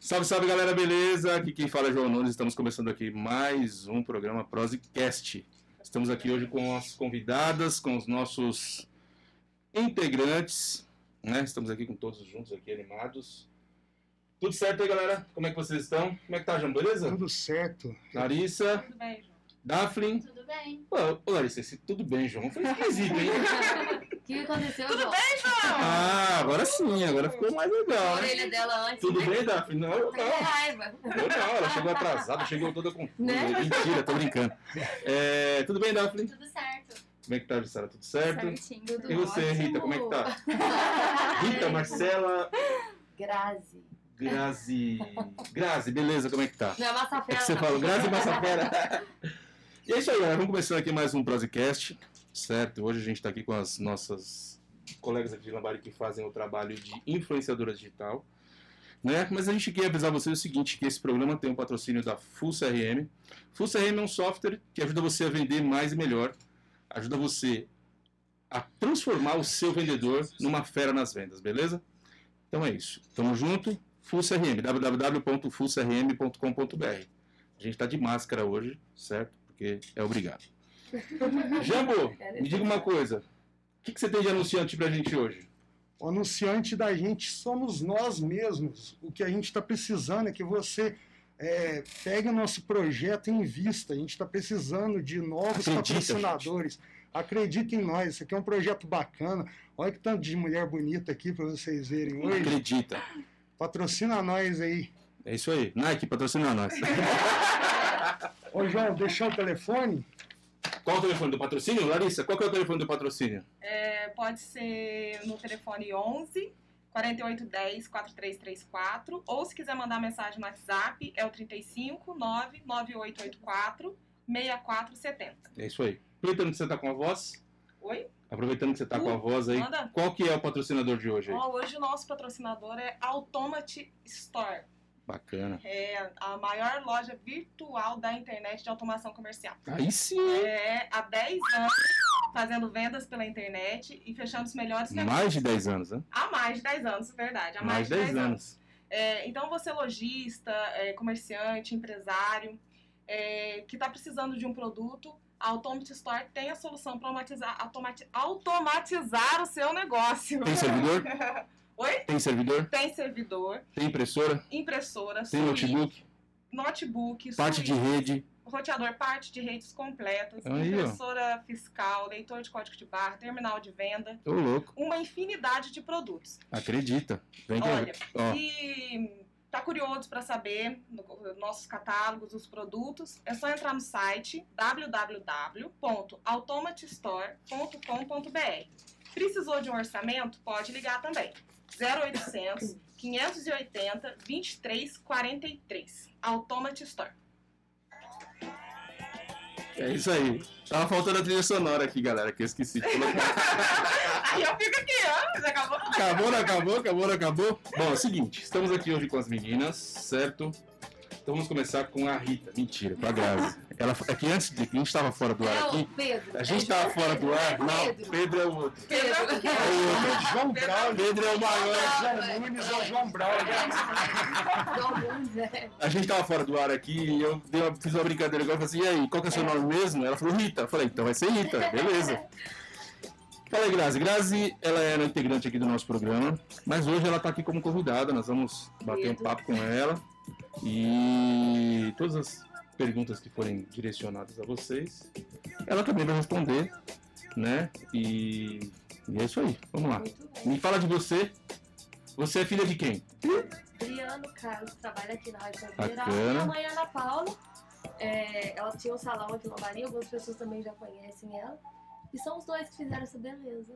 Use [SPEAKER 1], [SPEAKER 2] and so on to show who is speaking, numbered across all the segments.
[SPEAKER 1] Salve, salve galera, beleza? Aqui quem fala é João Nunes, estamos começando aqui mais um programa Prosecast. Estamos aqui hoje com as convidadas, com os nossos integrantes, né? Estamos aqui com todos juntos aqui animados. Tudo certo aí, galera? Como é que vocês estão? Como é que tá, João? Beleza?
[SPEAKER 2] Tudo certo.
[SPEAKER 1] Larissa,
[SPEAKER 3] Tudo bem, João?
[SPEAKER 1] Daphne.
[SPEAKER 3] Tudo bem.
[SPEAKER 1] Ô, ô, Larissa, esse tudo bem, João? Foi esquisito, hein?
[SPEAKER 3] O que aconteceu, Então, João?
[SPEAKER 1] Ah, agora sim, agora ficou mais
[SPEAKER 3] A
[SPEAKER 1] legal, né?
[SPEAKER 3] orelha dela antes.
[SPEAKER 1] Tudo
[SPEAKER 3] né?
[SPEAKER 1] bem, Daphne? Não, eu
[SPEAKER 3] Tá
[SPEAKER 1] não.
[SPEAKER 3] com raiva.
[SPEAKER 1] Eu não, ela chegou atrasada, chegou toda com tudo.
[SPEAKER 3] Né?
[SPEAKER 1] Mentira, tô brincando. É, tudo bem, Daphne?
[SPEAKER 3] Tudo certo.
[SPEAKER 1] Como é que tá, Sara? Tudo certo?
[SPEAKER 3] Certinho. Tudo
[SPEAKER 1] E você,
[SPEAKER 3] ótimo.
[SPEAKER 1] Rita, como é que tá? Rita, Marcela,
[SPEAKER 3] Grazi.
[SPEAKER 1] Grazi. Grazi, beleza, como é que tá?
[SPEAKER 3] Não é massa
[SPEAKER 1] É
[SPEAKER 3] fera,
[SPEAKER 1] que você
[SPEAKER 3] não.
[SPEAKER 1] fala, Grazi Massafera. E é isso aí, galera. Vamos começando aqui mais um Prozcast, certo? Hoje a gente tá aqui com as nossas colegas aqui de Lambari que fazem o trabalho de influenciadora digital. Né? Mas a gente quer avisar vocês o seguinte, que esse programa tem um patrocínio da Full CRM. Full CRM é um software que ajuda você a vender mais e melhor. Ajuda você a transformar o seu vendedor numa fera nas vendas, beleza? Então é isso. Tamo junto. Full CRM, www.fullcrm.com.br. A gente tá de máscara hoje, certo? Porque é obrigado. Jambo, me diga uma coisa. O que, que você tem de anunciante pra gente hoje?
[SPEAKER 2] O anunciante da gente somos nós mesmos. O que a gente está precisando é que você é, pegue o nosso projeto em vista. A gente está precisando de novos
[SPEAKER 1] Acredita,
[SPEAKER 2] patrocinadores. Acredita em nós. Isso aqui é um projeto bacana. Olha que tanto de mulher bonita aqui para vocês verem hoje.
[SPEAKER 1] Acredita.
[SPEAKER 2] Patrocina nós aí.
[SPEAKER 1] É isso aí. Nike, patrocina nós.
[SPEAKER 2] Ô, João, deixou o telefone?
[SPEAKER 1] Qual o telefone do patrocínio? Larissa, qual que é o telefone do patrocínio?
[SPEAKER 4] É, pode ser no telefone 11 4810 4334 ou se quiser mandar mensagem no WhatsApp é o 35 99884 6470.
[SPEAKER 1] É isso aí. Aproveitando que você tá com a voz,
[SPEAKER 4] Oi?
[SPEAKER 1] aproveitando que você tá com a
[SPEAKER 4] Uh,
[SPEAKER 1] voz aí,
[SPEAKER 4] manda.
[SPEAKER 1] qual que é o patrocinador de hoje aí?
[SPEAKER 4] Ó, hoje o nosso patrocinador é Automate Store,
[SPEAKER 1] Bacana.
[SPEAKER 4] é a maior loja virtual da internet de automação comercial.
[SPEAKER 1] Aí sim, hein?
[SPEAKER 4] É, há 10 anos fazendo vendas pela internet e fechando os melhores
[SPEAKER 1] Mais de 10 anos, né?
[SPEAKER 4] Há mais de 10 anos, verdade. Há
[SPEAKER 1] Mais de 10 anos.
[SPEAKER 4] É, então, você é lojista, é, comerciante, empresário, é, que está precisando de um produto, a Automate Store tem a solução para automatizar o seu negócio.
[SPEAKER 1] Tem servidor?
[SPEAKER 4] Oi?
[SPEAKER 1] Tem servidor?
[SPEAKER 4] Tem servidor,
[SPEAKER 1] Tem impressora?
[SPEAKER 4] impressora,
[SPEAKER 1] Tem
[SPEAKER 4] suíte,
[SPEAKER 1] notebook?
[SPEAKER 4] notebook,
[SPEAKER 1] Parte de
[SPEAKER 4] suíte,
[SPEAKER 1] rede?
[SPEAKER 4] roteador, parte de redes completas,
[SPEAKER 1] Aí, ó.
[SPEAKER 4] impressora fiscal, leitor de código de barra, terminal de venda,
[SPEAKER 1] Ô, louco.
[SPEAKER 4] uma infinidade de produtos.
[SPEAKER 1] Acredita. Vem cá.
[SPEAKER 4] Olha,
[SPEAKER 1] Ó,
[SPEAKER 4] E tá curioso para saber no- nossos catálogos, os produtos, é só entrar no site www.automatestore.com.br. Precisou de um orçamento? Pode ligar também. 0800 580 2343. Automate Store.
[SPEAKER 1] é isso aí. Tava faltando a trilha sonora aqui, galera, que eu esqueci de colocar.
[SPEAKER 4] Aí eu fico aqui, ó, você acabou.
[SPEAKER 1] acabou, não acabou, acabou, não acabou. Bom, é o seguinte, estamos aqui hoje com as meninas, certo? Então vamos começar com a Rita. Mentira, com a Grazi. Ela, é que antes de que a gente tava fora do ar
[SPEAKER 3] É
[SPEAKER 1] aqui,
[SPEAKER 3] o Pedro.
[SPEAKER 1] a gente tava fora do ar. Não,
[SPEAKER 3] Pedro.
[SPEAKER 1] É, Pedro é o outro.
[SPEAKER 3] Pedro.
[SPEAKER 1] É o outro.
[SPEAKER 2] João Braulio.
[SPEAKER 1] Pedro é o maior.
[SPEAKER 2] João Nunes ou João Braulio?
[SPEAKER 3] João Nunes, é.
[SPEAKER 1] A gente tava fora do ar aqui e eu dei uma- fiz uma brincadeira agora e falei assim, e aí, qual que é o seu nome mesmo? Ela falou Rita. Eu falei, então vai ser Rita, beleza. Fala aí, Grazi. Grazi, ela era integrante aqui do nosso programa, mas hoje ela tá aqui como convidada, nós vamos bater um
[SPEAKER 3] Medo.
[SPEAKER 1] papo com ela. E todas as perguntas que forem direcionadas a vocês, ela também vai responder, né? E, e é isso aí, vamos lá.
[SPEAKER 3] Muito bem.
[SPEAKER 1] Me fala de você. Você é filha de quem?
[SPEAKER 3] Adriano Carlos trabalha aqui na Rádio Federal.
[SPEAKER 1] Bacana.
[SPEAKER 3] Minha mãe, Ana Paula, é, ela tinha um salão aqui em Lombaria, algumas pessoas também já conhecem ela. E são os dois que fizeram essa beleza.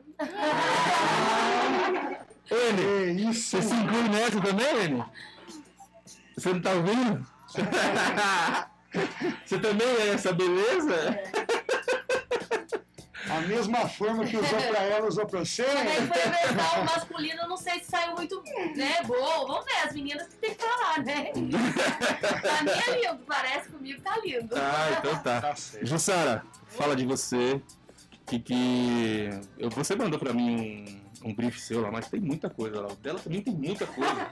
[SPEAKER 1] Ô, Enê,
[SPEAKER 2] É isso.
[SPEAKER 1] Você se inclui nessa também, Lene? Você não tá ouvindo? Você também é essa beleza?
[SPEAKER 2] A mesma forma que usou pra ela, usou pra você?
[SPEAKER 3] Também
[SPEAKER 5] Tá
[SPEAKER 3] foi a versão masculina, eu não sei se saiu muito né, boa. Vamos ver, as meninas que tem que falar, né? pra mim é lindo, parece comigo, tá lindo.
[SPEAKER 1] Ah, então tá.
[SPEAKER 2] Tá certo.
[SPEAKER 1] Jussara, fala de você. Que que. eu- Você mandou pra mim um, um brief seu lá, mas tem muita coisa lá. O dela também tem muita coisa.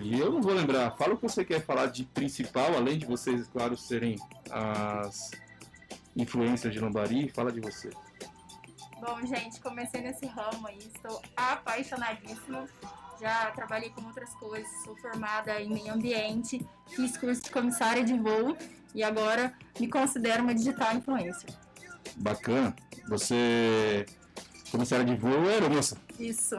[SPEAKER 1] E eu não vou lembrar. Fala o que você quer falar de principal, além de vocês, claro, serem as influências de Lambari. Fala de você.
[SPEAKER 6] Bom, gente, comecei nesse ramo aí, estou apaixonadíssima. Já trabalhei com outras coisas, sou formada em meio ambiente, fiz curso de comissária de voo e agora me considero uma digital influencer.
[SPEAKER 1] Bacana. Você, comissária de voo, era moça.
[SPEAKER 6] Isso.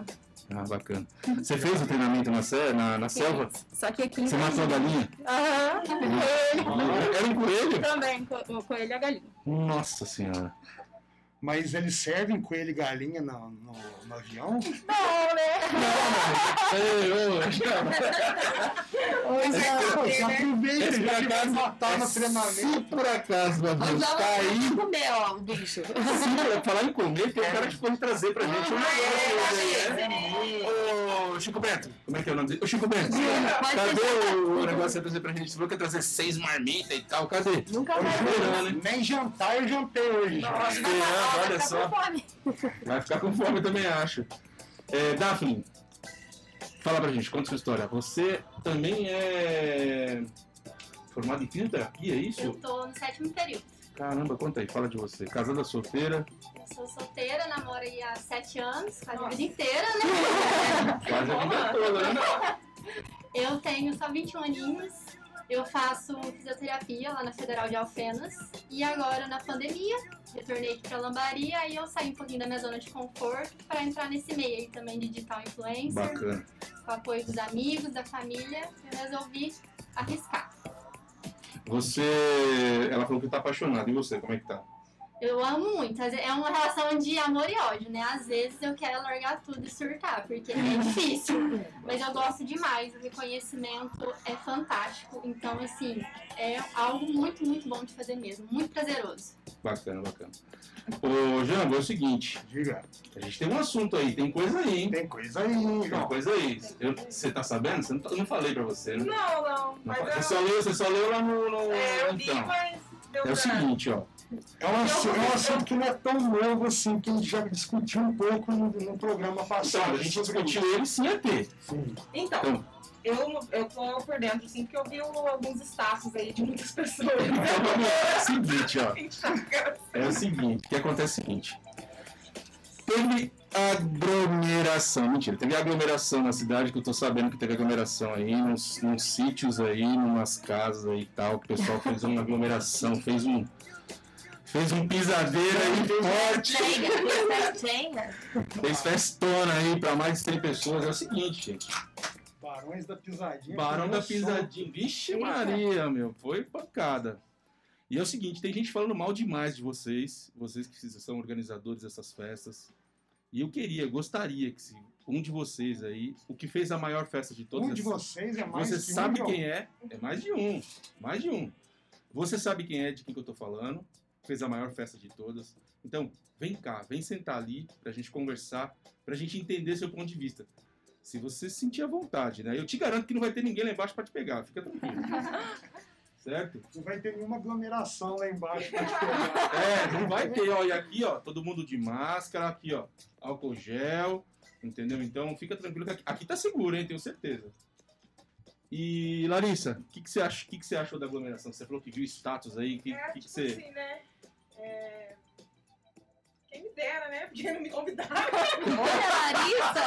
[SPEAKER 1] Ah, bacana. Você fez o treinamento na, se- na, na selva?
[SPEAKER 6] Só que aqui em
[SPEAKER 1] Você matou a galinha?
[SPEAKER 6] Aham, coelho.
[SPEAKER 1] Era um coelho?
[SPEAKER 6] Também, co- o coelho e a galinha.
[SPEAKER 1] Nossa senhora.
[SPEAKER 2] Mas eles servem coelho e galinha no, no- no avião?
[SPEAKER 6] Não, né?
[SPEAKER 1] Ei, ô,
[SPEAKER 2] Pois
[SPEAKER 6] é,
[SPEAKER 2] pô, você
[SPEAKER 6] né?
[SPEAKER 2] aproveita,
[SPEAKER 1] Esse é
[SPEAKER 2] já que vai
[SPEAKER 1] acaso-
[SPEAKER 2] matar no
[SPEAKER 1] Se
[SPEAKER 2] treinamento.
[SPEAKER 1] por acaso o avião
[SPEAKER 3] Usava
[SPEAKER 1] tá aí,
[SPEAKER 3] pra comer, ó, o bicho.
[SPEAKER 1] se pra falar em comer, tem um cara que pode trazer pra gente um negócio. aí, né? Ô, Chico Bento, como é que é o nome dele? Ô, Chico Bento,
[SPEAKER 3] Pode
[SPEAKER 1] cadê o, o negócio que você trazer pra gente? Você falou que ia trazer seis marmitas e tal, cadê?
[SPEAKER 3] Nunca
[SPEAKER 1] Tá
[SPEAKER 3] mais.
[SPEAKER 1] esperando, né?
[SPEAKER 2] Nem jantar eu jantei hoje.
[SPEAKER 1] Tá esperando, olha só.
[SPEAKER 3] fome.
[SPEAKER 1] Vai ficar com fome também, acho. É, Daphne, fala pra gente, conta sua história. Você também é formada em quimioterapia, é isso?
[SPEAKER 7] Eu tô no sétimo período.
[SPEAKER 1] Caramba, conta aí, fala de você. Casada solteira,
[SPEAKER 7] Eu sou solteira, namoro aí há sete anos, quase a
[SPEAKER 4] Nossa.
[SPEAKER 7] vida inteira, né?
[SPEAKER 1] quase a vida toda, né?
[SPEAKER 7] eu tenho só 21 aninhos. Eu faço fisioterapia lá na Federal de Alfenas. E agora, na pandemia, retornei aqui pra Lambari. Aí eu saí um pouquinho da minha zona de conforto pra entrar nesse meio aí também de digital influencer.
[SPEAKER 1] Bacana.
[SPEAKER 7] Com o apoio dos amigos, da família. Eu resolvi arriscar.
[SPEAKER 1] Você. Ela falou que tá apaixonada. E você, como é que tá?
[SPEAKER 7] Eu amo muito. Às vezes- É uma relação de amor e ódio, né? Às vezes eu quero largar tudo e surtar, porque é difícil. Mas eu gosto demais, o reconhecimento é fantástico. Então, assim, é algo muito, muito bom de fazer mesmo. Muito prazeroso.
[SPEAKER 1] Bacana, bacana. Ô, Jango, é o seguinte,
[SPEAKER 2] Diga,
[SPEAKER 1] a gente tem um assunto aí, tem coisa aí, hein?
[SPEAKER 2] tem coisa aí, hein,
[SPEAKER 1] Tem
[SPEAKER 2] João?
[SPEAKER 1] coisa aí. Eu- Você tá sabendo? Você não, tá- eu não falei pra você, né?
[SPEAKER 4] Não, não.
[SPEAKER 1] Não
[SPEAKER 4] Mas
[SPEAKER 1] fa-
[SPEAKER 4] eu,
[SPEAKER 1] Você só leu, você só leu lá no. no-
[SPEAKER 4] é, eu vi,
[SPEAKER 1] então.
[SPEAKER 4] mas
[SPEAKER 1] É
[SPEAKER 4] deu
[SPEAKER 1] o
[SPEAKER 4] pra-
[SPEAKER 1] seguinte, ó.
[SPEAKER 2] É um, assu- é
[SPEAKER 1] Então,
[SPEAKER 2] um assunto que não é tão novo assim, que a gente já discutiu um pouco no, no programa
[SPEAKER 1] Então,
[SPEAKER 2] passado.
[SPEAKER 1] a gente discutiu ele sim ia ter.
[SPEAKER 2] Sim.
[SPEAKER 4] Então,
[SPEAKER 1] Então.
[SPEAKER 4] eu, eu tô por dentro, assim, porque eu vi o- alguns status aí de muitas pessoas. Então,
[SPEAKER 1] Então vamos lá. É o seguinte, ó.
[SPEAKER 4] Instagram.
[SPEAKER 1] É o seguinte, o que acontece é o seguinte. Teve aglomeração, mentira, teve aglomeração na cidade, que eu tô sabendo que teve aglomeração aí, nos, nos sítios aí, numas casas aí e tal, que o pessoal fez uma aglomeração, fez um. Fez um pisadeiro aí forte.
[SPEAKER 3] Jenga, Jenga.
[SPEAKER 1] Fez festona aí pra mais de 100 pessoas. É o seguinte, gente.
[SPEAKER 2] Barões da Pisadinha. um
[SPEAKER 1] Barão da
[SPEAKER 2] começou.
[SPEAKER 1] Pisadinha. Vixe Maria, meu. Foi pancada. E é o seguinte, tem gente falando mal demais de vocês. Vocês que são organizadores dessas festas. E eu queria, gostaria que se um de vocês aí, o que fez a maior festa de todas
[SPEAKER 2] Um de
[SPEAKER 1] essas-
[SPEAKER 2] vocês é mais
[SPEAKER 1] você
[SPEAKER 2] que um,
[SPEAKER 1] sabe
[SPEAKER 2] João.
[SPEAKER 1] quem é? É mais de um. Mais de um. Você sabe quem é, de quem que eu tô falando. Fez a maior festa de todas. Então, vem cá, vem sentar ali pra gente conversar, pra gente entender seu ponto de vista. Se você se sentir à vontade, né? Eu te garanto que não vai ter ninguém lá embaixo pra te pegar, fica tranquilo. certo?
[SPEAKER 2] Não vai ter nenhuma aglomeração lá embaixo pra te pegar.
[SPEAKER 1] É, não vai ter, ó. E aqui, ó, todo mundo de máscara, aqui, ó, álcool gel, entendeu? Então fica tranquilo que aqui, aqui tá seguro, hein? Tenho certeza. E Larissa, o que, que você acha? O que, que você achou da aglomeração? Você falou que viu status aí, o que,
[SPEAKER 4] É,
[SPEAKER 1] que, que
[SPEAKER 4] tipo
[SPEAKER 1] você.
[SPEAKER 4] assim, né? É, Quem me dera, né? Porque não me convidaram.
[SPEAKER 3] Olha, Larissa.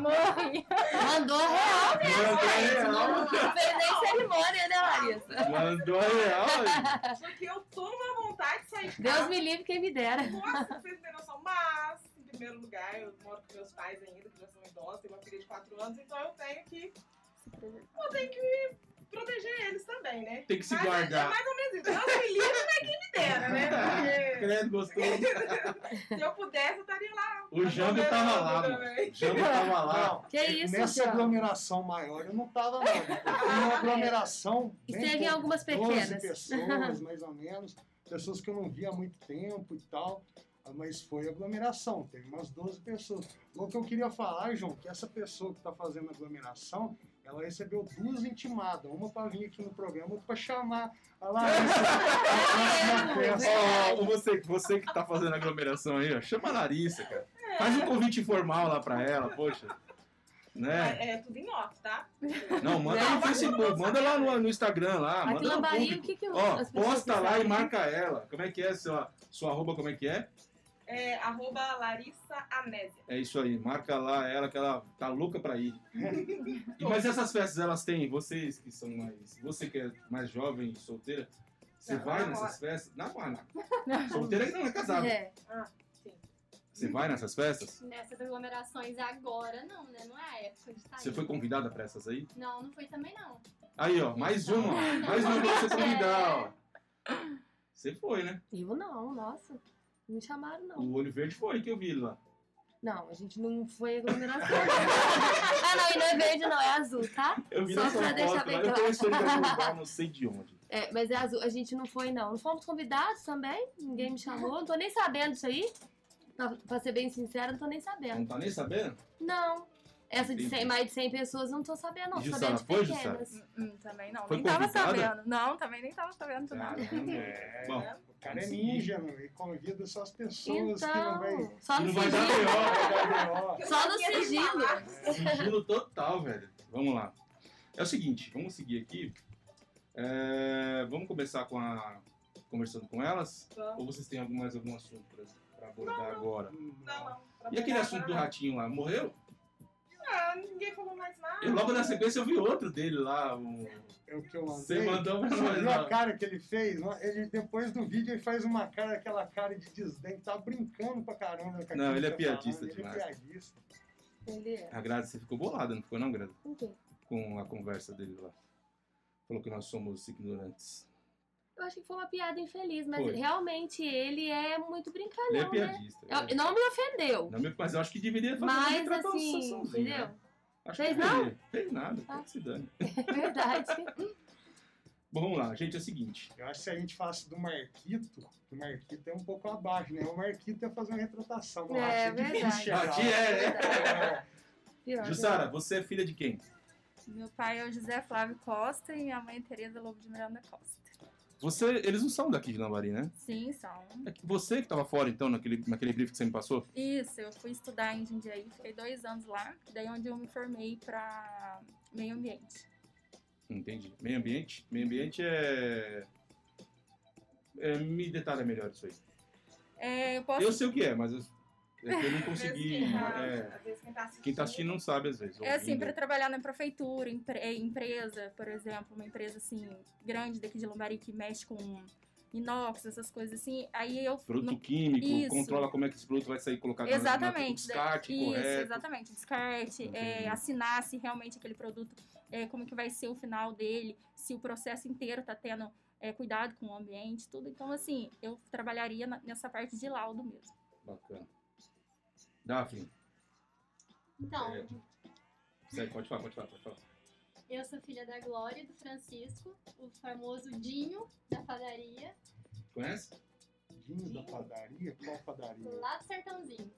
[SPEAKER 6] Morri.
[SPEAKER 3] Mandou real
[SPEAKER 4] assim,
[SPEAKER 1] Mandou
[SPEAKER 4] é,
[SPEAKER 3] mesmo.
[SPEAKER 1] real.
[SPEAKER 3] Não, não fez nem cerimônia, né, Larissa?
[SPEAKER 1] Mandou real, hein?
[SPEAKER 4] Só que eu tô numa vontade de sair de
[SPEAKER 3] Deus
[SPEAKER 4] casa.
[SPEAKER 3] me livre quem me dera.
[SPEAKER 4] Nossa, pra vocês terem noção. Mas, em primeiro lugar, eu moro com meus pais ainda, que já são idosos, tenho uma filha de 4 anos, então eu tenho que. Eu tenho que proteger eles também, né?
[SPEAKER 1] Tem que se
[SPEAKER 4] Mas é- É
[SPEAKER 1] guardar.
[SPEAKER 4] mais ou menos isso. Deus me livre, mas quem me dera, né? Porque
[SPEAKER 1] Credo, gostou.
[SPEAKER 4] se eu pudesse, eu estaria lá.
[SPEAKER 1] O tá Jambo tava lá, mano. O Jambo tava lá.
[SPEAKER 2] Não,
[SPEAKER 3] Que é
[SPEAKER 5] É
[SPEAKER 3] isso,
[SPEAKER 2] Nessa
[SPEAKER 3] João?
[SPEAKER 2] aglomeração maior eu não tava não. Foi Uma aglomeração.
[SPEAKER 3] E
[SPEAKER 2] bem
[SPEAKER 3] teve
[SPEAKER 5] é
[SPEAKER 2] pouca,
[SPEAKER 3] algumas
[SPEAKER 2] 12
[SPEAKER 3] pequenas.
[SPEAKER 2] pessoas, mais ou menos. Pessoas que eu não via há muito tempo e tal. Mas foi aglomeração, teve umas 12 pessoas. O que eu queria falar, João, que essa pessoa que está fazendo aglomeração, ela recebeu duas intimadas, uma para vir aqui no programa, outra para chamar a Larissa na próxima
[SPEAKER 3] É,
[SPEAKER 1] Ó,
[SPEAKER 2] festa.
[SPEAKER 1] Ó, ó, você, você que tá fazendo aglomeração aí, ó, chama a Larissa, cara. Faz um convite formal lá pra ela, poxa. Né?
[SPEAKER 4] É, é tudo em off, tá?
[SPEAKER 1] Não, manda no Facebook, manda lá no, no Instagram lá,
[SPEAKER 3] Aqui
[SPEAKER 1] manda
[SPEAKER 3] na
[SPEAKER 1] no
[SPEAKER 3] Bahia, o
[SPEAKER 1] público.
[SPEAKER 3] que que eu-
[SPEAKER 1] Ó,
[SPEAKER 3] as pessoas
[SPEAKER 1] posta lá e
[SPEAKER 3] sabem?
[SPEAKER 1] marca ela. Como é que é sua, sua arroba, como é que é?
[SPEAKER 4] É, arroba Larissa Anésia.
[SPEAKER 1] É isso aí, marca lá ela que ela tá louca pra ir. E, mas essas festas elas têm, vocês que são mais, você que é mais jovem, solteira, você
[SPEAKER 4] Não,
[SPEAKER 1] vai
[SPEAKER 4] namora.
[SPEAKER 1] nessas festas? Namora. Solteira que não é casada.
[SPEAKER 6] É.
[SPEAKER 1] Você vai nessas festas?
[SPEAKER 7] Nessas aglomerações agora, não, né? Não é a época de estar
[SPEAKER 1] Você
[SPEAKER 7] indo.
[SPEAKER 1] foi convidada pra essas aí?
[SPEAKER 7] Não, não fui também, não.
[SPEAKER 1] Aí, ó, mais uma, ó. mais uma pra você convidar, ó. Você foi, né?
[SPEAKER 5] Eu não, nossa. Não me chamaram, não.
[SPEAKER 1] O olho verde foi que eu vi lá.
[SPEAKER 5] Não, a gente não foi aglomeração.
[SPEAKER 3] Ah, não, e não é verde, não, é azul, tá?
[SPEAKER 1] Eu vi
[SPEAKER 5] Só
[SPEAKER 1] nessa
[SPEAKER 5] pra
[SPEAKER 1] foto
[SPEAKER 5] deixar
[SPEAKER 1] lá.
[SPEAKER 5] bem
[SPEAKER 1] Eu
[SPEAKER 5] claro.
[SPEAKER 1] tenho isso aí pra lugar, não sei de onde.
[SPEAKER 5] É, mas é azul. A gente não foi, não. Não fomos convidados também. Ninguém me chamou. Não tô nem sabendo disso aí. Pra, pra ser bem sincera, não tô nem sabendo.
[SPEAKER 1] Não tá nem sabendo?
[SPEAKER 5] Não. Essa de
[SPEAKER 1] Entendi.
[SPEAKER 5] 100, mais de 100 pessoas, não tô sabendo, não. Tô
[SPEAKER 1] Jussara,
[SPEAKER 5] sabendo de
[SPEAKER 1] foi,
[SPEAKER 5] pequenas.
[SPEAKER 6] Hum, também não.
[SPEAKER 1] Foi Tá.
[SPEAKER 6] nem tava
[SPEAKER 1] convidada?
[SPEAKER 6] sabendo. Não, também nem tava sabendo de nada.
[SPEAKER 1] Caramba.
[SPEAKER 2] É,
[SPEAKER 1] Bom,
[SPEAKER 2] o cara é ninja, meu. E convida só as pessoas que não vai.
[SPEAKER 5] Então, só
[SPEAKER 1] E
[SPEAKER 5] no
[SPEAKER 1] não vai dar
[SPEAKER 5] sigilo.
[SPEAKER 1] melhor.
[SPEAKER 2] Ó,
[SPEAKER 3] Só no sigilo.
[SPEAKER 1] É Sigilo total, velho. Vamos lá. É o seguinte, vamos seguir aqui. É, vamos começar com a. conversando com elas? Ou vocês têm algum- mais algum assunto pra, pra abordar agora?
[SPEAKER 4] Não, não. pra
[SPEAKER 1] E aquele
[SPEAKER 4] pegar
[SPEAKER 1] assunto do
[SPEAKER 4] agora
[SPEAKER 1] ratinho lá, morreu?
[SPEAKER 4] não. Ah, ninguém falou mais nada.
[SPEAKER 1] Eu logo na sequência eu vi outro dele lá. o-
[SPEAKER 2] é o que eu
[SPEAKER 1] Você
[SPEAKER 2] mandei.
[SPEAKER 1] mandou pra
[SPEAKER 2] Você
[SPEAKER 1] nós
[SPEAKER 2] viu a
[SPEAKER 1] lá.
[SPEAKER 2] cara que ele fez? Ele, depois do vídeo ele faz uma cara, aquela cara de desdém, tá brincando pra caramba. Com
[SPEAKER 1] Não,
[SPEAKER 2] aquilo
[SPEAKER 1] ele é
[SPEAKER 2] que tá falando,
[SPEAKER 1] piadista
[SPEAKER 2] ele
[SPEAKER 1] demais.
[SPEAKER 2] É piadista.
[SPEAKER 5] Ele é.
[SPEAKER 1] A Grazi, você ficou bolada, não ficou não, Grazi?
[SPEAKER 5] Com quem?
[SPEAKER 1] Com a conversa dele lá. Falou que nós somos ignorantes.
[SPEAKER 5] Eu acho que foi uma piada infeliz, mas
[SPEAKER 1] Foi.
[SPEAKER 5] realmente ele é muito
[SPEAKER 1] Ele
[SPEAKER 5] brincalhão,
[SPEAKER 1] é
[SPEAKER 5] né?
[SPEAKER 1] piadista. né?
[SPEAKER 5] Eu- não me ofendeu.
[SPEAKER 1] Não, meu- mas eu acho que deveria fazer uma
[SPEAKER 5] mas assim,
[SPEAKER 1] contrataçãozinha,
[SPEAKER 5] entendeu?
[SPEAKER 1] né? Acho
[SPEAKER 5] Fez
[SPEAKER 1] que
[SPEAKER 5] não?
[SPEAKER 1] deveria. Fez nada, tá que se dane.
[SPEAKER 5] É Verdade.
[SPEAKER 1] Bom, vamos lá, gente, é o seguinte.
[SPEAKER 2] Eu acho que se a gente falasse do Marquito, o Marquito é um pouco abaixo, né? O Marquito é fazer uma retratação. eu
[SPEAKER 6] É,
[SPEAKER 2] acho difícil
[SPEAKER 6] verdade.
[SPEAKER 2] chegar
[SPEAKER 1] Aqui
[SPEAKER 2] lá.
[SPEAKER 1] é, né?
[SPEAKER 2] É,
[SPEAKER 5] Pior,
[SPEAKER 1] Jussara, você é filha de quem?
[SPEAKER 6] Meu pai é o José Flávio Costa e minha mãe é Tereza Lobo de Miranda Costa.
[SPEAKER 1] Você, eles não são daqui de Lambari, né?
[SPEAKER 6] Sim, são.
[SPEAKER 1] É que você que tava fora, então, naquele, naquele brief que você me passou?
[SPEAKER 6] Isso, eu fui estudar em Jundiaí, fiquei dois anos lá, que daí é onde eu me formei pra meio ambiente.
[SPEAKER 1] Não Entendi. Meio ambiente? Meio ambiente é... é, me detalha melhor isso aí.
[SPEAKER 6] É, eu posso.
[SPEAKER 1] Eu sei o que é, mas eu, é que eu não
[SPEAKER 4] Às vezes
[SPEAKER 1] consegui...
[SPEAKER 4] quem tá-
[SPEAKER 1] é,
[SPEAKER 4] às vezes quem tá assistindo.
[SPEAKER 1] quem tá assistindo não sabe, às vezes.
[SPEAKER 6] É assim,
[SPEAKER 1] ouvindo.
[SPEAKER 6] pra trabalhar na prefeitura, empre- eh, empresa, por exemplo, uma empresa assim, grande daqui de Lambari que mexe com inox, essas coisas assim. Aí eu
[SPEAKER 1] Produto
[SPEAKER 6] não-
[SPEAKER 1] químico,
[SPEAKER 6] Isso.
[SPEAKER 1] controla como é que esse produto vai sair colocado na- na-
[SPEAKER 6] Exatamente.
[SPEAKER 1] no
[SPEAKER 6] daí-
[SPEAKER 1] descarte
[SPEAKER 6] Isso,
[SPEAKER 1] correto.
[SPEAKER 6] exatamente. Descarte, é,
[SPEAKER 1] Entendi.
[SPEAKER 6] assinar se realmente aquele produto, é, como que vai ser o final dele, se o processo inteiro tá tendo é, cuidado com o ambiente, tudo. Então, assim, eu trabalharia na- nessa parte de laudo mesmo.
[SPEAKER 1] Bacana. Daphne,
[SPEAKER 7] Então,
[SPEAKER 1] É. você pode falar, pode falar, pode falar.
[SPEAKER 7] eu sou filha da Glória e do Francisco, o famoso Dinho da padaria,
[SPEAKER 1] Conhece?
[SPEAKER 2] Vinho da padaria? Qual padaria?
[SPEAKER 7] lá do Sertãozinho.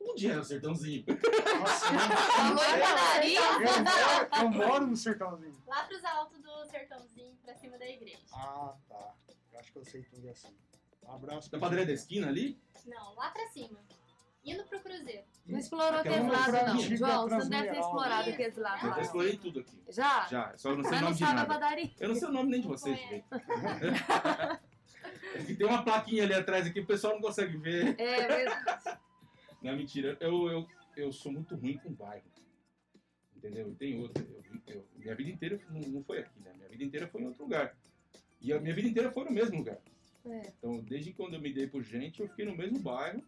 [SPEAKER 1] Onde era Um é o sertãozinho?
[SPEAKER 2] Nossa, eu-
[SPEAKER 3] Falou em padaria?
[SPEAKER 2] eu, moro, eu moro no sertãozinho.
[SPEAKER 7] Lá pros altos do Sertãozinho, pra cima da igreja.
[SPEAKER 2] Ah, tá. Eu acho que eu sei tudo assim. Um abraço.
[SPEAKER 1] Da padaria da esquina ali?
[SPEAKER 7] Não, lá pra cima. Indo pro Cruzeiro.
[SPEAKER 5] Não explorou
[SPEAKER 1] Aquela
[SPEAKER 5] aqueles lados,
[SPEAKER 1] outra
[SPEAKER 5] não.
[SPEAKER 2] antiga
[SPEAKER 5] João, você não deve ter
[SPEAKER 2] transmineral.
[SPEAKER 5] explorado aqueles
[SPEAKER 1] Eu já
[SPEAKER 5] lados. lá.
[SPEAKER 1] explorei tudo aqui.
[SPEAKER 5] Já?
[SPEAKER 1] Já, só eu não sei o
[SPEAKER 5] Mas não
[SPEAKER 1] nome de
[SPEAKER 5] sabe a
[SPEAKER 1] nada.
[SPEAKER 5] padaria.
[SPEAKER 1] Eu não sei o nome nem de vocês direito. É que tem uma plaquinha ali atrás aqui, o pessoal não consegue ver.
[SPEAKER 5] É, mas
[SPEAKER 1] Não, mentira. Eu, eu, eu sou muito ruim com bairro. Entendeu? E tem outra. Eu, vi- eu- minha vida inteira não, não foi aqui, né? Minha vida inteira foi em outro lugar. E a minha vida inteira foi no mesmo lugar.
[SPEAKER 5] É.
[SPEAKER 1] Então, desde quando eu me dei por gente, eu fiquei no mesmo bairro.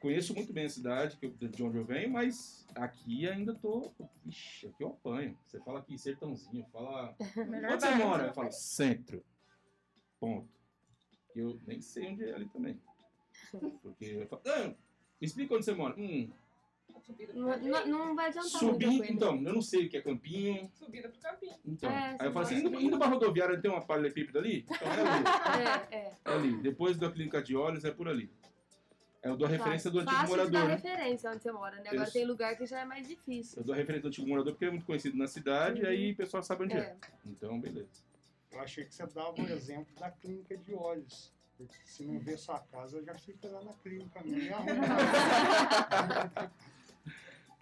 [SPEAKER 1] Conheço muito bem a cidade que eu- de onde eu venho, mas aqui ainda tô. Ixi, aqui eu apanho. Você fala aqui, sertãozinho, fala.
[SPEAKER 6] Melhor
[SPEAKER 1] Onde você
[SPEAKER 6] bairro.
[SPEAKER 1] mora? Eu falo, centro. Ponto. Eu nem sei onde é ali também. Porque eu falo, "Ah, me explica onde você mora. Hum,
[SPEAKER 4] Subida pro
[SPEAKER 5] não, não-
[SPEAKER 4] campinho.
[SPEAKER 5] não vai adiantar
[SPEAKER 1] subi,
[SPEAKER 5] muito.
[SPEAKER 1] então, eu não sei o que é campinho.
[SPEAKER 4] Subida pro campinho.
[SPEAKER 1] Então,
[SPEAKER 5] É,
[SPEAKER 1] aí eu
[SPEAKER 5] você
[SPEAKER 1] falo assim,
[SPEAKER 5] mora-
[SPEAKER 1] indo, indo pra rodoviária tem uma paralelepípedo ali? Então é ali.
[SPEAKER 5] É, é.
[SPEAKER 1] É ali. Depois da clínica de olhos é por ali. É, eu dou a referência do antigo
[SPEAKER 5] Fácil de
[SPEAKER 1] morador.
[SPEAKER 5] dar
[SPEAKER 1] né?
[SPEAKER 5] referência onde você mora, né? Agora
[SPEAKER 1] Isso.
[SPEAKER 5] tem lugar que já é mais difícil.
[SPEAKER 1] Eu dou a referência do antigo morador porque ele é muito conhecido na cidade,
[SPEAKER 5] Uhum.
[SPEAKER 1] aí o pessoal sabe onde é.
[SPEAKER 5] É.
[SPEAKER 1] Então, beleza.
[SPEAKER 2] Eu achei que você dava um exemplo da clínica de olhos. Porque se não vê É sua casa, já fica lá na clínica mesmo. e arruma.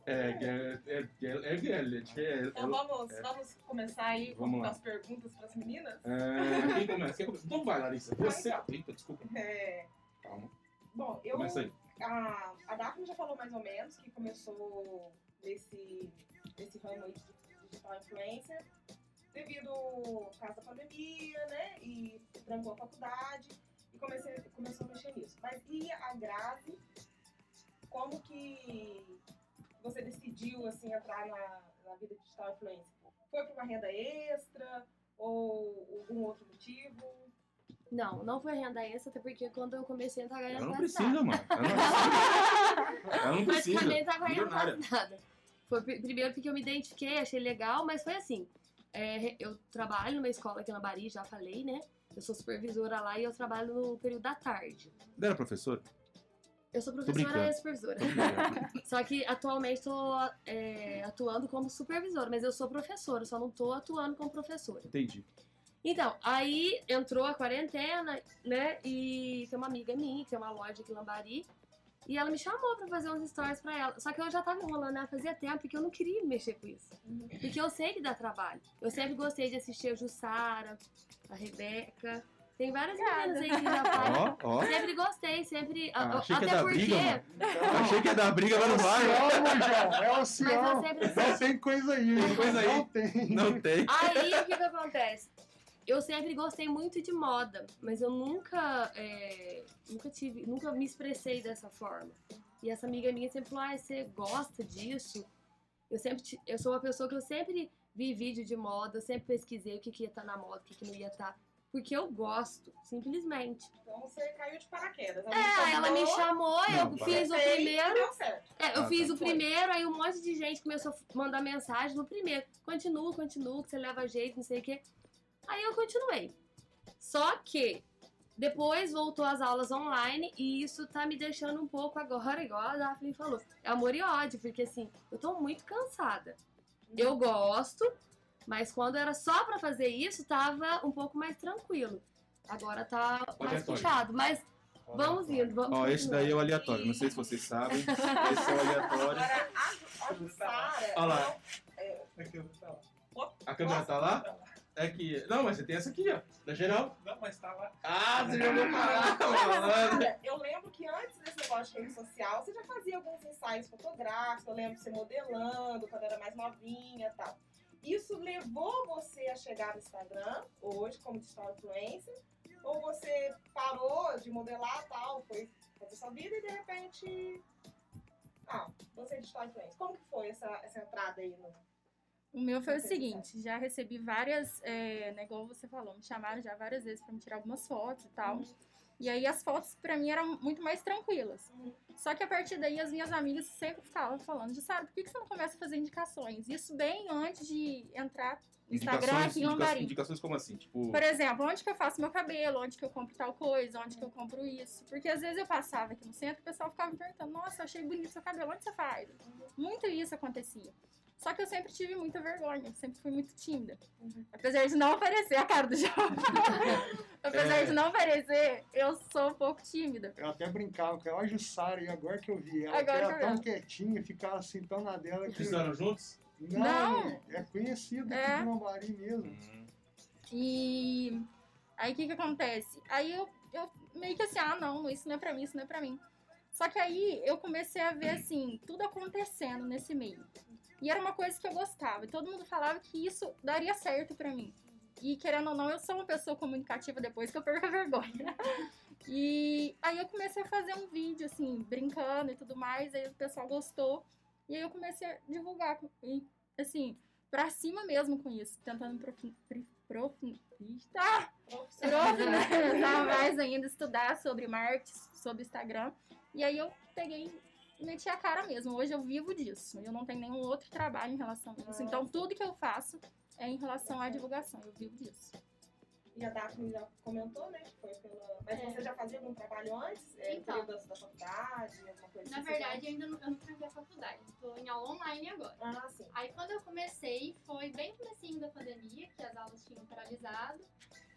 [SPEAKER 1] É, é, é, é, é, Gellet, é,
[SPEAKER 4] Então vamos, vamos começar aí
[SPEAKER 1] Vamos
[SPEAKER 4] com
[SPEAKER 1] lá.
[SPEAKER 4] as perguntas para as meninas?
[SPEAKER 1] é, quem começa? Quem começa? Então vai, Larissa. Você. Eita, desculpa.
[SPEAKER 4] É,
[SPEAKER 1] Calma.
[SPEAKER 4] bom, eu.
[SPEAKER 1] Começa aí.
[SPEAKER 4] A, a Daphne já falou mais ou menos que começou nesse, nesse ramo aí de digital influencer devido por causa da pandemia, né? E trancou a faculdade e comecei, começou a mexer nisso. Mas e a Grazi? Como que você decidiu, assim, entrar na, na vida digital influencer? Foi por uma renda extra ou algum outro motivo?
[SPEAKER 5] Não, não foi renda extra, até porque quando eu comecei a entrar ganhando
[SPEAKER 1] Ela não
[SPEAKER 5] quase
[SPEAKER 1] precisa,
[SPEAKER 5] nada.
[SPEAKER 1] mano. Ela não precisa. Ela não precisa.
[SPEAKER 5] Praticamente tava ganhando
[SPEAKER 1] Milionária.
[SPEAKER 5] quase nada. Foi pri- primeiro porque eu me identifiquei, achei legal, mas foi assim. é, re- eu trabalho numa escola aqui na Bari, já falei, né? Eu sou supervisora lá e eu trabalho no período da tarde.
[SPEAKER 1] Não era professora?
[SPEAKER 5] Eu sou
[SPEAKER 1] brincando.
[SPEAKER 5] professora e supervisora. Só que atualmente estou atuando como supervisora, mas eu sou professora, só não estou atuando como professora.
[SPEAKER 1] Entendi.
[SPEAKER 5] Então, aí entrou a quarentena, né? E tem uma amiga minha, que tem uma loja aqui em Lambari. E ela me chamou pra fazer uns stories pra ela. Só que eu já tava enrolando ela fazia tempo, porque eu não queria mexer com isso. Porque eu sei que dá trabalho. Eu sempre gostei de assistir a Jussara, a Rebeca. Tem várias meninas aí que já fazem.
[SPEAKER 1] Ó, ó.
[SPEAKER 5] Sempre gostei, sempre.
[SPEAKER 1] Ah, achei que
[SPEAKER 5] até
[SPEAKER 1] ia dar
[SPEAKER 5] porque.
[SPEAKER 1] briga, mano. Achei que ia dar briga, mas não vai. né?
[SPEAKER 2] Oceano, João, é
[SPEAKER 5] mas
[SPEAKER 2] oceano.
[SPEAKER 5] eu sempre
[SPEAKER 2] Não tem coisa aí.
[SPEAKER 1] Tem coisa aí.
[SPEAKER 2] Não tem.
[SPEAKER 1] Não tem.
[SPEAKER 5] Aí o que, que acontece? Eu sempre gostei muito de moda, mas eu nunca, é, nunca tive, nunca me expressei dessa forma. E essa amiga minha sempre falou: ah, você gosta disso? Eu sempre, ti- eu sou uma pessoa que eu sempre vi vídeo de moda, eu sempre pesquisei o que, que ia estar na moda, o que, que não ia estar. Porque eu gosto, simplesmente.
[SPEAKER 4] Então você caiu de paraquedas.
[SPEAKER 5] Ah, ela
[SPEAKER 4] então
[SPEAKER 5] me chamou,
[SPEAKER 1] Não,
[SPEAKER 5] eu fiz o
[SPEAKER 4] Fez e
[SPEAKER 5] primeiro.
[SPEAKER 4] Deu certo.
[SPEAKER 5] É, eu
[SPEAKER 1] Ah,
[SPEAKER 5] fiz
[SPEAKER 1] tá.
[SPEAKER 5] o primeiro, aí um monte de gente começou a f- mandar mensagem no primeiro. Continua, continua, que você leva jeito, não sei o quê. Aí eu continuei. Só que depois voltou as aulas online e isso tá me deixando um pouco agora, igual a Daphne falou. É amor e ódio, porque assim, eu tô muito cansada.
[SPEAKER 1] Uhum.
[SPEAKER 5] Eu gosto, mas quando era só pra fazer isso, tava um pouco mais tranquilo. Agora tá mais
[SPEAKER 1] Aleatório.
[SPEAKER 5] puxado, mas vamos indo, vamos
[SPEAKER 1] Ó, esse daí é
[SPEAKER 5] continuando.
[SPEAKER 1] o aleatório. Não sei se vocês sabem. Esse é o aleatório.
[SPEAKER 4] Agora, a, a Jussara.
[SPEAKER 1] Olha lá.
[SPEAKER 4] não-
[SPEAKER 1] A câmera tá lá? É que. Não, mas você tem essa aqui, ó. Da geral.
[SPEAKER 8] Não, mas tá lá.
[SPEAKER 1] Ah, você jogou parada, mano.
[SPEAKER 4] Jussara, eu lembro que antes desse negócio de rede social, você já fazia alguns ensaios fotográficos. Eu lembro de você modelando quando era mais novinha e tal. Isso levou você a chegar no Instagram, hoje, como digital influencer? Ou você parou de modelar e tal, foi fazer sua vida e de repente. Ah, você é digital influencer. Como que foi essa, essa entrada aí no.
[SPEAKER 6] O meu foi o seguinte, já recebi várias, é, né, igual você falou, me chamaram já várias vezes pra me tirar algumas fotos e tal. E aí as fotos pra mim eram muito mais tranquilas.
[SPEAKER 4] Uhum.
[SPEAKER 6] Só que a partir daí as minhas amigas sempre ficavam falando de Sara, por que, que você não começa a fazer indicações? Isso bem antes de entrar no Instagram é
[SPEAKER 1] Indicações,
[SPEAKER 6] aqui em
[SPEAKER 1] indica-
[SPEAKER 6] Lambari.
[SPEAKER 1] indicações como assim? Tipo.
[SPEAKER 6] Por exemplo, onde que eu faço meu cabelo, onde que eu compro tal coisa, onde que eu compro isso. Porque às vezes eu passava aqui no centro e o pessoal ficava me perguntando, nossa, eu achei bonito seu cabelo, onde você faz? Muito isso acontecia. Só que eu sempre tive muita vergonha, sempre fui muito tímida. Apesar de não aparecer a cara do jovem. Apesar
[SPEAKER 1] É.
[SPEAKER 6] de não aparecer, eu sou um pouco tímida.
[SPEAKER 2] Eu até brincava com ela, a Jussara, e agora que eu vi ela,
[SPEAKER 6] Agora
[SPEAKER 2] que
[SPEAKER 6] que
[SPEAKER 2] era
[SPEAKER 6] eu
[SPEAKER 2] tão
[SPEAKER 6] vi.
[SPEAKER 2] quietinha, ficava assim tão na dela que.
[SPEAKER 1] Vocês eram juntos?
[SPEAKER 2] Não, é conhecido aqui
[SPEAKER 6] É.
[SPEAKER 2] de Lambari mesmo.
[SPEAKER 6] E aí o que que acontece? Aí eu, eu meio que assim, ah não, isso não é pra mim, isso não é pra mim. Só que aí eu comecei a ver assim, tudo acontecendo nesse meio. E era uma coisa que eu gostava. e Todo mundo falava que isso daria certo pra mim. E querendo ou não, eu sou uma pessoa comunicativa depois que eu perco a vergonha. E aí eu comecei a fazer um vídeo, assim, brincando e tudo mais. Aí o pessoal gostou. E aí eu comecei a divulgar, e, assim, pra cima mesmo com isso. Tentando profi, pri- profi, tá, né? profissionalizar mais ainda, estudar sobre marketing, sobre Instagram. E aí eu peguei e meti a cara mesmo. Hoje eu vivo disso. Eu não tenho nenhum outro trabalho em relação a isso. Então tudo que eu faço é em relação à divulgação. Eu vivo disso.
[SPEAKER 4] E a Daphne já comentou, né? Que foi pela. Mas
[SPEAKER 7] É.
[SPEAKER 4] você já fazia algum trabalho antes? É,
[SPEAKER 7] Então.
[SPEAKER 4] período da, da faculdade, alguma coisa
[SPEAKER 7] Na
[SPEAKER 4] assim,
[SPEAKER 7] verdade, eu ainda não, eu não tranquei a faculdade. Tô em aula online agora.
[SPEAKER 4] você já- Ah, sim.
[SPEAKER 7] Aí quando eu comecei, foi bem no comecinho da pandemia, que as aulas tinham paralisado.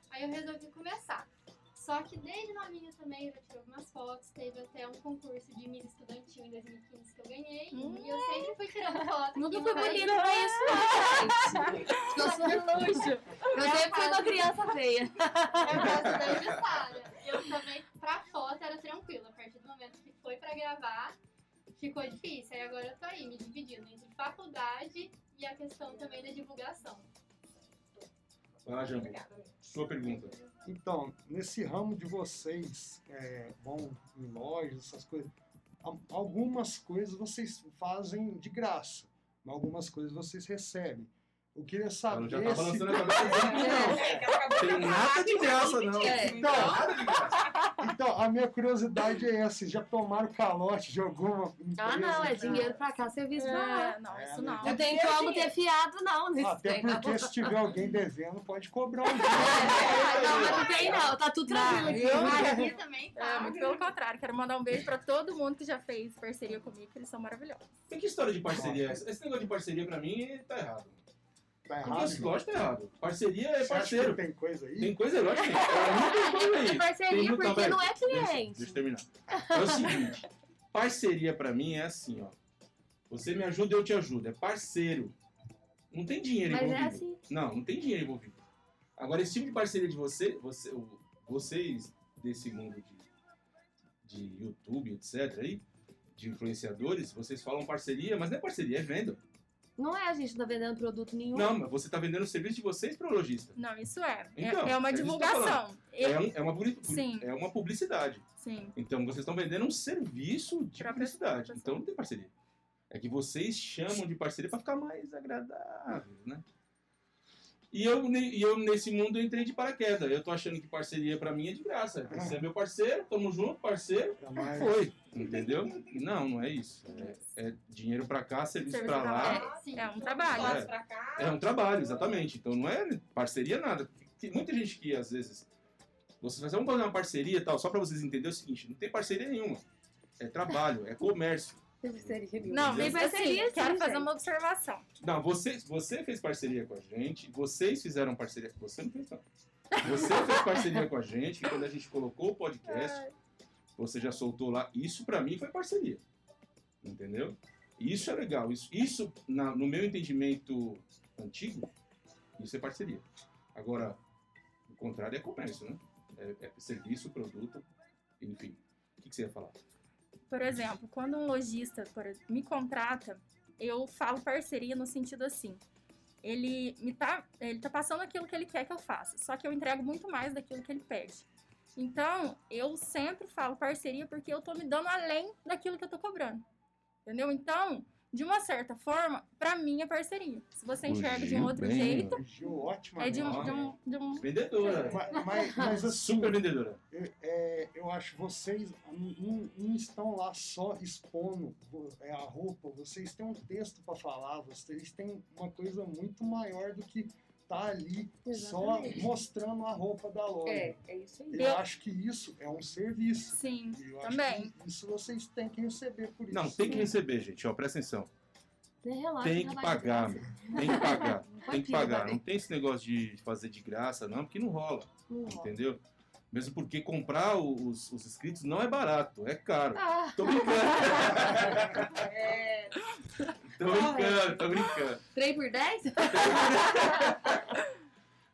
[SPEAKER 7] Aí eu resolvi começar. Só que desde novinha também eu já tirei algumas fotos. Teve até um concurso de Miss Estudantil em 2015 que eu ganhei. E eu sempre fui tirando foto.
[SPEAKER 5] Hum. Nunca
[SPEAKER 7] aqui
[SPEAKER 5] fui
[SPEAKER 7] no Brasil.
[SPEAKER 5] bonita pra isso, não, gente. Eu sou luxo. Eu
[SPEAKER 7] É
[SPEAKER 5] sempre
[SPEAKER 7] a
[SPEAKER 5] fui uma
[SPEAKER 7] fase.
[SPEAKER 5] criança feia.
[SPEAKER 7] É o caso da Jussara. Eu também, pra foto, era tranquila. A partir do momento que foi pra gravar, ficou difícil. Aí agora eu tô aí, me dividindo entre faculdade e a questão também da divulgação.
[SPEAKER 1] Vai lá, Jambi. Sua pergunta.
[SPEAKER 2] Então, nesse ramo de vocês, é, vão em lojas, essas coisas, al- algumas coisas vocês fazem de graça, mas algumas coisas vocês recebem. Eu queria
[SPEAKER 1] Ela
[SPEAKER 2] saber
[SPEAKER 1] já tá
[SPEAKER 2] se...
[SPEAKER 1] balançando a cabeça.
[SPEAKER 4] Tem
[SPEAKER 8] É, nada de graça, não.
[SPEAKER 2] Então,
[SPEAKER 1] Tá
[SPEAKER 2] então, a minha curiosidade é essa, já tomaram calote de alguma empresa?
[SPEAKER 5] Ah, não, é
[SPEAKER 2] que-
[SPEAKER 5] dinheiro pra cá, serviço pra lá.
[SPEAKER 6] Ah, não,
[SPEAKER 2] É,
[SPEAKER 6] isso
[SPEAKER 2] né?
[SPEAKER 6] não.
[SPEAKER 5] Não tem como ter fiado, não, nesse
[SPEAKER 2] Até
[SPEAKER 5] tempo.
[SPEAKER 2] porque se tiver alguém devendo, pode cobrar um
[SPEAKER 5] Não, mas
[SPEAKER 2] dinheiro.
[SPEAKER 5] não tem não, tá tudo tranquilo aqui.
[SPEAKER 7] Mas aqui também
[SPEAKER 6] Ah,
[SPEAKER 7] tá.
[SPEAKER 6] muito pelo contrário, quero mandar um beijo pra todo mundo que já fez parceria comigo, que eles são maravilhosos.
[SPEAKER 1] Mas Que história de parceria é essa? Esse negócio de parceria pra mim tá errado.
[SPEAKER 2] Tá
[SPEAKER 1] Porque
[SPEAKER 2] errado?
[SPEAKER 1] esse gosta tá errado. Parceria é
[SPEAKER 2] Você acha que
[SPEAKER 1] parceiro.
[SPEAKER 2] tem coisa aí?
[SPEAKER 1] Tem coisa errada. Pra mim tem coisa aí.
[SPEAKER 5] É parceria
[SPEAKER 1] Tem-
[SPEAKER 5] porque não é
[SPEAKER 1] Deixa, deixa eu
[SPEAKER 5] cliente.
[SPEAKER 1] terminar. É o seguinte, parceria pra mim é assim, ó. Você me ajuda, eu te ajudo. É parceiro. Não tem dinheiro
[SPEAKER 5] Mas é
[SPEAKER 1] envolvido.
[SPEAKER 5] assim.
[SPEAKER 1] Não, não tem dinheiro envolvido. Agora, esse tipo de parceria de você, você o- vocês desse mundo de, de YouTube, etc., aí, de influenciadores, vocês falam parceria, mas não é parceria, é venda.
[SPEAKER 5] Não é a gente não tá vendendo produto nenhum.
[SPEAKER 1] Não, mas você tá vendendo o serviço de vocês pro lojista.
[SPEAKER 6] Não, isso é. É-
[SPEAKER 1] Então,
[SPEAKER 6] é, uma
[SPEAKER 1] é isso que eu tô
[SPEAKER 6] divulgação. Eu-
[SPEAKER 1] É, um- é uma, publi- pu-
[SPEAKER 6] Sim.
[SPEAKER 1] é uma publicidade.
[SPEAKER 6] Sim.
[SPEAKER 1] Então, vocês estão vendendo um serviço de
[SPEAKER 6] Pra
[SPEAKER 1] publicidade.
[SPEAKER 6] pessoa.
[SPEAKER 1] Então, não tem parceria. É que vocês chamam de parceria pra ficar mais agradável, né? E eu, ne- e eu, nesse mundo, eu entrei de paraquedas. Eu tô achando que parceria pra mim é de graça. Você é meu parceiro, tamo junto, parceiro.
[SPEAKER 2] Tá mais-
[SPEAKER 1] Foi. Entendeu? Não, não é isso. É, é dinheiro pra cá, serviço
[SPEAKER 6] Serviço
[SPEAKER 1] pra
[SPEAKER 6] pra
[SPEAKER 1] lá.
[SPEAKER 6] lá.
[SPEAKER 4] Então,
[SPEAKER 7] Sim.
[SPEAKER 6] É um trabalho.
[SPEAKER 1] É. É um trabalho, exatamente. Então não é parceria nada. Tem muita gente que às vezes. Vocês fazem, vamos fazer uma parceria e tal, só pra vocês entenderem o seguinte: não tem parceria nenhuma. É trabalho, é comércio.
[SPEAKER 6] Não,
[SPEAKER 1] Entendeu?
[SPEAKER 6] nem parceria,
[SPEAKER 5] Parceria,
[SPEAKER 6] assim, quero
[SPEAKER 5] sim,
[SPEAKER 6] fazer
[SPEAKER 5] gente.
[SPEAKER 6] uma observação.
[SPEAKER 1] Não, você, você fez parceria com a gente, vocês fizeram parceria. Você não fez, não. Você fez parceria com a gente, e quando a gente colocou o podcast, você já soltou lá. Isso pra mim foi parceria. Entendeu? Isso é legal. Isso, isso na- no meu entendimento antigo, isso é parceria. Agora, o contrário é comércio, né? É, é serviço, produto, enfim. O que, que você ia falar?
[SPEAKER 6] Por exemplo, quando um lojista por ex- me contrata, eu falo parceria no sentido assim. Ele me tá, ele tá passando aquilo que ele quer que eu faça, só que eu entrego muito mais daquilo que ele pede. Então, eu sempre falo parceria porque eu tô me dando além daquilo que eu tô cobrando. Entendeu? Então, de uma certa forma, pra mim é parceria. Se você enxerga de um
[SPEAKER 1] Fugiu
[SPEAKER 6] outro
[SPEAKER 1] bem,
[SPEAKER 6] jeito,
[SPEAKER 2] Gil, ótima
[SPEAKER 6] é de um,
[SPEAKER 2] nota.
[SPEAKER 6] de um, de um-
[SPEAKER 1] Vendedora.
[SPEAKER 2] Ma- Mas, mas assim,
[SPEAKER 1] Super vendedora.
[SPEAKER 2] eu, é, eu acho vocês não- não, não estão lá só expondo vo- é, a roupa, vocês têm um texto para falar, vocês têm uma coisa muito maior do que tá ali
[SPEAKER 5] Exatamente.
[SPEAKER 2] só mostrando a roupa da loja.
[SPEAKER 5] É, é isso aí.
[SPEAKER 2] Eu, acho que isso é um serviço.
[SPEAKER 6] Sim.
[SPEAKER 2] E eu acho
[SPEAKER 6] também.
[SPEAKER 2] que isso vocês têm que receber por isso.
[SPEAKER 1] Não, tem que receber, gente. Ó, presta atenção.
[SPEAKER 5] Né, Relaxa,
[SPEAKER 1] Tem que
[SPEAKER 5] trabalho de
[SPEAKER 1] pagar,
[SPEAKER 5] graça. né?
[SPEAKER 1] Tem que pagar.
[SPEAKER 5] Pode
[SPEAKER 1] Tem que
[SPEAKER 5] ir,
[SPEAKER 1] pagar.
[SPEAKER 5] vai.
[SPEAKER 1] Não tem esse negócio de fazer de graça, não, porque não rola.
[SPEAKER 5] Não rola.
[SPEAKER 1] Entendeu? Mesmo porque comprar o- os, os inscritos não é barato, é caro.
[SPEAKER 5] Ah,
[SPEAKER 1] Tô brincando.
[SPEAKER 4] É,
[SPEAKER 1] tô
[SPEAKER 5] Tá
[SPEAKER 1] brincando, tô brincando.
[SPEAKER 5] 3 por 10?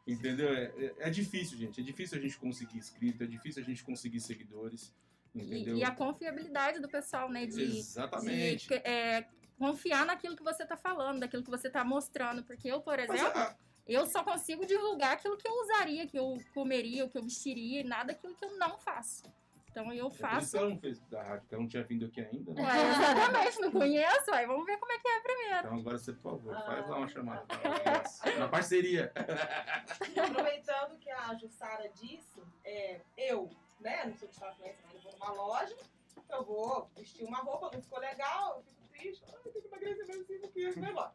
[SPEAKER 1] Entendeu? É, é- é difícil, gente. É difícil a gente conseguir inscrito, é difícil a gente conseguir seguidores. Entendeu?
[SPEAKER 6] E, e a confiabilidade do pessoal, né? De,
[SPEAKER 1] Exatamente.
[SPEAKER 6] de, é, confiar naquilo que você tá falando, daquilo que você tá mostrando. Porque eu, por
[SPEAKER 1] Mas
[SPEAKER 6] exemplo,
[SPEAKER 1] a-
[SPEAKER 6] eu só consigo divulgar aquilo que eu usaria, que eu comeria, o que eu vestiria, e nada aquilo que eu não faço. Então eu
[SPEAKER 1] é por isso que
[SPEAKER 6] faço.
[SPEAKER 1] ela não fez da rádio, porque ela não tinha vindo aqui ainda. Né?
[SPEAKER 6] Ué, exatamente, não conheço, ué, vamos ver como é que é primeiro.
[SPEAKER 1] Então agora você, por favor, faz
[SPEAKER 5] Ah.
[SPEAKER 1] lá uma chamada. pra ela, de graça. Na parceria.
[SPEAKER 4] Aproveitando que a Jussara disse, é, eu, né, não sou de influência, mas eu vou numa loja, então eu vou vestir uma roupa, não ficou legal, eu fico triste, ai, tem que emagrecer mais 5 quilos, né, vó?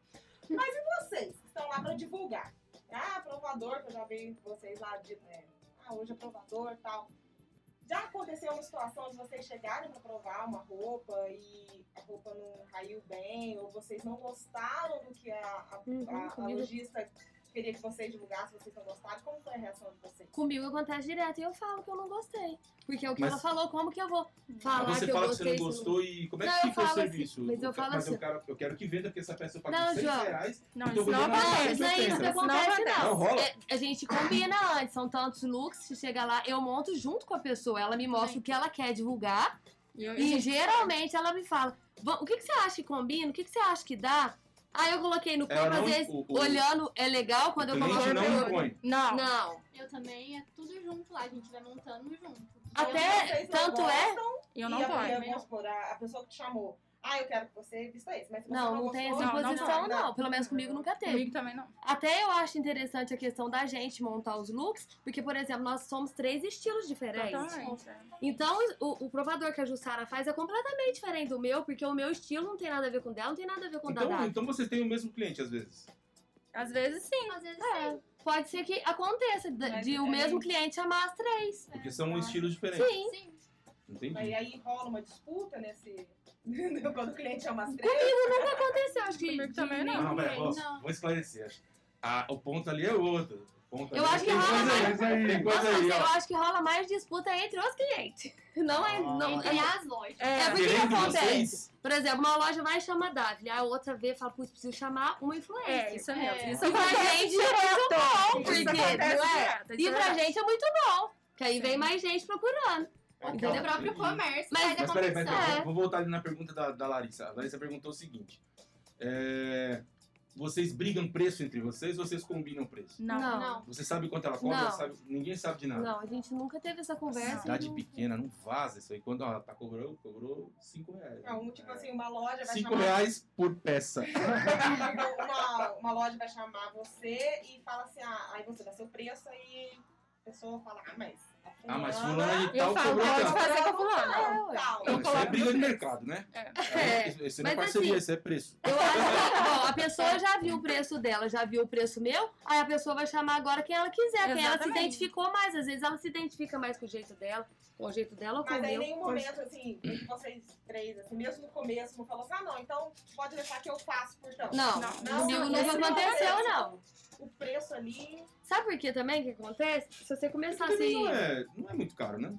[SPEAKER 4] Mas e vocês que estão lá pra divulgar? Ah, aprovador, que eu já vi vocês lá de, né, ah, hoje é aprovador e tal. Já aconteceu uma situação de vocês chegarem pra provar uma roupa e a roupa não caiu bem, ou vocês não gostaram do que a, a,
[SPEAKER 5] Uhum,
[SPEAKER 4] a- a
[SPEAKER 5] comigo.
[SPEAKER 4] lojista Queria que vocês divulgassem, vocês não gostaram. Como foi a reação de vocês?
[SPEAKER 5] Comigo acontece direto e eu falo que eu não gostei. Porque é o que
[SPEAKER 1] Mas-
[SPEAKER 5] ela falou, como que eu vou
[SPEAKER 1] Mas
[SPEAKER 5] falar
[SPEAKER 1] você
[SPEAKER 5] que Ah, eu
[SPEAKER 1] fala que você
[SPEAKER 5] gostei?
[SPEAKER 1] não
[SPEAKER 5] se eu
[SPEAKER 1] gostou e como é
[SPEAKER 5] Não,
[SPEAKER 1] que fica
[SPEAKER 5] eu
[SPEAKER 1] o
[SPEAKER 5] falo assim,
[SPEAKER 1] serviço?
[SPEAKER 5] mas eu falo assim-
[SPEAKER 1] eu quero, eu quero que venda, porque essa peça eu paguei
[SPEAKER 5] Não,
[SPEAKER 1] 6
[SPEAKER 5] João.
[SPEAKER 1] reais.
[SPEAKER 6] Não,
[SPEAKER 1] Então
[SPEAKER 6] isso
[SPEAKER 1] vou
[SPEAKER 6] não
[SPEAKER 1] ver na
[SPEAKER 6] acontece.
[SPEAKER 1] loja,
[SPEAKER 5] Não, É, isso aí
[SPEAKER 1] Não
[SPEAKER 5] isso não acontece,
[SPEAKER 6] acontece.
[SPEAKER 5] não.
[SPEAKER 1] Não rola.
[SPEAKER 5] É, a gente combina antes, são tantos looks, você chega lá, eu monto junto com a pessoa, ela me mostra o que ela quer divulgar
[SPEAKER 6] E eu-
[SPEAKER 5] e geralmente ela me fala: "Va- o que, que você acha que combina? O que, que você acha que dá? Aí eu coloquei no
[SPEAKER 1] Ela
[SPEAKER 5] corpo, às
[SPEAKER 1] não-
[SPEAKER 5] vezes,
[SPEAKER 1] o- o-
[SPEAKER 5] olhando, é legal quando
[SPEAKER 1] O
[SPEAKER 5] eu
[SPEAKER 1] cliente
[SPEAKER 5] coloco
[SPEAKER 1] não
[SPEAKER 5] no
[SPEAKER 1] impõe.
[SPEAKER 6] Não,
[SPEAKER 5] Não,
[SPEAKER 7] Eu também, é tudo junto lá, a gente vai montando junto.
[SPEAKER 5] Até-
[SPEAKER 7] Eu-
[SPEAKER 4] Vocês não
[SPEAKER 5] tanto é-
[SPEAKER 4] gostam,
[SPEAKER 6] eu não
[SPEAKER 4] e a-
[SPEAKER 6] gosto.
[SPEAKER 4] e a- Vamos supor, a, a pessoa que te chamou. Ah, eu quero que você vista esse. Mas se você
[SPEAKER 5] não, não tem
[SPEAKER 4] gostou,
[SPEAKER 5] essa
[SPEAKER 6] não, não
[SPEAKER 5] imposição,
[SPEAKER 4] vai,
[SPEAKER 5] não, Pelo menos comigo nunca teve.
[SPEAKER 6] Comigo também não.
[SPEAKER 5] Até eu acho interessante a questão da gente montar os looks, porque, por exemplo, nós somos três estilos diferentes.
[SPEAKER 6] Totalmente. é.
[SPEAKER 5] Então, o, o provador que a Jussara faz é completamente diferente do meu, porque o meu estilo não tem nada a ver com o dela, não tem nada a ver com o da
[SPEAKER 1] Então,
[SPEAKER 5] Dada.
[SPEAKER 1] então vocês têm o mesmo cliente às vezes.
[SPEAKER 6] Às vezes sim.
[SPEAKER 7] Às vezes
[SPEAKER 5] É.
[SPEAKER 7] sim.
[SPEAKER 5] Pode ser que aconteça de,
[SPEAKER 4] Mas
[SPEAKER 5] de o
[SPEAKER 6] é
[SPEAKER 4] tem-
[SPEAKER 5] mesmo cliente chamar as três.
[SPEAKER 1] Porque são estilos diferentes.
[SPEAKER 5] Sim.
[SPEAKER 7] é. Sim.
[SPEAKER 1] Entendi.
[SPEAKER 4] E aí rola uma disputa nesse. Quando o cliente chama as três.
[SPEAKER 5] Comigo nunca aconteceu, acho que.
[SPEAKER 6] Comigo
[SPEAKER 5] de
[SPEAKER 6] também
[SPEAKER 5] nenhum
[SPEAKER 1] Não, não, pera,
[SPEAKER 5] cliente.
[SPEAKER 1] ó,
[SPEAKER 7] Não.
[SPEAKER 1] vamos esclarecer. Ah, o ponto ali é outro. O ponto
[SPEAKER 5] Eu
[SPEAKER 1] ali
[SPEAKER 5] acho que
[SPEAKER 1] tem
[SPEAKER 5] rola
[SPEAKER 1] coisa
[SPEAKER 5] mais-
[SPEAKER 1] aí,
[SPEAKER 2] Mas aí-
[SPEAKER 1] Tem coisa
[SPEAKER 5] Nossa,
[SPEAKER 1] aí,
[SPEAKER 5] eu
[SPEAKER 1] ó.
[SPEAKER 5] acho que rola mais disputa entre os clientes. Não é.
[SPEAKER 1] Ah.
[SPEAKER 5] Não,
[SPEAKER 7] Entre as lojas.
[SPEAKER 5] é porque que
[SPEAKER 1] Querendo
[SPEAKER 5] acontece.
[SPEAKER 1] vocês,
[SPEAKER 5] Por exemplo, uma loja vai e chama a Davi, a outra vê e fala, putz, preciso chamar uma influencer.
[SPEAKER 6] É, isso mesmo.
[SPEAKER 7] É.
[SPEAKER 6] Isso
[SPEAKER 5] E pra
[SPEAKER 6] acontece
[SPEAKER 5] gente é muito bom,
[SPEAKER 6] direto.
[SPEAKER 5] porque,
[SPEAKER 6] Isso
[SPEAKER 5] não
[SPEAKER 6] acontece
[SPEAKER 5] é?
[SPEAKER 6] direto, isso
[SPEAKER 5] E
[SPEAKER 6] é
[SPEAKER 5] pra
[SPEAKER 6] verdade.
[SPEAKER 5] gente é muito bom, que aí vem mais gente procurando.
[SPEAKER 2] É
[SPEAKER 7] Do
[SPEAKER 2] aquela-
[SPEAKER 7] próprio comércio.
[SPEAKER 5] Mas- é.
[SPEAKER 7] faz a
[SPEAKER 1] Mas peraí, peraí,
[SPEAKER 7] competição.
[SPEAKER 1] peraí, vou voltar ali na pergunta da, da Larissa. A Larissa perguntou o seguinte: é, vocês brigam preço entre vocês ou vocês combinam preço?
[SPEAKER 6] Não.
[SPEAKER 5] Não.
[SPEAKER 7] Não.
[SPEAKER 1] Você sabe quanto ela cobra?
[SPEAKER 5] Não.
[SPEAKER 1] sabe- ninguém sabe de nada.
[SPEAKER 5] Não, a gente nunca teve essa conversa.
[SPEAKER 1] Cidade
[SPEAKER 5] não-
[SPEAKER 1] pequena, não vaza isso aí. Quando ela tá cobrou, cobrou 5 reais.
[SPEAKER 4] É um, tipo assim, uma loja vai
[SPEAKER 1] 5
[SPEAKER 4] chamar.
[SPEAKER 1] reais por peça.
[SPEAKER 4] uma, uma loja vai chamar você e fala assim, ah, aí você dá seu preço e a pessoa fala, ah, mas a fulana...
[SPEAKER 1] Ah, mas fulano e tal
[SPEAKER 6] Eu falo,
[SPEAKER 1] cobrou
[SPEAKER 6] pode
[SPEAKER 1] tanto.
[SPEAKER 6] fazer com a fulana.
[SPEAKER 4] Tal,
[SPEAKER 5] É, ué.
[SPEAKER 1] Não,
[SPEAKER 4] tal.
[SPEAKER 1] isso é
[SPEAKER 6] coloco
[SPEAKER 1] briga
[SPEAKER 6] no
[SPEAKER 1] de
[SPEAKER 6] preço.
[SPEAKER 1] mercado, né?
[SPEAKER 6] É.
[SPEAKER 5] É,
[SPEAKER 1] Isso- Isso não é
[SPEAKER 5] mas
[SPEAKER 1] parceria,
[SPEAKER 5] assim-
[SPEAKER 1] isso é preço.
[SPEAKER 5] Eu acho que, bom, a pessoa já viu o preço dela, já viu o preço meu, aí a pessoa vai chamar agora quem ela quiser, quem ela se
[SPEAKER 6] Exatamente.
[SPEAKER 5] identificou mais. Às vezes ela se identifica mais com o jeito dela, com o jeito dela ou com
[SPEAKER 4] Mas
[SPEAKER 5] o
[SPEAKER 4] aí em
[SPEAKER 5] meu.
[SPEAKER 4] nenhum momento, assim, entre vocês três, assim, mesmo no começo, não falou assim, ah, não, então pode deixar que eu faço, portanto.
[SPEAKER 5] Não,
[SPEAKER 6] Não,
[SPEAKER 5] comigo
[SPEAKER 6] não,
[SPEAKER 5] nunca
[SPEAKER 6] isso não
[SPEAKER 5] aconteceu,
[SPEAKER 4] acontece.
[SPEAKER 5] não.
[SPEAKER 4] O preço ali...
[SPEAKER 5] Sabe por que também que acontece? Se você começar
[SPEAKER 1] Porque também
[SPEAKER 5] assim.
[SPEAKER 1] não é, não é muito caro, né?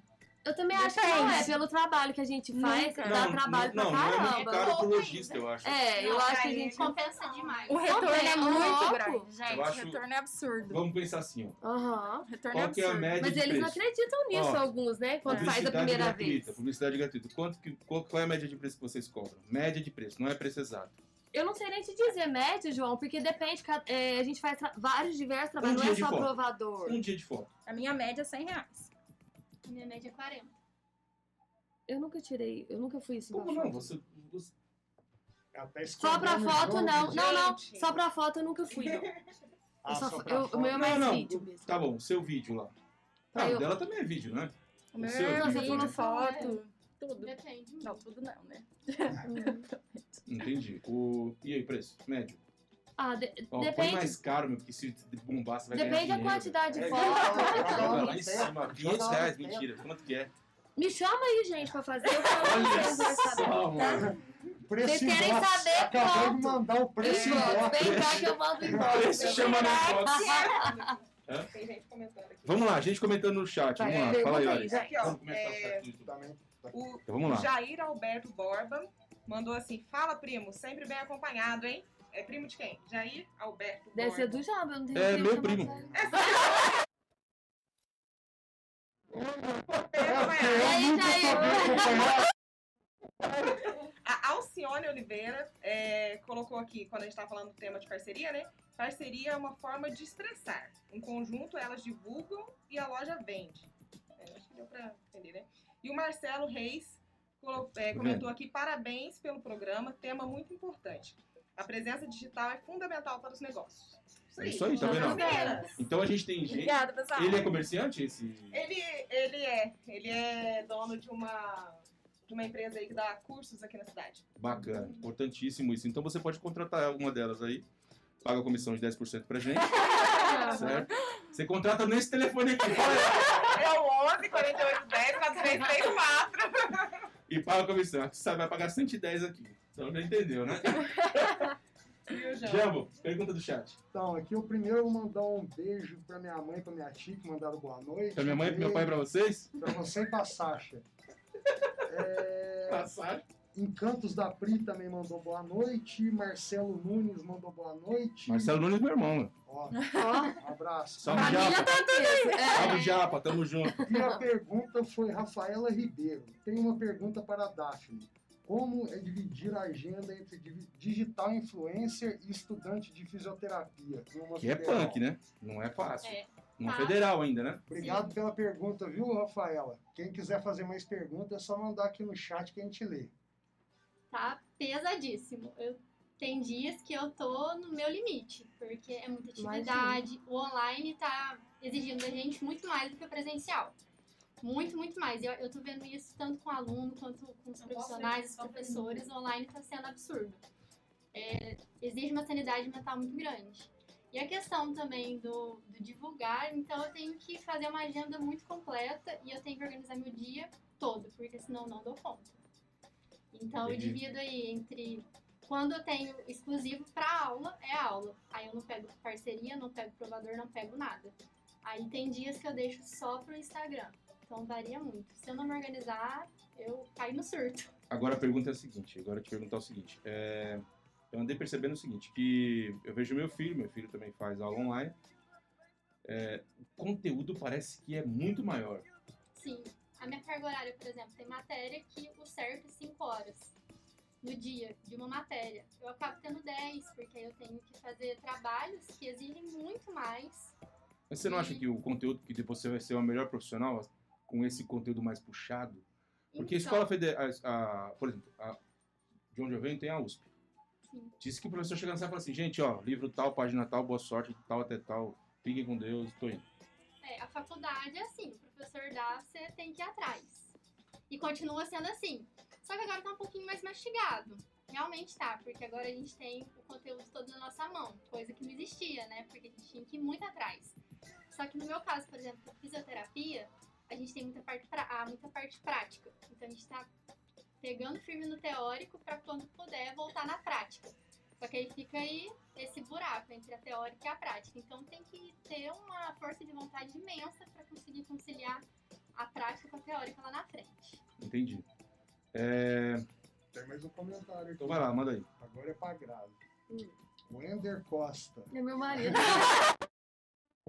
[SPEAKER 5] Eu também acho que não é,
[SPEAKER 6] Depende.
[SPEAKER 5] pelo trabalho que a gente faz,
[SPEAKER 6] Nunca.
[SPEAKER 5] dá trabalho
[SPEAKER 1] não, não
[SPEAKER 5] pra
[SPEAKER 1] é
[SPEAKER 5] caramba.
[SPEAKER 1] muito caro pro
[SPEAKER 7] Pouco
[SPEAKER 1] lojista, eu acho.
[SPEAKER 5] É, eu
[SPEAKER 4] Não,
[SPEAKER 5] acho que a
[SPEAKER 4] aí
[SPEAKER 5] gente.
[SPEAKER 7] Compensa demais.
[SPEAKER 6] O retorno
[SPEAKER 5] Também,
[SPEAKER 6] é
[SPEAKER 5] um
[SPEAKER 6] muito
[SPEAKER 5] pouco.
[SPEAKER 6] grande, gente.
[SPEAKER 1] Eu acho-
[SPEAKER 6] O retorno é absurdo.
[SPEAKER 1] Vamos pensar assim, ó.
[SPEAKER 5] Aham.
[SPEAKER 6] O retorno é
[SPEAKER 1] Qual que é a
[SPEAKER 6] absurdo.
[SPEAKER 1] média
[SPEAKER 5] Mas
[SPEAKER 1] de
[SPEAKER 5] eles não
[SPEAKER 1] preço?
[SPEAKER 5] acreditam nisso,
[SPEAKER 1] Ó,
[SPEAKER 5] alguns, né? Quando faz a
[SPEAKER 1] Publicidade
[SPEAKER 5] primeira
[SPEAKER 1] gratuita,
[SPEAKER 5] vez.
[SPEAKER 1] Publicidade gratuita. Quanto que, qual, qual é a média de preço que vocês cobram? Média de preço, não é preço exato.
[SPEAKER 5] Eu não sei nem te dizer média, João, porque depende. ca- é, a gente faz tra- vários diversos trabalhos, não
[SPEAKER 1] um dia
[SPEAKER 5] é
[SPEAKER 1] de
[SPEAKER 5] só
[SPEAKER 1] foto.
[SPEAKER 5] provador.
[SPEAKER 1] Um dia de foto.
[SPEAKER 6] A minha média é 100 reais.
[SPEAKER 7] Minha média é 40.
[SPEAKER 5] Eu nunca tirei, eu nunca fui isso.
[SPEAKER 1] Como
[SPEAKER 5] pra
[SPEAKER 1] não?
[SPEAKER 5] foto.
[SPEAKER 1] Você, você-
[SPEAKER 2] ela tá
[SPEAKER 5] Só pra
[SPEAKER 2] escondendo o
[SPEAKER 5] foto,
[SPEAKER 2] jogo,
[SPEAKER 5] não.
[SPEAKER 2] gente.
[SPEAKER 5] Não, não.
[SPEAKER 4] Gente.
[SPEAKER 5] Só pra foto eu nunca fui, não. Eu
[SPEAKER 2] Ah,
[SPEAKER 5] só,
[SPEAKER 2] só pra
[SPEAKER 5] eu, o meu é
[SPEAKER 2] foto.
[SPEAKER 5] mais
[SPEAKER 1] Não, não,
[SPEAKER 5] vídeo mesmo.
[SPEAKER 1] Tá bom, seu vídeo lá.
[SPEAKER 5] Pra
[SPEAKER 1] Ah, o
[SPEAKER 5] eu-
[SPEAKER 1] dela também é vídeo, né?
[SPEAKER 6] O meu
[SPEAKER 1] seu
[SPEAKER 6] é
[SPEAKER 1] vídeo,
[SPEAKER 6] fazendo
[SPEAKER 1] né?
[SPEAKER 6] foto, tudo.
[SPEAKER 7] Depende.
[SPEAKER 6] Não, tudo não, né?
[SPEAKER 1] Entendi. O... E aí, preço? Médio.
[SPEAKER 5] Ah, de-
[SPEAKER 1] Ó, põe
[SPEAKER 5] depende.
[SPEAKER 1] mais caro, meu, porque se bombar, você vai ganhar
[SPEAKER 5] Depende da
[SPEAKER 1] dinheiro.
[SPEAKER 5] quantidade de
[SPEAKER 2] É,
[SPEAKER 5] foto.
[SPEAKER 1] Joga lá em
[SPEAKER 2] Joga lá
[SPEAKER 1] cima, 500
[SPEAKER 2] no
[SPEAKER 1] reais,
[SPEAKER 2] tempo.
[SPEAKER 1] mentira. Quanto que é?
[SPEAKER 5] Me chama aí, gente, pra fazer. Eu falo pra
[SPEAKER 1] Olha
[SPEAKER 5] vocês, vai saber.
[SPEAKER 1] só, mano.
[SPEAKER 2] Preço
[SPEAKER 5] Vocês querem
[SPEAKER 2] em box.
[SPEAKER 5] saber
[SPEAKER 2] Acabou
[SPEAKER 5] quanto?
[SPEAKER 2] de mandar o preço em
[SPEAKER 5] Igual,
[SPEAKER 2] box.
[SPEAKER 5] Vem cá que eu mando embora.
[SPEAKER 1] Preço chama na foto. Hã?
[SPEAKER 4] Tem gente comentando aqui.
[SPEAKER 1] Vamos lá, gente comentando no chat.
[SPEAKER 5] Vai,
[SPEAKER 1] Vamos lá,
[SPEAKER 5] pergunta
[SPEAKER 1] fala aí,
[SPEAKER 5] aí,
[SPEAKER 1] Larissa.
[SPEAKER 5] vai.
[SPEAKER 4] Aqui, ó,
[SPEAKER 1] Vamos começar o
[SPEAKER 4] é,
[SPEAKER 1] chat do YouTube.
[SPEAKER 2] Também.
[SPEAKER 4] O
[SPEAKER 1] Então vamos lá.
[SPEAKER 4] Jair Alberto Borba mandou assim: fala, primo, sempre bem acompanhado, hein? É primo de quem? Jair Alberto
[SPEAKER 5] Deve ser
[SPEAKER 4] Borba.
[SPEAKER 5] do Jamba, eu não tenho
[SPEAKER 1] É
[SPEAKER 5] ninguém
[SPEAKER 1] meu
[SPEAKER 5] chamado
[SPEAKER 1] primo.
[SPEAKER 5] pra ele.
[SPEAKER 2] Eu
[SPEAKER 1] É,
[SPEAKER 5] E aí,
[SPEAKER 2] nunca
[SPEAKER 5] Jair?
[SPEAKER 2] sabia acompanhar.
[SPEAKER 4] A Alcione Oliveira é, colocou aqui, quando a gente tá falando do tema de parceria, né? Parceria é uma forma de estressar. Em conjunto, elas divulgam e a loja vende. É, acho que deu pra entender, né? E o Marcelo Reis colo- é, comentou aqui: parabéns pelo programa, tema muito importante. A presença digital é fundamental para os negócios.
[SPEAKER 1] É isso aí, tá
[SPEAKER 4] Jonas
[SPEAKER 1] vendo?
[SPEAKER 4] Veras.
[SPEAKER 1] Então a gente tem gente.
[SPEAKER 6] Obrigada, pessoal.
[SPEAKER 1] Ele é comerciante, esse.
[SPEAKER 4] Ele, ele é. Ele é dono de uma, de uma empresa aí que dá cursos aqui na cidade.
[SPEAKER 1] Bacana, importantíssimo isso. Então você pode contratar uma delas aí. Paga a comissão de 10% pra gente, certo? Você contrata nesse telefone aqui.
[SPEAKER 4] É o 11 48 10 4334.
[SPEAKER 1] e paga a comissão. Você sabe, vai pagar 110 aqui. Então já entendeu, né?
[SPEAKER 4] E o Jambo?
[SPEAKER 1] Jambo, pergunta do chat.
[SPEAKER 2] Então, aqui o primeiro eu vou mandar um beijo pra minha mãe, pra minha tia, que mandaram boa noite.
[SPEAKER 1] Pra minha mãe, pro meu pai é e pra vocês?
[SPEAKER 2] Pra você e pra Sasha. É,
[SPEAKER 1] Passagem.
[SPEAKER 2] Encantos da Pri também mandou boa noite. Marcelo Nunes mandou boa noite.
[SPEAKER 1] Marcelo Nunes, meu irmão. mano.
[SPEAKER 2] Ó,
[SPEAKER 6] Ó,
[SPEAKER 2] um abraço.
[SPEAKER 1] Salve,
[SPEAKER 6] família
[SPEAKER 1] Japa.
[SPEAKER 6] tá tudo aí.
[SPEAKER 1] Salve, Japa. Tamo junto.
[SPEAKER 2] E a pergunta foi Rafaela Ribeiro. Tem uma pergunta para a Daphne. Como é dividir a agenda entre divi- digital influencer e estudante de fisioterapia? em uma
[SPEAKER 1] Que é
[SPEAKER 2] federal?
[SPEAKER 1] punk, né? Não é fácil.
[SPEAKER 7] É.
[SPEAKER 1] Uma
[SPEAKER 7] Tá.
[SPEAKER 1] federal ainda, né?
[SPEAKER 2] Obrigado pela pergunta, viu, Rafaela? Quem quiser fazer mais perguntas, é só mandar aqui no chat que a gente lê.
[SPEAKER 7] Tá pesadíssimo. Eu, tem dias que eu tô no meu limite, porque é muita atividade. O online tá exigindo da gente muito mais do que o presencial. Muito, muito mais. Eu, eu tô vendo isso tanto com o aluno quanto com os
[SPEAKER 3] Eu posso ir,
[SPEAKER 7] profissionais, os
[SPEAKER 3] só pra
[SPEAKER 7] professores. O online tá sendo absurdo. É, exige uma sanidade mental muito grande. E a questão também do, do divulgar, então eu tenho que fazer uma agenda muito completa e eu tenho que organizar meu dia todo, porque senão eu não dou conta. Então
[SPEAKER 1] Entendi.
[SPEAKER 7] eu divido aí entre quando eu tenho exclusivo para aula, é aula. Aí eu não pego parceria, não pego provador, não pego nada. Aí tem dias que eu deixo só pro Instagram. Então varia muito. Se eu não me organizar, eu caio no surto.
[SPEAKER 1] Agora a pergunta é a seguinte, agora eu te perguntar o seguinte. é, eu andei percebendo o seguinte, que eu vejo meu filho, meu filho também faz aula online. é, o conteúdo parece que é muito maior.
[SPEAKER 7] Sim. A minha carga horária, por exemplo, tem matéria que o certo é 5 horas no dia de uma matéria. Eu acabo tendo 10, porque aí eu tenho que fazer trabalhos que exigem muito mais.
[SPEAKER 1] Mas você não acha que o conteúdo que depois você vai ser uma melhor profissional com esse conteúdo mais puxado?
[SPEAKER 7] Então,
[SPEAKER 1] Porque a escola federal, por exemplo, a- de onde eu venho tem a USP.
[SPEAKER 7] Sim.
[SPEAKER 1] Disse que o professor chega na sala e fala assim, gente, ó, livro tal, página tal, boa sorte, tal até tal, fiquem com Deus, tô indo.
[SPEAKER 7] É, a faculdade é assim, o professor dá, você tem que ir atrás. E continua sendo assim. Só que agora tá um pouquinho mais mastigado. Realmente tá, porque agora a gente tem o conteúdo todo na nossa mão, coisa que não existia, né? Porque a gente tinha que ir muito atrás. Só que no meu caso, por exemplo, da fisioterapia, a gente tem muita parte, pra... ah, muita parte prática. Então a gente tá pegando firme no teórico pra quando puder voltar na prática. Só que aí fica aí esse buraco entre a teórica e a prática. Então tem que ter uma força de vontade imensa para conseguir conciliar a prática com a teórica lá na frente.
[SPEAKER 1] Entendi. É,
[SPEAKER 2] Tem mais um comentário aqui.
[SPEAKER 1] então vai lá, manda aí.
[SPEAKER 2] Agora é pra grave.
[SPEAKER 5] Hum.
[SPEAKER 2] Wender Costa.
[SPEAKER 5] É meu marido.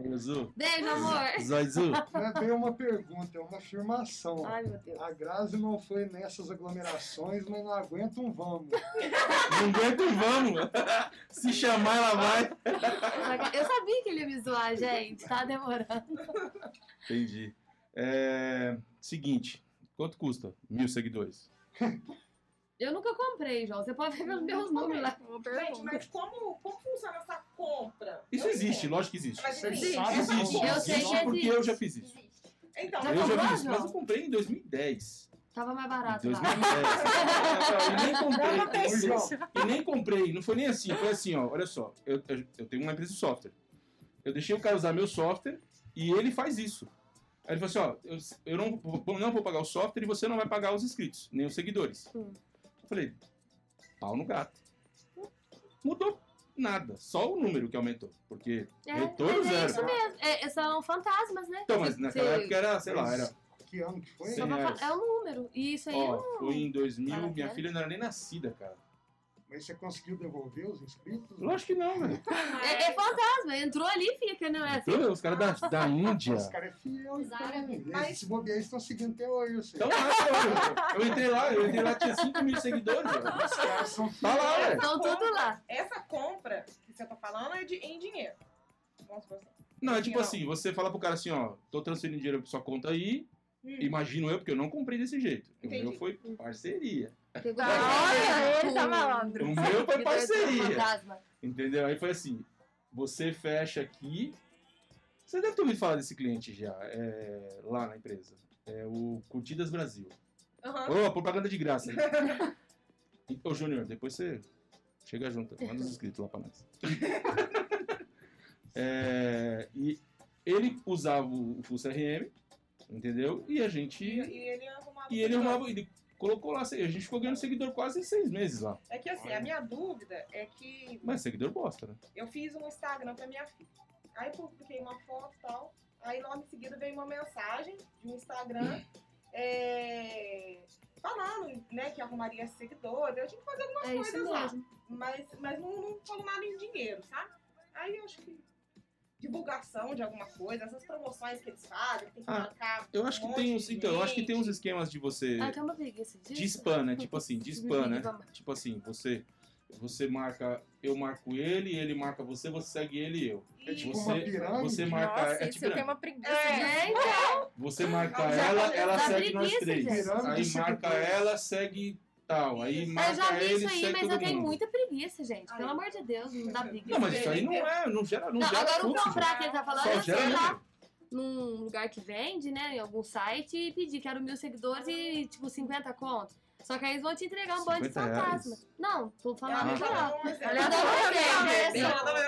[SPEAKER 1] Zoizu,
[SPEAKER 5] Beijo, amor.
[SPEAKER 1] Zoizu.
[SPEAKER 2] Não é bem uma pergunta, é uma afirmação.
[SPEAKER 5] Ai, meu Deus.
[SPEAKER 2] A Grazi não foi nessas aglomerações, mas não aguenta um vamos.
[SPEAKER 1] Não aguento, vamos. Se chamar, ela vai.
[SPEAKER 5] Eu sabia que ele ia me zoar, gente. Tá demorando.
[SPEAKER 1] Entendi. É, Seguinte, quanto custa? Mil seguidores.
[SPEAKER 5] Eu nunca comprei, João. Você pode ver pelos meus números lá.
[SPEAKER 6] Boa
[SPEAKER 4] Gente,
[SPEAKER 6] pergunta.
[SPEAKER 4] mas como, como funciona essa compra?
[SPEAKER 1] Isso
[SPEAKER 4] Eu
[SPEAKER 1] existe, né?
[SPEAKER 4] entendo.
[SPEAKER 1] lógico que existe.
[SPEAKER 4] Mas
[SPEAKER 2] Você
[SPEAKER 4] existe.
[SPEAKER 2] sabe
[SPEAKER 4] Essa
[SPEAKER 2] como.
[SPEAKER 4] compra.
[SPEAKER 5] Eu sei que
[SPEAKER 1] porque
[SPEAKER 5] existe.
[SPEAKER 1] eu já fiz isso.
[SPEAKER 7] Existe.
[SPEAKER 4] Então,
[SPEAKER 5] Já
[SPEAKER 1] eu já
[SPEAKER 5] comprou,
[SPEAKER 1] fiz isso, mas eu
[SPEAKER 5] João?
[SPEAKER 1] comprei em 2010.
[SPEAKER 5] Tava mais
[SPEAKER 1] Em
[SPEAKER 5] barato lá.
[SPEAKER 1] 2010. é, e nem
[SPEAKER 6] Dá uma
[SPEAKER 1] comprei.
[SPEAKER 6] pesquisa.
[SPEAKER 1] E nem comprei, não foi nem assim, foi assim, ó, olha só, eu, eu- eu tenho uma empresa de software. Eu deixei o cara usar meu software e ele faz isso. Aí ele falou assim, ó, eu, eu não, vou- não vou pagar o software e você não vai pagar os inscritos, nem os seguidores.
[SPEAKER 5] Hum.
[SPEAKER 1] Eu falei, pau no gato. Mudou nada, só o número que aumentou, porque
[SPEAKER 5] É,
[SPEAKER 1] retorno
[SPEAKER 5] mas é
[SPEAKER 1] zero.
[SPEAKER 5] isso mesmo. É, são fantasmas, né?
[SPEAKER 1] Então, mas
[SPEAKER 5] Você-
[SPEAKER 1] naquela
[SPEAKER 5] você-
[SPEAKER 1] época era, sei lá,
[SPEAKER 2] Mas
[SPEAKER 1] era,
[SPEAKER 2] Que ano que foi?
[SPEAKER 1] Sim.
[SPEAKER 5] só pra
[SPEAKER 1] reais.
[SPEAKER 5] fa- É um número. E isso aí é
[SPEAKER 1] ó,
[SPEAKER 5] um-
[SPEAKER 1] foi em 2000, minha
[SPEAKER 5] Maravilha.
[SPEAKER 1] filha não era nem nascida, cara.
[SPEAKER 2] Mas você conseguiu devolver os inscritos?
[SPEAKER 1] Lógico que não, velho.
[SPEAKER 5] É, é fantasma. Entrou ali e fica, não é assim?
[SPEAKER 1] Os caras da, da Índia.
[SPEAKER 2] Os caras é fiel,
[SPEAKER 7] Usaram,
[SPEAKER 2] então.
[SPEAKER 4] mas-
[SPEAKER 2] Esses bobeais estão seguindo até hoje. eu sei.
[SPEAKER 1] Então, lá, eu, eu entrei lá, eu entrei lá, tinha 5 mil seguidores. velho.
[SPEAKER 2] Os caras são
[SPEAKER 1] Tá lá,
[SPEAKER 2] fiéis.
[SPEAKER 1] ué.
[SPEAKER 5] Estão tudo lá.
[SPEAKER 4] Essa compra que você tá falando é de, em dinheiro. Vamos supor assim.
[SPEAKER 1] Não, é tipo
[SPEAKER 4] Não.
[SPEAKER 1] assim, você fala pro cara assim, ó, tô transferindo dinheiro pra sua conta aí,
[SPEAKER 4] Hum.
[SPEAKER 1] imagino eu, porque eu não comprei desse jeito. O
[SPEAKER 4] Entendi.
[SPEAKER 1] meu foi parceria,
[SPEAKER 5] Pegou-
[SPEAKER 6] Olha, ele tá
[SPEAKER 5] Hum.
[SPEAKER 6] malandro.
[SPEAKER 1] O meu foi
[SPEAKER 5] Que doido,
[SPEAKER 1] parceria.
[SPEAKER 5] fantasma.
[SPEAKER 1] entendeu? Aí foi assim, você fecha aqui, você deve ter ouvido falar desse cliente já, é, lá na empresa, é o Curtidas Brasil.
[SPEAKER 4] Aham.
[SPEAKER 1] Ô, propaganda de graça. hein? Ô, Júnior, depois você chega junto, manda os inscritos lá pra nós. É, e ele usava o o Full CRM, entendeu? E a
[SPEAKER 4] E,
[SPEAKER 1] gente.
[SPEAKER 4] e ele arrumava.
[SPEAKER 1] E ele
[SPEAKER 4] tudo.
[SPEAKER 1] arrumava. Ele colocou lá, a gente ficou ganhando seguidor quase em seis meses lá.
[SPEAKER 4] É que assim, a minha dúvida é que
[SPEAKER 1] Mas seguidor bosta, né?
[SPEAKER 4] eu fiz um Instagram pra minha filha. Aí publiquei uma foto e tal. Aí logo em seguida veio uma mensagem de um Instagram é, falando né, que arrumaria seguidor. Eu tinha que fazer algumas
[SPEAKER 5] É isso
[SPEAKER 4] coisas lá.
[SPEAKER 5] mesmo.
[SPEAKER 4] Mas, mas não, não falou nada em dinheiro, sabe? Aí eu acho que divulgação de alguma coisa, essas promoções que eles fazem, que tem que
[SPEAKER 1] Ah,
[SPEAKER 4] marcar.
[SPEAKER 1] Eu acho que
[SPEAKER 4] um
[SPEAKER 1] tem
[SPEAKER 4] monte
[SPEAKER 1] uns.
[SPEAKER 4] de
[SPEAKER 1] Então, eu acho que
[SPEAKER 4] gente.
[SPEAKER 1] tem uns esquemas de você.
[SPEAKER 5] Ah, tem uma preguiça disso.
[SPEAKER 1] De spam, né? Tipo assim, de spam, né? Tipo assim, você. Você marca, eu marco ele, ele marca você, você segue ele e eu.
[SPEAKER 2] É tipo
[SPEAKER 1] Você-
[SPEAKER 2] uma pirâmide.
[SPEAKER 1] Você marca.
[SPEAKER 6] Nossa,
[SPEAKER 1] é
[SPEAKER 6] isso
[SPEAKER 1] tipo,
[SPEAKER 6] eu tenho uma preguiça.
[SPEAKER 5] É,
[SPEAKER 6] gente.
[SPEAKER 5] então,
[SPEAKER 1] Você marca
[SPEAKER 4] Ah, já
[SPEAKER 1] ela,
[SPEAKER 4] falei,
[SPEAKER 1] ela
[SPEAKER 5] dá
[SPEAKER 1] segue nós
[SPEAKER 5] preguiça,
[SPEAKER 1] três.
[SPEAKER 5] gente.
[SPEAKER 1] Aí
[SPEAKER 2] Pirâmide
[SPEAKER 1] marca
[SPEAKER 2] seguidores.
[SPEAKER 1] ela, segue tal. Aí marca
[SPEAKER 5] eu já vi
[SPEAKER 1] ele,
[SPEAKER 5] isso aí,
[SPEAKER 1] segue
[SPEAKER 5] mas
[SPEAKER 1] todo
[SPEAKER 5] eu tenho
[SPEAKER 1] mundo.
[SPEAKER 5] muita preguiça, gente. Pelo
[SPEAKER 4] Aí.
[SPEAKER 5] amor de Deus, não dá preguiça.
[SPEAKER 1] Não, mas isso aí não é, não gera, não
[SPEAKER 5] Não,
[SPEAKER 1] gera
[SPEAKER 5] agora o
[SPEAKER 1] fluxo, gente.
[SPEAKER 5] comprar que ele tá falando
[SPEAKER 1] Só
[SPEAKER 5] é, sei
[SPEAKER 1] gera
[SPEAKER 5] lá,
[SPEAKER 1] número.
[SPEAKER 5] num lugar que vende, né? Em algum site e pedir, quero mil seguidores e, tipo, 50 conto. Só que aí eles vão te entregar um bando de
[SPEAKER 1] 50 reais?
[SPEAKER 5] fantasma. Não, tô
[SPEAKER 4] É,
[SPEAKER 5] falando
[SPEAKER 6] tá
[SPEAKER 1] Ah,
[SPEAKER 5] geral.
[SPEAKER 4] um exemplo.
[SPEAKER 6] Olha,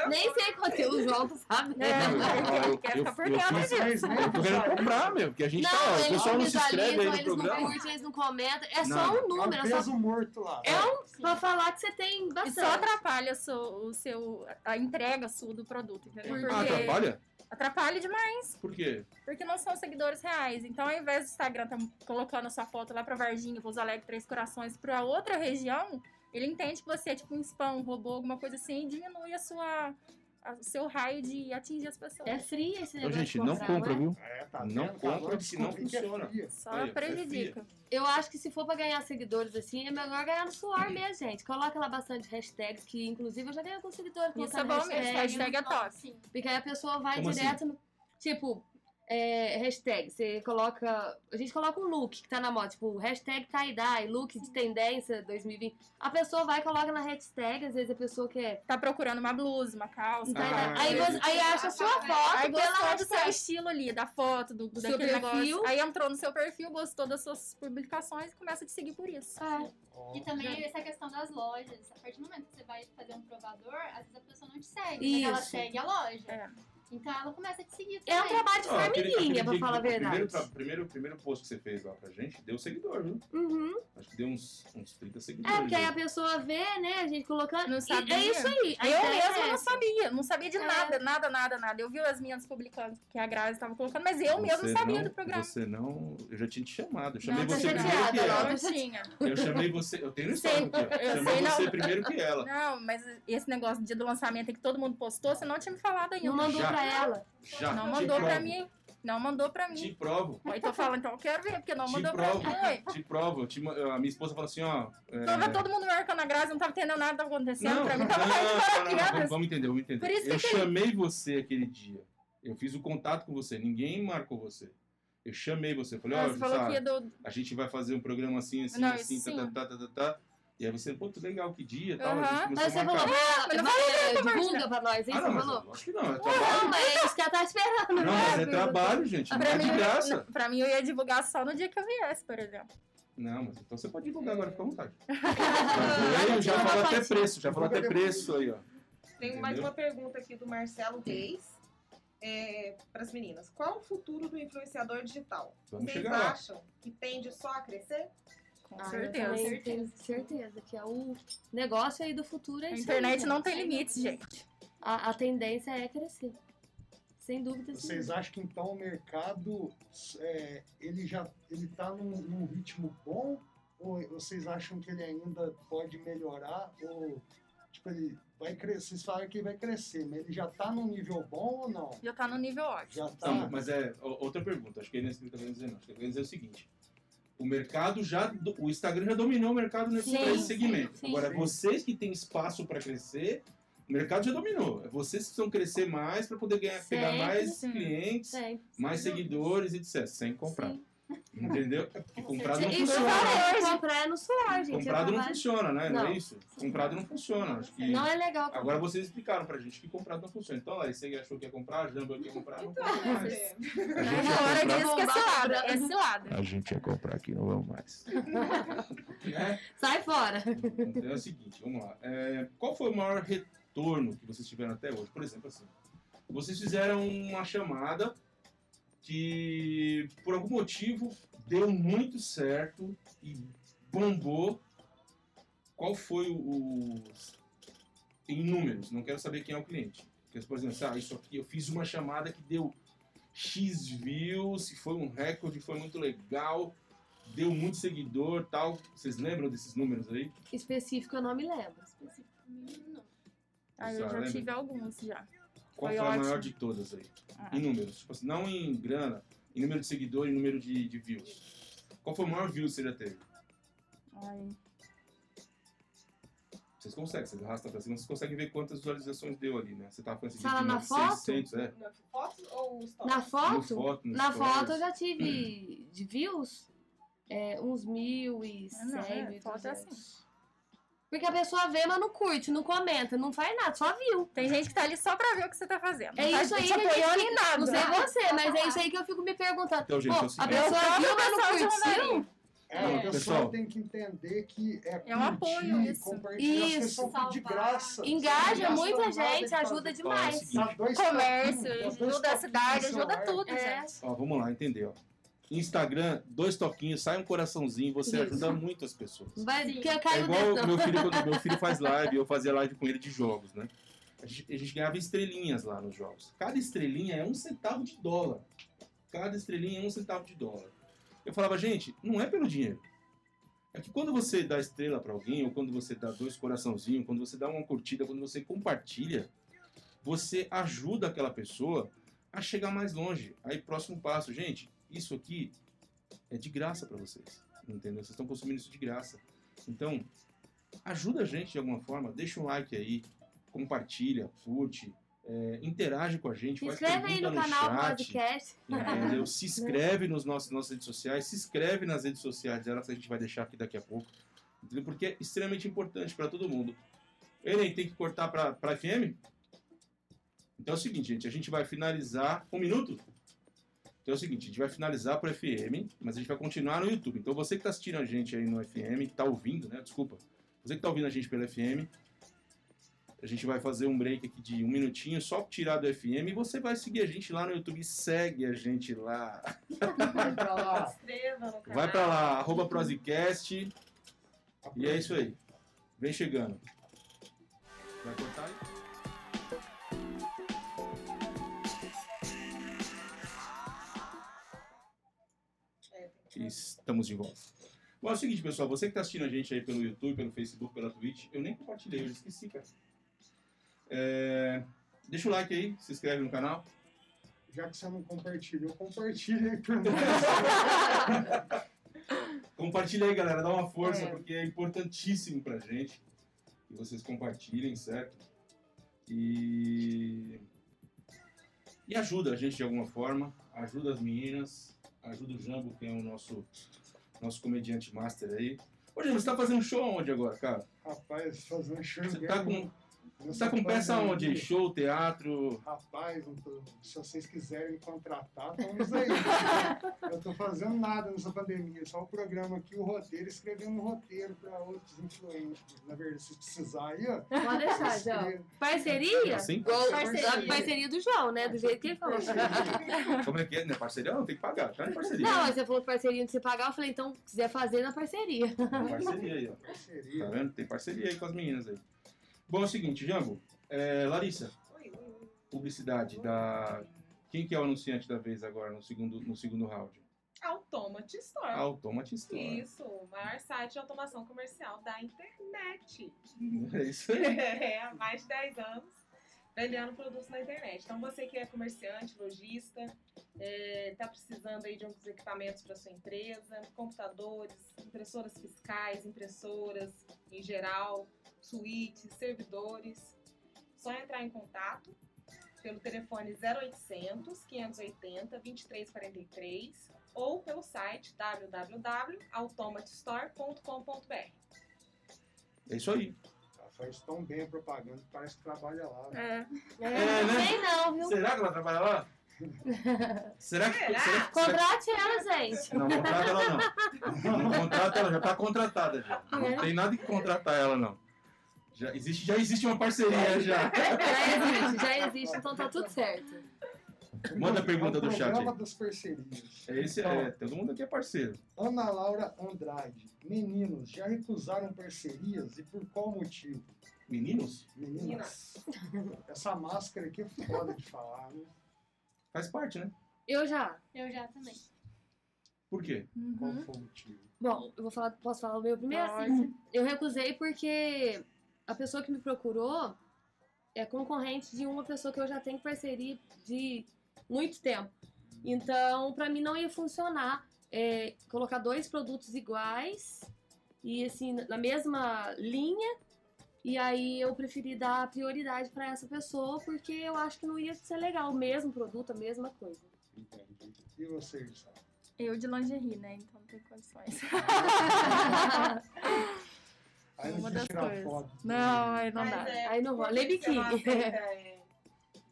[SPEAKER 5] Nem sei quanto é o João, tu sabe?
[SPEAKER 6] É,
[SPEAKER 1] Não,
[SPEAKER 6] mas
[SPEAKER 1] eu-
[SPEAKER 6] quer
[SPEAKER 1] eu-
[SPEAKER 6] ficar por
[SPEAKER 1] eu
[SPEAKER 6] dentro
[SPEAKER 1] fiz-
[SPEAKER 6] disso.
[SPEAKER 1] Eu tô querendo comprar, meu, porque a gente tá. O pessoal não se inscreve aí no
[SPEAKER 5] eles não
[SPEAKER 1] programa.
[SPEAKER 5] curtem, eles não comentam. É
[SPEAKER 1] Nada.
[SPEAKER 5] só um
[SPEAKER 2] É um
[SPEAKER 5] número, é só
[SPEAKER 2] peso morto lá.
[SPEAKER 5] É um pra falar que você tem
[SPEAKER 6] E
[SPEAKER 5] bastante.
[SPEAKER 6] só atrapalha o seu, o seu- a entrega sua do produto, entendeu?
[SPEAKER 1] Ah, atrapalha?
[SPEAKER 6] atrapalha demais,
[SPEAKER 1] Por quê?
[SPEAKER 6] porque não são seguidores reais. Então, ao invés do Instagram tá colocando a sua foto lá pra Varginha, Pouso Alegre, Três Corações, pra outra região, ele entende que você é tipo um spam, um robô, alguma coisa assim, e diminui a sua, a- o seu raio de atingir as pessoas.
[SPEAKER 5] É fria esse
[SPEAKER 1] Então,
[SPEAKER 5] negócio.
[SPEAKER 1] gente,
[SPEAKER 5] de
[SPEAKER 1] não
[SPEAKER 5] comprar,
[SPEAKER 1] compra,
[SPEAKER 5] né?
[SPEAKER 1] viu?
[SPEAKER 2] É, tá
[SPEAKER 1] Não
[SPEAKER 2] vendo?
[SPEAKER 1] compra,
[SPEAKER 2] Agora
[SPEAKER 1] porque não
[SPEAKER 2] descobri que é
[SPEAKER 1] funciona.
[SPEAKER 2] fria.
[SPEAKER 6] Só
[SPEAKER 1] Aí, ó, é
[SPEAKER 6] prejudica.
[SPEAKER 5] Eu acho que se for pra ganhar seguidores assim, é melhor ganhar no suor mesmo, gente. Coloca lá bastante hashtags, que inclusive eu já ganhei alguns seguidores
[SPEAKER 6] Isso é
[SPEAKER 5] colocando
[SPEAKER 6] bom mesmo,
[SPEAKER 5] hashtag. né?
[SPEAKER 6] hashtag é top.
[SPEAKER 7] Sim.
[SPEAKER 5] Porque aí a pessoa vai
[SPEAKER 1] Como assim?
[SPEAKER 5] direto no. Tipo, é, hashtag. Você coloca. A gente coloca um look que tá na moda. Tipo, hashtag tie-dye, look de tendência 2020. A pessoa vai e coloca na hashtag, às vezes a pessoa quer. um
[SPEAKER 6] Tá procurando uma blusa, uma calça.
[SPEAKER 5] tie-dye.
[SPEAKER 1] Ah,
[SPEAKER 5] Então, aí,
[SPEAKER 1] é.
[SPEAKER 5] você- aí acha a sua foto
[SPEAKER 6] Aí
[SPEAKER 5] pela
[SPEAKER 6] gostou do seu
[SPEAKER 5] hashtag.
[SPEAKER 6] estilo ali, da foto, do, do
[SPEAKER 5] Seu
[SPEAKER 6] daquele negócio.
[SPEAKER 5] perfil.
[SPEAKER 6] Aí entrou no seu perfil, gostou das suas publicações e começa a te seguir por isso.
[SPEAKER 5] É.
[SPEAKER 2] Ó,
[SPEAKER 7] E também essa questão das lojas. A partir do momento que você vai fazer um provador, às vezes a pessoa não te segue, mas ela
[SPEAKER 5] Isso.
[SPEAKER 7] segue a loja.
[SPEAKER 6] É.
[SPEAKER 7] Então ela começa a te seguir
[SPEAKER 5] É um
[SPEAKER 7] também.
[SPEAKER 5] trabalho de
[SPEAKER 1] Ó, aquele-
[SPEAKER 5] formiguinha,
[SPEAKER 1] aquele
[SPEAKER 5] pra
[SPEAKER 1] dia
[SPEAKER 5] falar a
[SPEAKER 1] que- o
[SPEAKER 5] verdade.
[SPEAKER 1] Primeiro, tra- primeiro, primeiro post que você fez lá pra gente, deu seguidor, viu?
[SPEAKER 5] Uhum.
[SPEAKER 1] Acho que deu uns, uns 30 seguidores.
[SPEAKER 5] É, porque aí
[SPEAKER 1] né?
[SPEAKER 5] a pessoa vê, né, a gente colocando.
[SPEAKER 6] Não
[SPEAKER 5] E
[SPEAKER 6] sabia.
[SPEAKER 5] É isso aí. A
[SPEAKER 6] Eu
[SPEAKER 5] ideia é
[SPEAKER 6] mesma não
[SPEAKER 5] essa.
[SPEAKER 6] sabia, não sabia de
[SPEAKER 5] É.
[SPEAKER 6] nada, nada, nada, nada. Eu vi as minhas publicando que a Grazi estava colocando, mas eu mesma
[SPEAKER 1] Você
[SPEAKER 6] não sabia
[SPEAKER 1] não-
[SPEAKER 6] do programa.
[SPEAKER 1] Você não. Eu já tinha te chamado. Eu chamei
[SPEAKER 6] Não, tá tô
[SPEAKER 1] você primeiro
[SPEAKER 5] chateada,
[SPEAKER 1] que ela.
[SPEAKER 5] logo.
[SPEAKER 6] não tinha.
[SPEAKER 1] Eu chamei você. Eu tenho no Instagram aqui, ó.
[SPEAKER 6] eu
[SPEAKER 1] Chamei
[SPEAKER 6] sei,
[SPEAKER 1] você
[SPEAKER 6] não.
[SPEAKER 1] primeiro que ela.
[SPEAKER 6] Não, mas esse negócio do dia do lançamento aí que todo mundo postou, você não tinha me falado ainda.
[SPEAKER 5] Não mandou
[SPEAKER 1] Já.
[SPEAKER 5] pra ela.
[SPEAKER 1] Já.
[SPEAKER 6] Não
[SPEAKER 1] te
[SPEAKER 6] mandou pra
[SPEAKER 1] provo,
[SPEAKER 6] mim. Não mandou pra
[SPEAKER 1] Te
[SPEAKER 6] mim.
[SPEAKER 1] provo.
[SPEAKER 6] Aí tô falando, então eu quero ver, porque não
[SPEAKER 1] Te
[SPEAKER 6] mandou
[SPEAKER 1] provo.
[SPEAKER 6] pra mim. Ué,
[SPEAKER 1] Te provo. Te ma- a minha esposa falou assim, ó. é,
[SPEAKER 6] Tava todo mundo marcando a Grazi, não tava entendendo nada que tava acontecendo
[SPEAKER 1] Não,
[SPEAKER 6] pra mim.
[SPEAKER 1] não,
[SPEAKER 6] Tava caindo de
[SPEAKER 1] não, não, não,
[SPEAKER 6] paraquedas.
[SPEAKER 1] vamos, vamos entender, vamos entender.
[SPEAKER 6] Por isso que
[SPEAKER 1] eu
[SPEAKER 6] eu tenho-
[SPEAKER 1] chamei você aquele dia. Eu fiz o contato com você, ninguém marcou você. Eu chamei você, falei,
[SPEAKER 6] Ah,
[SPEAKER 1] ó,
[SPEAKER 6] Você falou que
[SPEAKER 1] Jussara,
[SPEAKER 6] ia do.
[SPEAKER 1] a gente vai fazer um programa assim, assim,
[SPEAKER 6] Não,
[SPEAKER 1] assim, tá,
[SPEAKER 6] sim.
[SPEAKER 1] tá, tá, tá, tá, tá. E aí você, pô, que legal, que dia, tal.
[SPEAKER 6] Aham.
[SPEAKER 1] A gente começou
[SPEAKER 5] Mas você
[SPEAKER 1] a
[SPEAKER 5] falou
[SPEAKER 1] marcar.
[SPEAKER 5] pra ela,
[SPEAKER 6] Mas não
[SPEAKER 5] mas, é, divulga
[SPEAKER 6] compartilhar.
[SPEAKER 5] pra nós, hein?
[SPEAKER 1] é Ah, não,
[SPEAKER 5] você
[SPEAKER 1] mas
[SPEAKER 5] falou?
[SPEAKER 1] eu acho que não, é
[SPEAKER 5] Não,
[SPEAKER 1] trabalho.
[SPEAKER 5] mas é isso que ela tá esperando,
[SPEAKER 1] Não,
[SPEAKER 5] não
[SPEAKER 1] mas é
[SPEAKER 5] é?
[SPEAKER 1] trabalho, gente, não é
[SPEAKER 6] Pra mim,
[SPEAKER 1] de graça.
[SPEAKER 6] pra mim, eu ia divulgar só no dia que eu viesse, por exemplo.
[SPEAKER 1] Não, mas então você pode divulgar agora, fica à vontade. Mas eu já falo até preço, já falo até preço aí, ó.
[SPEAKER 4] Tem mais
[SPEAKER 1] Entendeu?
[SPEAKER 4] uma pergunta aqui do Marcelo Reis. para as meninas, qual o futuro do influenciador digital?
[SPEAKER 1] Vamos
[SPEAKER 4] Vocês
[SPEAKER 1] chegar lá.
[SPEAKER 4] acham que tende só a crescer?
[SPEAKER 6] Com
[SPEAKER 5] Ah, eu
[SPEAKER 6] certeza.
[SPEAKER 5] também tenho certeza que é o negócio aí do futuro. É
[SPEAKER 6] A
[SPEAKER 5] isso
[SPEAKER 6] internet
[SPEAKER 5] aí,
[SPEAKER 6] não
[SPEAKER 5] gente.
[SPEAKER 6] tem limites, gente.
[SPEAKER 5] A, a tendência é crescer. Sem dúvida. sim. É,
[SPEAKER 2] Vocês acham que então o mercado é, ele já ele está num, num ritmo bom ou vocês acham que ele ainda pode melhorar ou tipo ele vai crescer? Vocês falaram que ele vai crescer, mas ele já está num nível bom ou não?
[SPEAKER 6] Já tá no nível ótimo.
[SPEAKER 2] Já está.
[SPEAKER 1] Não, mas é o- outra pergunta. Acho que ele não está querendo dizer, não. Acho que ele quer dizer o seguinte: o mercado já. do- O Instagram já dominou o mercado nesse
[SPEAKER 5] Sim,
[SPEAKER 1] pra esse
[SPEAKER 5] sim,
[SPEAKER 1] segmento.
[SPEAKER 5] sim.
[SPEAKER 1] Agora, é vocês que têm espaço para crescer, o mercado já dominou. É vocês que precisam crescer mais para poder ganhar, pegar
[SPEAKER 5] Sempre,
[SPEAKER 1] mais
[SPEAKER 6] sim.
[SPEAKER 1] clientes,
[SPEAKER 5] Sempre.
[SPEAKER 1] mais
[SPEAKER 5] Sem dúvida.
[SPEAKER 1] seguidores, etc. Sem comprar.
[SPEAKER 5] Sim.
[SPEAKER 1] Entendeu? É Porque comprado não
[SPEAKER 5] Isso eu
[SPEAKER 1] funciona.
[SPEAKER 5] falei, comprar é no suor, gente. é
[SPEAKER 1] Comprado não
[SPEAKER 5] trabalho.
[SPEAKER 1] funciona, né? Não
[SPEAKER 5] Não.
[SPEAKER 1] é isso? Comprado não funciona. Acho que.
[SPEAKER 5] Não é legal. comprar.
[SPEAKER 1] Agora vocês explicaram pra gente que comprado não funciona. Então, aí você achou que ia comprar, a Jamba que ia comprar, não compra mais.
[SPEAKER 4] É,
[SPEAKER 1] A gente ia
[SPEAKER 6] Na hora
[SPEAKER 1] comprar-
[SPEAKER 6] disso que é cilada. É cilada.
[SPEAKER 1] A gente ia comprar aqui, não vamos mais. É,
[SPEAKER 5] Sai fora.
[SPEAKER 1] Então é o seguinte, vamos lá. É, qual foi o maior retorno que vocês tiveram até hoje? Por exemplo, assim, vocês fizeram uma chamada que, por algum motivo, deu muito certo e bombou. Qual foi o. os- Em números, não quero saber quem é o cliente. Porque, por exemplo, ah, isso aqui, eu fiz uma chamada que deu X views, se foi um recorde, foi muito legal, deu muito seguidor tal. Vocês lembram desses números aí?
[SPEAKER 5] Específico eu não me lembro.
[SPEAKER 7] Especificamente, não.
[SPEAKER 6] Aí eu
[SPEAKER 1] Só
[SPEAKER 6] já
[SPEAKER 1] lembra?
[SPEAKER 6] tive alguns já.
[SPEAKER 1] Qual
[SPEAKER 6] Foi
[SPEAKER 1] foi, a maior
[SPEAKER 6] ótimo.
[SPEAKER 1] de todas aí?
[SPEAKER 6] Ah.
[SPEAKER 1] Em números. Tipo assim, não em grana, em número de seguidor e número de, de views. Qual foi o maior view que você já teve?
[SPEAKER 6] Ai,
[SPEAKER 1] Vocês conseguem, vocês arrastam pra cima, vocês conseguem ver quantas visualizações deu ali, né? Você tava falando esse
[SPEAKER 5] Fala
[SPEAKER 1] vídeo
[SPEAKER 5] na
[SPEAKER 1] de
[SPEAKER 5] foto?
[SPEAKER 1] 600, é?
[SPEAKER 4] Na foto ou stories?
[SPEAKER 5] Na
[SPEAKER 1] No
[SPEAKER 5] foto?
[SPEAKER 1] foto, no
[SPEAKER 5] Na
[SPEAKER 1] stories.
[SPEAKER 5] foto eu já tive de views é, uns mil e
[SPEAKER 6] Ah, não,
[SPEAKER 5] cem,
[SPEAKER 6] é,
[SPEAKER 5] mil e
[SPEAKER 6] foto é
[SPEAKER 5] duzentos. Porque a pessoa vê, mas não curte, não comenta, não faz nada, só viu.
[SPEAKER 6] Tem gente que tá ali só pra ver o que você tá fazendo.
[SPEAKER 5] É
[SPEAKER 6] Não tá
[SPEAKER 5] isso aí
[SPEAKER 6] te
[SPEAKER 5] que a gente
[SPEAKER 6] apoiando
[SPEAKER 5] fica-
[SPEAKER 6] em nada.
[SPEAKER 5] Não sei você, mas é isso aí que eu fico me perguntando.
[SPEAKER 1] Então, gente,
[SPEAKER 5] Pô,
[SPEAKER 1] é o
[SPEAKER 5] a
[SPEAKER 1] seguinte.
[SPEAKER 5] pessoa
[SPEAKER 6] Eu
[SPEAKER 5] viu, mas
[SPEAKER 6] sou
[SPEAKER 5] não
[SPEAKER 6] jornalista.
[SPEAKER 5] curtiu.
[SPEAKER 2] É, o pessoal,
[SPEAKER 1] Pessoal.
[SPEAKER 2] tem que entender que é,
[SPEAKER 6] É um apoio
[SPEAKER 2] curtir,
[SPEAKER 6] isso.
[SPEAKER 2] compartilhar, as
[SPEAKER 5] Isso,
[SPEAKER 2] pessoas de
[SPEAKER 7] salvar.
[SPEAKER 2] graça.
[SPEAKER 5] Engaja
[SPEAKER 2] Não gasta
[SPEAKER 5] muita
[SPEAKER 2] nada
[SPEAKER 5] gente,
[SPEAKER 2] pra
[SPEAKER 5] ajuda
[SPEAKER 2] ver.
[SPEAKER 1] Fala o
[SPEAKER 5] demais.
[SPEAKER 1] seguinte,
[SPEAKER 2] Dá dois
[SPEAKER 6] Comércio,
[SPEAKER 2] toquinhos, dá dois
[SPEAKER 6] ajuda a
[SPEAKER 2] toquinhos
[SPEAKER 6] cidade,
[SPEAKER 2] no
[SPEAKER 6] ajuda
[SPEAKER 2] celular.
[SPEAKER 6] tudo,
[SPEAKER 5] É.
[SPEAKER 6] gente.
[SPEAKER 1] Ó, vamos lá, entender, ó. Instagram, dois toquinhos, sai um coraçãozinho, você
[SPEAKER 5] Isso.
[SPEAKER 1] ajuda muito as pessoas.
[SPEAKER 5] Vai,
[SPEAKER 7] Sim.
[SPEAKER 5] porque
[SPEAKER 1] É
[SPEAKER 5] caiu
[SPEAKER 1] igual
[SPEAKER 5] dentro.
[SPEAKER 1] meu filho, quando meu filho faz live, eu fazia live com ele de jogos, né? A gente, a gente ganhava estrelinhas lá nos jogos. Cada estrelinha é um centavo de dólar. Cada estrelinha é um centavo de dólar. Eu falava, gente, não é pelo dinheiro. É que quando você dá estrela pra alguém, ou quando você dá dois coraçãozinhos, quando você dá uma curtida, quando você compartilha, você ajuda aquela pessoa a chegar mais longe. Aí, próximo passo, gente, isso aqui é de graça pra vocês. Entendeu? Vocês estão consumindo isso de graça. Então, ajuda a gente de alguma forma, deixa um like aí, compartilha, curte, é, interage com a gente,
[SPEAKER 5] Se
[SPEAKER 1] faz
[SPEAKER 5] inscreve aí
[SPEAKER 1] pergunta
[SPEAKER 5] no canal
[SPEAKER 1] chat.
[SPEAKER 5] podcast.
[SPEAKER 1] Entendeu? Se inscreve nos nossos, nossas redes sociais, se inscreve nas redes sociais delas, que a gente vai deixar aqui daqui a pouco. Entendeu? Porque é extremamente importante para todo mundo. Eren, tem que cortar pra, pra FM? Então é o seguinte, gente, a gente vai finalizar. Um minuto? Então é o seguinte, a gente vai finalizar pro FM, mas a gente vai continuar no YouTube. Então você que tá assistindo a gente aí no FM, que tá ouvindo, né? Desculpa. Você que tá ouvindo a gente pelo FM, a gente vai fazer um break aqui de um minutinho, só tirar do FM, e você vai seguir a gente lá no YouTube. Segue a gente lá.
[SPEAKER 2] Vai pra lá.
[SPEAKER 4] Inscreva no canal.
[SPEAKER 1] Vai pra lá, arroba Prozicast, e é
[SPEAKER 2] Aproveita.
[SPEAKER 1] isso aí. Vem chegando. Vai cortar aí? Estamos de volta. Bom, é o seguinte, pessoal, você que está assistindo a gente aí pelo YouTube, pelo Facebook, pela Twitch, eu nem compartilhei, eu esqueci, cara. É, Deixa o like aí, se inscreve no canal.
[SPEAKER 2] Já que você não compartilhou, compartilha aí por nós.
[SPEAKER 1] Compartilha aí, galera, dá uma força,
[SPEAKER 6] É.
[SPEAKER 1] porque é importantíssimo pra gente que vocês compartilhem, certo? E. E ajuda a gente de alguma forma, ajuda as meninas, ajuda o Jambo, que é o nosso, nosso comediante master aí. Ô, Jambo, você tá fazendo show onde agora, cara?
[SPEAKER 2] Rapaz, fazendo show.
[SPEAKER 1] Você
[SPEAKER 2] mesmo.
[SPEAKER 1] tá com,
[SPEAKER 2] Nessa
[SPEAKER 1] você tá com peça
[SPEAKER 2] pandemia.
[SPEAKER 1] onde? Show, teatro?
[SPEAKER 2] Rapaz, não tô- se vocês quiserem me contratar, estamos aí. eu tô fazendo nada nessa pandemia, só o programa aqui, o roteiro, escrevendo um roteiro para outros influentes. Na verdade, se precisar aí, ó.
[SPEAKER 5] Pode deixar, João.
[SPEAKER 2] escreva.
[SPEAKER 5] Parceria?
[SPEAKER 1] Assim?
[SPEAKER 5] Igual
[SPEAKER 6] Parceria.
[SPEAKER 5] a parceria do João, né? Do jeito que ele falou.
[SPEAKER 1] Como é que é? Não é parceria? Não, tem que pagar. Tá em parceria.
[SPEAKER 5] Não, aí você falou parceria antes de você pagar, eu falei, então, se quiser fazer, na parceria.
[SPEAKER 1] Tem parceria aí, ó. Tá
[SPEAKER 2] Parceria.
[SPEAKER 1] vendo? Tem parceria aí com as meninas aí. Bom, é o seguinte, Jambo. É, Larissa,
[SPEAKER 4] Ui, ui, ui.
[SPEAKER 1] publicidade da. Quem que é o anunciante da vez agora no segundo, no segundo round?
[SPEAKER 4] Automate Store.
[SPEAKER 1] Automat Store.
[SPEAKER 4] Isso, o maior site de automação comercial da internet.
[SPEAKER 1] É isso aí.
[SPEAKER 4] É, há mais de 10 anos vendendo produtos na internet. Então você que é comerciante, lojista, está precisando aí de alguns equipamentos para sua empresa, computadores, impressoras fiscais, impressoras em geral, suítes, servidores, só entrar em contato pelo telefone 0800 580 2343 ou pelo site www.automatestore.com.br.
[SPEAKER 1] É isso aí.
[SPEAKER 2] Faz tão bem a propaganda, que parece que trabalha lá. né?
[SPEAKER 6] É.
[SPEAKER 1] É,
[SPEAKER 5] não
[SPEAKER 1] né?
[SPEAKER 5] sei não, viu?
[SPEAKER 1] Será que ela trabalha lá? Será que.
[SPEAKER 4] Será?
[SPEAKER 1] será que- será
[SPEAKER 5] Contrate ela, gente.
[SPEAKER 1] que- Não, contrata ela não. Não contrata ela, já tá contratada já. Não tem nada que contratar ela, não. Já É. existe, já existe uma parceria já.
[SPEAKER 5] Já existe, já existe, então tá tudo certo.
[SPEAKER 1] Manda a pergunta
[SPEAKER 2] É o
[SPEAKER 1] do chat aí.
[SPEAKER 2] programa das parcerias. Então,
[SPEAKER 1] É esse, é, todo mundo aqui é parceiro.
[SPEAKER 2] Ana Laura Andrade. Meninos, já recusaram parcerias e por qual motivo?
[SPEAKER 1] Meninos,
[SPEAKER 2] Meninas. Essa máscara aqui é foda de falar, né?
[SPEAKER 1] faz parte, né?
[SPEAKER 5] Eu já.
[SPEAKER 7] Eu já também.
[SPEAKER 1] Por quê?
[SPEAKER 2] Qual
[SPEAKER 6] Uhum.
[SPEAKER 2] foi o motivo?
[SPEAKER 5] Bom, eu vou falar, posso falar o meu primeiro?
[SPEAKER 6] Pode.
[SPEAKER 5] Eu recusei porque a pessoa que me procurou é concorrente de uma pessoa que eu já tenho parceria de muito tempo. Então, pra mim não ia funcionar é, colocar dois produtos iguais e assim na mesma linha. E aí eu preferi dar prioridade pra essa pessoa porque eu acho que não ia ser legal o mesmo produto, a mesma coisa.
[SPEAKER 2] E você, Gustavo?
[SPEAKER 6] Eu de lingerie, né? Então não tem condições.
[SPEAKER 2] Aí
[SPEAKER 6] Uma
[SPEAKER 2] não quis
[SPEAKER 6] das
[SPEAKER 2] tirar
[SPEAKER 6] coisas.
[SPEAKER 2] foto.
[SPEAKER 6] Não, aí não
[SPEAKER 4] Mas
[SPEAKER 6] dá.
[SPEAKER 4] é,
[SPEAKER 5] Aí não
[SPEAKER 4] por
[SPEAKER 5] rola.
[SPEAKER 4] que
[SPEAKER 5] Lady
[SPEAKER 4] você não aceita,
[SPEAKER 5] King.
[SPEAKER 4] é,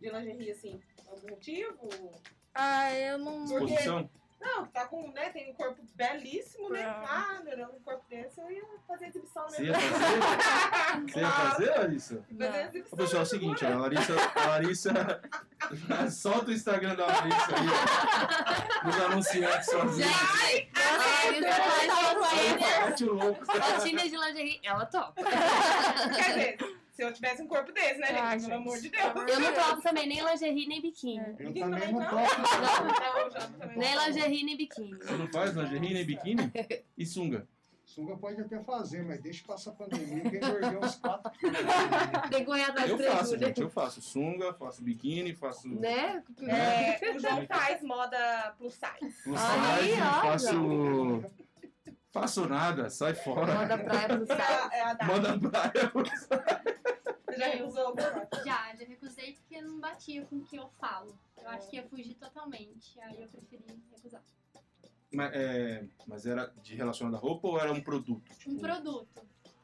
[SPEAKER 4] De lingerie, assim, algum motivo?
[SPEAKER 6] Ah, eu não.
[SPEAKER 4] Porque-
[SPEAKER 1] Exposição?
[SPEAKER 4] Não, tá com, né, tem um corpo belíssimo, né?
[SPEAKER 6] Não.
[SPEAKER 4] Ah, meu Deus, um corpo desse, eu ia fazer exibição né?
[SPEAKER 1] Você ia
[SPEAKER 4] mesmo.
[SPEAKER 1] fazer? Você ia
[SPEAKER 4] Claro,
[SPEAKER 1] fazer, Larissa?
[SPEAKER 4] fazer
[SPEAKER 6] Não.
[SPEAKER 1] Ô,
[SPEAKER 4] exibição.
[SPEAKER 1] pessoal, é o seguinte, a Larissa, a Larissa solta o Instagram da Larissa aí, ó, nos anunciantes sozinha.
[SPEAKER 5] Gente, ai,
[SPEAKER 6] eu tô
[SPEAKER 5] é.
[SPEAKER 1] Mete o louco.
[SPEAKER 5] Rotina de lingerie, ela topa.
[SPEAKER 4] Quer dizer, se eu tivesse um corpo desse, né,
[SPEAKER 6] Ah,
[SPEAKER 4] gente? Pelo amor de
[SPEAKER 6] gente,
[SPEAKER 4] Deus.
[SPEAKER 6] pelo amor
[SPEAKER 5] Eu não
[SPEAKER 6] de Deus.
[SPEAKER 5] topo também nem lingerie nem biquíni.
[SPEAKER 6] É.
[SPEAKER 2] Eu
[SPEAKER 4] Ninguém
[SPEAKER 2] também
[SPEAKER 4] também
[SPEAKER 2] não
[SPEAKER 4] não?
[SPEAKER 2] topo.
[SPEAKER 4] Não, já também
[SPEAKER 5] Nem
[SPEAKER 4] não.
[SPEAKER 5] lingerie nem biquíni.
[SPEAKER 1] Você não faz lingerie nem biquíni? E sunga?
[SPEAKER 2] Sunga pode até fazer, mas deixa passar a pandemia que engordeu uns 4
[SPEAKER 5] Tem que correr atrás
[SPEAKER 1] Eu
[SPEAKER 5] de
[SPEAKER 1] faço,
[SPEAKER 5] prejuízo.
[SPEAKER 1] gente, eu faço sunga, faço biquíni, faço
[SPEAKER 5] Né?
[SPEAKER 4] É, o João faz moda plus size.
[SPEAKER 1] plus
[SPEAKER 5] Aí,
[SPEAKER 1] size,
[SPEAKER 5] ó,
[SPEAKER 1] faço... Faço nada, sai fora.
[SPEAKER 5] Manda praia pro
[SPEAKER 4] É
[SPEAKER 5] site.
[SPEAKER 4] a- É a Dai.
[SPEAKER 1] Manda praia.
[SPEAKER 4] Você já recusou alguma?
[SPEAKER 7] Já, já recusei porque não batia com o que eu falo. Eu acho
[SPEAKER 5] É.
[SPEAKER 7] que ia fugir totalmente. Aí eu preferi recusar.
[SPEAKER 1] Mas, é, mas era de relacionado à roupa ou era um produto?
[SPEAKER 7] Um
[SPEAKER 1] Tipo,
[SPEAKER 7] produto.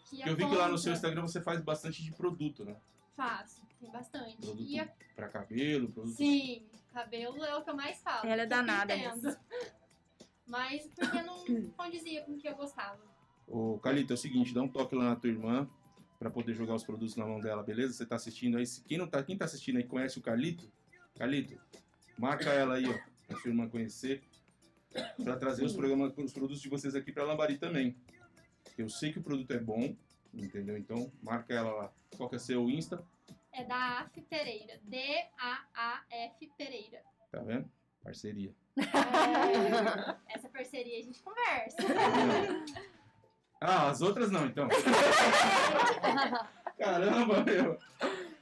[SPEAKER 7] Que
[SPEAKER 1] eu vi que lá no seu
[SPEAKER 7] aponta-
[SPEAKER 1] Instagram você faz bastante de produto, né?
[SPEAKER 7] Faço, tem bastante.
[SPEAKER 1] Produto.
[SPEAKER 7] E a-
[SPEAKER 1] Pra cabelo, produto.
[SPEAKER 7] sim, cabelo é o que eu mais falo.
[SPEAKER 6] Ela é
[SPEAKER 7] que eu
[SPEAKER 6] danada
[SPEAKER 7] Entendo. Mas porque não condizia com o que eu gostava.
[SPEAKER 1] Ô, Calito, é o seguinte, dá um toque lá na tua irmã pra poder jogar os produtos na mão dela, beleza? Você tá assistindo aí? Se- Quem não tá, quem tá assistindo aí conhece o Calito? Calito, marca ela aí, ó, pra sua irmã conhecer, pra trazer os programas, os produtos de vocês aqui pra Lambari também. Eu sei que o produto é bom, entendeu? Então, marca ela lá. Qual que é seu Insta?
[SPEAKER 7] É da AF Pereira. D-A-A-F Pereira.
[SPEAKER 1] Tá vendo? Parceria.
[SPEAKER 7] É, essa parceria a gente conversa.
[SPEAKER 1] Ah, as outras não, então. Caramba, meu.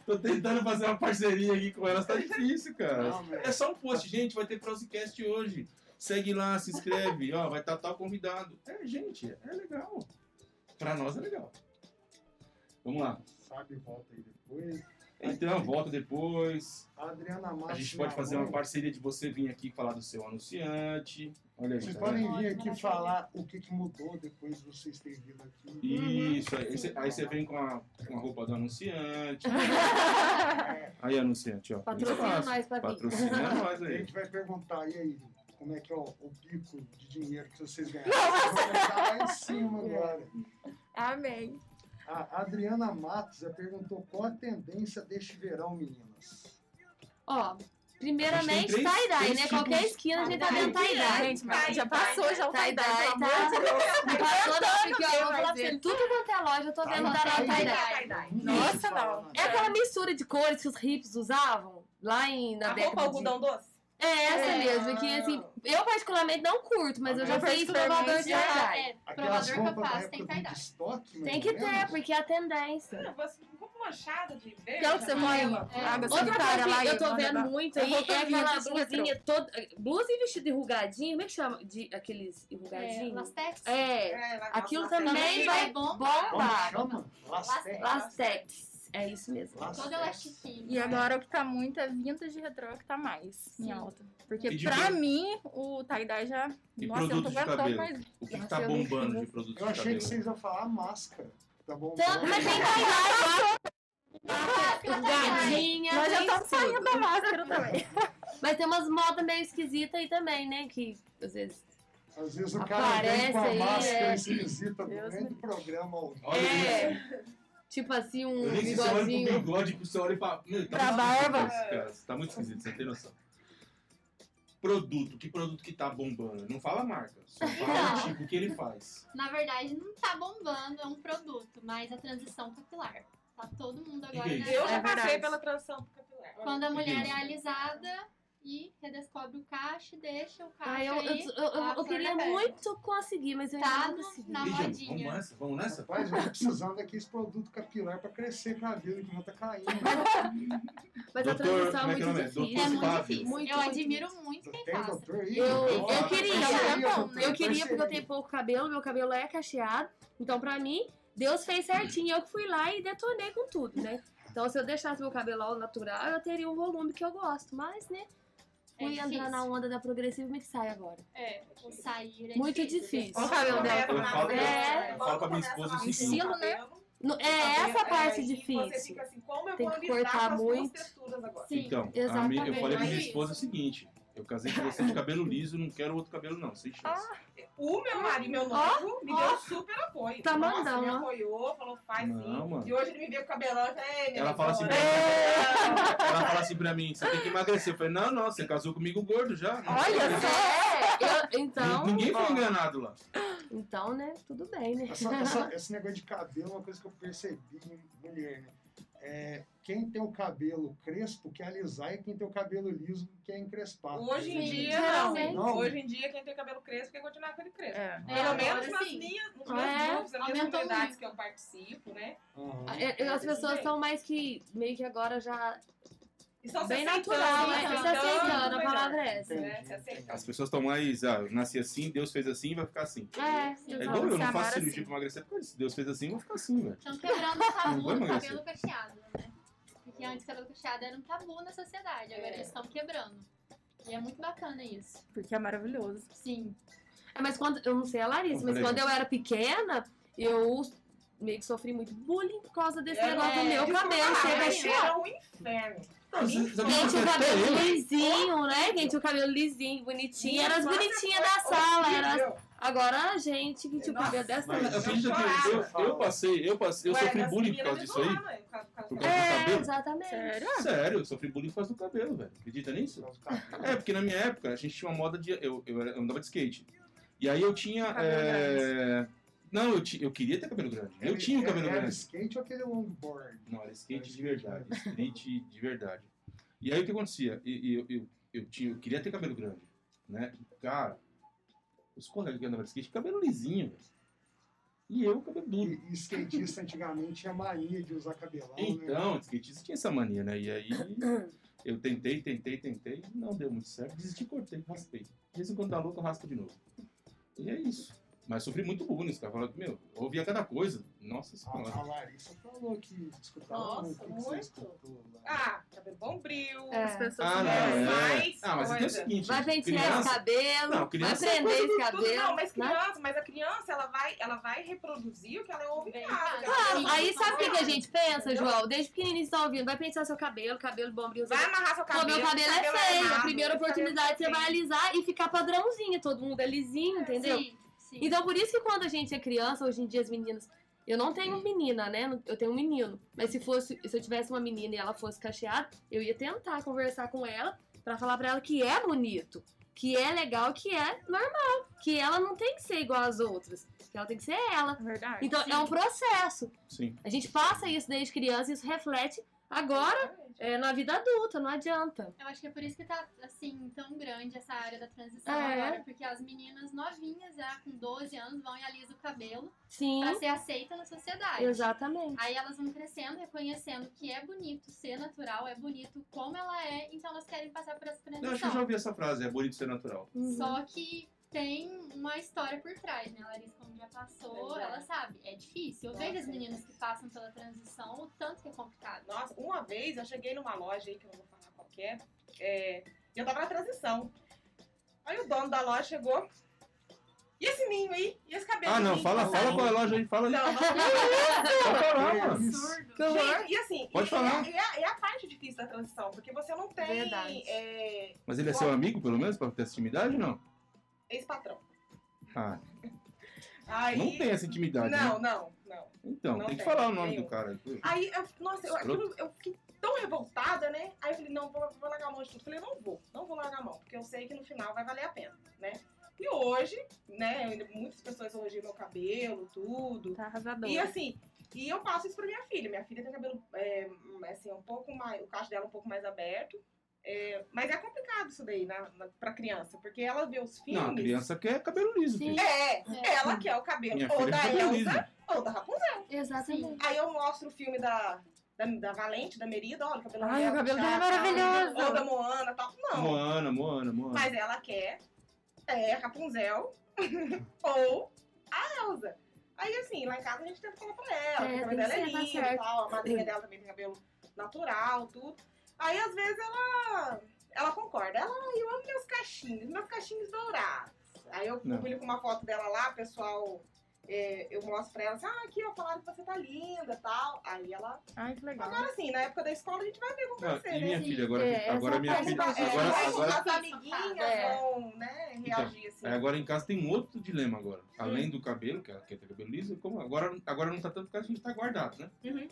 [SPEAKER 1] Tô tentando fazer uma parceria aqui com elas, tá difícil, cara.
[SPEAKER 2] Não, meu.
[SPEAKER 1] É só um post, gente, vai ter Prosicast hoje. Segue lá, se inscreve, ó, vai estar tal convidado. É, gente, é legal. Pra nós é legal. Vamos lá.
[SPEAKER 2] Sabe, volta aí depois.
[SPEAKER 1] Então, volta depois.
[SPEAKER 2] A Adriana Márcia.
[SPEAKER 1] A gente pode fazer uma parceria de você vir aqui falar do seu anunciante. Olha aí,
[SPEAKER 2] Vocês
[SPEAKER 1] tá
[SPEAKER 2] podem
[SPEAKER 1] vendo?
[SPEAKER 2] vir aqui falar o que, que mudou depois de vocês terem vindo aqui.
[SPEAKER 5] Uhum.
[SPEAKER 1] Isso, aí você, aí você vem com a, com a roupa do anunciante.
[SPEAKER 2] É.
[SPEAKER 1] Aí, anunciante, ó.
[SPEAKER 5] Patrocina
[SPEAKER 1] Isso,
[SPEAKER 5] nós, Patrick.
[SPEAKER 1] Patrocina nós
[SPEAKER 2] A
[SPEAKER 1] aí.
[SPEAKER 2] gente vai perguntar, e aí, como é que é o, o pico de dinheiro que vocês ganharam? Vocês vão perguntar lá em cima agora.
[SPEAKER 6] Amém.
[SPEAKER 2] A Adriana Matos já perguntou qual a tendência deste verão, meninas.
[SPEAKER 5] Ó,
[SPEAKER 1] A gente
[SPEAKER 5] primeiramente,
[SPEAKER 1] tem três-
[SPEAKER 5] tie-dye,
[SPEAKER 1] três
[SPEAKER 5] né?
[SPEAKER 1] tipos
[SPEAKER 5] Qualquer
[SPEAKER 1] de-
[SPEAKER 5] esquina a gente tá
[SPEAKER 7] Tie-dye.
[SPEAKER 5] vendo tie-dye.
[SPEAKER 6] Gente, mas já
[SPEAKER 4] Tie-dye,
[SPEAKER 6] passou já o
[SPEAKER 5] Tie-dye,
[SPEAKER 6] tie-dye, tá?
[SPEAKER 5] tá? Passou da porque ó, eu vou falar pra
[SPEAKER 6] Fazer.
[SPEAKER 5] você, tudo quanto é loja, eu tô vendo
[SPEAKER 2] Tá,
[SPEAKER 5] tá,
[SPEAKER 2] tá,
[SPEAKER 5] tie-dye.
[SPEAKER 6] Nossa, não.
[SPEAKER 5] É aquela mistura de cores que os hips usavam lá em, na
[SPEAKER 4] A roupa
[SPEAKER 5] década de-
[SPEAKER 4] algodão doce?
[SPEAKER 5] É essa
[SPEAKER 7] É.
[SPEAKER 5] mesmo, que assim, eu particularmente não curto, mas eu
[SPEAKER 2] Ah,
[SPEAKER 5] já
[SPEAKER 6] eu
[SPEAKER 5] fui
[SPEAKER 6] particularmente
[SPEAKER 5] exprovador de
[SPEAKER 6] já.
[SPEAKER 5] tie-dye.
[SPEAKER 7] É,
[SPEAKER 2] Aquelas
[SPEAKER 7] provador
[SPEAKER 2] roupas da
[SPEAKER 7] capaz, tem
[SPEAKER 2] época do
[SPEAKER 7] cardápio.
[SPEAKER 2] estoque,
[SPEAKER 5] Tem que ter, porque é a tendência.
[SPEAKER 4] Ah, você roupa manchada de verde.
[SPEAKER 6] Que é o que você
[SPEAKER 4] amarelo.
[SPEAKER 6] põe?
[SPEAKER 7] É.
[SPEAKER 6] Água
[SPEAKER 5] Outra coisa
[SPEAKER 6] sanitária lá
[SPEAKER 5] que eu
[SPEAKER 6] e
[SPEAKER 5] tô
[SPEAKER 6] manda
[SPEAKER 5] vendo
[SPEAKER 6] dar-
[SPEAKER 5] muito
[SPEAKER 6] É
[SPEAKER 5] aí é
[SPEAKER 6] roupa
[SPEAKER 5] aquela
[SPEAKER 6] de retrô.
[SPEAKER 5] blusinha toda. Blusa e vestido enrugadinho, como é que chama? De, aqueles
[SPEAKER 7] É,
[SPEAKER 5] enrugadinhos?
[SPEAKER 7] Lastex. é
[SPEAKER 5] É.
[SPEAKER 4] É, lá-
[SPEAKER 5] Aquilo
[SPEAKER 4] lá-
[SPEAKER 5] também
[SPEAKER 4] também
[SPEAKER 5] vai-
[SPEAKER 7] bom.
[SPEAKER 2] Como é
[SPEAKER 5] Bomba!
[SPEAKER 2] chama? Lastex.
[SPEAKER 5] Lastex. É isso mesmo.
[SPEAKER 2] Lastex.
[SPEAKER 7] Todo elastiquinho.
[SPEAKER 6] E agora o que tá muito é vintage e retrô que tá mais em
[SPEAKER 7] Sim.
[SPEAKER 6] alta. Porque
[SPEAKER 1] E de
[SPEAKER 6] pra
[SPEAKER 1] pro-
[SPEAKER 6] mim, o tie-dye já.
[SPEAKER 1] E
[SPEAKER 6] Nossa, eu não tô
[SPEAKER 1] produtos de
[SPEAKER 6] aguentando
[SPEAKER 1] cabelo.
[SPEAKER 6] mais.
[SPEAKER 1] O que, que
[SPEAKER 5] Nossa,
[SPEAKER 1] tá
[SPEAKER 5] eu não-
[SPEAKER 1] bombando de produtos
[SPEAKER 2] Eu
[SPEAKER 1] de
[SPEAKER 2] achei
[SPEAKER 1] cabelo?
[SPEAKER 2] que vocês iam falar máscara. Tá bom?
[SPEAKER 5] Tanto, mas tem tie-dye,
[SPEAKER 7] é
[SPEAKER 5] ó. Gadinha,
[SPEAKER 6] Nós já
[SPEAKER 5] tem
[SPEAKER 6] estamos
[SPEAKER 5] tudo.
[SPEAKER 6] saindo da máscara também.
[SPEAKER 5] Mas tem umas modas meio esquisitas aí também, né? Que às vezes.
[SPEAKER 2] Às vezes o cara vem
[SPEAKER 5] Aparece
[SPEAKER 2] com a
[SPEAKER 5] aí,
[SPEAKER 2] máscara
[SPEAKER 5] é.
[SPEAKER 2] esquisita no
[SPEAKER 6] Deus
[SPEAKER 2] meio
[SPEAKER 6] me
[SPEAKER 2] do programa. ó.
[SPEAKER 1] Olha
[SPEAKER 5] É.
[SPEAKER 1] isso.
[SPEAKER 5] Tipo assim, um
[SPEAKER 1] Eu nem sei se você olha pro
[SPEAKER 5] bigodinho.
[SPEAKER 1] bigode, que você olha pra... Meu, tá
[SPEAKER 6] Pra
[SPEAKER 1] muito esquisito
[SPEAKER 6] barba.
[SPEAKER 1] esse Cara, Você tá muito esquisito, você não tem noção. produto, que produto que tá bombando. Não fala marca, só fala o tipo que ele faz.
[SPEAKER 7] Na verdade, não tá bombando, é um produto, mas a transição capilar. Tá todo mundo agora
[SPEAKER 1] que é
[SPEAKER 7] na-
[SPEAKER 1] isso?
[SPEAKER 4] Eu já
[SPEAKER 6] É
[SPEAKER 4] passei
[SPEAKER 6] verdade.
[SPEAKER 4] pela transição capilar.
[SPEAKER 7] Quando a
[SPEAKER 1] Que
[SPEAKER 7] mulher
[SPEAKER 1] isso?
[SPEAKER 7] é alisada e redescobre o cacho, deixa o cacho
[SPEAKER 5] Ai, Ah, eu, eu,
[SPEAKER 7] aí.
[SPEAKER 5] eu- eu- eu
[SPEAKER 7] a flor
[SPEAKER 5] queria
[SPEAKER 7] da pele.
[SPEAKER 5] muito conseguir, mas eu
[SPEAKER 7] Tá
[SPEAKER 5] ainda não
[SPEAKER 7] no-
[SPEAKER 5] consegui.
[SPEAKER 7] na-
[SPEAKER 1] Lígia,
[SPEAKER 7] modinha.
[SPEAKER 1] vamos nessa? Vamos nessa?
[SPEAKER 2] Rapaz, eu tô precisando daqueles produtos capilar pra crescer cabelo, que não tá caindo.
[SPEAKER 5] Mas a
[SPEAKER 1] Doutor,
[SPEAKER 5] transição
[SPEAKER 1] como é
[SPEAKER 5] é
[SPEAKER 1] que é o
[SPEAKER 5] muito
[SPEAKER 1] nome?
[SPEAKER 5] difícil.
[SPEAKER 7] É
[SPEAKER 1] Doutor
[SPEAKER 7] muito
[SPEAKER 1] Fábio.
[SPEAKER 7] difícil.
[SPEAKER 5] Muito,
[SPEAKER 7] eu
[SPEAKER 5] muito
[SPEAKER 7] admiro muito quem
[SPEAKER 2] Tem
[SPEAKER 7] faça.
[SPEAKER 2] doutor aí?
[SPEAKER 5] Eu,
[SPEAKER 2] Nossa, parceria,
[SPEAKER 5] eu queria, eu queria,
[SPEAKER 2] doutor,
[SPEAKER 5] eu queria porque eu
[SPEAKER 2] parceria.
[SPEAKER 5] tenho pouco cabelo, meu cabelo é cacheado. Então, pra mim, Deus fez certinho. Eu que fui lá e detonei com tudo, né? Então, se eu deixasse meu cabelo ao natural, eu teria o volume que eu gosto. Mas, né?
[SPEAKER 7] É
[SPEAKER 5] Fui
[SPEAKER 7] difícil.
[SPEAKER 5] entrar na onda da progressiva e sai agora.
[SPEAKER 4] É.
[SPEAKER 7] Sair é
[SPEAKER 5] Muito difícil. Olha o cabelo dela.
[SPEAKER 1] Eu falo-
[SPEAKER 5] É.
[SPEAKER 1] eu falo pra minha esposa assim,
[SPEAKER 5] Estilo, né? No- é essa parte
[SPEAKER 4] assim, Você
[SPEAKER 5] difícil.
[SPEAKER 4] fica assim, como eu
[SPEAKER 5] Tem
[SPEAKER 4] vou
[SPEAKER 5] que
[SPEAKER 4] lidar com
[SPEAKER 5] cortar
[SPEAKER 4] as duas
[SPEAKER 5] muito.
[SPEAKER 4] texturas agora?
[SPEAKER 7] Sim.
[SPEAKER 1] Então, a
[SPEAKER 5] Exatamente.
[SPEAKER 1] minha- eu falei pra minha
[SPEAKER 7] Isso.
[SPEAKER 1] esposa o seguinte: eu casei com você de cabelo liso, não quero outro cabelo, não, sem chance.
[SPEAKER 4] O meu marido, meu noivo, me deu super apoio.
[SPEAKER 5] Tá
[SPEAKER 4] Nossa,
[SPEAKER 5] mandando,
[SPEAKER 4] Me
[SPEAKER 5] ó.
[SPEAKER 4] apoiou, falou, faz
[SPEAKER 1] Não,
[SPEAKER 4] sim.
[SPEAKER 1] mano.
[SPEAKER 4] E hoje ele me vê com o cabelão, eu falei, "Ei, minha
[SPEAKER 1] Ela fala assim pra
[SPEAKER 4] doutora."
[SPEAKER 1] mim,
[SPEAKER 5] É.
[SPEAKER 1] ela fala assim pra mim, você tem que emagrecer. Eu falei, não, não, você casou comigo gordo já. Não
[SPEAKER 5] Olha
[SPEAKER 1] sei.
[SPEAKER 5] só! Eu- então,
[SPEAKER 1] Ninguém foi enganado lá.
[SPEAKER 5] então, né? Tudo bem, né?
[SPEAKER 2] Essa- essa- esse negócio de cabelo é uma coisa que eu percebi em mulher, né? É, quem tem o cabelo crespo quer alisar e quem tem o cabelo liso quer encrespar.
[SPEAKER 4] Hoje em
[SPEAKER 7] Sim,
[SPEAKER 4] dia, não.
[SPEAKER 2] geralmente. Não.
[SPEAKER 4] Hoje em dia, quem tem cabelo crespo quer continuar com ele crespo.
[SPEAKER 7] É,
[SPEAKER 4] Pelo
[SPEAKER 2] Ah,
[SPEAKER 7] agora
[SPEAKER 4] menos nas
[SPEAKER 7] sim.
[SPEAKER 4] minhas, nos
[SPEAKER 5] É,
[SPEAKER 4] meus grupos, nas minhas
[SPEAKER 7] aumentou
[SPEAKER 4] comunidades
[SPEAKER 7] muito.
[SPEAKER 4] que eu participo, né?
[SPEAKER 2] Aham.
[SPEAKER 5] É, é, As pessoas estão mais que meio que agora já
[SPEAKER 4] E só
[SPEAKER 5] bem
[SPEAKER 4] Tá se aceitando, Então,
[SPEAKER 5] natural,
[SPEAKER 7] né?
[SPEAKER 5] mas
[SPEAKER 7] Se
[SPEAKER 5] se aceitando, a palavra é essa.
[SPEAKER 2] Entendi,
[SPEAKER 4] né? Se aceitando.
[SPEAKER 1] As pessoas estão mais, ah, eu nasci assim, Deus fez assim e vai ficar assim.
[SPEAKER 5] É,
[SPEAKER 1] É igual eu,
[SPEAKER 5] se
[SPEAKER 1] não
[SPEAKER 5] amar
[SPEAKER 1] faço
[SPEAKER 5] assim.
[SPEAKER 1] cirurgia pra emagrecer, porque se Deus fez assim, eu vou ficar assim, velho.
[SPEAKER 7] Estão quebrando o
[SPEAKER 1] Não
[SPEAKER 7] tabu
[SPEAKER 1] vou
[SPEAKER 7] do
[SPEAKER 1] emagrecer.
[SPEAKER 7] cabelo cacheado, né? Porque antes o cabelo cacheado era um tabu na sociedade, agora
[SPEAKER 4] É.
[SPEAKER 7] eles estão quebrando. E é muito bacana isso.
[SPEAKER 6] Porque é maravilhoso.
[SPEAKER 7] Sim.
[SPEAKER 5] É, mas quando. Eu não sei a Larissa, mas
[SPEAKER 1] Comprei.
[SPEAKER 5] quando eu era pequena, eu meio que sofri muito bullying por causa desse
[SPEAKER 4] É,
[SPEAKER 5] negócio do
[SPEAKER 7] é,
[SPEAKER 5] meu
[SPEAKER 4] Desculpa,
[SPEAKER 5] cabelo.
[SPEAKER 4] mas
[SPEAKER 5] Chega assim, a
[SPEAKER 4] era
[SPEAKER 5] chiar.
[SPEAKER 4] um inferno.
[SPEAKER 5] Quem tinha o cabelo
[SPEAKER 1] Até eu.
[SPEAKER 5] lisinho, né? Quem tinha o cabelo lisinho, bonitinho. Era as
[SPEAKER 4] Nossa,
[SPEAKER 5] bonitinhas
[SPEAKER 4] foi
[SPEAKER 5] da sala. Era...
[SPEAKER 4] horrível.
[SPEAKER 5] Agora a gente que tinha o
[SPEAKER 4] Nossa,
[SPEAKER 5] cabelo dessa.
[SPEAKER 2] mas-
[SPEAKER 1] Eu fiz aquilo, eu- eu passei, eu passei, eu
[SPEAKER 4] Ué,
[SPEAKER 1] sofri
[SPEAKER 4] nas
[SPEAKER 1] bullying por
[SPEAKER 4] meninas
[SPEAKER 1] causa disso aí.
[SPEAKER 4] me zoaram, por causa- por causa
[SPEAKER 1] Por
[SPEAKER 4] do
[SPEAKER 1] causa do
[SPEAKER 5] É,
[SPEAKER 1] cabelo?
[SPEAKER 5] exatamente.
[SPEAKER 1] Sério, eu sofri bullying por causa do cabelo, velho. Acredita nisso? É, porque na minha época a gente tinha uma moda de. Eu, eu, era- eu andava de skate. E aí eu tinha.
[SPEAKER 4] Cabelo
[SPEAKER 1] é, Não, eu, ti- eu queria ter cabelo grande. Eu tinha o cabelo
[SPEAKER 2] era, era
[SPEAKER 1] grande.
[SPEAKER 2] skate ou aquele longboard?
[SPEAKER 1] Não, era skate de verdade. Skate de verdade. E aí o que acontecia? E- e Eu, eu, eu, tinha, eu queria ter cabelo grande, né? Cara, os colegas que andavam de skate, cabelo lisinho, velho. E eu, cabelo duro.
[SPEAKER 2] E, e skatista antigamente tinha mania de usar cabelão, né?
[SPEAKER 1] Então, skatista tinha essa mania, né? E aí eu tentei, tentei, tentei, não deu muito certo. Desisti, cortei, raspei. De vez em quando dá louco, eu raspo de novo. E é isso. Mas sofri muito bullying, os caras falaram, meu, eu ouvia cada coisa. Nossa
[SPEAKER 2] A, a
[SPEAKER 1] senhora.
[SPEAKER 2] Larissa falou que escutava
[SPEAKER 4] Nossa,
[SPEAKER 2] muito, o que que você
[SPEAKER 4] muito.
[SPEAKER 2] escutou lá.
[SPEAKER 4] Ah, cabelo bombril.
[SPEAKER 5] É.
[SPEAKER 6] As pessoas
[SPEAKER 1] Ah, não,
[SPEAKER 4] É,
[SPEAKER 1] é.
[SPEAKER 4] mais
[SPEAKER 1] Ah, mas é o
[SPEAKER 4] coisa.
[SPEAKER 1] seguinte,
[SPEAKER 5] Vai pentear esse
[SPEAKER 1] criança,
[SPEAKER 5] cabelo,
[SPEAKER 1] Não,
[SPEAKER 5] vai
[SPEAKER 1] criança é
[SPEAKER 5] prender esse
[SPEAKER 4] Tudo,
[SPEAKER 5] cabelo.
[SPEAKER 4] não, mas
[SPEAKER 5] né?
[SPEAKER 4] criança, mas a criança ela vai, ela vai reproduzir o que ela ouve em
[SPEAKER 7] Bem,
[SPEAKER 4] casa.
[SPEAKER 7] claro.
[SPEAKER 4] Ela
[SPEAKER 5] Claro,
[SPEAKER 4] vai-
[SPEAKER 5] aí sabe o que, que a gente pensa,
[SPEAKER 4] Entendeu?
[SPEAKER 5] João? Desde pequenininho você tá ouvindo, vai pentear seu cabelo, cabelo bombrinho.
[SPEAKER 4] Vai amarrar seu
[SPEAKER 5] Pô,
[SPEAKER 4] cabelo.
[SPEAKER 5] meu cabelo é
[SPEAKER 4] cabelo
[SPEAKER 5] feio.
[SPEAKER 4] errado,
[SPEAKER 5] a primeira
[SPEAKER 4] cabelo
[SPEAKER 5] oportunidade você
[SPEAKER 4] feio.
[SPEAKER 5] vai alisar e ficar padrãozinho. Todo mundo é lisinho, entendeu?
[SPEAKER 7] Sim, sim.
[SPEAKER 5] Então, por isso que quando a gente é criança, hoje em dia as meninas. Eu não tenho menina, né? Eu tenho um menino. Mas se fosse, se eu tivesse uma menina e ela fosse cacheada, eu ia tentar conversar com ela pra falar pra ela que é bonito, que é legal, que é normal, que ela não tem que ser igual às outras, que ela tem que ser ela.
[SPEAKER 6] Verdade.
[SPEAKER 5] Então, é um processo.
[SPEAKER 1] Sim.
[SPEAKER 5] A gente passa isso desde criança e isso reflete agora é, na vida adulta, não adianta.
[SPEAKER 7] Eu acho que é por isso que tá, assim, tão grande essa área da transição
[SPEAKER 5] É.
[SPEAKER 7] agora. Porque as meninas novinhas, já com 12 anos, vão e alisam o cabelo
[SPEAKER 5] Sim,
[SPEAKER 7] pra ser aceita na sociedade.
[SPEAKER 5] exatamente.
[SPEAKER 7] Aí elas vão crescendo, reconhecendo que é bonito ser natural, é bonito como ela é, então elas querem passar por essa
[SPEAKER 4] Então.
[SPEAKER 1] Eu acho que eu
[SPEAKER 7] transição.
[SPEAKER 1] já Uhum. ouvi essa frase, é bonito ser natural.
[SPEAKER 5] Uhum.
[SPEAKER 7] Só que tem uma história por trás, né? A Larissa, como já passou,
[SPEAKER 4] Verdade.
[SPEAKER 7] ela sabe, é difícil. Eu
[SPEAKER 4] Nossa.
[SPEAKER 7] vejo as meninas que passam pela transição, o tanto que é complicado.
[SPEAKER 4] Nossa, uma vez eu cheguei numa loja aí, que eu não vou falar qual que é, é, e eu tava na transição. Aí o dono da loja chegou. E esse ninho aí? E esse cabelo?
[SPEAKER 1] Ah, não,
[SPEAKER 4] aí?"
[SPEAKER 1] fala,
[SPEAKER 4] Não,
[SPEAKER 1] fala com a loja aí, fala aí.
[SPEAKER 4] Não, não,
[SPEAKER 1] Pode falar,
[SPEAKER 2] É
[SPEAKER 1] mano.
[SPEAKER 2] isso.
[SPEAKER 7] Absurdo.
[SPEAKER 4] Gente, e assim,
[SPEAKER 1] Pode
[SPEAKER 4] e-
[SPEAKER 1] falar.
[SPEAKER 4] É, é a- é a parte difícil da transição, porque você não tem
[SPEAKER 6] Verdade.
[SPEAKER 4] é,
[SPEAKER 1] Mas ele é seu amigo, pelo menos, pra ter essa intimidade ou não?
[SPEAKER 4] ex-patrão.
[SPEAKER 1] Ah,
[SPEAKER 4] Aí,
[SPEAKER 1] não tem essa intimidade, né?
[SPEAKER 4] Não, não, não.
[SPEAKER 1] Então,
[SPEAKER 4] Não
[SPEAKER 1] tem que
[SPEAKER 4] tem, um.
[SPEAKER 1] falar o nome
[SPEAKER 4] nenhum.
[SPEAKER 1] do cara. aí.
[SPEAKER 4] Aí, eu, nossa, eu, aquilo- eu fiquei tão revoltada, né? Aí eu falei, não, vou, vou largar a mão de tudo. Falei, não vou, não vou largar a mão, porque eu sei que no final vai valer a pena, né? E hoje, né, eu ainda- muitas pessoas elogiam meu cabelo, tudo.
[SPEAKER 6] Tá arrasador.
[SPEAKER 4] E assim, e eu passo isso pra minha filha. Minha filha tem cabelo, é, assim, um pouco mais, o cacho dela é um pouco mais aberto. É, mas é complicado isso daí na, na, pra criança, porque ela vê os filmes.
[SPEAKER 1] Não, a criança quer cabelo liso.
[SPEAKER 5] Sim.
[SPEAKER 1] filho.
[SPEAKER 4] É, ela quer o cabelo
[SPEAKER 1] Minha
[SPEAKER 4] ou
[SPEAKER 1] filha
[SPEAKER 4] da
[SPEAKER 1] quer cabelo
[SPEAKER 4] Elsa
[SPEAKER 1] liso.
[SPEAKER 4] ou da Rapunzel.
[SPEAKER 5] Exatamente.
[SPEAKER 4] Aí eu mostro o filme da, da, da Valente, da Merida, olha o cabelo tá
[SPEAKER 6] Ai, o cabelo dela é
[SPEAKER 4] Ou
[SPEAKER 6] maravilhoso.
[SPEAKER 4] da Moana e tal. Não.
[SPEAKER 1] Moana, Moana, Moana.
[SPEAKER 4] Mas ela quer é, Rapunzel ou a Elsa. Aí assim, lá em casa a gente tenta falar pra ela,
[SPEAKER 5] É,
[SPEAKER 4] que o cabelo
[SPEAKER 5] tem
[SPEAKER 4] dela é
[SPEAKER 5] que ser, tá
[SPEAKER 4] lindo e
[SPEAKER 5] certo.
[SPEAKER 4] tal, a madrinha dela também tem cabelo natural, tudo. Aí às vezes ela, ela concorda. Ela, "Ai, eu amo meus cachinhos, meus cachinhos dourados. Aí eu
[SPEAKER 1] Não.
[SPEAKER 4] publico uma foto dela lá, o pessoal. é, eu mostro pra ela assim, ah, aqui, ó, falaram que você tá linda e tal. Aí ela.
[SPEAKER 6] Ai, que legal.
[SPEAKER 4] Agora sim, na época da escola a gente vai ver como vai
[SPEAKER 1] Ah,
[SPEAKER 4] ser,
[SPEAKER 1] e
[SPEAKER 4] né?
[SPEAKER 1] minha filha, agora,
[SPEAKER 6] É,
[SPEAKER 1] agora
[SPEAKER 6] essa
[SPEAKER 1] minha
[SPEAKER 6] parte
[SPEAKER 1] filha.
[SPEAKER 6] da- é,
[SPEAKER 1] Agora,
[SPEAKER 4] Aí
[SPEAKER 1] agora,
[SPEAKER 4] as amiguinhas
[SPEAKER 6] É.
[SPEAKER 4] vão, né, reagir assim.
[SPEAKER 1] aí agora em casa tem um outro dilema agora.
[SPEAKER 6] Hum.
[SPEAKER 1] Além do cabelo, que ela quer ter cabelo liso, como agora, agora não tá tanto que a gente tá guardado, né?
[SPEAKER 4] Uhum.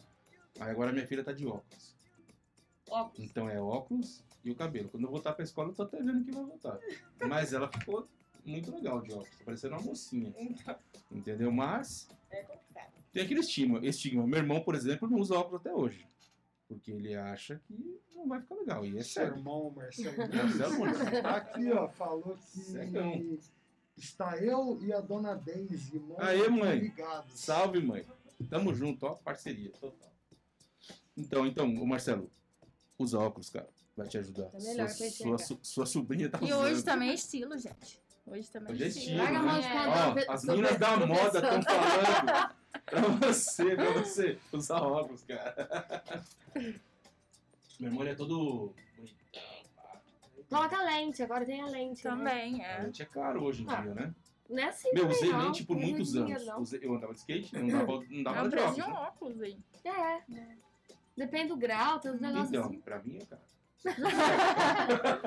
[SPEAKER 1] Aí agora minha filha tá de óculos.
[SPEAKER 4] Óculos.
[SPEAKER 1] Então é óculos e o cabelo. Quando eu voltar pra escola, eu tô até vendo que vai voltar. Mas ela ficou muito legal de óculos, tá parecendo uma mocinha.
[SPEAKER 4] Então,
[SPEAKER 1] Entendeu? Mas
[SPEAKER 4] é complicado.
[SPEAKER 1] tem aquele estigma, estigma. Meu irmão, por exemplo, não usa óculos até hoje. Porque ele acha que não vai ficar legal. E é
[SPEAKER 2] Seu
[SPEAKER 1] sério.
[SPEAKER 2] irmão, Marcelo.
[SPEAKER 1] Marcelo Nunes.
[SPEAKER 2] Aqui, ó, falou
[SPEAKER 1] Cegão.
[SPEAKER 2] que está eu e a dona Daisy. Mãe,
[SPEAKER 1] Aê, mãe.
[SPEAKER 2] Obrigado.
[SPEAKER 1] Salve, mãe. Tamo junto, ó. Parceria total. Então, então, ô Marcelo, usa óculos, cara. Vai te ajudar.
[SPEAKER 5] Tá melhor pra
[SPEAKER 1] sua, sua,
[SPEAKER 5] enxergar.
[SPEAKER 1] su- sua sobrinha tá
[SPEAKER 6] E
[SPEAKER 1] usando.
[SPEAKER 6] hoje também é estilo, gente. Hoje também
[SPEAKER 1] Hoje é
[SPEAKER 6] é
[SPEAKER 1] estilo,
[SPEAKER 6] estilo.
[SPEAKER 5] Larga a mão de
[SPEAKER 7] É.
[SPEAKER 5] condão,
[SPEAKER 1] Ó,
[SPEAKER 5] pe-
[SPEAKER 1] as
[SPEAKER 5] tá tô
[SPEAKER 1] meninas da
[SPEAKER 5] pensando, tô
[SPEAKER 1] moda
[SPEAKER 5] pensando.
[SPEAKER 1] estão falando pra você, pra você usar óculos, cara. Meu irmão ele é todo bonitão. pá.
[SPEAKER 5] Coloca a lente, agora tem a lente. né?
[SPEAKER 6] Também,
[SPEAKER 1] A
[SPEAKER 6] é.
[SPEAKER 1] lente é caro hoje em
[SPEAKER 5] Ah.
[SPEAKER 1] dia, né?
[SPEAKER 5] Não é assim
[SPEAKER 1] Meu,
[SPEAKER 5] também,
[SPEAKER 1] usei
[SPEAKER 5] não.
[SPEAKER 1] lente por
[SPEAKER 5] Não é
[SPEAKER 1] muitos
[SPEAKER 5] dinheiro,
[SPEAKER 1] anos.
[SPEAKER 5] não.
[SPEAKER 1] Usei- eu andava de skate, não dava, não
[SPEAKER 6] É
[SPEAKER 1] dava
[SPEAKER 6] um
[SPEAKER 1] de
[SPEAKER 6] preço de
[SPEAKER 1] óculos.
[SPEAKER 6] um
[SPEAKER 1] né?
[SPEAKER 6] óculos aí.
[SPEAKER 5] É. Depende do grau, tem uns negócios assim.
[SPEAKER 1] Então, pra mim é caro.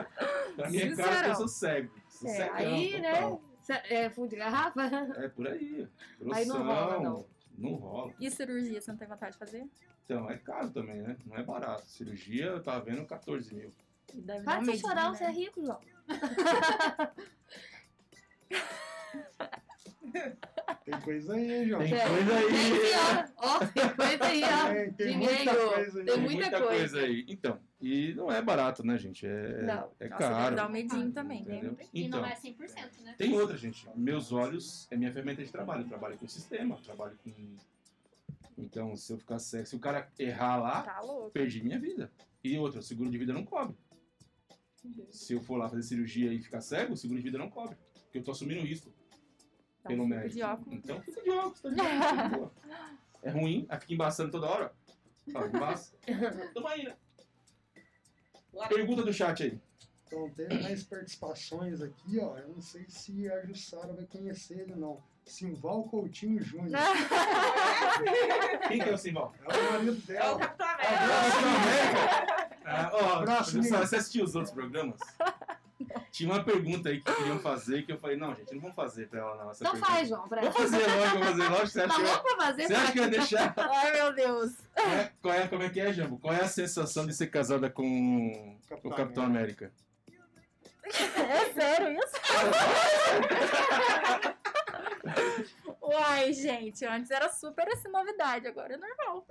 [SPEAKER 1] pra mim é caro porque eu
[SPEAKER 6] Sincerão.
[SPEAKER 1] sou cego. Sou
[SPEAKER 5] É,
[SPEAKER 1] cegão,
[SPEAKER 5] aí, né?
[SPEAKER 1] total.
[SPEAKER 5] se- É, fundo de garrafa?
[SPEAKER 1] É por aí.
[SPEAKER 5] Aí não rola,
[SPEAKER 1] Grossão,
[SPEAKER 5] não.
[SPEAKER 1] Não rola.
[SPEAKER 6] E cirurgia, você não tem vontade de fazer?
[SPEAKER 1] Então, é caro também, né? Não é barato. Cirurgia, eu tava vendo 14 mil.
[SPEAKER 6] Deve dar
[SPEAKER 5] Para
[SPEAKER 6] um
[SPEAKER 5] de
[SPEAKER 6] medinho,
[SPEAKER 5] chorar,
[SPEAKER 6] né?
[SPEAKER 5] você é rico, João.
[SPEAKER 2] Tem coisa aí, hein, João?
[SPEAKER 1] Tem
[SPEAKER 2] Tem,
[SPEAKER 5] É.
[SPEAKER 1] coisa
[SPEAKER 5] Tem
[SPEAKER 1] aí.
[SPEAKER 5] pior. Ó, é tem coisa aí, ó.
[SPEAKER 2] tem,
[SPEAKER 5] Dinheiro.
[SPEAKER 2] muita coisa aí.
[SPEAKER 5] Tem muita coisa.
[SPEAKER 1] aí. Então, e não é barato, né, gente? É,
[SPEAKER 5] Não.
[SPEAKER 1] é
[SPEAKER 6] Nossa, deve
[SPEAKER 1] caro.
[SPEAKER 6] dar um medinho também, né?
[SPEAKER 1] entendeu?
[SPEAKER 7] E
[SPEAKER 1] Então,
[SPEAKER 7] não é 100%, né?
[SPEAKER 1] tem outra, gente. Meus olhos é minha ferramenta de trabalho. Eu trabalho com sistema, eu trabalho com. Então, se eu ficar cego, se o cara errar lá,
[SPEAKER 6] Tá louco.
[SPEAKER 1] perdi minha vida. E outra, o seguro de vida não cobre. Se eu for lá fazer cirurgia e ficar cego, o seguro de vida não cobre. Porque eu tô assumindo o risco.
[SPEAKER 6] Dá
[SPEAKER 1] pelo
[SPEAKER 6] um suco
[SPEAKER 1] médico.
[SPEAKER 6] Então, de óculos.
[SPEAKER 1] Então fica de óculos, tá de óculos. de boa. é ruim, aí fica embaçando toda hora. Ó, embaça. Tamo aí, né? Pergunta do chat aí.
[SPEAKER 2] Então, teve mais participações aqui, ó. Eu não sei se a Jussara vai conhecer ele, não. Simval Coutinho Júnior.
[SPEAKER 1] Quem que é o Simval?
[SPEAKER 2] É o marido
[SPEAKER 4] É o
[SPEAKER 2] dela.
[SPEAKER 4] Capitão América.
[SPEAKER 1] Ah, ó,
[SPEAKER 2] Próximo.
[SPEAKER 1] Jussara, Você assistiu os outros programas? Tinha uma pergunta aí que queriam fazer que eu falei, não, gente, não vamos fazer pra ela não. Essa
[SPEAKER 5] Então
[SPEAKER 1] pergunta.
[SPEAKER 4] né?
[SPEAKER 5] faz, João, pra
[SPEAKER 1] Vou fazer, lógico, vou fazer, lógico. Você acha,
[SPEAKER 5] Falou
[SPEAKER 1] que
[SPEAKER 5] pra fazer,
[SPEAKER 1] eu- você acha que eu ia deixar?
[SPEAKER 6] Ai, meu Deus.
[SPEAKER 1] Qual é, qual é- como é que é, Jambo? Qual é a sensação de ser casada com
[SPEAKER 2] Capitão
[SPEAKER 1] o Capitão América?
[SPEAKER 6] É sério isso? Uai, gente, antes era super essa novidade, agora é normal.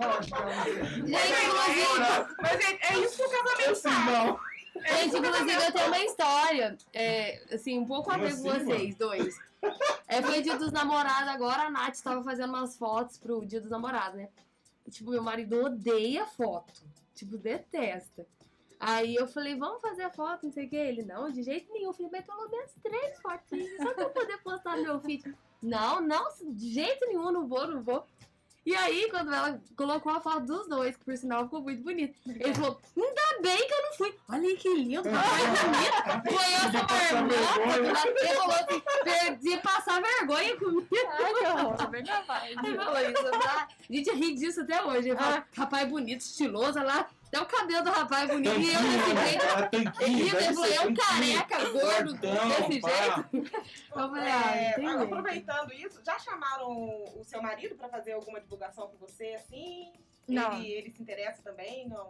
[SPEAKER 2] Eu acho que é ela não tem.
[SPEAKER 5] Gente, inclusive,
[SPEAKER 4] Mas gente, é isso que o casamento faz.
[SPEAKER 1] Simval.
[SPEAKER 5] Gente, inclusive, eu tenho uma história, é, assim, um pouco a
[SPEAKER 1] Como
[SPEAKER 5] ver com
[SPEAKER 1] assim,
[SPEAKER 5] vocês dois. É, foi dia dos namorados agora, a Nath tava fazendo umas fotos pro dia dos namorados, né? E, tipo, meu marido odeia foto. Tipo, detesta. Aí eu falei, vamos fazer foto, não sei o quê. Ele, não, de jeito nenhum. Eu falei, mas pelo menos três fotinhas, só pra eu poder postar no meu feed. Não, não, de jeito nenhum, não vou, não vou. E aí, quando ela colocou a foto dos dois, que por sinal ficou muito bonito, ele falou, ainda bem que eu não fui. Olha aí que lindo, que coisa bonita.
[SPEAKER 1] Podia
[SPEAKER 5] Foi eu
[SPEAKER 1] passar
[SPEAKER 5] com a
[SPEAKER 1] vergonha.
[SPEAKER 5] irmã, ele falou assim, perdi passar vergonha comigo.
[SPEAKER 6] Ai, que horror. Bem capaz. Ah.
[SPEAKER 5] Ele falou isso, tá? A gente ri disso até hoje. Ele falou, rapaz bonito, estiloso, olha lá. Até o cabelo do rapaz é bonito.
[SPEAKER 1] Então,
[SPEAKER 5] E eu
[SPEAKER 1] né?
[SPEAKER 5] desse jeito.
[SPEAKER 1] Ela
[SPEAKER 5] E
[SPEAKER 1] é tanquinho,
[SPEAKER 5] eu
[SPEAKER 1] deve
[SPEAKER 5] desse-
[SPEAKER 4] é
[SPEAKER 1] ser
[SPEAKER 4] um
[SPEAKER 5] eu,
[SPEAKER 1] tanquinho.
[SPEAKER 5] careca, gordo,
[SPEAKER 1] Fortão,
[SPEAKER 5] desse
[SPEAKER 1] pá.
[SPEAKER 5] jeito. Eu falei, ah,
[SPEAKER 4] É,
[SPEAKER 5] entendi.
[SPEAKER 4] aproveitando isso, já chamaram o seu marido pra fazer alguma divulgação com você, assim?
[SPEAKER 6] Não.
[SPEAKER 4] Ele, ele se interessa também? Não.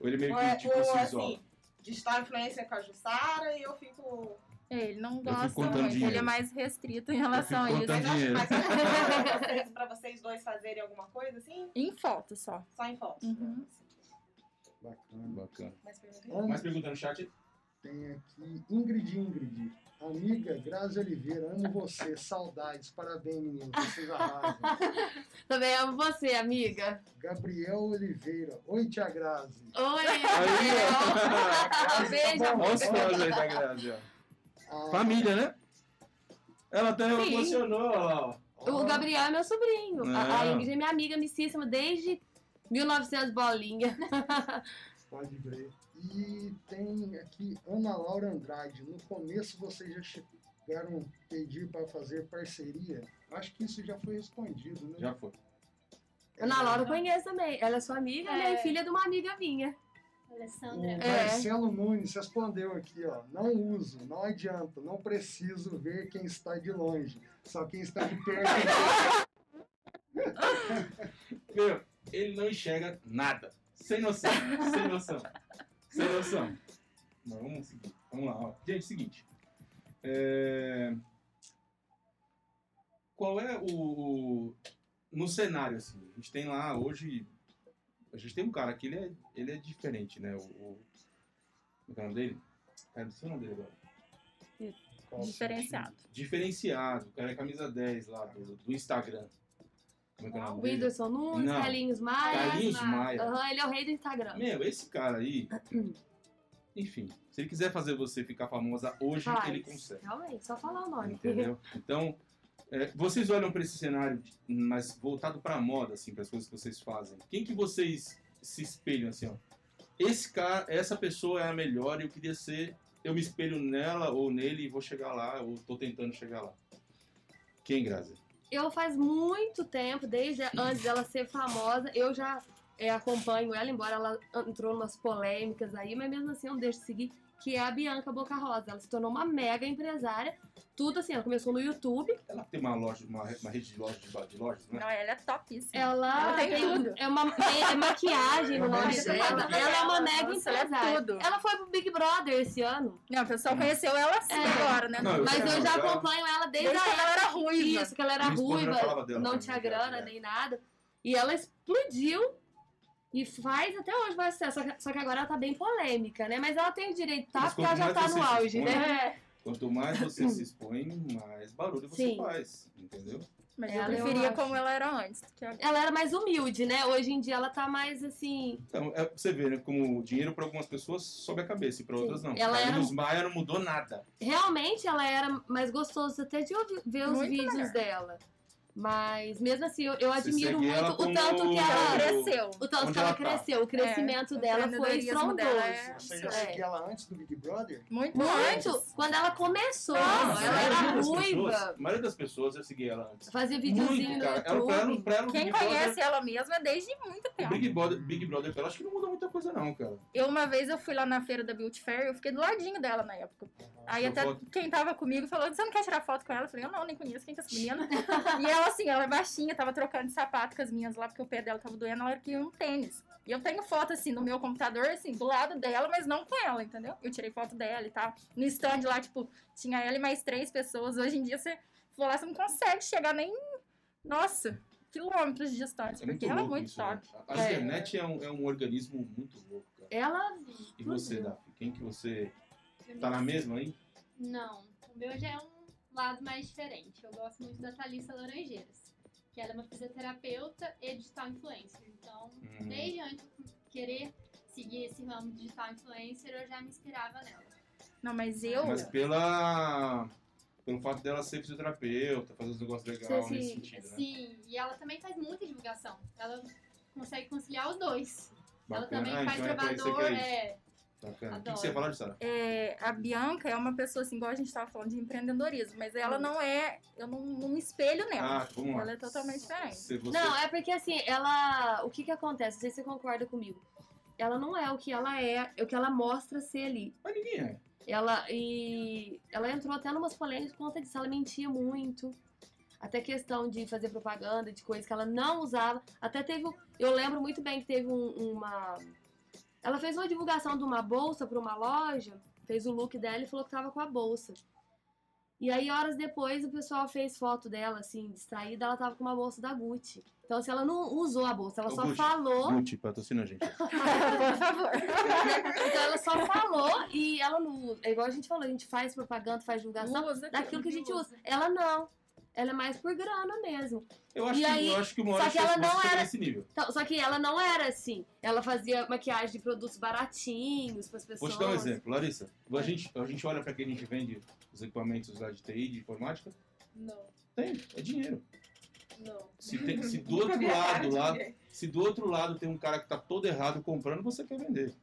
[SPEAKER 1] Ou ele meio
[SPEAKER 4] ou é-
[SPEAKER 1] que tipo
[SPEAKER 4] ou,
[SPEAKER 1] se isola.
[SPEAKER 4] assim, de estar influência com a Jussara e eu fico.
[SPEAKER 6] Ele não
[SPEAKER 1] fico
[SPEAKER 6] gosta
[SPEAKER 1] contando
[SPEAKER 6] muito, ele é
[SPEAKER 1] dinheiro.
[SPEAKER 6] mais restrito em relação a
[SPEAKER 1] fico
[SPEAKER 6] isso.
[SPEAKER 1] contando-
[SPEAKER 4] Mas, acho-
[SPEAKER 1] dinheiro.
[SPEAKER 4] mas acho que pra vocês- pra vocês dois fazerem alguma coisa assim,
[SPEAKER 6] Em foto só.
[SPEAKER 4] só em Assim. fotos.
[SPEAKER 6] Uhum.
[SPEAKER 2] Bacana.
[SPEAKER 1] Bacana.
[SPEAKER 4] Mas pergunta-
[SPEAKER 2] Ana,
[SPEAKER 1] Mais pergunta no chat?
[SPEAKER 2] Tem aqui Ingrid Ingrid. Amiga Grazi Oliveira, amo você, saudades, parabéns, menino, vocês arrasam.
[SPEAKER 5] Também amo você, amiga.
[SPEAKER 2] Gabriel Oliveira, oi, tia Grazi.
[SPEAKER 5] Oi,
[SPEAKER 1] ó.
[SPEAKER 5] Gabriel. Beijo, amor.
[SPEAKER 1] Olha os fãs aí da Grazi, ó.
[SPEAKER 2] Ah,
[SPEAKER 1] Família, né? Ela até
[SPEAKER 5] Sim.
[SPEAKER 1] emocionou, ó.
[SPEAKER 2] ó,
[SPEAKER 5] O Gabriel é meu sobrinho. A- A
[SPEAKER 1] Ah.
[SPEAKER 5] Ingrid é minha amiga amicíssima desde 1900 bolinha.
[SPEAKER 2] Pode crer. E tem aqui Ana Laura Andrade. No começo vocês já chegaram a pedir para fazer parceria? Acho que isso já foi respondido, né? É,
[SPEAKER 1] Já foi.
[SPEAKER 5] Ana Laura eu conheço também. Ela é sua amiga, ela é
[SPEAKER 7] É.
[SPEAKER 5] filha de uma amiga minha.
[SPEAKER 2] O
[SPEAKER 7] Alessandra.
[SPEAKER 5] É.
[SPEAKER 2] Marcelo Nunes respondeu aqui, ó. Não uso, não adianta, não preciso ver quem está de longe. Só quem está de perto.
[SPEAKER 1] Meu, ele não enxerga nada. Sem noção, sem noção. Sem noção. Mas vamos seguir. Vamos lá, ó. Gente, seguinte. É, Qual é o, o- No cenário, assim, a gente tem lá hoje. A gente tem um cara que ele é, ele é diferente, né? O. o... Como é que é o nome dele? Cara, não sei o nome dele agora.
[SPEAKER 6] Diferenciado.
[SPEAKER 1] Diferenciado. O cara é camisa 10 lá do, do Instagram. Como é que é o nome
[SPEAKER 5] O
[SPEAKER 1] dele?
[SPEAKER 5] Whindersson Nunes,
[SPEAKER 1] Não.
[SPEAKER 5] Carlinhos Maia.
[SPEAKER 1] Carlinhos Maia.
[SPEAKER 5] Aham, ele é o rei do Instagram.
[SPEAKER 1] Meu, esse cara aí. Enfim, se ele quiser fazer você ficar famosa hoje,
[SPEAKER 5] Faz.
[SPEAKER 1] ele consegue.
[SPEAKER 5] Realmente, só falar o nome.
[SPEAKER 1] Entendeu? Então, é, vocês olham pra esse cenário, de- mas voltado pra moda, assim, para as coisas que vocês fazem. Quem que vocês se espelham, assim, ó? Esse cara, essa pessoa é a melhor e eu queria ser. Eu me espelho nela ou nele e vou chegar lá, ou tô tentando chegar lá. Quem, Grazi?
[SPEAKER 5] Eu faz muito tempo, desde antes dela ser famosa, eu já é, acompanho ela, embora ela entrou umas polêmicas aí, mas mesmo assim eu não deixo de seguir, que é a Bianca Boca Rosa. Ela se tornou uma mega empresária. Tudo assim, ela começou no YouTube.
[SPEAKER 1] Ela tem uma loja, uma, uma rede de lojas, de, de lojas, né?
[SPEAKER 6] Não, ela é topíssima.
[SPEAKER 5] Ela,
[SPEAKER 6] Ela tem tudo.
[SPEAKER 5] É uma é, é maquiagem no
[SPEAKER 2] Ela
[SPEAKER 5] nome
[SPEAKER 2] deve ser
[SPEAKER 5] dela.
[SPEAKER 6] tudo.
[SPEAKER 5] Ela é uma
[SPEAKER 6] Ela,
[SPEAKER 5] mega
[SPEAKER 6] nossa, ela é
[SPEAKER 5] empresária.
[SPEAKER 6] tudo.
[SPEAKER 5] Ela foi pro Big Brother esse ano.
[SPEAKER 6] Não, o pessoal conheceu ela assim
[SPEAKER 5] É.
[SPEAKER 6] agora, né?
[SPEAKER 1] Uhum. Não, eu
[SPEAKER 5] Mas eu
[SPEAKER 1] sei,
[SPEAKER 5] já
[SPEAKER 1] ela-
[SPEAKER 5] acompanho ela desde,
[SPEAKER 6] Desde
[SPEAKER 5] a
[SPEAKER 6] quando ela
[SPEAKER 5] época
[SPEAKER 6] era ruiva.
[SPEAKER 5] Isso, que ela era
[SPEAKER 1] Minha esposa já
[SPEAKER 5] ruiva,
[SPEAKER 1] falava dela
[SPEAKER 5] não
[SPEAKER 1] também,
[SPEAKER 5] tinha
[SPEAKER 1] já,
[SPEAKER 5] grana
[SPEAKER 1] é.
[SPEAKER 5] nem nada. E ela explodiu e faz até hoje vai ser. Só que, só que agora ela tá bem polêmica, né? Mas ela tem o direito, tá?
[SPEAKER 1] Mas
[SPEAKER 5] Porque ela já
[SPEAKER 1] quanto
[SPEAKER 5] tá
[SPEAKER 1] mais
[SPEAKER 5] no
[SPEAKER 1] você se
[SPEAKER 5] auge,
[SPEAKER 1] expõe,
[SPEAKER 5] né?
[SPEAKER 7] É.
[SPEAKER 1] Quanto mais você se expõe, mais barulho você
[SPEAKER 5] Sim.
[SPEAKER 1] faz, entendeu?
[SPEAKER 6] Mas
[SPEAKER 5] Ela, é
[SPEAKER 6] eu
[SPEAKER 5] eu
[SPEAKER 6] preferia
[SPEAKER 5] acho.
[SPEAKER 6] como ela era antes do que agora.
[SPEAKER 5] Ela era mais humilde, né? Hoje em dia ela tá mais assim.
[SPEAKER 1] Então, é, pra você vê, né, como o dinheiro para algumas pessoas sobe a cabeça e para
[SPEAKER 5] Sim.
[SPEAKER 1] outras não.
[SPEAKER 5] Ela era- um
[SPEAKER 1] Carlinhos Maia não mudou nada.
[SPEAKER 5] Realmente ela era mais gostoso até de ouvir, ver os
[SPEAKER 6] Muito
[SPEAKER 5] vídeos
[SPEAKER 6] melhor.
[SPEAKER 5] dela. Mas mesmo assim, eu, eu
[SPEAKER 1] Você
[SPEAKER 5] admiro
[SPEAKER 1] segue
[SPEAKER 5] muito
[SPEAKER 1] ela
[SPEAKER 5] o
[SPEAKER 1] como-
[SPEAKER 5] tanto que
[SPEAKER 6] Ela
[SPEAKER 1] Ela-
[SPEAKER 5] ela.
[SPEAKER 6] cresceu.
[SPEAKER 5] O tanto
[SPEAKER 1] Onde
[SPEAKER 5] que ela,
[SPEAKER 1] ela tá.
[SPEAKER 5] cresceu, o crescimento
[SPEAKER 6] É, o
[SPEAKER 5] dela foi
[SPEAKER 6] empreendedorismo
[SPEAKER 5] estrondoso.
[SPEAKER 6] dela é-
[SPEAKER 2] Você já seguia ela antes do Big Brother?
[SPEAKER 6] Muito,
[SPEAKER 5] Muito!
[SPEAKER 6] antes.
[SPEAKER 5] Quando ela começou,
[SPEAKER 6] Nossa,
[SPEAKER 5] ela
[SPEAKER 1] a
[SPEAKER 5] era
[SPEAKER 1] maioria das
[SPEAKER 5] ruiva.
[SPEAKER 1] pessoas- a maioria das pessoas eu segui ela antes.
[SPEAKER 5] Fazia videozinho
[SPEAKER 1] Muito,
[SPEAKER 5] no
[SPEAKER 1] cara. Ela, tá pra ela,
[SPEAKER 5] YouTube.
[SPEAKER 1] pra ela, o
[SPEAKER 6] Quem
[SPEAKER 1] Big
[SPEAKER 6] conhece
[SPEAKER 1] Brother,
[SPEAKER 6] ela mesma é desde muito
[SPEAKER 1] o
[SPEAKER 6] tempo.
[SPEAKER 1] Big Brother, Big Brother, pra ela acho que não muda muita coisa não, cara. É
[SPEAKER 6] Eu uma vez eu fui lá na feira da Beauty Fair, eu fiquei do ladinho dela na época. Aí
[SPEAKER 1] tirou
[SPEAKER 6] até
[SPEAKER 1] foto?
[SPEAKER 6] quem tava comigo falou: você não quer tirar foto com ela? Eu falei, eu não, nem conheço quem que é essa menina. e ela assim, ela é baixinha, tava trocando de sapato com as minhas lá, porque o pé dela tava doendo, ela queria um tênis. E eu tenho foto assim no meu computador, assim, do lado dela, mas não com ela, entendeu? Eu tirei foto dela e tal. No stand lá, tipo, tinha ela e mais três pessoas. Hoje em dia você for lá, você não consegue chegar nem. Nossa, quilômetros de distância,
[SPEAKER 1] É muito
[SPEAKER 6] porque ela é
[SPEAKER 1] louco
[SPEAKER 6] muito
[SPEAKER 1] isso, né?
[SPEAKER 6] top.
[SPEAKER 1] A
[SPEAKER 5] É.
[SPEAKER 1] internet é um, é um organismo muito louco, cara.
[SPEAKER 5] Ela
[SPEAKER 1] E você,
[SPEAKER 5] Explodiu.
[SPEAKER 1] Daf? Quem que você... Tá na mesma aí?
[SPEAKER 7] Não, o meu já é um lado mais diferente. Eu gosto muito da Thalissa Laranjeiras, que ela é uma fisioterapeuta e digital influencer. Então,
[SPEAKER 1] Hum.
[SPEAKER 7] desde antes de querer seguir esse ramo de digital influencer, eu já me inspirava nela.
[SPEAKER 6] Não, mas eu.
[SPEAKER 1] Mas pela... Pelo fato dela ser fisioterapeuta, fazer os negócios legais
[SPEAKER 5] Você
[SPEAKER 1] nesse
[SPEAKER 5] se-
[SPEAKER 1] sentido, né?
[SPEAKER 7] Sim, e ela também faz muita divulgação. Ela consegue conciliar os dois. Ela
[SPEAKER 1] Bacana.
[SPEAKER 7] também
[SPEAKER 1] Ah,
[SPEAKER 7] faz
[SPEAKER 1] então é pra isso que
[SPEAKER 7] gravador,
[SPEAKER 1] é isso.
[SPEAKER 7] é,
[SPEAKER 1] Bacana. O que,
[SPEAKER 7] Adoro.
[SPEAKER 1] que você ia falar, Sara?
[SPEAKER 6] é, a Bianca é uma pessoa, assim, igual a gente estava falando de empreendedorismo, mas ela não é. Eu não, não me espelho nela.
[SPEAKER 1] Ah, vamos lá.
[SPEAKER 6] ela é totalmente diferente.
[SPEAKER 5] é
[SPEAKER 1] Se você...
[SPEAKER 5] Não, é porque assim, ela. O que que acontece? Não sei se você concorda comigo. ela não é o que ela é, é o que ela mostra ser ali.
[SPEAKER 1] Mas ninguém é.
[SPEAKER 5] Ela e ela entrou até numas polêmicas por conta disso, ela mentia muito. Até questão de fazer propaganda, de coisas que ela não usava. Até teve. um- Eu lembro muito bem que teve um- uma. Ela fez uma divulgação de uma bolsa pra uma loja, fez o look dela e falou que tava com a bolsa. E aí, horas depois, o pessoal fez foto dela, assim, distraída, ela tava com uma bolsa da Gucci. Então, se ela não usou a bolsa, ela
[SPEAKER 1] Ô,
[SPEAKER 5] só
[SPEAKER 1] Gucci,
[SPEAKER 5] falou.
[SPEAKER 1] Gucci, tipo, patrocina a gente.
[SPEAKER 6] Por favor.
[SPEAKER 5] Então ela só falou e ela não usa. É igual a gente falou, a gente faz propaganda, faz divulgação
[SPEAKER 6] Usa
[SPEAKER 5] daquilo que a gente usa. Ela não. Ela é mais por grana mesmo.
[SPEAKER 1] Eu acho,
[SPEAKER 5] E
[SPEAKER 1] que,
[SPEAKER 5] aí-
[SPEAKER 1] eu acho que uma
[SPEAKER 5] só
[SPEAKER 1] hora
[SPEAKER 5] que ela
[SPEAKER 1] as pessoas
[SPEAKER 5] não
[SPEAKER 1] chegam
[SPEAKER 5] era-
[SPEAKER 1] nesse nível.
[SPEAKER 5] Então, só que ela não era assim. Ela fazia maquiagem de produtos baratinhos pras
[SPEAKER 1] Vou
[SPEAKER 5] pessoas.
[SPEAKER 1] te dar um exemplo, Larissa.
[SPEAKER 5] É.
[SPEAKER 1] A gente, a gente olha para quem a gente vende os equipamentos lá de TI, de informática,
[SPEAKER 4] Não,
[SPEAKER 1] tem, é dinheiro.
[SPEAKER 4] não.
[SPEAKER 1] Se, tem- se do
[SPEAKER 4] Nunca
[SPEAKER 6] É
[SPEAKER 1] outro
[SPEAKER 4] vi a cara
[SPEAKER 1] lado
[SPEAKER 4] de
[SPEAKER 1] lá,
[SPEAKER 4] ninguém.
[SPEAKER 1] se do outro lado tem um cara que tá todo errado comprando, você quer vender.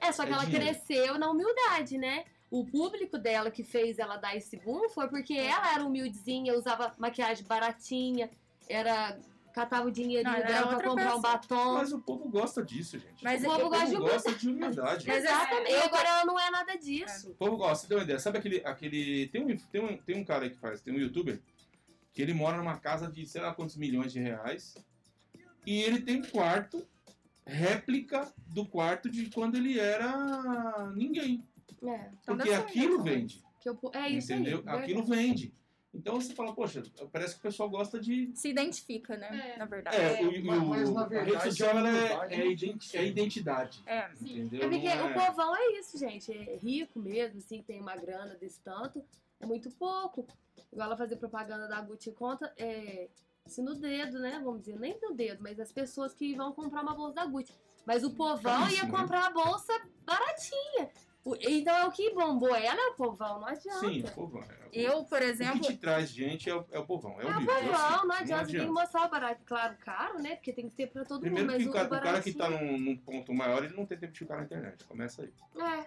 [SPEAKER 5] É, só que
[SPEAKER 1] É
[SPEAKER 5] ela
[SPEAKER 1] dinheiro.
[SPEAKER 5] cresceu na humildade, né? O público dela que fez ela dar esse boom foi porque
[SPEAKER 6] É.
[SPEAKER 5] ela era humildezinha, usava maquiagem baratinha, era catava o dinheirinho
[SPEAKER 6] Não, ela era
[SPEAKER 5] dela pra
[SPEAKER 6] outra
[SPEAKER 5] comprar um
[SPEAKER 6] pessoa.
[SPEAKER 5] batom.
[SPEAKER 1] Mas o povo gosta disso, gente.
[SPEAKER 6] Mas
[SPEAKER 5] O povo
[SPEAKER 1] o povo
[SPEAKER 5] gosta de
[SPEAKER 1] gosta de humildade.
[SPEAKER 6] Mas
[SPEAKER 5] Exatamente.
[SPEAKER 6] é-
[SPEAKER 5] E agora ela não é nada disso.
[SPEAKER 1] O povo gosta, você tem uma ideia. Sabe aquele. aquele tem, um, tem, um, tem um cara que faz, tem um youtuber, que ele mora numa casa de sei lá quantos milhões de reais. E ele tem um quarto, réplica do quarto de quando ele era ninguém.
[SPEAKER 5] É,
[SPEAKER 6] Então
[SPEAKER 1] Porque
[SPEAKER 6] deve ser
[SPEAKER 1] aquilo
[SPEAKER 6] legal.
[SPEAKER 1] vende.
[SPEAKER 5] que eu, é isso
[SPEAKER 1] entendeu?
[SPEAKER 5] aí.
[SPEAKER 1] aquilo vende. Então você fala, poxa, parece que o pessoal gosta de.
[SPEAKER 6] Se identifica, né?
[SPEAKER 7] É.
[SPEAKER 6] Na verdade.
[SPEAKER 1] É, o,
[SPEAKER 2] Mas-
[SPEAKER 1] o-
[SPEAKER 2] mas, na
[SPEAKER 1] a
[SPEAKER 2] verdade,
[SPEAKER 1] rede social ela é,
[SPEAKER 2] humildade
[SPEAKER 1] é,
[SPEAKER 2] não
[SPEAKER 1] identi-
[SPEAKER 2] funciona.
[SPEAKER 1] é identidade.
[SPEAKER 6] É.
[SPEAKER 1] Entendeu?
[SPEAKER 5] É porque
[SPEAKER 1] Não
[SPEAKER 5] o povão é isso, gente. É rico mesmo, assim, tem uma grana desse tanto. É muito pouco. Igual ela fazer propaganda da Gucci conta, é, se no dedo, né? Vamos dizer, nem no dedo, mas as pessoas que vão comprar uma bolsa da Gucci. Mas o povão ia
[SPEAKER 1] Caríssimo, né?
[SPEAKER 5] comprar a bolsa baratinha. O- Então é o que bombou ela, é o povão, não adianta.
[SPEAKER 1] Sim, o povão. é-
[SPEAKER 6] Eu, por
[SPEAKER 1] O que
[SPEAKER 6] exemplo,
[SPEAKER 1] te traz gente é o, é o povão, é o
[SPEAKER 5] É o
[SPEAKER 1] livro. eu sei,
[SPEAKER 5] povão, não adianta. Você tem que mostrar o barato. Claro, caro, né? Porque tem que ter pra todo
[SPEAKER 1] Primeiro
[SPEAKER 5] mundo,
[SPEAKER 1] que
[SPEAKER 5] mas
[SPEAKER 1] o
[SPEAKER 5] o, é
[SPEAKER 1] cara, o
[SPEAKER 5] baratinho...
[SPEAKER 1] cara que tá num, num ponto maior, ele não tem tempo de ficar na internet. Começa aí,
[SPEAKER 5] É.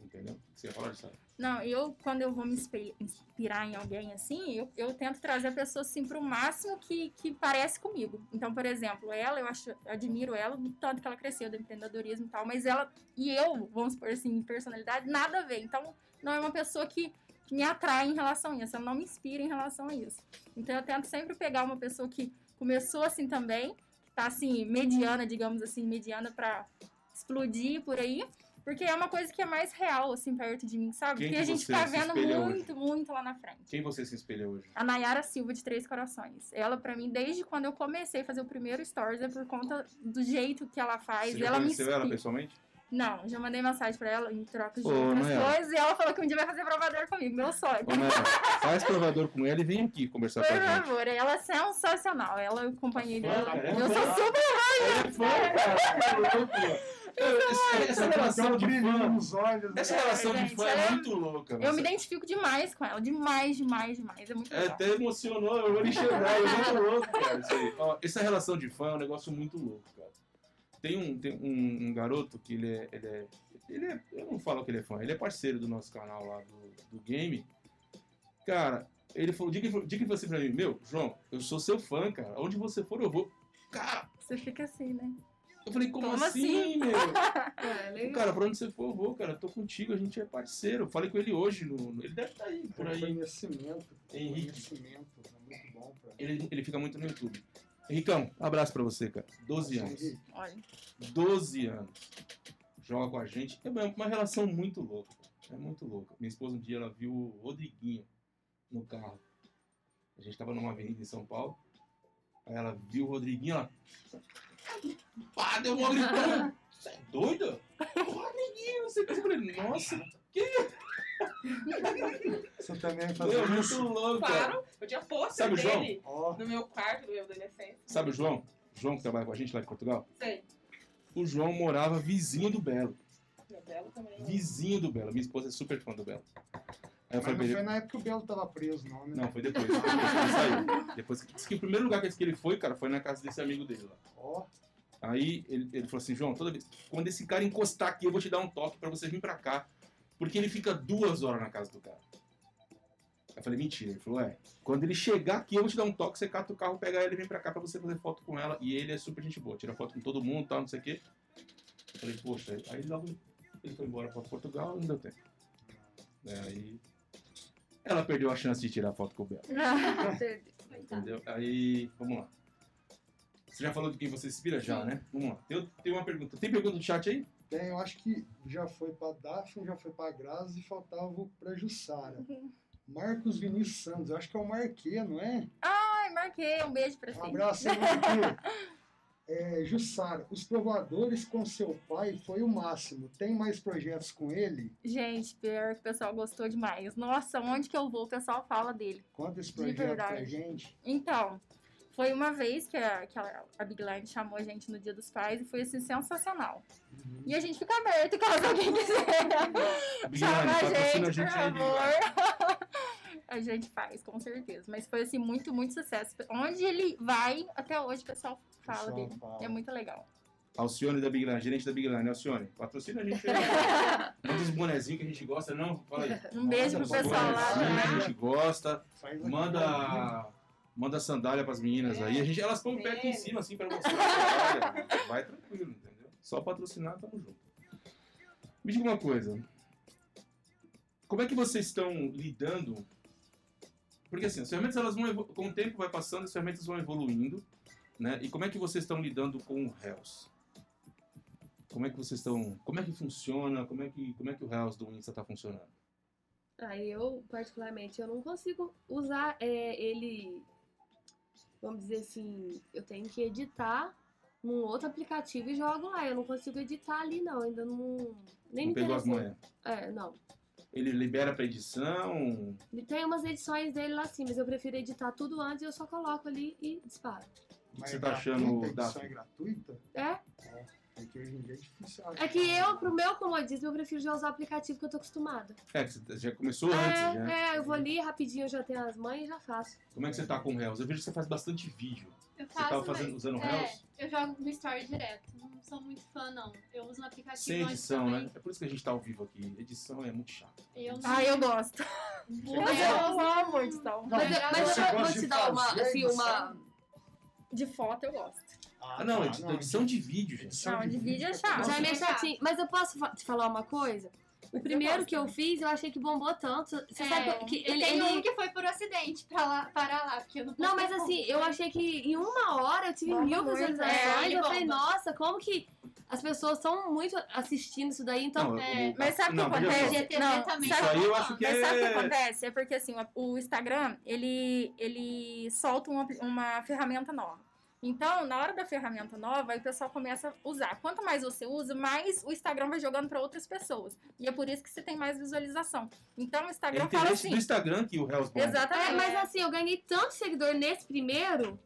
[SPEAKER 1] entendeu? Você rola, sabe?
[SPEAKER 6] não, eu quando eu vou me inspi- inspirar em alguém assim, eu, eu tento trazer a pessoa assim pro máximo que, que parece comigo. Então, por exemplo, ela, eu acho, eu admiro ela do tanto que ela cresceu do empreendedorismo e tal, mas ela e eu, vamos por assim, em personalidade, nada a ver. Então, não é uma pessoa que, que me atrai em relação a isso, ela não me inspira em relação a isso. Então, eu tento sempre pegar uma pessoa que começou assim também, que tá assim, mediana, digamos assim, mediana pra explodir por aí. Porque é uma coisa que é mais real, assim, perto de mim, sabe?
[SPEAKER 1] Quem
[SPEAKER 6] Porque
[SPEAKER 1] que
[SPEAKER 6] a gente
[SPEAKER 1] você
[SPEAKER 6] tá
[SPEAKER 1] se
[SPEAKER 6] vendo
[SPEAKER 1] espelha
[SPEAKER 6] muito, muito lá na frente.
[SPEAKER 1] Quem você se espelha hoje?
[SPEAKER 6] A Nayara Silva de Três Corações. Ela, pra mim, desde quando eu comecei a fazer o primeiro Stories, é por conta do jeito que ela faz.
[SPEAKER 1] você
[SPEAKER 6] e
[SPEAKER 1] já
[SPEAKER 6] ela me
[SPEAKER 1] conheceu ela
[SPEAKER 6] inspira.
[SPEAKER 1] pessoalmente?
[SPEAKER 6] Não, já mandei mensagem pra ela em troca de
[SPEAKER 1] Ô,
[SPEAKER 6] outras
[SPEAKER 1] Nayara.
[SPEAKER 6] coisas. E ela falou que um dia vai fazer provador comigo. Meu sonho.
[SPEAKER 1] Ô, Nara, faz provador com ela e vem aqui conversar
[SPEAKER 6] Por
[SPEAKER 1] com a gente.
[SPEAKER 6] favor, ela é sensacional. Ela, eu acompanhei
[SPEAKER 1] Fã,
[SPEAKER 6] dela.
[SPEAKER 1] cara,
[SPEAKER 2] né?
[SPEAKER 1] é
[SPEAKER 6] Eu
[SPEAKER 1] fã.
[SPEAKER 6] sou super.
[SPEAKER 1] É fã, cara, é louco. Essa- Essa relação de
[SPEAKER 2] brilho
[SPEAKER 1] fã.
[SPEAKER 2] um nos olhos. né?
[SPEAKER 1] Essa relação de
[SPEAKER 6] gente,
[SPEAKER 1] fã é
[SPEAKER 6] eu-
[SPEAKER 1] muito louca.
[SPEAKER 6] Eu me
[SPEAKER 1] você-
[SPEAKER 6] identifico demais com ela. Demais, demais, demais. É muito
[SPEAKER 1] É,
[SPEAKER 6] legal.
[SPEAKER 1] até emocionou, eu vou lhe enxergar, eu tô louco, cara. Isso aí. Ó, essa relação de fã é um negócio muito louco, cara. Tem um, tem um, um garoto que ele é, ele é. ele é- Eu não falo que ele é fã, ele é parceiro do nosso canal lá do, do game. Cara, ele falou, diga, diga que você pra mim, meu, João, eu sou seu fã, cara. Onde você for, eu vou. Cara,
[SPEAKER 6] Você fica assim, né?
[SPEAKER 1] eu falei, como,
[SPEAKER 6] Como
[SPEAKER 1] assim, meu?
[SPEAKER 5] É,
[SPEAKER 1] Falei,
[SPEAKER 5] legal.
[SPEAKER 1] Cara, pra onde você for, eu vou, cara. Eu tô contigo, a gente é parceiro. Eu Falei com ele hoje, no, no- ele deve estar aí por aí.
[SPEAKER 2] Conhecimento.
[SPEAKER 1] Henrique.
[SPEAKER 2] Conhecimento. É muito bom pra
[SPEAKER 1] Ele, ele fica muito no YouTube. Henricão, um abraço pra você, cara. 12 anos.
[SPEAKER 2] Henrique.
[SPEAKER 6] Olha.
[SPEAKER 1] 12 anos. Joga com a gente. É uma- uma relação muito louca. É muito louca. Minha esposa um dia ela viu o Rodriguinho no carro. A gente tava numa avenida em São Paulo. Aí ela viu o Rodriguinho, ela. Pá, deu um gritão. Você é doido? Ô, Rodriguinho, você pensa pra ele, nossa,
[SPEAKER 2] Você também faz
[SPEAKER 1] meu, muito
[SPEAKER 2] é isso.
[SPEAKER 1] louco. cara.
[SPEAKER 4] Claro, eu tinha pôster
[SPEAKER 1] Sabe o João?
[SPEAKER 4] dele
[SPEAKER 2] Ó,
[SPEAKER 4] no meu quarto do meu adolescente.
[SPEAKER 1] Sabe o João? João que trabalha com a gente lá de Portugal?
[SPEAKER 4] Sei.
[SPEAKER 1] O João morava vizinho do Belo.
[SPEAKER 4] Meu belo também.
[SPEAKER 1] Vizinho do Belo. Minha esposa é super fã do Belo. Aí eu
[SPEAKER 2] mas
[SPEAKER 1] falei pra
[SPEAKER 2] não
[SPEAKER 1] ele,
[SPEAKER 2] foi na época que o Belo tava preso, não, né?
[SPEAKER 1] Não, foi depois. Depois que ele saiu. Depois que, disse que o primeiro lugar que disse que ele foi, cara, foi na casa desse amigo dele lá.
[SPEAKER 2] Ó,
[SPEAKER 1] Aí ele, ele falou assim, João, toda vez. Quando esse cara encostar aqui, eu vou te dar um toque pra você vir pra cá. Porque ele fica duas horas na casa do cara. Eu falei, mentira. Ele falou, é. Quando ele chegar aqui, eu vou te dar um toque, você cata o carro, pega ele e vem pra cá pra você fazer foto com ela. E ele é super gente boa, tira foto com todo mundo, tal, não sei o quê. Eu falei, poxa, aí logo ele foi embora para Portugal, não deu tempo. Né, Aí ela perdeu a chance de tirar foto com o Belo,
[SPEAKER 7] então,
[SPEAKER 6] Tá.
[SPEAKER 1] entendeu? Aí, vamos lá. Você já falou de quem você inspira? Já, né? Vamos lá. Tem, tem uma pergunta. Tem pergunta no chat aí?
[SPEAKER 2] Tem, eu acho que já foi pra Daphne, já foi pra Grazi e faltava pra Jussara.
[SPEAKER 6] Uhum.
[SPEAKER 2] Marcos Vinícius Santos, eu acho que é o Marquê, não é?
[SPEAKER 6] Ai, marquei. Um beijo pra
[SPEAKER 2] Um
[SPEAKER 6] você.
[SPEAKER 2] abraço, Marquê. É, Jussara, os trovadores com seu pai foi o máximo. Tem mais projetos com ele?
[SPEAKER 6] Gente, pior que o pessoal gostou demais. Nossa, onde que eu vou, o pessoal fala dele.
[SPEAKER 2] Conta esse
[SPEAKER 6] De
[SPEAKER 2] projeto pra
[SPEAKER 6] verdade.
[SPEAKER 2] gente.
[SPEAKER 6] Então, foi uma vez que a, que a, a Big Line chamou a gente no Dia dos Pais e foi assim sensacional.
[SPEAKER 2] Uhum.
[SPEAKER 6] E a gente fica aberto caso alguém quiser.
[SPEAKER 1] Big
[SPEAKER 6] Chama
[SPEAKER 1] Line,
[SPEAKER 6] a gente,
[SPEAKER 1] patrocina
[SPEAKER 6] por
[SPEAKER 1] aí, Big Line.
[SPEAKER 6] favor. A gente faz, com certeza. Mas foi assim, muito, muito sucesso. Onde ele vai, até hoje o pessoal fala
[SPEAKER 2] Pessoal
[SPEAKER 6] dele.
[SPEAKER 2] fala.
[SPEAKER 6] É muito legal.
[SPEAKER 1] Alcione da Big Line, gerente da Big Line. Alcione, patrocina a gente. aí. Manda os bonezinhos que a gente gosta, não? Fala aí.
[SPEAKER 6] Um
[SPEAKER 2] Olha,
[SPEAKER 6] beijo pro
[SPEAKER 1] Os
[SPEAKER 6] pessoal lá.
[SPEAKER 1] bonezinhos
[SPEAKER 6] né?
[SPEAKER 1] que a gente gosta.
[SPEAKER 2] Faz aqui pra
[SPEAKER 1] Manda, manda sandália pras meninas
[SPEAKER 4] É.
[SPEAKER 1] aí. A gente, elas põem o pé aqui em
[SPEAKER 4] É.
[SPEAKER 1] cima, assim, pra você. Olha, Vai tranquilo, entendeu? Só patrocinar, tamo junto. Me diga uma coisa. Como é que vocês estão lidando? Porque assim, as ferramentas, elas vão evolu- com o tempo vai passando, as ferramentas vão evoluindo, né? E como é que vocês estão lidando com o Hells? Como é que vocês estão. Como é que funciona? Como é que, como é que o Hells do Insta tá funcionando?
[SPEAKER 5] Ah, eu, particularmente, eu não consigo usar é, ele. Vamos dizer assim, eu tenho que editar num outro aplicativo e jogo lá. Eu não consigo editar ali, não. Ainda não. Nem
[SPEAKER 1] Não
[SPEAKER 5] me
[SPEAKER 1] pegou as
[SPEAKER 5] interessou.
[SPEAKER 1] manhas.
[SPEAKER 5] É, não.
[SPEAKER 1] Ele libera pra edição.
[SPEAKER 5] Tem umas edições dele lá sim, mas eu prefiro editar tudo antes e eu só coloco ali e disparo.
[SPEAKER 1] O que
[SPEAKER 2] Mas
[SPEAKER 1] você
[SPEAKER 2] é
[SPEAKER 1] tá
[SPEAKER 2] gratuita,
[SPEAKER 1] achando,
[SPEAKER 2] a edição
[SPEAKER 1] Daphne?
[SPEAKER 2] é gratuita?
[SPEAKER 5] É?
[SPEAKER 2] É que hoje em dia é difícil. achar.
[SPEAKER 5] É que eu, pro meu comodismo, eu prefiro já usar o aplicativo que eu tô acostumada.
[SPEAKER 1] É, que você já começou
[SPEAKER 6] Ah,
[SPEAKER 1] antes, né?
[SPEAKER 5] É, é, eu vou ali rapidinho, eu já tenho as mães e já faço.
[SPEAKER 1] Como é que você tá com o Hells? Eu vejo que você faz bastante vídeo.
[SPEAKER 7] Eu
[SPEAKER 1] Você tava
[SPEAKER 7] faço,
[SPEAKER 1] fazendo,
[SPEAKER 7] mas...
[SPEAKER 1] usando o
[SPEAKER 7] É,
[SPEAKER 1] Hells?
[SPEAKER 7] eu jogo no Story direto. Não sou muito fã, não. Eu uso no aplicativo
[SPEAKER 1] Sem
[SPEAKER 7] antes
[SPEAKER 1] edição,
[SPEAKER 7] também.
[SPEAKER 1] né? É por isso que a gente tá ao vivo aqui. Edição é muito chato.
[SPEAKER 7] Eu não
[SPEAKER 6] Ai, Ah, eu gosto.
[SPEAKER 7] vou.
[SPEAKER 6] Eu amo a edição.
[SPEAKER 2] Não,
[SPEAKER 5] Mas,
[SPEAKER 7] mas
[SPEAKER 5] mas
[SPEAKER 2] você
[SPEAKER 5] eu vou-
[SPEAKER 2] gosta
[SPEAKER 5] vou te
[SPEAKER 2] de
[SPEAKER 5] dar uma,
[SPEAKER 2] fazer a
[SPEAKER 5] assim, uma.
[SPEAKER 2] edição?
[SPEAKER 6] De foto eu gosto.
[SPEAKER 1] Ah, não,
[SPEAKER 2] Ah, tá,
[SPEAKER 1] edi- edição de vídeo, gente.
[SPEAKER 2] edição
[SPEAKER 6] Não, de vídeo é chato.
[SPEAKER 5] Já é
[SPEAKER 2] bom.
[SPEAKER 5] meio chatinho. Mas eu posso fa- te falar uma coisa? O primeiro
[SPEAKER 6] gosto
[SPEAKER 5] que eu fiz, eu achei que bombou tanto. Você sabe É, que
[SPEAKER 7] eu
[SPEAKER 5] ele.
[SPEAKER 7] tenho
[SPEAKER 5] ele-
[SPEAKER 7] um que foi por acidente pra lá, para lá, porque eu não
[SPEAKER 5] Não,
[SPEAKER 7] postei
[SPEAKER 5] mas assim,
[SPEAKER 7] como.
[SPEAKER 5] eu achei que em uma hora eu tive
[SPEAKER 6] Bomba
[SPEAKER 5] mil
[SPEAKER 6] muito.
[SPEAKER 5] visualizações.
[SPEAKER 7] É, ele
[SPEAKER 5] eu falei,
[SPEAKER 7] bomba.
[SPEAKER 5] nossa, como que as pessoas estão muito assistindo isso daí? Então,
[SPEAKER 1] Não,
[SPEAKER 7] é,
[SPEAKER 1] o-
[SPEAKER 6] mas sabe o
[SPEAKER 1] não,
[SPEAKER 6] que
[SPEAKER 1] veja
[SPEAKER 6] acontece?
[SPEAKER 1] só.
[SPEAKER 7] GTV
[SPEAKER 5] é
[SPEAKER 6] Não,
[SPEAKER 7] também.
[SPEAKER 1] Isso aí eu acho que
[SPEAKER 6] Mas sabe o que
[SPEAKER 1] é...
[SPEAKER 6] acontece? É porque assim, o Instagram, ele, ele solta uma, uma ferramenta nova. Então, na hora da ferramenta nova, aí o pessoal começa a usar. Quanto mais você usa, mais o Instagram vai jogando para outras pessoas. E é por isso que você tem mais visualização. Então, o
[SPEAKER 1] É né?
[SPEAKER 6] Instagram fala
[SPEAKER 1] interesse
[SPEAKER 6] assim.
[SPEAKER 1] do Instagram que o Hells bomba.
[SPEAKER 5] É,
[SPEAKER 6] Exatamente.
[SPEAKER 5] mas assim, eu ganhei tanto seguidor nesse primeiro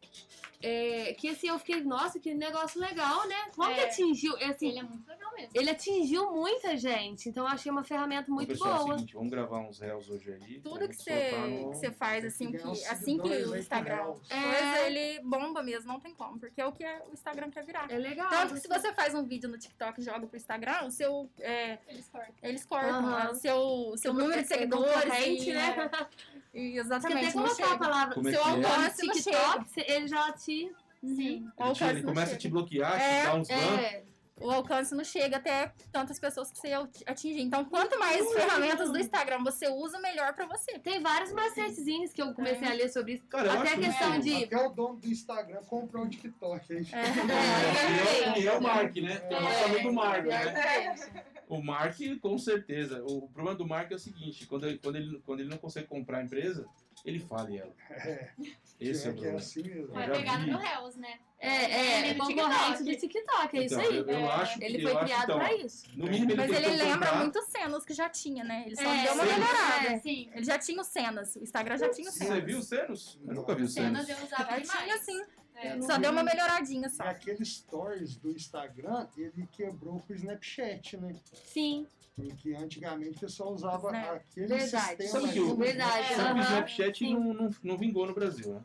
[SPEAKER 5] é, que assim, eu fiquei, nossa, que negócio legal, né? Como que
[SPEAKER 7] É.
[SPEAKER 5] atingiu? É, Assim,
[SPEAKER 7] Ele
[SPEAKER 5] ele...
[SPEAKER 7] é muito legal mesmo.
[SPEAKER 5] atingiu muita gente, então eu achei uma assim. ferramenta
[SPEAKER 1] Então,
[SPEAKER 5] muito
[SPEAKER 1] pessoal, é o
[SPEAKER 5] boa.
[SPEAKER 1] seguinte, vamos gravar uns Hells hoje aí. pra
[SPEAKER 6] Tudo que
[SPEAKER 1] gente soltar
[SPEAKER 6] você,
[SPEAKER 1] no- né?
[SPEAKER 6] que você faz, assim que,
[SPEAKER 2] Ganhar uns
[SPEAKER 6] assim que
[SPEAKER 2] seguidores
[SPEAKER 6] o
[SPEAKER 2] aí com
[SPEAKER 6] Instagram
[SPEAKER 2] Hells.
[SPEAKER 5] É,
[SPEAKER 6] coisa,
[SPEAKER 7] é.
[SPEAKER 6] ele bomba mesmo, não tem como, porque é o que é- o Instagram quer virar.
[SPEAKER 5] É legal.
[SPEAKER 6] Tanto que se você faz um vídeo no TikTok e joga pro Instagram, o seu, é,
[SPEAKER 7] Eles cortam.
[SPEAKER 6] eles cortam
[SPEAKER 5] Aham.
[SPEAKER 6] né, o seu, o seu
[SPEAKER 5] O
[SPEAKER 6] número de
[SPEAKER 5] número de
[SPEAKER 6] seguidores,
[SPEAKER 5] concorrente,
[SPEAKER 6] e,
[SPEAKER 5] né?
[SPEAKER 6] é, e
[SPEAKER 5] Você até
[SPEAKER 6] exatamente. não
[SPEAKER 5] colocar a
[SPEAKER 6] chega.
[SPEAKER 5] palavra
[SPEAKER 1] Como é
[SPEAKER 5] seu
[SPEAKER 1] que é?
[SPEAKER 5] alcance
[SPEAKER 6] Não
[SPEAKER 5] no
[SPEAKER 6] chega.
[SPEAKER 5] TikTok, você- ele já te.
[SPEAKER 7] Sim.
[SPEAKER 6] O
[SPEAKER 1] Ele, te- ele
[SPEAKER 6] alcance não
[SPEAKER 1] começa a
[SPEAKER 6] chega.
[SPEAKER 1] te bloquear,
[SPEAKER 6] assim, É,
[SPEAKER 1] te dar uns ban.
[SPEAKER 5] É,
[SPEAKER 6] O alcance não chega até tantas pessoas que você ati- atingir. Então, quanto mais ferramentas do Instagram você usa, melhor pra você.
[SPEAKER 5] tem vários macetezinhos que eu comecei a ler sobre isso.
[SPEAKER 1] Cara, eu
[SPEAKER 5] Até
[SPEAKER 1] acho é
[SPEAKER 5] a questão
[SPEAKER 1] isso-
[SPEAKER 5] É de-
[SPEAKER 2] Até o dono do Instagram comprou um TikTok. Aí fica
[SPEAKER 1] É,
[SPEAKER 5] É,
[SPEAKER 1] que é o Mark, né? É o nosso amigo Mark, né?
[SPEAKER 4] É.
[SPEAKER 1] O Mark, com certeza. O problema do Mark é o seguinte: quando ele, quando ele, quando ele não consegue comprar a empresa, ele fale ela. Esse é, o
[SPEAKER 2] que é
[SPEAKER 1] problema.
[SPEAKER 2] assim mesmo.
[SPEAKER 1] Eu
[SPEAKER 7] Foi
[SPEAKER 1] já
[SPEAKER 7] pegado
[SPEAKER 1] vi.
[SPEAKER 7] no Hells, né?
[SPEAKER 5] É, é,
[SPEAKER 7] Ele
[SPEAKER 5] concorrente
[SPEAKER 7] TikTok.
[SPEAKER 5] do TikTok, é isso
[SPEAKER 1] Então,
[SPEAKER 5] aí.
[SPEAKER 1] Eu, eu acho que
[SPEAKER 5] Ele
[SPEAKER 1] eu
[SPEAKER 5] foi
[SPEAKER 1] acho,
[SPEAKER 5] criado
[SPEAKER 1] então,
[SPEAKER 5] pra isso.
[SPEAKER 1] No mínimo ele
[SPEAKER 6] Mas
[SPEAKER 1] tem
[SPEAKER 6] ele
[SPEAKER 1] que
[SPEAKER 6] lembra
[SPEAKER 1] comprar-
[SPEAKER 6] muito cenas que já tinha, né? Ele só
[SPEAKER 7] É,
[SPEAKER 6] deu uma
[SPEAKER 1] sim.
[SPEAKER 6] melhorada.
[SPEAKER 7] É, sim.
[SPEAKER 6] Ele já tinha os cenas. O Instagram já tinha os
[SPEAKER 1] Você
[SPEAKER 6] cenas.
[SPEAKER 1] viu o Senos? Eu nunca vi o Senos.
[SPEAKER 7] Cenas eu
[SPEAKER 6] Já
[SPEAKER 7] usava
[SPEAKER 6] tinha,
[SPEAKER 5] assim,
[SPEAKER 7] demais.
[SPEAKER 6] sim.
[SPEAKER 7] É.
[SPEAKER 6] Só deu uma melhoradinha assim.
[SPEAKER 2] E
[SPEAKER 6] só.
[SPEAKER 2] aquele stories do Instagram, ele quebrou com o Snapchat, né?
[SPEAKER 5] Sim,
[SPEAKER 2] Em que antigamente o pessoal usava
[SPEAKER 6] Né?
[SPEAKER 2] aquele
[SPEAKER 5] Verdade.
[SPEAKER 2] sistema.
[SPEAKER 1] Sabe que
[SPEAKER 2] ali,
[SPEAKER 1] o-
[SPEAKER 2] né?
[SPEAKER 5] verdade.
[SPEAKER 1] Sabe que o
[SPEAKER 5] aham.
[SPEAKER 1] Snapchat
[SPEAKER 5] sim.
[SPEAKER 1] não, não, não vingou no Brasil, né?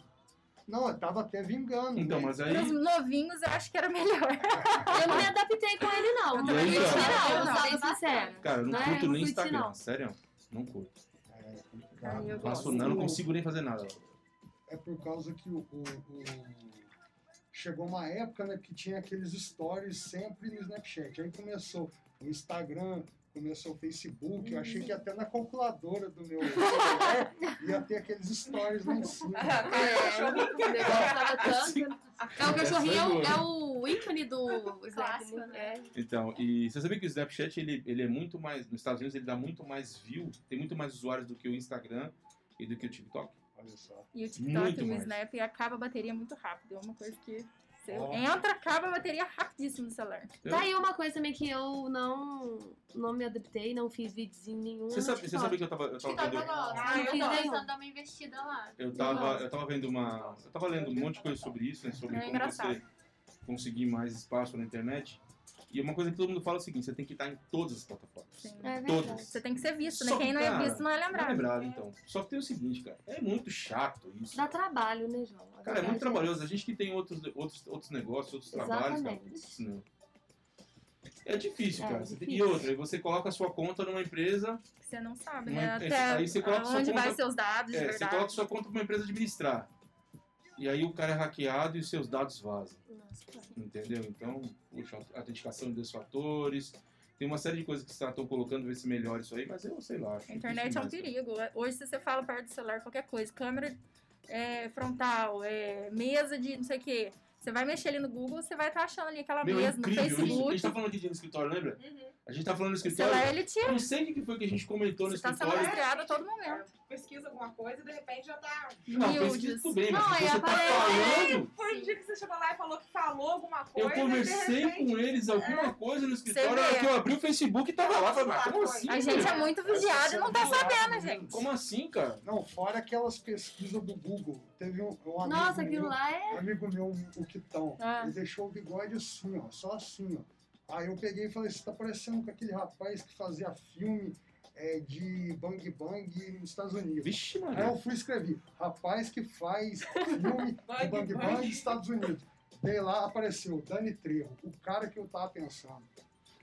[SPEAKER 2] Não, eu tava até vingando.
[SPEAKER 1] Então,
[SPEAKER 2] né?
[SPEAKER 1] mas aí.
[SPEAKER 6] Para os novinhos, eu acho que era melhor.
[SPEAKER 5] eu não me adaptei com ele, não.
[SPEAKER 6] Eu
[SPEAKER 5] Não
[SPEAKER 1] também não.
[SPEAKER 5] não,
[SPEAKER 7] Eu
[SPEAKER 5] não,
[SPEAKER 7] usei
[SPEAKER 5] sendo
[SPEAKER 7] bastante.
[SPEAKER 5] sincera.
[SPEAKER 1] Cara, eu não
[SPEAKER 5] Não é
[SPEAKER 1] curto nem
[SPEAKER 5] muito
[SPEAKER 1] Instagram,
[SPEAKER 5] não.
[SPEAKER 1] sério. Não curto.
[SPEAKER 2] É, complicado.
[SPEAKER 6] Ai, eu
[SPEAKER 1] Faço
[SPEAKER 6] gosto.
[SPEAKER 1] nada, não consigo nem fazer nada.
[SPEAKER 2] É por causa que o, o- o- chegou uma época né, que tinha aqueles stories sempre no Snapchat. Aí começou o Instagram, começou o Facebook. Eu
[SPEAKER 6] Uhum.
[SPEAKER 2] achei que até na calculadora do meu celular ia ter aqueles stories lá em cima.
[SPEAKER 5] É, o negócio tava
[SPEAKER 1] Assim.
[SPEAKER 5] tanto. É o cachorrinho, é o-
[SPEAKER 1] Essa é
[SPEAKER 5] é o ícone do Snap.
[SPEAKER 7] Clássico,
[SPEAKER 5] né? É.
[SPEAKER 1] Então, e você sabia que o Snapchat ele, ele é muito mais. Nos Estados Unidos ele dá muito mais view, tem muito mais usuários do que o Instagram e do que o TikTok.
[SPEAKER 2] Olha só.
[SPEAKER 6] E o TikTok
[SPEAKER 1] Muito
[SPEAKER 6] e o
[SPEAKER 1] mais.
[SPEAKER 6] Snap acaba a bateria muito rápido. É uma coisa que você
[SPEAKER 1] Ó.
[SPEAKER 6] entra, acaba a bateria rapidíssimo no celular.
[SPEAKER 1] Eu-
[SPEAKER 5] Tá aí uma coisa também que eu não, não me adaptei, não fiz videozinho nenhum.
[SPEAKER 1] Você
[SPEAKER 5] no
[SPEAKER 1] sabe, você
[SPEAKER 5] TikTok.
[SPEAKER 1] sabe que eu tava. Eu tava
[SPEAKER 7] TikTok
[SPEAKER 6] é
[SPEAKER 7] eu
[SPEAKER 1] vendo,
[SPEAKER 7] gosto.
[SPEAKER 4] Ah, eu
[SPEAKER 7] eu fiz
[SPEAKER 5] gosto.
[SPEAKER 7] tentando dar uma investida lá.
[SPEAKER 1] eu tava, eu tava vendo uma. Eu tava lendo um monte de coisa sobre isso, né? Sobre
[SPEAKER 6] É
[SPEAKER 1] como
[SPEAKER 6] engraçado.
[SPEAKER 1] você conseguir mais espaço na internet. E uma coisa que todo mundo fala é o seguinte, você tem que estar em todas as plataformas.
[SPEAKER 6] Sim.
[SPEAKER 7] É
[SPEAKER 1] Todas.
[SPEAKER 6] Você tem que ser visto, né?
[SPEAKER 1] Só
[SPEAKER 6] Quem não é
[SPEAKER 1] cara,
[SPEAKER 6] visto não é
[SPEAKER 1] Não
[SPEAKER 6] lembrado.
[SPEAKER 1] lembrava, então. Só que tem o seguinte, cara, é muito chato isso.
[SPEAKER 5] Dá trabalho, né, João? A
[SPEAKER 1] Cara, é muito
[SPEAKER 5] verdade
[SPEAKER 1] trabalhoso. A gente que tem outros, outros, outros negócios, outros trabalhos, cara.
[SPEAKER 5] Exatamente.
[SPEAKER 1] putz, não. É difícil,
[SPEAKER 5] É,
[SPEAKER 1] cara.
[SPEAKER 5] é
[SPEAKER 1] Você tem- E
[SPEAKER 5] difícil.
[SPEAKER 1] outra, aí você coloca a sua conta numa empresa.
[SPEAKER 6] Que Você não sabe,
[SPEAKER 1] Uma-
[SPEAKER 6] né?
[SPEAKER 1] é,
[SPEAKER 6] Até
[SPEAKER 1] aí você coloca sua
[SPEAKER 6] onde vai
[SPEAKER 1] conta-
[SPEAKER 6] seus dados, de
[SPEAKER 1] É, você
[SPEAKER 6] verdade.
[SPEAKER 1] coloca sua conta pra uma empresa administrar. E aí o cara é hackeado e os seus dados vazam.
[SPEAKER 5] Nossa, cara.
[SPEAKER 1] Entendeu? Então, puxa, autenticação dos fatores. Tem uma série de coisas que estão colocando, ver se melhora isso aí, mas eu sei lá. acho
[SPEAKER 6] A internet é um
[SPEAKER 1] difícil
[SPEAKER 6] perigo. Hoje, se você fala perto do celular, qualquer coisa, câmera é, frontal, é, mesa de não sei o quê, você vai mexer ali no Google, você vai estar achando ali aquela
[SPEAKER 1] Meu, é
[SPEAKER 6] mesa no
[SPEAKER 1] incrível isso. A
[SPEAKER 6] Facebook.
[SPEAKER 1] gente tá falando aqui de escritório, lembra?
[SPEAKER 5] Uhum.
[SPEAKER 1] A gente tá falando no
[SPEAKER 6] O
[SPEAKER 1] escritório.
[SPEAKER 6] celular, ele te...
[SPEAKER 1] Eu não sei o que foi que a gente comentou no
[SPEAKER 6] Você tá sendo
[SPEAKER 1] escritório.
[SPEAKER 6] rastreado a todo momento.
[SPEAKER 4] Pesquisa alguma coisa e de repente já tá.
[SPEAKER 1] Não,
[SPEAKER 6] Miúdos.
[SPEAKER 1] pesquisa tudo bem,
[SPEAKER 7] Não,
[SPEAKER 1] mas se
[SPEAKER 7] eu
[SPEAKER 1] você tá
[SPEAKER 7] falei-
[SPEAKER 1] falando.
[SPEAKER 4] Foi um dia que você chegou lá e falou que falou alguma coisa.
[SPEAKER 1] Eu
[SPEAKER 4] e de
[SPEAKER 1] conversei
[SPEAKER 4] repente-
[SPEAKER 1] com eles alguma coisa no escritório,
[SPEAKER 6] é. vê.
[SPEAKER 1] a hora que eu abri o Facebook e tava lá, falei, mas como
[SPEAKER 4] Nossa,
[SPEAKER 1] assim?
[SPEAKER 6] A gente é
[SPEAKER 1] cara?
[SPEAKER 6] muito vigiado e não tá sabendo, gente.
[SPEAKER 1] Como assim, cara?
[SPEAKER 2] Não, fora aquelas pesquisas do Google. Teve um, um amigo
[SPEAKER 5] Nossa,
[SPEAKER 2] meu,
[SPEAKER 5] aquilo lá é.
[SPEAKER 2] Um amigo meu, o Quitão,
[SPEAKER 6] Ah.
[SPEAKER 2] ele deixou o bigode assim, ó, só assim, ó. Aí eu peguei e falei, você tá parecendo com aquele rapaz que fazia filme é, de Bang Bang nos Estados Unidos.
[SPEAKER 1] Vixe,
[SPEAKER 2] Aí
[SPEAKER 1] mano.
[SPEAKER 2] eu fui e escrevi, rapaz que faz filme de
[SPEAKER 4] Bang
[SPEAKER 2] Bang Bang
[SPEAKER 4] Bang.
[SPEAKER 2] nos Estados Unidos. Dei lá, apareceu o Dani Trejo, o cara que eu tava pensando.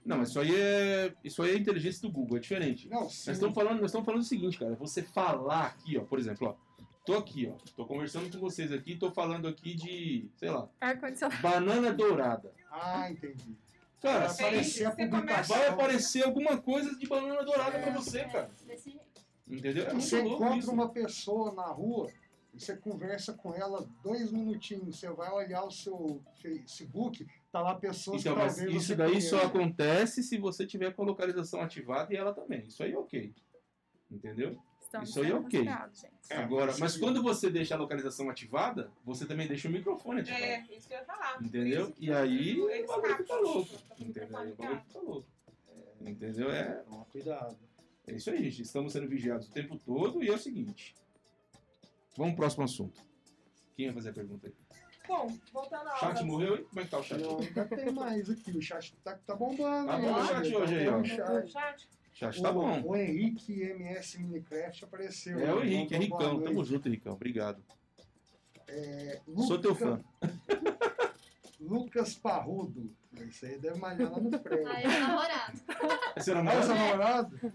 [SPEAKER 1] Não, mas isso aí é. Isso aí é inteligência do Google, é diferente.
[SPEAKER 2] Não,
[SPEAKER 1] Nós
[SPEAKER 2] sim.
[SPEAKER 1] estamos falando, nós estamos falando o seguinte, cara. Você falar aqui, ó, por exemplo, ó. Tô aqui, ó. Tô conversando com vocês aqui, tô falando aqui de, sei lá,
[SPEAKER 6] É, Ar-condicionado.
[SPEAKER 1] banana dourada.
[SPEAKER 2] Ah, entendi.
[SPEAKER 1] Cara,
[SPEAKER 6] É.
[SPEAKER 2] Vai
[SPEAKER 4] Sim,
[SPEAKER 2] aparecer a
[SPEAKER 4] você começa-
[SPEAKER 2] publicação.
[SPEAKER 1] vai aparecer alguma coisa de banana dourada pra você,
[SPEAKER 7] É,
[SPEAKER 1] cara.
[SPEAKER 7] Desse jeito.
[SPEAKER 1] Entendeu? É muito
[SPEAKER 2] Você
[SPEAKER 1] louco
[SPEAKER 2] encontra
[SPEAKER 1] isso.
[SPEAKER 2] uma pessoa na rua, você conversa com ela dois minutinhos, você vai olhar o seu Facebook, tá lá pessoas
[SPEAKER 1] Então,
[SPEAKER 2] que
[SPEAKER 1] mas
[SPEAKER 2] talvez
[SPEAKER 1] isso
[SPEAKER 2] você
[SPEAKER 1] daí
[SPEAKER 2] conheça.
[SPEAKER 1] só acontece se você tiver com a localização ativada e ela também. Isso aí é ok. Entendeu?
[SPEAKER 6] Estamos
[SPEAKER 1] Isso aí é
[SPEAKER 6] sendo
[SPEAKER 1] ok.
[SPEAKER 6] rastreados, gente.
[SPEAKER 2] É,
[SPEAKER 1] Agora,
[SPEAKER 2] isso
[SPEAKER 1] mas
[SPEAKER 2] aí.
[SPEAKER 1] quando você deixa a localização ativada, você também deixa o microfone ativado.
[SPEAKER 4] É, isso que eu ia falar.
[SPEAKER 1] Entendeu?
[SPEAKER 4] Isso que
[SPEAKER 1] E aí
[SPEAKER 4] eu ia
[SPEAKER 1] o bagulho fica
[SPEAKER 4] falar.
[SPEAKER 1] louco.
[SPEAKER 4] Tá tudo
[SPEAKER 1] Entendeu? Aí o bagulho
[SPEAKER 4] complicado.
[SPEAKER 1] fica louco. Entendeu? É,
[SPEAKER 2] Toma cuidado.
[SPEAKER 1] é isso aí, gente. Estamos sendo vigiados o tempo todo e é o seguinte. Vamos pro próximo assunto. Quem vai fazer a pergunta aí?
[SPEAKER 4] Bom, voltando
[SPEAKER 1] O
[SPEAKER 4] à
[SPEAKER 1] chat
[SPEAKER 4] aula.
[SPEAKER 1] morreu, hein? Como é que tá o chat?
[SPEAKER 2] Não, ainda tem mais aqui, o chat tá, tá bombando.
[SPEAKER 1] Tá
[SPEAKER 2] hein,
[SPEAKER 1] bom o
[SPEAKER 2] hoje,
[SPEAKER 1] chat hoje aí, ó.
[SPEAKER 2] bom o
[SPEAKER 4] Voltando
[SPEAKER 2] chat.
[SPEAKER 4] ao chat.
[SPEAKER 1] O chat tá
[SPEAKER 2] O-
[SPEAKER 1] bom.
[SPEAKER 2] O Henrique MS Minecraft apareceu.
[SPEAKER 1] É o Henrique, é
[SPEAKER 2] Mandou boa
[SPEAKER 1] Ricão.
[SPEAKER 2] noite.
[SPEAKER 1] Tamo junto, Ricão. Obrigado.
[SPEAKER 2] É,
[SPEAKER 1] Sou teu fã.
[SPEAKER 2] Lucas Parrudo. Isso aí deve malhar lá no prédio.
[SPEAKER 7] Aí é namorado.
[SPEAKER 1] Você não
[SPEAKER 6] né?
[SPEAKER 2] Mas,
[SPEAKER 1] mora?
[SPEAKER 2] namorado,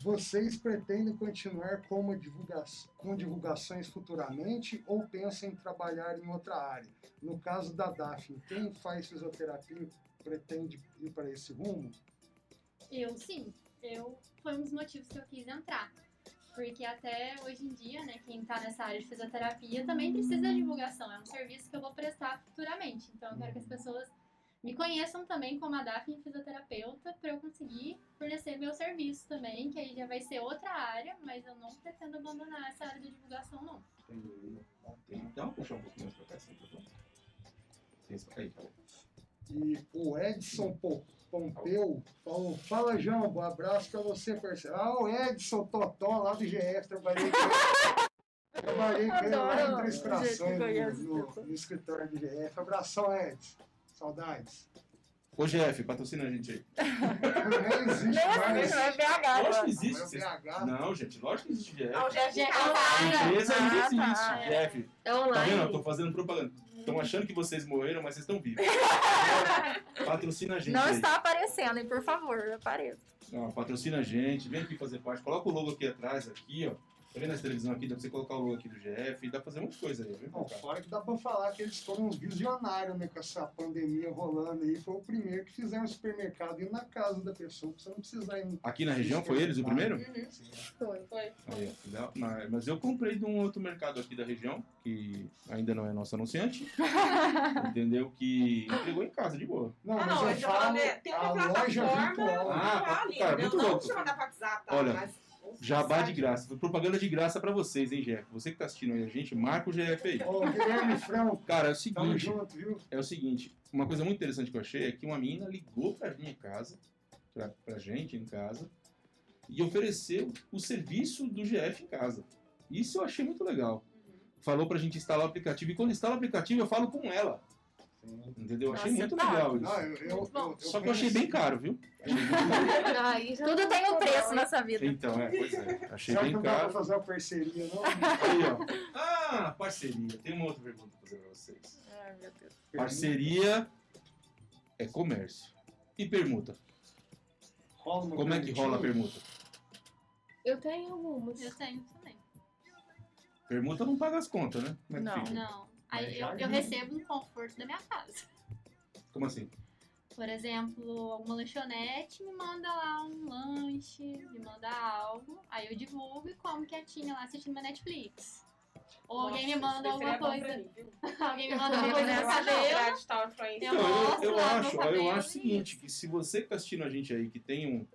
[SPEAKER 2] vocês pretendem continuar com, uma divulga- com divulgações futuramente ou pensam em trabalhar em outra área? No caso da Daphne, quem faz fisioterapia pretende ir para esse rumo?
[SPEAKER 7] Eu sim. Eu foi um dos motivos que eu quis entrar. Porque até hoje em dia, né, quem tá nessa área de fisioterapia também precisa de divulgação. É um serviço que eu vou prestar futuramente. Então eu quero que as pessoas me conheçam também como a Daphne fisioterapeuta para eu conseguir fornecer meu serviço também, que aí já vai ser outra área, mas eu não pretendo abandonar essa área de divulgação não.
[SPEAKER 1] Então, puxar um pouquinho mais pra cá, assim, tá bom? Tem esse- Aí, tá bom.
[SPEAKER 2] E o Edson Po- Pompeu falou: Fala, João, um abraço para você, parceiro. Ah, o Edson Totó lá do GF, trabalhei com Trabalhei com ele lá em
[SPEAKER 6] Adoro
[SPEAKER 2] Três
[SPEAKER 6] o jeito que tipo.
[SPEAKER 2] Trações,
[SPEAKER 6] conhece
[SPEAKER 2] no,
[SPEAKER 6] essa.
[SPEAKER 2] no, no escritório do GF. Abração, Edson. Saudades.
[SPEAKER 1] Ô, GF, patrocina a gente aí.
[SPEAKER 2] Nem existe
[SPEAKER 6] Nem
[SPEAKER 2] mais.
[SPEAKER 6] existe, não é BH
[SPEAKER 1] Lógico
[SPEAKER 6] agora.
[SPEAKER 1] que
[SPEAKER 2] Agora
[SPEAKER 1] existe.
[SPEAKER 2] o
[SPEAKER 1] vocês-
[SPEAKER 2] BH.
[SPEAKER 1] Não, gente, lógico que existe GF.
[SPEAKER 4] Ah, o Jeff
[SPEAKER 7] Já é
[SPEAKER 1] A
[SPEAKER 7] online.
[SPEAKER 1] empresa ainda
[SPEAKER 6] Ah,
[SPEAKER 1] existe.
[SPEAKER 6] tá.
[SPEAKER 1] Jeff, tá
[SPEAKER 5] É
[SPEAKER 1] vendo? Eu
[SPEAKER 5] online.
[SPEAKER 1] tô fazendo propaganda. Estão achando que vocês morreram, mas vocês estão vivos. patrocina a gente
[SPEAKER 6] Não
[SPEAKER 1] aí.
[SPEAKER 6] está aparecendo, hein? Por favor, apareça.
[SPEAKER 1] Ó, patrocina a gente, vem aqui fazer parte. Coloca o logo aqui atrás, aqui, ó. Tá vendo essa televisão aqui? Dá pra você colocar o logo aqui do GF, dá pra fazer um monte de coisa aí, viu?
[SPEAKER 2] Bom, fora que dá pra falar que eles foram uns visionários, né? Com essa pandemia rolando aí. Foi o primeiro que fizeram um supermercado indo na casa da pessoa, pra você não precisar ir.
[SPEAKER 1] Aqui na região foi eles o primeiro?
[SPEAKER 4] Uhum.
[SPEAKER 5] Foi.
[SPEAKER 4] Foi.
[SPEAKER 1] Aí, ó, legal. Na- mas eu comprei de um outro mercado aqui da região, que ainda não é nosso anunciante. entendeu? Que entregou em casa de boa.
[SPEAKER 2] Não,
[SPEAKER 4] Ah,
[SPEAKER 2] mas
[SPEAKER 4] não,
[SPEAKER 2] eu,
[SPEAKER 4] eu tô
[SPEAKER 2] falo
[SPEAKER 4] falando, é, tem uma
[SPEAKER 2] a loja
[SPEAKER 4] plataforma-
[SPEAKER 2] virtual.
[SPEAKER 1] Ah,
[SPEAKER 4] Ah, ali,
[SPEAKER 1] cara,
[SPEAKER 4] né?
[SPEAKER 1] muito
[SPEAKER 4] não
[SPEAKER 1] louco.
[SPEAKER 4] vou mandar pra WhatsApp, tá?
[SPEAKER 1] Olha,
[SPEAKER 4] mas...
[SPEAKER 1] Jabá de graça. Foi Propaganda de graça pra vocês, hein, Jeff? Você que tá assistindo aí a gente, marca o GF aí.
[SPEAKER 2] Ô, Guilherme Franco,
[SPEAKER 1] Cara, é o
[SPEAKER 2] tamo
[SPEAKER 1] seguinte,
[SPEAKER 2] junto, viu?
[SPEAKER 1] é o seguinte, uma coisa muito interessante que eu achei é que uma menina ligou pra minha casa, pra, pra gente em casa, e ofereceu o serviço do GF em casa. Isso eu achei muito legal.
[SPEAKER 6] Uhum.
[SPEAKER 1] Falou pra gente instalar o aplicativo, e quando instala o aplicativo eu falo com ela. Entendeu? Eu achei
[SPEAKER 6] Nossa,
[SPEAKER 1] muito
[SPEAKER 6] tá.
[SPEAKER 1] legal isso.
[SPEAKER 2] Não, eu, eu, eu, eu
[SPEAKER 1] Só que eu achei bem caro, viu? Achei bem-
[SPEAKER 5] Aí já
[SPEAKER 6] Tudo
[SPEAKER 5] não
[SPEAKER 6] tem um
[SPEAKER 5] vou
[SPEAKER 6] preço
[SPEAKER 5] não,
[SPEAKER 6] nessa vida.
[SPEAKER 1] Então, é, pois é. Achei
[SPEAKER 2] Será que
[SPEAKER 1] bem
[SPEAKER 2] não dá pra
[SPEAKER 1] caro.
[SPEAKER 2] fazer uma parceria, não?
[SPEAKER 1] Aí, ó. Ah, parceria. Tem uma outra pergunta pra fazer pra vocês.
[SPEAKER 6] Ai, meu Deus.
[SPEAKER 1] Parceria é comércio. E permuta?
[SPEAKER 2] Rola uma
[SPEAKER 1] Como é que rola a
[SPEAKER 2] perguntinha?
[SPEAKER 1] permuta?
[SPEAKER 5] Eu tenho algumas.
[SPEAKER 7] Eu tenho também.
[SPEAKER 1] Permuta não paga as contas, né? Como é que
[SPEAKER 6] Não.
[SPEAKER 1] fica?
[SPEAKER 7] Não. Aí
[SPEAKER 2] já
[SPEAKER 7] eu, eu
[SPEAKER 2] vi.
[SPEAKER 7] recebo no conforto da minha casa.
[SPEAKER 1] Como assim?
[SPEAKER 7] Por exemplo, alguma lanchonete me manda lá um lanche, me manda algo, aí eu divulgo e como quietinha lá assistindo uma Netflix. Ou alguém me manda alguma coisa. Alguém me manda alguma coisa no cabelo. Eu
[SPEAKER 1] Então, eu,
[SPEAKER 7] mostro
[SPEAKER 1] eu
[SPEAKER 7] lá no
[SPEAKER 1] acho, ó,
[SPEAKER 7] cabelo
[SPEAKER 1] eu
[SPEAKER 7] e
[SPEAKER 1] acho
[SPEAKER 6] assim.
[SPEAKER 1] o seguinte, que se você que tá assistindo a gente aí, que tem um,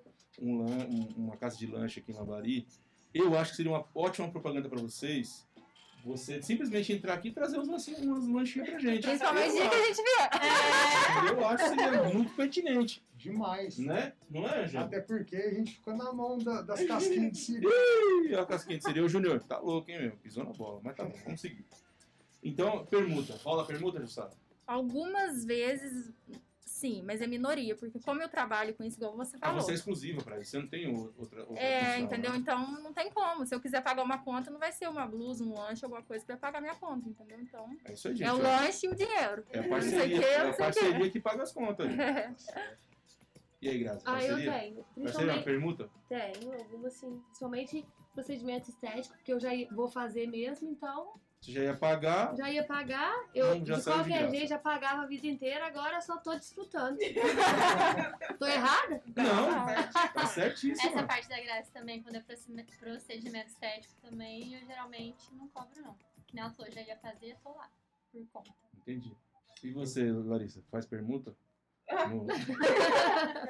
[SPEAKER 1] um lan- um- uma casa de lanche aqui em Lambari, eu acho que seria uma ótima propaganda para vocês, você simplesmente entrar aqui e trazer uns lancinhos, umas lanchinhas pra gente.
[SPEAKER 6] Principalmente o
[SPEAKER 1] eu,
[SPEAKER 6] dia que a gente vier.
[SPEAKER 1] acho, eu acho que seria muito pertinente,
[SPEAKER 2] Demais.
[SPEAKER 1] né? Não é, gente?
[SPEAKER 2] Até porque a gente ficou na mão da- das casquinhas de siri.
[SPEAKER 1] Ih, a casquinha de seria o Júnior. Tá louco, hein, meu? Pisou na bola, mas tá bom, vamos seguir. Então, permuta. Rola a permuta,
[SPEAKER 6] Tá
[SPEAKER 1] Jussara?
[SPEAKER 6] Algumas vezes, sim, mas é minoria, porque como eu trabalho com isso, igual você
[SPEAKER 1] Ah,
[SPEAKER 6] falou.
[SPEAKER 1] você é exclusiva pra isso, você não tem o- outra, outra
[SPEAKER 6] É,
[SPEAKER 1] função,
[SPEAKER 6] entendeu?
[SPEAKER 1] né?
[SPEAKER 6] Então não tem como. Se eu quiser pagar uma conta, não vai ser uma blusa, um lanche, alguma coisa que vai pagar minha conta, entendeu? Então
[SPEAKER 1] É isso aí, gente.
[SPEAKER 6] é
[SPEAKER 1] ó.
[SPEAKER 6] o lanche e o dinheiro.
[SPEAKER 1] É a
[SPEAKER 6] Não sei
[SPEAKER 1] parceria,
[SPEAKER 6] o quê,
[SPEAKER 1] é
[SPEAKER 6] não
[SPEAKER 1] a
[SPEAKER 6] sei o quê.
[SPEAKER 1] parceria que paga as contas. gente. Tá E aí, Graça?
[SPEAKER 5] Ah, eu
[SPEAKER 1] Parceria? Parceria é
[SPEAKER 5] tenho.
[SPEAKER 1] uma
[SPEAKER 5] Principalmente,
[SPEAKER 1] permuta?
[SPEAKER 5] tenho algumas, sim. Principalmente procedimento estético, que eu já ia- vou fazer mesmo, então
[SPEAKER 1] Você já ia pagar.
[SPEAKER 5] já ia pagar. Eu,
[SPEAKER 1] Não, Hum, já
[SPEAKER 5] de
[SPEAKER 1] saiu de
[SPEAKER 5] qualquer
[SPEAKER 1] graça.
[SPEAKER 5] jeito, já pagava a vida inteira, agora eu só tô desfrutando. tô errada?
[SPEAKER 1] Não, tá certíssimo.
[SPEAKER 7] Essa parte da graça também, quando é procedime- procedimento estético também, eu geralmente não cobro, não. Que nem ela falou, já ia fazer, eu tô lá, por conta.
[SPEAKER 1] Entendi. E você, Larissa, faz permuta?
[SPEAKER 6] Ah.
[SPEAKER 1] No-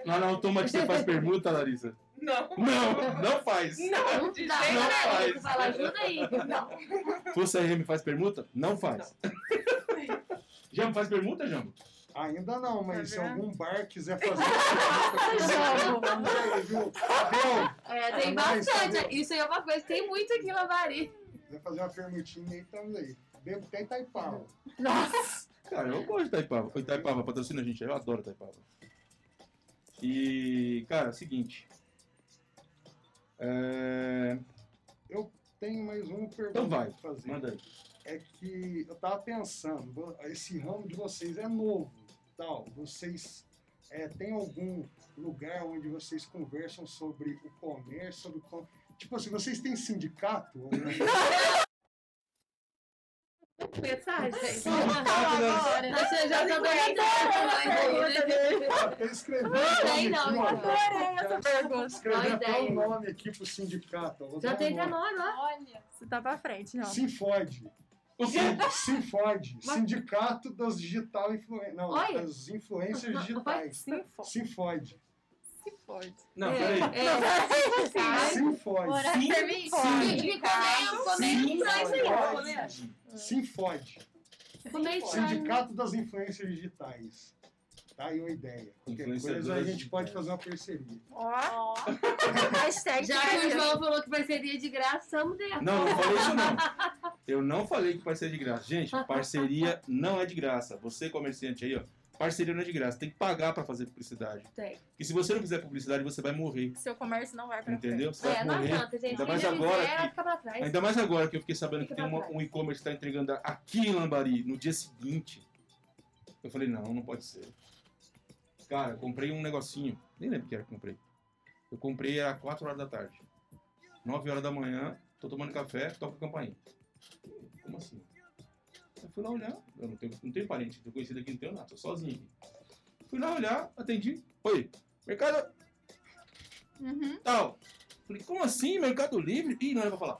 [SPEAKER 1] Lá na automática você faz permuta, Larissa?
[SPEAKER 4] Não,
[SPEAKER 1] Não, não faz.
[SPEAKER 4] não, de
[SPEAKER 7] Dá,
[SPEAKER 4] jeito
[SPEAKER 1] não
[SPEAKER 7] né,
[SPEAKER 1] faz.
[SPEAKER 7] Nico? Fala, ajuda aí. Não.
[SPEAKER 1] Força RM faz permuta? Não faz. Jambo, faz permuta, Jambo?
[SPEAKER 2] Ainda não, mas se
[SPEAKER 6] vendo?
[SPEAKER 2] algum bar quiser fazer essa pergunta, tamo aí, viu? Fabião,
[SPEAKER 5] É, tem
[SPEAKER 2] Mas,
[SPEAKER 5] bastante.
[SPEAKER 2] sabe-
[SPEAKER 5] Isso aí é uma coisa, que tem muito aqui em Lavari.
[SPEAKER 2] quiser fazer uma permutinha aí, tamo aí. Bebo até Itaipava.
[SPEAKER 6] Nossa!
[SPEAKER 1] Cara, eu gosto de Itaipava. Foi Itaipava, patrocina a gente. Eu adoro Itaipava. E, cara, é o seguinte. É...
[SPEAKER 2] Tem mais uma pergunta
[SPEAKER 1] Então vai,
[SPEAKER 2] pra fazer.
[SPEAKER 1] Manda aí.
[SPEAKER 2] é que eu tava pensando, vo- esse ramo de vocês é novo, tal. Vocês é, tem algum lugar onde vocês conversam sobre o comércio, sobre o com... tipo assim, vocês têm sindicato?
[SPEAKER 5] Pensar, gente.
[SPEAKER 1] Sindicato
[SPEAKER 5] Achei já tá tô né?
[SPEAKER 2] Eu Até escrevi o nome
[SPEAKER 7] Tem
[SPEAKER 2] aqui,
[SPEAKER 7] não,
[SPEAKER 2] ó.
[SPEAKER 7] não. é.
[SPEAKER 6] essa pergunta.
[SPEAKER 2] Escrevi
[SPEAKER 5] Boa
[SPEAKER 2] até o
[SPEAKER 5] ideia.
[SPEAKER 2] nome aqui pro sindicato. ó. Vou
[SPEAKER 5] Já
[SPEAKER 2] dar
[SPEAKER 5] tem
[SPEAKER 2] um
[SPEAKER 5] até
[SPEAKER 2] nome.
[SPEAKER 5] nós lá.
[SPEAKER 7] Olha.
[SPEAKER 6] Você tá pra frente, não.
[SPEAKER 2] Se fode.
[SPEAKER 1] O quê?
[SPEAKER 2] Se fode.
[SPEAKER 5] Mas-
[SPEAKER 2] Sindicato das digital influen... não,
[SPEAKER 5] Oi?
[SPEAKER 2] das influências digitais.
[SPEAKER 6] Se for,
[SPEAKER 2] Se fode.
[SPEAKER 6] se fode.
[SPEAKER 1] Não,
[SPEAKER 5] É,
[SPEAKER 1] peraí.
[SPEAKER 5] é,
[SPEAKER 2] Se fode.
[SPEAKER 7] Bora.
[SPEAKER 1] Sim,
[SPEAKER 6] Sim.
[SPEAKER 1] sim.
[SPEAKER 2] Se fode.
[SPEAKER 5] Comei
[SPEAKER 2] Sindicato das Influências Digitais. Tá aí uma ideia. Qualquer coisa a
[SPEAKER 1] Influenciadoras
[SPEAKER 2] gente pode
[SPEAKER 1] digitais.
[SPEAKER 2] fazer uma parceria.
[SPEAKER 6] Ó,
[SPEAKER 7] Ó,
[SPEAKER 6] hashtag
[SPEAKER 5] Já que o João falou que parceria de graça, estamos dentro.
[SPEAKER 1] Não, não falei isso não. Eu não falei que parceria é de graça. Gente, parceria não é de graça. Você, comerciante aí, ó, parceria não é de graça. Tem que pagar pra fazer publicidade.
[SPEAKER 5] Tem.
[SPEAKER 1] E se você não fizer publicidade, você vai morrer.
[SPEAKER 6] Seu comércio não vai pra frente.
[SPEAKER 1] Entendeu? Você
[SPEAKER 5] É,
[SPEAKER 1] vai
[SPEAKER 5] não
[SPEAKER 1] morrer.
[SPEAKER 5] adianta, gente.
[SPEAKER 1] Ainda mais
[SPEAKER 5] Quem
[SPEAKER 1] agora
[SPEAKER 5] fizer,
[SPEAKER 1] que-
[SPEAKER 5] vai ficar pra trás.
[SPEAKER 1] Ainda mais agora que eu fiquei sabendo que
[SPEAKER 5] Fica
[SPEAKER 1] tem
[SPEAKER 5] pra
[SPEAKER 1] uma-
[SPEAKER 5] trás.
[SPEAKER 1] um e-commerce que está entregando aqui em Lambari no dia seguinte. Eu falei, não, não pode ser. Cara, eu comprei um negocinho. Nem lembro o que era que eu comprei. Eu comprei a 4 horas da tarde. 9 horas da manhã, Tô tomando café, toca a campainha. Como assim? Eu fui lá olhar, eu não tenho, não tenho parente, tenho conhecido aqui, não tenho nada, tô sozinho aqui. Fui lá olhar, atendi. Oi, mercado
[SPEAKER 7] Uhum.
[SPEAKER 1] tal. Falei, como assim, Mercado Livre? Ih, não era pra falar.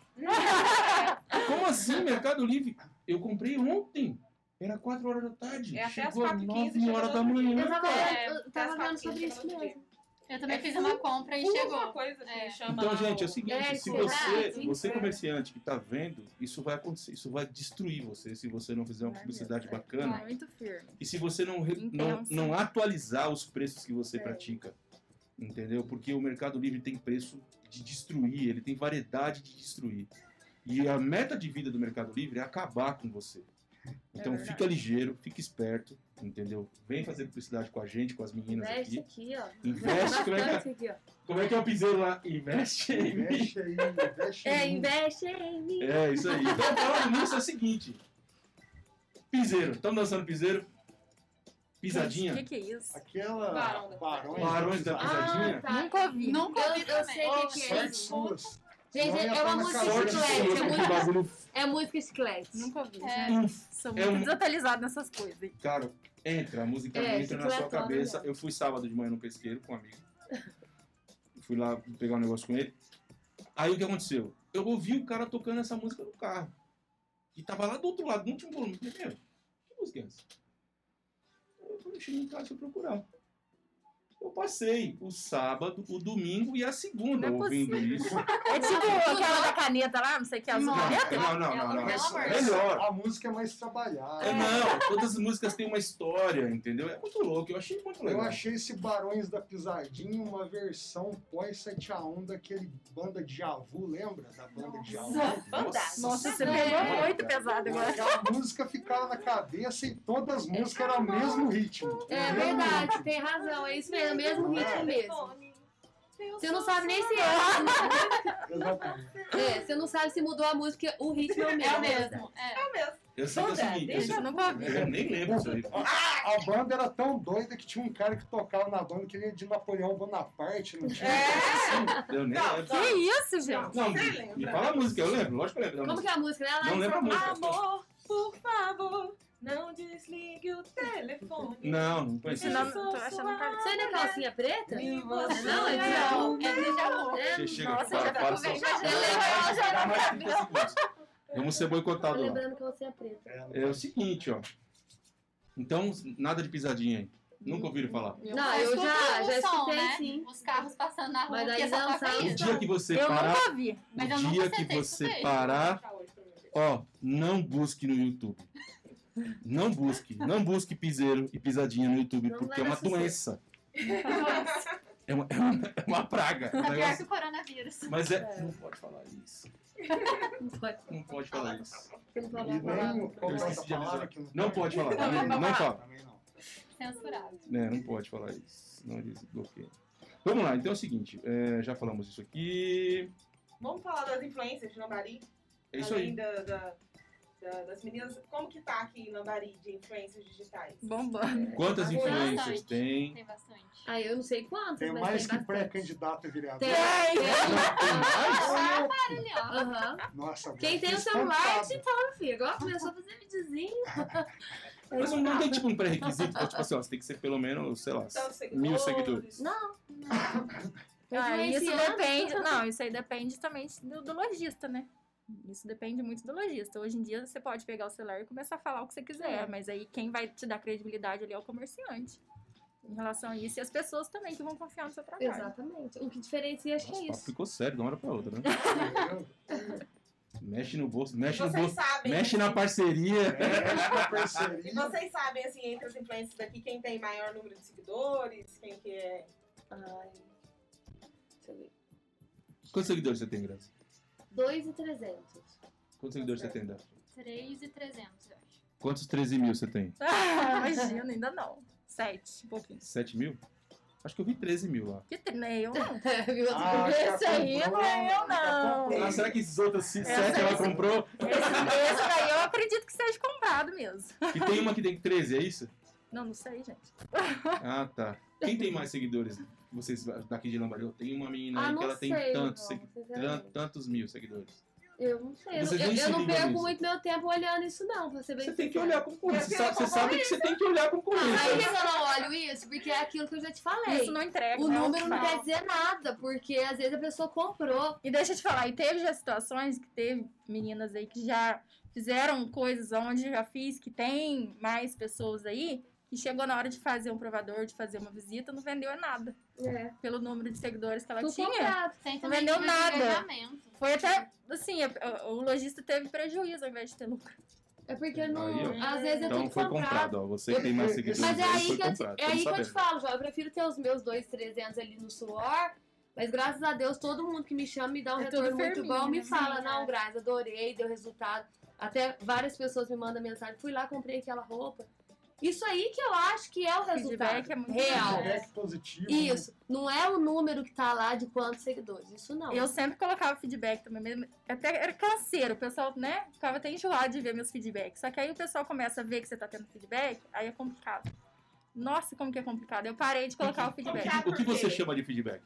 [SPEAKER 1] Como assim, Mercado Livre? Eu comprei ontem. Era 4 horas da tarde.
[SPEAKER 4] É até
[SPEAKER 1] Chegou
[SPEAKER 4] as
[SPEAKER 1] às
[SPEAKER 4] 4h15,
[SPEAKER 1] 9 horas da
[SPEAKER 4] chegou no
[SPEAKER 1] manhã.
[SPEAKER 4] outro
[SPEAKER 5] Eu tava,
[SPEAKER 1] cara.
[SPEAKER 4] É,
[SPEAKER 5] eu
[SPEAKER 4] até as
[SPEAKER 5] tava tá falando sobre
[SPEAKER 4] 4h15
[SPEAKER 5] isso
[SPEAKER 4] no outro
[SPEAKER 5] mesmo.
[SPEAKER 7] Eu também
[SPEAKER 4] É
[SPEAKER 7] fiz uma compra e
[SPEAKER 4] Uma
[SPEAKER 7] chegou.
[SPEAKER 4] coisa que
[SPEAKER 7] É.
[SPEAKER 4] chama
[SPEAKER 1] Então, gente, é o
[SPEAKER 4] o-
[SPEAKER 1] seguinte,
[SPEAKER 5] É,
[SPEAKER 1] se
[SPEAKER 5] comprar,
[SPEAKER 1] você,
[SPEAKER 5] sim,
[SPEAKER 1] você
[SPEAKER 5] cara.
[SPEAKER 1] comerciante que tá vendo, isso vai acontecer, isso vai destruir você se você não fizer uma
[SPEAKER 6] Vai
[SPEAKER 1] publicidade
[SPEAKER 6] mesmo,
[SPEAKER 1] bacana
[SPEAKER 6] é Muito firme.
[SPEAKER 1] e se você não, re- não,
[SPEAKER 6] Intenso.
[SPEAKER 1] não atualizar os preços que você
[SPEAKER 6] É.
[SPEAKER 1] pratica. Entendeu? Porque o Mercado Livre tem preço de destruir, ele tem variedade de destruir. E a meta de vida do Mercado Livre é acabar com você. Então
[SPEAKER 6] verdade.
[SPEAKER 1] fica ligeiro, fica esperto, entendeu? Vem fazer publicidade com a gente, com as meninas
[SPEAKER 5] Investe
[SPEAKER 1] aqui.
[SPEAKER 5] aqui, ó.
[SPEAKER 1] Investe, como é que
[SPEAKER 5] Bastante aqui, ó.
[SPEAKER 1] é, como é, que é o piseiro lá? Investe em mim.
[SPEAKER 2] Investe aí, investe
[SPEAKER 5] É,
[SPEAKER 2] aí.
[SPEAKER 1] um
[SPEAKER 5] investe em mim.
[SPEAKER 1] É, isso aí. Então, falando nisso, é o seguinte. Piseiro. Estamos dançando piseiro?
[SPEAKER 6] O
[SPEAKER 1] Pisadinha?
[SPEAKER 6] que, que é isso?
[SPEAKER 2] Aquela
[SPEAKER 4] Barão da-
[SPEAKER 2] Barões,
[SPEAKER 1] Barões da Pisadinha?
[SPEAKER 5] tá.
[SPEAKER 6] Nunca ouvi.
[SPEAKER 7] Nunca ouvi
[SPEAKER 5] Eu, eu
[SPEAKER 7] também.
[SPEAKER 5] sei o que que é.
[SPEAKER 2] Sorte suas.
[SPEAKER 5] Gente, é uma música
[SPEAKER 1] Sorte
[SPEAKER 5] chiclete.
[SPEAKER 1] sua,
[SPEAKER 5] É
[SPEAKER 1] que tipo
[SPEAKER 5] música,
[SPEAKER 1] bagulho
[SPEAKER 5] é música chiclete.
[SPEAKER 6] Nunca ouvi.
[SPEAKER 7] É.
[SPEAKER 6] gente. Sou muito
[SPEAKER 1] É um-
[SPEAKER 6] desatualizado nessas coisas. hein?
[SPEAKER 1] Cara, entra, a música
[SPEAKER 5] É,
[SPEAKER 1] entra na sua
[SPEAKER 5] chicletona
[SPEAKER 1] cabeça.
[SPEAKER 5] mesmo.
[SPEAKER 1] Eu fui sábado de manhã no pesqueiro com um amigo. Fui lá pegar um negócio com ele. Aí o que aconteceu? Eu ouvi o cara tocando essa música no carro. E tava lá do outro lado, no último volume. Eu Falei, meu, que música é essa? Eu falei, cheguei em casa e procurar. Eu passei o sábado, o domingo e a segunda
[SPEAKER 6] Não é
[SPEAKER 1] ouvindo
[SPEAKER 6] possível.
[SPEAKER 1] isso.
[SPEAKER 6] É tipo é aquela da caneta lá, não sei o que, azul
[SPEAKER 7] Não.
[SPEAKER 6] caneta?
[SPEAKER 1] Não, não, não,
[SPEAKER 7] Ela-
[SPEAKER 1] não.
[SPEAKER 7] pelo
[SPEAKER 1] Essa-
[SPEAKER 7] amor de
[SPEAKER 2] Essa-
[SPEAKER 1] Melhor.
[SPEAKER 2] A música é mais trabalhada.
[SPEAKER 1] É, não, todas as músicas têm uma história, entendeu? É muito louco, eu achei muito
[SPEAKER 2] Eu
[SPEAKER 1] legal.
[SPEAKER 2] achei esse Barões da Pisadinha uma versão pós 7x1 daquele banda de Javu, lembra? Da banda de Javu.
[SPEAKER 4] Nossa,
[SPEAKER 6] Nossa, você
[SPEAKER 1] Senhora,
[SPEAKER 6] pegou
[SPEAKER 1] cara.
[SPEAKER 6] É muito pesado agora.
[SPEAKER 2] A música ficava na cabeça e todas as músicas eram o mesmo ritmo.
[SPEAKER 5] É
[SPEAKER 2] O mesmo
[SPEAKER 5] verdade,
[SPEAKER 2] ritmo.
[SPEAKER 5] tem razão. É isso mesmo, é o mesmo ritmo
[SPEAKER 4] um
[SPEAKER 5] mesmo.
[SPEAKER 4] Meu
[SPEAKER 5] Você não
[SPEAKER 4] Deus.
[SPEAKER 5] sabe nem se é.
[SPEAKER 2] Exatamente.
[SPEAKER 5] É, você não sabe se mudou a música, o ritmo é o mesmo.
[SPEAKER 7] É o mesmo. É.
[SPEAKER 4] É o mesmo.
[SPEAKER 1] Eu sei que é o
[SPEAKER 5] Toda,
[SPEAKER 1] seguinte, eu
[SPEAKER 5] desde
[SPEAKER 1] sei-
[SPEAKER 6] Eu nunca ouvi.
[SPEAKER 1] Eu nem lembro disso aí.
[SPEAKER 2] A banda era tão doida que tinha um cara que tocava na banda que ele é de Napoleão Bonaparte, não
[SPEAKER 5] É.
[SPEAKER 2] tinha?
[SPEAKER 1] Eu nem
[SPEAKER 4] é? Não,
[SPEAKER 1] lembro.
[SPEAKER 6] Que isso, gente?
[SPEAKER 1] Não,
[SPEAKER 4] Você
[SPEAKER 1] me,
[SPEAKER 4] lembra?
[SPEAKER 1] me fala a música, eu lembro, lógico que eu lembro. da
[SPEAKER 5] Como que é a música, né? Ela
[SPEAKER 1] Não lembro a música.
[SPEAKER 4] Amor, por favor, não desligue o telefone.
[SPEAKER 1] Não, não conhecia.
[SPEAKER 6] Senão,
[SPEAKER 1] Não,
[SPEAKER 6] tô achando que
[SPEAKER 5] Você não é calcinha preta?
[SPEAKER 4] E você
[SPEAKER 5] Não, é
[SPEAKER 7] Não, é déjà vu.
[SPEAKER 5] É,
[SPEAKER 1] chega,
[SPEAKER 6] nossa,
[SPEAKER 1] para,
[SPEAKER 6] já tá
[SPEAKER 1] para,
[SPEAKER 6] com
[SPEAKER 1] só-
[SPEAKER 6] bem- já-
[SPEAKER 1] só-
[SPEAKER 5] já
[SPEAKER 1] dá mais-
[SPEAKER 5] lembro, já
[SPEAKER 1] dá mais 30 segundos. Vamos ser
[SPEAKER 5] Tô
[SPEAKER 1] boicotados lá.
[SPEAKER 5] lembrando calcinha preta.
[SPEAKER 1] É o seguinte, ó. Então, nada de pisadinha aí. Nunca ouviram falar.
[SPEAKER 5] Não, Ah, eu
[SPEAKER 7] Escuta
[SPEAKER 5] já-
[SPEAKER 7] o
[SPEAKER 5] já
[SPEAKER 7] som,
[SPEAKER 5] escutei,
[SPEAKER 7] né?
[SPEAKER 5] sim.
[SPEAKER 7] Os carros passando na rua
[SPEAKER 5] Mas daí
[SPEAKER 7] que essa
[SPEAKER 5] não
[SPEAKER 7] toca
[SPEAKER 5] sabe.
[SPEAKER 1] O
[SPEAKER 7] isso.
[SPEAKER 1] dia que você
[SPEAKER 6] Eu
[SPEAKER 1] parar,
[SPEAKER 6] nunca ouvi.
[SPEAKER 1] o
[SPEAKER 7] Mas eu
[SPEAKER 1] dia
[SPEAKER 7] nunca
[SPEAKER 1] que
[SPEAKER 7] acertei Tá isso
[SPEAKER 1] você
[SPEAKER 7] mesmo.
[SPEAKER 1] parar, ó, não busque no YouTube. Não busque, não busque piseiro e pisadinha no YouTube,
[SPEAKER 5] Não
[SPEAKER 1] porque é uma
[SPEAKER 5] vai dar sucesso.
[SPEAKER 1] doença. É uma, é uma, é uma praga. um
[SPEAKER 7] É pior
[SPEAKER 1] negócio-
[SPEAKER 7] que o coronavírus.
[SPEAKER 1] Mas é. Não pode falar isso.
[SPEAKER 5] Não pode,
[SPEAKER 1] Não pode falar isso.
[SPEAKER 5] porque não pode
[SPEAKER 2] E nem
[SPEAKER 5] falar.
[SPEAKER 1] Eu
[SPEAKER 2] qual é
[SPEAKER 1] esqueci
[SPEAKER 2] essa
[SPEAKER 1] de avisar.
[SPEAKER 2] palavra que
[SPEAKER 1] Não pode falar. Também não fala.
[SPEAKER 2] Também não.
[SPEAKER 7] Censurado.
[SPEAKER 1] É, não pode falar isso. Senão eles bloqueiam. Vamos lá, então é o seguinte. é, já falamos isso aqui.
[SPEAKER 4] Vamos falar das influências de Lambari?
[SPEAKER 1] É isso
[SPEAKER 4] Além
[SPEAKER 1] aí.
[SPEAKER 4] da- da- da- das meninas, como que tá aqui em Lambari de influências digitais?
[SPEAKER 6] Bombando.
[SPEAKER 1] Quantas
[SPEAKER 7] Tem
[SPEAKER 1] influências
[SPEAKER 7] bastante.
[SPEAKER 1] tem?
[SPEAKER 7] Tem bastante.
[SPEAKER 5] Ah, eu não sei quantas,
[SPEAKER 2] Tem
[SPEAKER 5] mas
[SPEAKER 2] mais
[SPEAKER 5] tem
[SPEAKER 2] que pré-candidato a vereador.
[SPEAKER 5] Tem.
[SPEAKER 2] Olha,
[SPEAKER 7] Olha ali, ó.
[SPEAKER 5] Aham.
[SPEAKER 2] Nossa, é
[SPEAKER 5] Quem
[SPEAKER 2] agora
[SPEAKER 5] tem o
[SPEAKER 2] eu tô
[SPEAKER 5] celular, te
[SPEAKER 2] espantado.
[SPEAKER 5] toma, filho. Agora começou a fazer videozinho.
[SPEAKER 1] Mas não, não tem tipo um pré-requisito. Tipo assim, ó, você tem que ser pelo menos, sei lá,
[SPEAKER 4] Tantos
[SPEAKER 1] mil seguidores.
[SPEAKER 5] Não.
[SPEAKER 6] Ah, isso
[SPEAKER 5] Influenciando.
[SPEAKER 6] depende. Não, isso aí depende também do, do lojista, né? Isso depende muito do lojista. Hoje em dia você pode pegar o celular e começar a falar o que você quiser, mas aí quem vai te dar credibilidade ali é o comerciante. Em relação a isso, e as pessoas também que vão confiar no seu trabalho.
[SPEAKER 5] Exatamente. O que diferencia acho que
[SPEAKER 1] Nossa,
[SPEAKER 5] é
[SPEAKER 1] o papo
[SPEAKER 5] isso.
[SPEAKER 1] ficou sério de uma hora pra outra, né?
[SPEAKER 2] Eu-
[SPEAKER 1] Mexe no bolso, mexe no bolso.
[SPEAKER 4] Vocês sabem.
[SPEAKER 1] Mexe na
[SPEAKER 4] assim,
[SPEAKER 1] parceria.
[SPEAKER 2] É,
[SPEAKER 4] E
[SPEAKER 2] parceria.
[SPEAKER 4] vocês sabem, assim, entre as influências daqui, quem tem maior número de seguidores, quem que é.
[SPEAKER 5] Ai. Deixa eu ver.
[SPEAKER 1] Quantos seguidores você tem, Graça?
[SPEAKER 5] 2,300.
[SPEAKER 1] Quantos seguidores você tem, Dá?
[SPEAKER 7] 3 e 300, eu acho.
[SPEAKER 1] Quantos 13 mil você tem?
[SPEAKER 6] Ah, imagina, ainda não. Sete, um pouquinho.
[SPEAKER 1] 7 mil? Acho que eu vi 13 mil lá.
[SPEAKER 6] Que nem eu
[SPEAKER 5] né?
[SPEAKER 6] não.
[SPEAKER 5] É, Viu?
[SPEAKER 2] Ah, já
[SPEAKER 6] Esse aí
[SPEAKER 2] comprou,
[SPEAKER 6] nem eu
[SPEAKER 2] já
[SPEAKER 6] não.
[SPEAKER 2] comprou.
[SPEAKER 1] Ah, será que esses outros se-
[SPEAKER 6] Essa-
[SPEAKER 1] sete ela comprou?
[SPEAKER 6] Esse, esse daí eu acredito que seja comprado mesmo.
[SPEAKER 1] E tem uma que tem 13, é isso?
[SPEAKER 6] Não, não sei, gente.
[SPEAKER 1] Ah, tá. Quem tem mais seguidores? Vocês daqui de Lambaréu? Tem uma menina
[SPEAKER 5] Ah,
[SPEAKER 1] aí
[SPEAKER 5] não
[SPEAKER 1] que ela
[SPEAKER 5] sei,
[SPEAKER 1] tem tantos,
[SPEAKER 5] não,
[SPEAKER 1] segui-
[SPEAKER 5] sinceramente.
[SPEAKER 1] tan- tantos mil seguidores.
[SPEAKER 5] Eu não sei. Eu,
[SPEAKER 1] Você já
[SPEAKER 5] eu- eu não
[SPEAKER 1] inseriu
[SPEAKER 5] perco
[SPEAKER 1] nisso.
[SPEAKER 5] muito meu tempo olhando isso, não. Pra ser bem
[SPEAKER 1] Você tem que
[SPEAKER 5] sincera.
[SPEAKER 1] olhar a concorrência. Você sabe, você sabe que você tem que olhar a
[SPEAKER 5] Aí
[SPEAKER 1] concorrência.
[SPEAKER 5] eu não olho isso, porque é aquilo que eu já te falei.
[SPEAKER 6] Isso não entrega.
[SPEAKER 5] O
[SPEAKER 6] né?
[SPEAKER 5] número não
[SPEAKER 6] Fala.
[SPEAKER 5] quer dizer nada, porque às vezes a pessoa comprou.
[SPEAKER 6] E deixa eu te falar, e teve já situações que teve meninas aí que já fizeram coisas onde eu já fiz, que tem mais pessoas aí, que chegou na hora de fazer um provador, de fazer uma visita, não vendeu nada.
[SPEAKER 5] É.
[SPEAKER 6] Pelo número de seguidores que ela
[SPEAKER 5] Tu
[SPEAKER 6] tinha.
[SPEAKER 5] comprado.
[SPEAKER 7] Sem
[SPEAKER 6] Não
[SPEAKER 7] também
[SPEAKER 6] vendeu
[SPEAKER 7] ter
[SPEAKER 6] nada.
[SPEAKER 7] engajamento.
[SPEAKER 6] Foi até, assim, a- a- o lojista teve prejuízo ao invés de ter lucro.
[SPEAKER 5] É porque não.
[SPEAKER 1] Aí,
[SPEAKER 5] às vezes é
[SPEAKER 1] Então
[SPEAKER 5] tudo
[SPEAKER 1] foi comprado, ó. Você que tem mais seguidores.
[SPEAKER 5] Mas é
[SPEAKER 1] aí,
[SPEAKER 5] aí
[SPEAKER 1] foi
[SPEAKER 5] que eu te,
[SPEAKER 1] comprado,
[SPEAKER 5] é aí que
[SPEAKER 1] estamos
[SPEAKER 5] eu te
[SPEAKER 1] sabendo.
[SPEAKER 5] falo, João. Eu prefiro ter os meus dois, 300 ali no suor. Mas graças a Deus, todo mundo que me chama me dá um
[SPEAKER 6] É tudo
[SPEAKER 5] retorno muito
[SPEAKER 6] firminha,
[SPEAKER 5] bom. Me
[SPEAKER 6] né?
[SPEAKER 5] fala,
[SPEAKER 6] Sim,
[SPEAKER 5] não,
[SPEAKER 6] é.
[SPEAKER 5] Grazi, adorei, deu resultado. Até várias pessoas me mandam mensagem. Fui lá, comprei aquela roupa. Isso aí que eu acho que é o resultado.
[SPEAKER 6] Feedback é muito
[SPEAKER 5] real.
[SPEAKER 6] grande.
[SPEAKER 2] Feedback positivo. né?
[SPEAKER 5] Isso. Não é o número que tá lá de quantos seguidores. Isso não.
[SPEAKER 6] Eu sempre colocava feedback também, mesmo. até era canseiro, o pessoal, né, ficava até enjoado de ver meus feedbacks. Só que aí o pessoal começa a ver que você tá tendo feedback, aí é complicado. Nossa, como que é complicado. Eu parei de colocar o feedback.
[SPEAKER 1] O que você chama de feedback?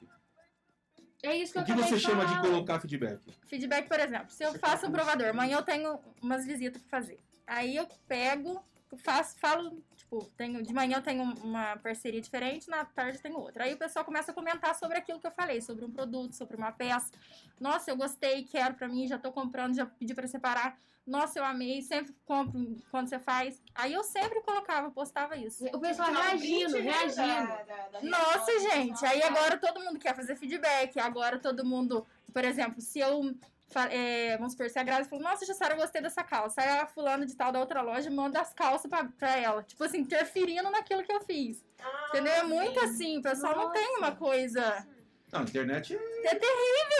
[SPEAKER 5] É isso que
[SPEAKER 1] O
[SPEAKER 5] eu
[SPEAKER 1] que
[SPEAKER 5] acabei
[SPEAKER 1] você
[SPEAKER 5] de
[SPEAKER 1] chama de
[SPEAKER 5] falar.
[SPEAKER 1] colocar feedback?
[SPEAKER 6] Feedback, por exemplo, se eu
[SPEAKER 2] Você
[SPEAKER 6] faço
[SPEAKER 2] coloca
[SPEAKER 6] um
[SPEAKER 2] no
[SPEAKER 6] provador,
[SPEAKER 2] seu-
[SPEAKER 6] amanhã eu tenho umas visitas pra fazer. Aí eu pego, faço, falo, tipo, tenho, de manhã eu tenho uma parceria diferente, na tarde eu tenho outra. Aí o pessoal começa a comentar sobre aquilo que eu falei, sobre um produto, sobre uma peça. Nossa, eu gostei, quero pra mim, já tô comprando, já pedi pra separar. Nossa, eu amei, sempre compro quando você faz. Aí eu sempre colocava, postava isso.
[SPEAKER 5] O pessoal
[SPEAKER 4] Dá um
[SPEAKER 5] reagindo,
[SPEAKER 4] print, né,
[SPEAKER 5] reagindo.
[SPEAKER 4] da- da- da
[SPEAKER 6] Nossa,
[SPEAKER 4] resposta,
[SPEAKER 6] gente,
[SPEAKER 4] da-
[SPEAKER 6] aí agora todo mundo quer fazer feedback, agora todo mundo, por exemplo, se eu, fa- é, vamos supor, se a Grazi falou, nossa, Jussara, eu gostei dessa calça, aí a fulano de tal da outra loja manda as calças pra, pra ela, tipo assim, interferindo naquilo que eu fiz, entendeu? É muito assim, o pessoal não tem uma coisa,
[SPEAKER 1] Não, a internet é. né?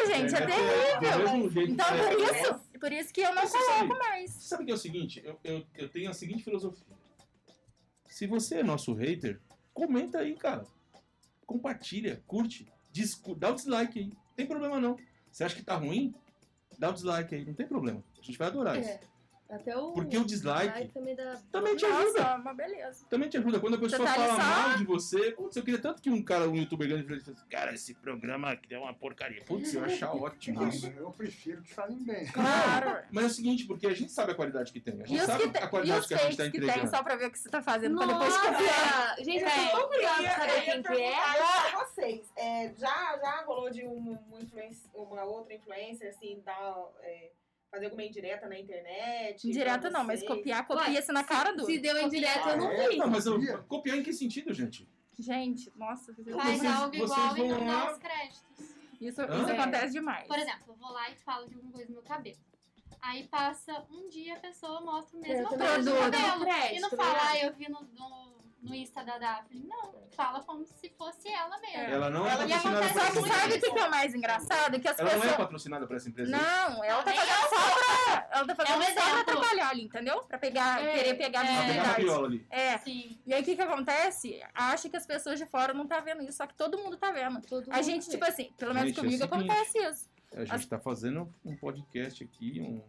[SPEAKER 6] Ih, gente, é
[SPEAKER 1] internet
[SPEAKER 6] terrível,
[SPEAKER 1] do mesmo jeito
[SPEAKER 6] então
[SPEAKER 1] que é.
[SPEAKER 6] por isso, por isso que eu não
[SPEAKER 1] Mas você sabe-
[SPEAKER 6] coloco mais.
[SPEAKER 1] Sabe o que é o seguinte? Eu, eu, eu tenho a seguinte filosofia. Se você é nosso hater, comenta aí, cara. Compartilha, curte, discu- dá o dislike aí. Não tem problema não. Você acha que tá ruim? Dá o dislike aí, não tem problema. A gente vai adorar isso.
[SPEAKER 5] É. Até o.
[SPEAKER 1] Porque o dislike-
[SPEAKER 5] dislike também dá.
[SPEAKER 1] Também te ajuda.
[SPEAKER 6] Nossa, é uma beleza.
[SPEAKER 1] Também te ajuda. Quando a pessoa
[SPEAKER 6] tá ali
[SPEAKER 1] fala
[SPEAKER 6] só-
[SPEAKER 1] mal de você, putz, eu queria tanto que um cara, um youtuber grande, falasse assim, cara, esse programa aqui é uma porcaria. Putz, eu ia achar ótimo
[SPEAKER 2] Ah,
[SPEAKER 1] isso.
[SPEAKER 2] mas eu prefiro que falem bem.
[SPEAKER 6] Claro.
[SPEAKER 1] Mas é o seguinte, porque a gente sabe a qualidade que tem. A
[SPEAKER 6] E
[SPEAKER 1] gente
[SPEAKER 6] os,
[SPEAKER 1] sabe
[SPEAKER 6] que te-
[SPEAKER 1] a
[SPEAKER 6] e
[SPEAKER 1] qualidade
[SPEAKER 6] os
[SPEAKER 1] que a gente tá
[SPEAKER 6] fakes que tem
[SPEAKER 1] entregando.
[SPEAKER 6] só pra ver o que você tá fazendo, pra depois te copiar.
[SPEAKER 5] Nossa! Gente, eu
[SPEAKER 6] É.
[SPEAKER 5] tô tão curiosa pra saber
[SPEAKER 4] Eu
[SPEAKER 5] quem
[SPEAKER 4] ia
[SPEAKER 5] que é.
[SPEAKER 4] perguntar isso pra vocês. É, já, já rolou de uma, uma influenc- uma outra influencer, assim, dar, é, fazer alguma indireta na internet?
[SPEAKER 6] Direto
[SPEAKER 4] pra
[SPEAKER 6] não, mas
[SPEAKER 4] vocês?
[SPEAKER 6] copiar, copia-se na cara do.
[SPEAKER 5] Se deu em direto, eu não
[SPEAKER 2] Ah, é?
[SPEAKER 5] vi.
[SPEAKER 1] Não, mas eu, copiar em que sentido, gente?
[SPEAKER 6] Gente, nossa, isso,
[SPEAKER 1] Vai.
[SPEAKER 7] Faz
[SPEAKER 1] Vocês-
[SPEAKER 7] algo
[SPEAKER 1] vocês
[SPEAKER 7] igual e
[SPEAKER 1] vão
[SPEAKER 7] não
[SPEAKER 1] lá-
[SPEAKER 7] dá os créditos.
[SPEAKER 6] isso
[SPEAKER 1] Hã?
[SPEAKER 6] acontece demais.
[SPEAKER 7] Por exemplo, eu vou lá e falo de alguma coisa no meu cabelo. Aí passa um dia a pessoa mostra o mesmo
[SPEAKER 5] também
[SPEAKER 7] produto
[SPEAKER 6] acho
[SPEAKER 7] do
[SPEAKER 6] que não
[SPEAKER 7] cabelo.
[SPEAKER 5] crédito,
[SPEAKER 7] e não
[SPEAKER 5] né?
[SPEAKER 7] fala, ah, eu vi no, no, no Insta da Daphne. Não, fala como se fosse ela mesma.
[SPEAKER 1] Ela não é
[SPEAKER 4] Ela- e
[SPEAKER 1] patrocinada
[SPEAKER 4] acontece
[SPEAKER 1] por
[SPEAKER 6] Só
[SPEAKER 1] essa
[SPEAKER 6] que
[SPEAKER 4] muito
[SPEAKER 6] sabe
[SPEAKER 1] empresa.
[SPEAKER 6] o que que é o mais engraçado? Que as
[SPEAKER 1] Ela não é
[SPEAKER 6] pessoas.
[SPEAKER 1] patrocinada por essa empresa.
[SPEAKER 6] Não, ela tá
[SPEAKER 7] Nem
[SPEAKER 6] fazendo só pra. Ela tá fazendo
[SPEAKER 7] É um
[SPEAKER 6] só pra
[SPEAKER 7] exemplo.
[SPEAKER 6] atrapalhar ali, entendeu? Pra pegar,
[SPEAKER 5] É,
[SPEAKER 6] querer pegar a
[SPEAKER 1] Ela tá pega a
[SPEAKER 6] visibilidade.
[SPEAKER 1] viola ali.
[SPEAKER 6] É.
[SPEAKER 7] Sim.
[SPEAKER 6] E aí o que, que acontece? Acha que as pessoas de fora não tá vendo isso, só que todo mundo tá vendo.
[SPEAKER 5] Todo
[SPEAKER 6] A
[SPEAKER 5] mundo
[SPEAKER 6] gente,
[SPEAKER 5] vê.
[SPEAKER 6] tipo assim, pelo menos
[SPEAKER 1] Gente, é o
[SPEAKER 6] comigo
[SPEAKER 1] seguinte.
[SPEAKER 6] acontece isso.
[SPEAKER 1] A gente tá fazendo um podcast aqui, um,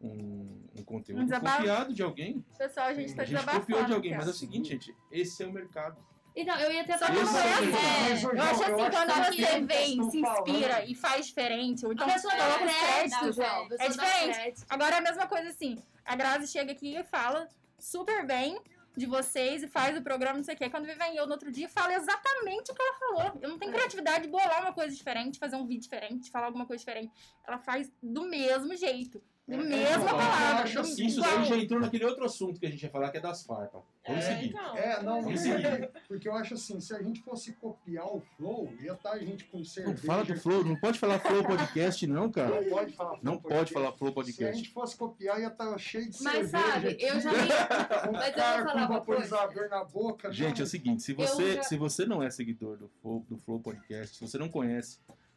[SPEAKER 1] um, um
[SPEAKER 6] Um
[SPEAKER 1] conteúdo
[SPEAKER 6] desabafo.
[SPEAKER 1] copiado de alguém.
[SPEAKER 6] Pessoal, a gente tá
[SPEAKER 1] A gente
[SPEAKER 6] desabafando.
[SPEAKER 1] copiou de alguém.
[SPEAKER 6] cara.
[SPEAKER 1] Mas é o seguinte, gente. Esse é o mercado.
[SPEAKER 5] Então, eu ia até
[SPEAKER 6] Só que
[SPEAKER 5] falar
[SPEAKER 6] não é
[SPEAKER 1] Esse
[SPEAKER 6] assim.
[SPEAKER 1] mercado.
[SPEAKER 2] Mas, ô,
[SPEAKER 6] Eu
[SPEAKER 2] João,
[SPEAKER 6] acho assim, quando
[SPEAKER 2] que
[SPEAKER 6] você
[SPEAKER 2] aquilo que
[SPEAKER 6] vem,
[SPEAKER 2] vocês
[SPEAKER 6] se
[SPEAKER 2] estão
[SPEAKER 6] inspira
[SPEAKER 2] falando-
[SPEAKER 6] e faz diferente, ou então
[SPEAKER 5] A pessoa dá
[SPEAKER 6] coloca os
[SPEAKER 5] crédito,
[SPEAKER 6] créditos,
[SPEAKER 5] João. A pessoa
[SPEAKER 6] É
[SPEAKER 5] dá
[SPEAKER 6] diferente.
[SPEAKER 5] crédito.
[SPEAKER 6] Agora é a mesma coisa assim. A Grazi chega aqui e fala super bem de vocês e faz o programa, não sei o quê. Quando vem eu no outro dia, fala exatamente o que ela falou. Eu não
[SPEAKER 2] É.
[SPEAKER 6] tenho criatividade de bolar uma coisa diferente, fazer um vídeo diferente, falar alguma coisa diferente. Ela faz do mesmo jeito. Do
[SPEAKER 2] É,
[SPEAKER 6] mesma
[SPEAKER 2] eu
[SPEAKER 6] palavra.
[SPEAKER 2] acho
[SPEAKER 6] do-
[SPEAKER 2] assim,
[SPEAKER 1] Isso
[SPEAKER 6] igual.
[SPEAKER 1] daí já entrou naquele outro assunto que a gente ia falar, que é das farpas. Vamos
[SPEAKER 4] É,
[SPEAKER 1] seguir.
[SPEAKER 4] então.
[SPEAKER 2] É, não,
[SPEAKER 1] Vamos seguir.
[SPEAKER 2] porque eu acho assim, se a gente fosse copiar o flow, ia estar a gente com
[SPEAKER 6] então.
[SPEAKER 1] Não
[SPEAKER 2] cerveja.
[SPEAKER 1] fala do Flow. Não pode falar Flow Podcast, não, cara.
[SPEAKER 2] Não pode falar flow.
[SPEAKER 1] Não pode falar Flow
[SPEAKER 2] Se a
[SPEAKER 1] Podcast.
[SPEAKER 2] gente fosse copiar, ia estar cheio de
[SPEAKER 5] Mas
[SPEAKER 2] cerveja.
[SPEAKER 5] sabe, eu já
[SPEAKER 2] aqui, um
[SPEAKER 5] vi. mas eu vou
[SPEAKER 2] cara
[SPEAKER 5] falar
[SPEAKER 2] com
[SPEAKER 5] uma
[SPEAKER 2] vaporizador na boca.
[SPEAKER 1] Gente, é
[SPEAKER 2] não.
[SPEAKER 1] o seguinte, se
[SPEAKER 5] Eu
[SPEAKER 1] você,
[SPEAKER 5] já-
[SPEAKER 1] se você não é seguidor do Flow, do Flow Podcast, se você não conhece,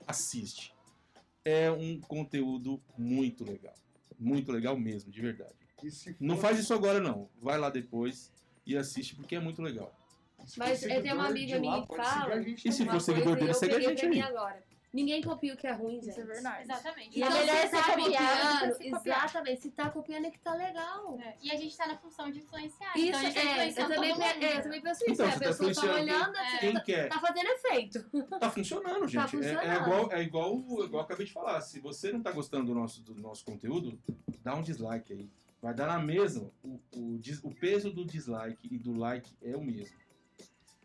[SPEAKER 1] assiste. É um conteúdo muito legal. Muito legal mesmo, de verdade.
[SPEAKER 2] E se
[SPEAKER 1] assim, Não
[SPEAKER 2] for-
[SPEAKER 1] faz isso agora, não. Vai lá depois e assiste, porque é muito legal.
[SPEAKER 2] se for
[SPEAKER 5] Mas eu tenho
[SPEAKER 2] seguidor
[SPEAKER 5] uma amiga
[SPEAKER 2] de
[SPEAKER 5] minha
[SPEAKER 2] lá,
[SPEAKER 5] que
[SPEAKER 2] pode seguir
[SPEAKER 5] fala-
[SPEAKER 2] a gente
[SPEAKER 1] E se
[SPEAKER 2] também.
[SPEAKER 1] for
[SPEAKER 5] Uma
[SPEAKER 1] seguidor
[SPEAKER 5] coisa
[SPEAKER 1] dele,
[SPEAKER 5] eu
[SPEAKER 1] segue a
[SPEAKER 5] peguei
[SPEAKER 1] gente
[SPEAKER 5] pra
[SPEAKER 1] aí.
[SPEAKER 5] mim agora. Ninguém copia o que é ruim, gente.
[SPEAKER 6] Isso é verdade.
[SPEAKER 7] Exatamente.
[SPEAKER 5] E é
[SPEAKER 7] Então,
[SPEAKER 5] melhor
[SPEAKER 7] você
[SPEAKER 5] estar
[SPEAKER 7] sabe-
[SPEAKER 5] copiando.
[SPEAKER 6] do que se copiar.
[SPEAKER 5] Exatamente. Se tá copiando é que tá legal.
[SPEAKER 7] E a gente tá na função de influenciar.
[SPEAKER 5] Isso
[SPEAKER 7] então a gente tá
[SPEAKER 5] é, eu
[SPEAKER 7] influenciando
[SPEAKER 5] também,
[SPEAKER 7] todo mundo.
[SPEAKER 5] pe- é, eu também penso isso.
[SPEAKER 1] Então,
[SPEAKER 5] né?
[SPEAKER 1] você
[SPEAKER 5] a
[SPEAKER 1] tá
[SPEAKER 5] pessoa tá
[SPEAKER 1] influenciando
[SPEAKER 5] olhando,
[SPEAKER 7] quem-
[SPEAKER 5] assim,
[SPEAKER 1] Quem quer?
[SPEAKER 5] tá fazendo efeito.
[SPEAKER 1] Tá funcionando, gente.
[SPEAKER 5] Tá
[SPEAKER 1] É- É,
[SPEAKER 5] funcionando.
[SPEAKER 1] igual, é igual, igual eu acabei de falar. Se você não tá gostando do nosso, do nosso conteúdo, dá um dislike aí. Vai dar na mesma. O, o, dis- o peso do dislike e do like é o mesmo.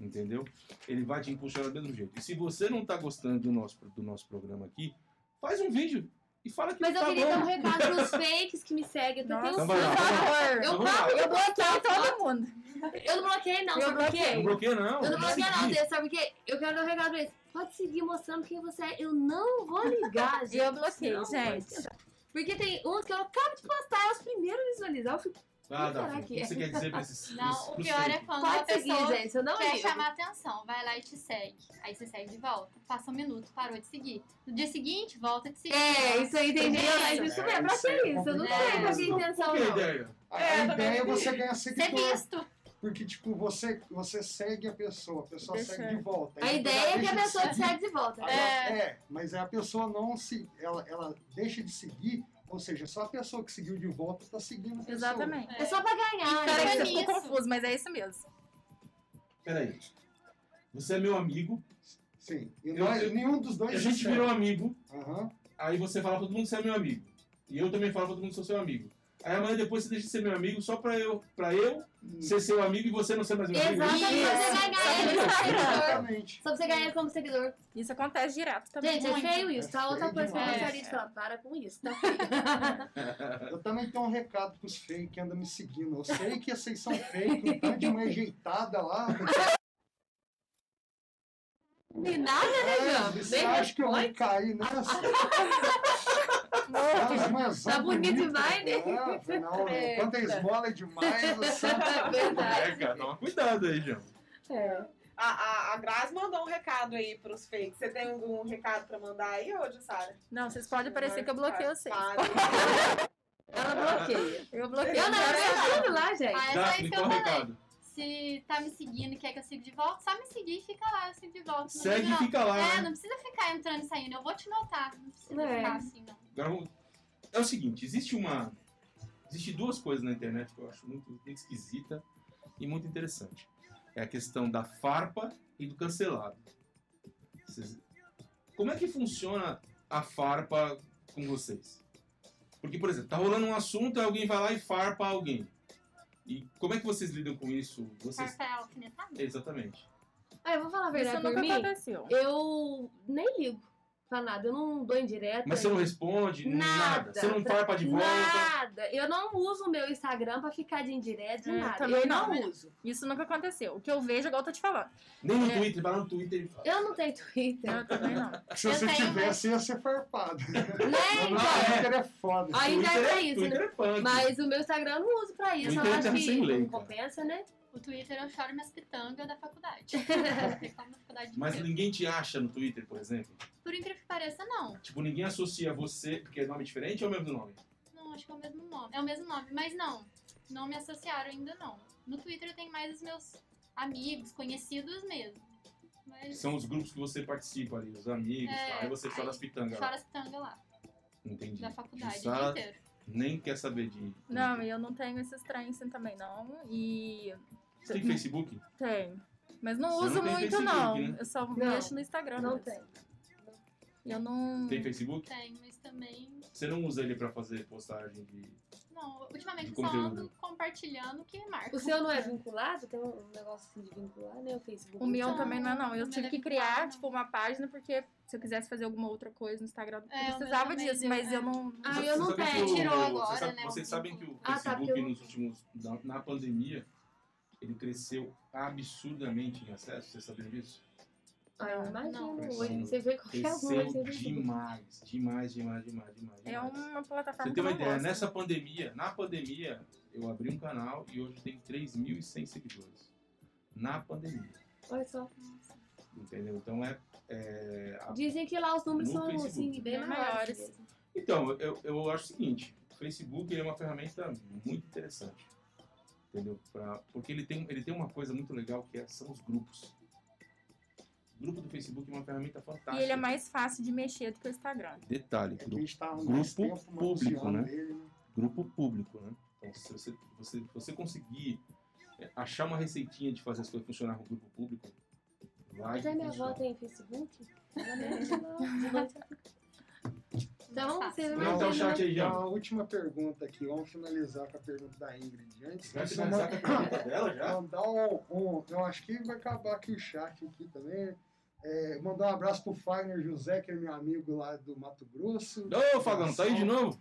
[SPEAKER 1] Entendeu? Ele vai te impulsionar do mesmo jeito. E se você não tá gostando do nosso, do nosso programa aqui, faz um vídeo e fala que
[SPEAKER 5] Mas
[SPEAKER 1] tá
[SPEAKER 5] eu queria
[SPEAKER 1] bom.
[SPEAKER 5] dar um recado pros fakes que me seguem. Eu
[SPEAKER 6] Nossa.
[SPEAKER 5] tenho um
[SPEAKER 1] Então vai
[SPEAKER 6] Por
[SPEAKER 1] lá, vai lá.
[SPEAKER 6] favor.
[SPEAKER 5] Eu
[SPEAKER 1] Então vai lá.
[SPEAKER 5] próprio
[SPEAKER 6] Eu bloqueei todo mundo.
[SPEAKER 5] Eu não bloqueei, não,
[SPEAKER 6] Eu
[SPEAKER 5] sabe por
[SPEAKER 6] bloqueei.
[SPEAKER 5] quê?
[SPEAKER 1] Não bloqueia, não.
[SPEAKER 5] Eu não vou enganar
[SPEAKER 1] Seguir.
[SPEAKER 5] você, sabe por quê? Eu quero dar um recado pra eles. Pode seguir mostrando quem você é. Eu não vou ligar, gente.
[SPEAKER 6] Eu bloqueei,
[SPEAKER 5] Não,
[SPEAKER 6] gente.
[SPEAKER 5] mas- Porque tem uns que eu acabo de postar, os primeiros a visualizar. Eu fico,
[SPEAKER 1] Ah,
[SPEAKER 5] Será
[SPEAKER 1] Davi, o
[SPEAKER 5] que
[SPEAKER 1] que
[SPEAKER 5] é?
[SPEAKER 1] você quer dizer pra esses pros-
[SPEAKER 7] Não, o
[SPEAKER 1] pros
[SPEAKER 7] pior é
[SPEAKER 1] fake?
[SPEAKER 7] quando a
[SPEAKER 5] pode seguir,
[SPEAKER 7] pessoa é
[SPEAKER 5] gente. Eu não
[SPEAKER 7] quer
[SPEAKER 5] ligo.
[SPEAKER 7] chamar atenção. Vai lá e te segue. Aí você segue de volta. Passa um minuto, parou de seguir. No dia seguinte, volta e te seguir.
[SPEAKER 5] É, isso aí, entendeu?
[SPEAKER 7] Isso.
[SPEAKER 5] Mas isso mesmo, eu achei isso. Eu não sei qual que é a intenção,
[SPEAKER 1] Qual que é a
[SPEAKER 5] não.
[SPEAKER 1] ideia?
[SPEAKER 2] A,
[SPEAKER 4] É,
[SPEAKER 2] a
[SPEAKER 4] eu também
[SPEAKER 2] ideia é
[SPEAKER 4] vi.
[SPEAKER 2] você ganhar
[SPEAKER 7] Ser
[SPEAKER 5] tipo
[SPEAKER 2] seguidor.
[SPEAKER 7] visto.
[SPEAKER 2] Porque, tipo, você, você segue a pessoa, a pessoa
[SPEAKER 6] Deixa
[SPEAKER 2] segue
[SPEAKER 6] eu-
[SPEAKER 2] de volta.
[SPEAKER 5] A
[SPEAKER 2] Aí
[SPEAKER 5] ideia
[SPEAKER 2] ela
[SPEAKER 5] é que
[SPEAKER 2] deixa
[SPEAKER 5] a
[SPEAKER 2] de
[SPEAKER 5] pessoa te
[SPEAKER 2] seguir.
[SPEAKER 5] segue de volta.
[SPEAKER 2] Aí ela- É. mas a pessoa não se. Ela, ela deixa de seguir, ou seja, só a pessoa que seguiu de volta tá seguindo a pessoa.
[SPEAKER 6] Exatamente.
[SPEAKER 5] É só pra ganhar.
[SPEAKER 7] Então,
[SPEAKER 6] Peraí,
[SPEAKER 5] né?
[SPEAKER 6] que você
[SPEAKER 7] nisso.
[SPEAKER 6] ficou confuso, mas é isso mesmo.
[SPEAKER 1] Peraí. Você é meu amigo,
[SPEAKER 2] Sim. E
[SPEAKER 1] Eu-
[SPEAKER 2] nós-
[SPEAKER 1] eu-
[SPEAKER 2] nenhum dos dois
[SPEAKER 1] a gente
[SPEAKER 2] segue.
[SPEAKER 1] virou amigo,
[SPEAKER 2] Aham.
[SPEAKER 1] aí você fala pra todo mundo que você é meu amigo. E eu também falo pra todo mundo que sou seu amigo. Aí amanhã depois você deixa de ser meu amigo só pra eu, pra eu ser seu amigo e você não ser mais meu
[SPEAKER 5] Exatamente,
[SPEAKER 1] amigo.
[SPEAKER 5] você
[SPEAKER 6] Isso.
[SPEAKER 5] vai ganhar
[SPEAKER 6] Só
[SPEAKER 5] ele como seguidor.
[SPEAKER 2] Exatamente.
[SPEAKER 5] Só pra você ganhar como seguidor.
[SPEAKER 6] Isso acontece direto também.
[SPEAKER 5] Gente, é
[SPEAKER 7] Muito.
[SPEAKER 5] feio isso, tá?
[SPEAKER 2] É
[SPEAKER 5] Outra
[SPEAKER 2] feio
[SPEAKER 5] coisa que eu
[SPEAKER 2] demais.
[SPEAKER 5] gostaria de falar. Para com isso, tá feio.
[SPEAKER 2] Eu também tenho um recado pros fake que andam me seguindo. Eu sei que vocês são fake, um tanto de uma ajeitada lá.
[SPEAKER 5] E nada,
[SPEAKER 2] Ah,
[SPEAKER 5] né, Gama?
[SPEAKER 2] Você
[SPEAKER 5] Bem
[SPEAKER 2] acha que eu
[SPEAKER 5] responde.
[SPEAKER 2] vou cair nessa? Elas, mas
[SPEAKER 5] Tá
[SPEAKER 2] são
[SPEAKER 5] bonito
[SPEAKER 2] bonitas,
[SPEAKER 5] demais, né?
[SPEAKER 2] É, afinal,
[SPEAKER 5] É.
[SPEAKER 2] quanto a esmola é demais, tá o santo
[SPEAKER 5] É verdade.
[SPEAKER 1] É, cara, toma cuidado aí, João.
[SPEAKER 4] A, a, a Grazi mandou um recado aí pros fakes. Você tem algum recado pra mandar aí, ô, Jussara?
[SPEAKER 6] Não, vocês podem parecer que eu bloqueei vocês.
[SPEAKER 5] tá.
[SPEAKER 4] Para.
[SPEAKER 5] Ela bloqueia.
[SPEAKER 6] Eu bloqueei.
[SPEAKER 5] Eu não, eu não, lá, gente.
[SPEAKER 7] Ah, é só
[SPEAKER 1] Daphne,
[SPEAKER 7] isso que
[SPEAKER 1] qual
[SPEAKER 7] eu
[SPEAKER 1] o
[SPEAKER 7] falei.
[SPEAKER 1] um recado?
[SPEAKER 7] Se tá me seguindo e quer que eu siga de volta, só me seguir e fica lá, eu sigo de volta. Não
[SPEAKER 1] Segue e
[SPEAKER 7] precisa-
[SPEAKER 1] fica lá,
[SPEAKER 7] É,
[SPEAKER 1] né?
[SPEAKER 7] não precisa ficar entrando e saindo. Eu vou te notar. Não precisa
[SPEAKER 5] É.
[SPEAKER 7] ficar assim, não.
[SPEAKER 1] Agora vamos- É o seguinte, existe uma. Existe duas coisas na internet que eu acho muito, muito esquisita e muito interessante. É a questão da farpa e do cancelado. Vocês- Como é que funciona a farpa com vocês? Porque, por exemplo, tá rolando um assunto, aí alguém vai lá e farpa alguém. E como é que vocês lidam com isso? Vocês...
[SPEAKER 7] Farpa é alfinetada.
[SPEAKER 1] Exatamente.
[SPEAKER 5] Ah, eu vou falar a
[SPEAKER 6] Isso
[SPEAKER 5] verdade por
[SPEAKER 6] nunca
[SPEAKER 5] mim.
[SPEAKER 6] aconteceu.
[SPEAKER 5] Eu nem ligo pra nada. Eu não dou indireta.
[SPEAKER 1] Mas você não responde nada.
[SPEAKER 5] Nada.
[SPEAKER 1] Você não farpa de volta.
[SPEAKER 5] Nada. Eu não uso o meu Instagram pra ficar de indireta, de
[SPEAKER 6] É, eu
[SPEAKER 5] nada.
[SPEAKER 6] também
[SPEAKER 5] eu não,
[SPEAKER 6] não.
[SPEAKER 5] uso.
[SPEAKER 6] Isso nunca aconteceu. O que eu vejo, é igual eu tô te falando.
[SPEAKER 1] Nem no
[SPEAKER 6] É.
[SPEAKER 1] Twitter, vai lá no Twitter e fala.
[SPEAKER 5] Eu não tenho Twitter.
[SPEAKER 6] Eu também não.
[SPEAKER 2] Se
[SPEAKER 7] Eu
[SPEAKER 2] você
[SPEAKER 7] tenho,
[SPEAKER 2] tivesse, ia ser farpado.
[SPEAKER 5] Né? Nem,
[SPEAKER 1] Ah,
[SPEAKER 2] O
[SPEAKER 1] é.
[SPEAKER 2] Twitter é foda.
[SPEAKER 5] então, Aí já é
[SPEAKER 1] Twitter
[SPEAKER 5] pra
[SPEAKER 1] é-
[SPEAKER 5] isso, né?
[SPEAKER 1] Twitter é punk.
[SPEAKER 5] Mas o meu Instagram eu não uso pra isso. Eu
[SPEAKER 1] Twitter
[SPEAKER 5] acho
[SPEAKER 1] tá sem
[SPEAKER 5] que
[SPEAKER 1] lei,
[SPEAKER 5] não
[SPEAKER 1] cara.
[SPEAKER 5] compensa, né?
[SPEAKER 7] O Twitter eu choro minhas pitangas da faculdade. Eu reclamo da faculdade de
[SPEAKER 1] Mas
[SPEAKER 7] emprego.
[SPEAKER 1] ninguém te acha no Twitter, por exemplo?
[SPEAKER 7] Por incrível que pareça, não.
[SPEAKER 1] Tipo, ninguém associa você, porque é nome diferente ou é o mesmo nome?
[SPEAKER 7] Não, acho que é o mesmo nome. É o mesmo nome, mas não. Não me associaram ainda, não. No Twitter eu tenho mais os meus amigos, conhecidos mesmo. Mas
[SPEAKER 1] São os grupos que você participa ali, os amigos,
[SPEAKER 7] É,
[SPEAKER 1] tá? aí você chora
[SPEAKER 7] aí-
[SPEAKER 1] as pitangas
[SPEAKER 7] chora
[SPEAKER 1] lá.
[SPEAKER 7] as pitangas lá,
[SPEAKER 1] Entendi.
[SPEAKER 7] da faculdade, o dia
[SPEAKER 1] Jussara
[SPEAKER 7] inteiro.
[SPEAKER 1] nem quer saber de.
[SPEAKER 6] Não, e eu não tenho esses trens assim também, não. E
[SPEAKER 1] Você tem Facebook?
[SPEAKER 6] tem. Mas não
[SPEAKER 1] Você
[SPEAKER 6] uso
[SPEAKER 1] não tem
[SPEAKER 6] muito,
[SPEAKER 1] Facebook,
[SPEAKER 6] não.
[SPEAKER 1] né?
[SPEAKER 6] Eu só
[SPEAKER 5] Não.
[SPEAKER 6] mexo no Instagram.
[SPEAKER 5] Não
[SPEAKER 6] mesmo.
[SPEAKER 5] tem.
[SPEAKER 6] E Eu não.
[SPEAKER 1] Tem Facebook?
[SPEAKER 7] Tem, mas também.
[SPEAKER 1] Você não usa ele pra fazer postagem de.
[SPEAKER 7] Não, ultimamente
[SPEAKER 1] De
[SPEAKER 7] eu só
[SPEAKER 1] conteúdo.
[SPEAKER 7] ando compartilhando o que marca.
[SPEAKER 5] O seu não é vinculado? Tem um negócio assim de vincular, né? O Facebook.
[SPEAKER 6] O meu
[SPEAKER 7] Não,
[SPEAKER 6] também não é, não. Eu
[SPEAKER 7] não
[SPEAKER 6] tive
[SPEAKER 7] é
[SPEAKER 6] que
[SPEAKER 7] vinculado,
[SPEAKER 6] criar,
[SPEAKER 7] não.
[SPEAKER 6] tipo, uma página, porque se eu quisesse fazer alguma outra coisa no Instagram, eu
[SPEAKER 7] É, o meu
[SPEAKER 6] precisava
[SPEAKER 7] também
[SPEAKER 6] disso,
[SPEAKER 7] deu,
[SPEAKER 6] mas
[SPEAKER 7] é.
[SPEAKER 6] eu não.
[SPEAKER 5] Ah,
[SPEAKER 1] Você-
[SPEAKER 5] eu não
[SPEAKER 1] você sabe
[SPEAKER 5] tenho.
[SPEAKER 1] que o-
[SPEAKER 7] Tirou
[SPEAKER 1] você
[SPEAKER 7] agora,
[SPEAKER 1] sabe-
[SPEAKER 7] né,
[SPEAKER 1] Vocês
[SPEAKER 7] o
[SPEAKER 1] sabem que
[SPEAKER 7] vínculo.
[SPEAKER 1] o
[SPEAKER 5] Ah, tá,
[SPEAKER 1] Facebook
[SPEAKER 5] porque eu-
[SPEAKER 1] nos últimos. Na, na pandemia, ele cresceu absurdamente em acesso, vocês sabiam disso?
[SPEAKER 5] Ah, eu imagino.
[SPEAKER 7] Não.
[SPEAKER 5] Hoje você vê
[SPEAKER 7] é
[SPEAKER 5] qualquer
[SPEAKER 1] Cresceu
[SPEAKER 5] coisa. assim.
[SPEAKER 1] demais, demais, demais, demais, demais.
[SPEAKER 6] É
[SPEAKER 5] um
[SPEAKER 1] demais.
[SPEAKER 6] uma plataforma.
[SPEAKER 1] Você tem uma
[SPEAKER 6] que eu não
[SPEAKER 1] ideia,
[SPEAKER 6] gosto.
[SPEAKER 1] nessa pandemia, na pandemia, eu abri um canal e hoje tem 3.100 seguidores. Na pandemia,
[SPEAKER 5] Olha só.
[SPEAKER 1] entendeu? Então é. é, a-
[SPEAKER 5] Dizem que lá os números
[SPEAKER 1] No
[SPEAKER 5] são
[SPEAKER 1] Facebook.
[SPEAKER 5] assim, bem
[SPEAKER 6] Bem
[SPEAKER 5] maiores.
[SPEAKER 6] maiores.
[SPEAKER 1] Então, eu, eu acho o seguinte: o Facebook é uma ferramenta muito interessante. Entendeu? Pra, porque ele tem, ele tem uma coisa muito legal que é- são os grupos. Grupo do Facebook é uma ferramenta fantástica.
[SPEAKER 6] E ele é mais fácil de mexer do que o Instagram.
[SPEAKER 1] Detalhe,
[SPEAKER 2] É que a
[SPEAKER 1] grupo,
[SPEAKER 2] gente tá há
[SPEAKER 1] grupo
[SPEAKER 2] mais tempo
[SPEAKER 1] público,
[SPEAKER 2] manuseando
[SPEAKER 1] né?
[SPEAKER 2] ele, né?
[SPEAKER 1] grupo público, né? Então, se você, você, você conseguir é, achar uma receitinha de fazer as coisas funcionar com o grupo público, vai.
[SPEAKER 5] Até minha avó
[SPEAKER 1] funciona.
[SPEAKER 5] tem Facebook. Ela mexe lá. Então, você
[SPEAKER 1] Não, então,
[SPEAKER 5] imagina.
[SPEAKER 1] chat aí, já.
[SPEAKER 2] Então, a última pergunta aqui, vamos finalizar com a pergunta da Ingrid. Antes
[SPEAKER 1] Vai
[SPEAKER 2] disso,
[SPEAKER 1] finalizar com a
[SPEAKER 2] uma-
[SPEAKER 1] pergunta dela já?
[SPEAKER 2] Mandar um, um- Eu acho que vai acabar aqui o chat aqui também. É, mandar um abraço pro Fagner José, que é meu amigo lá do Mato Grosso.
[SPEAKER 1] Ô, Fagão, tá aí de novo?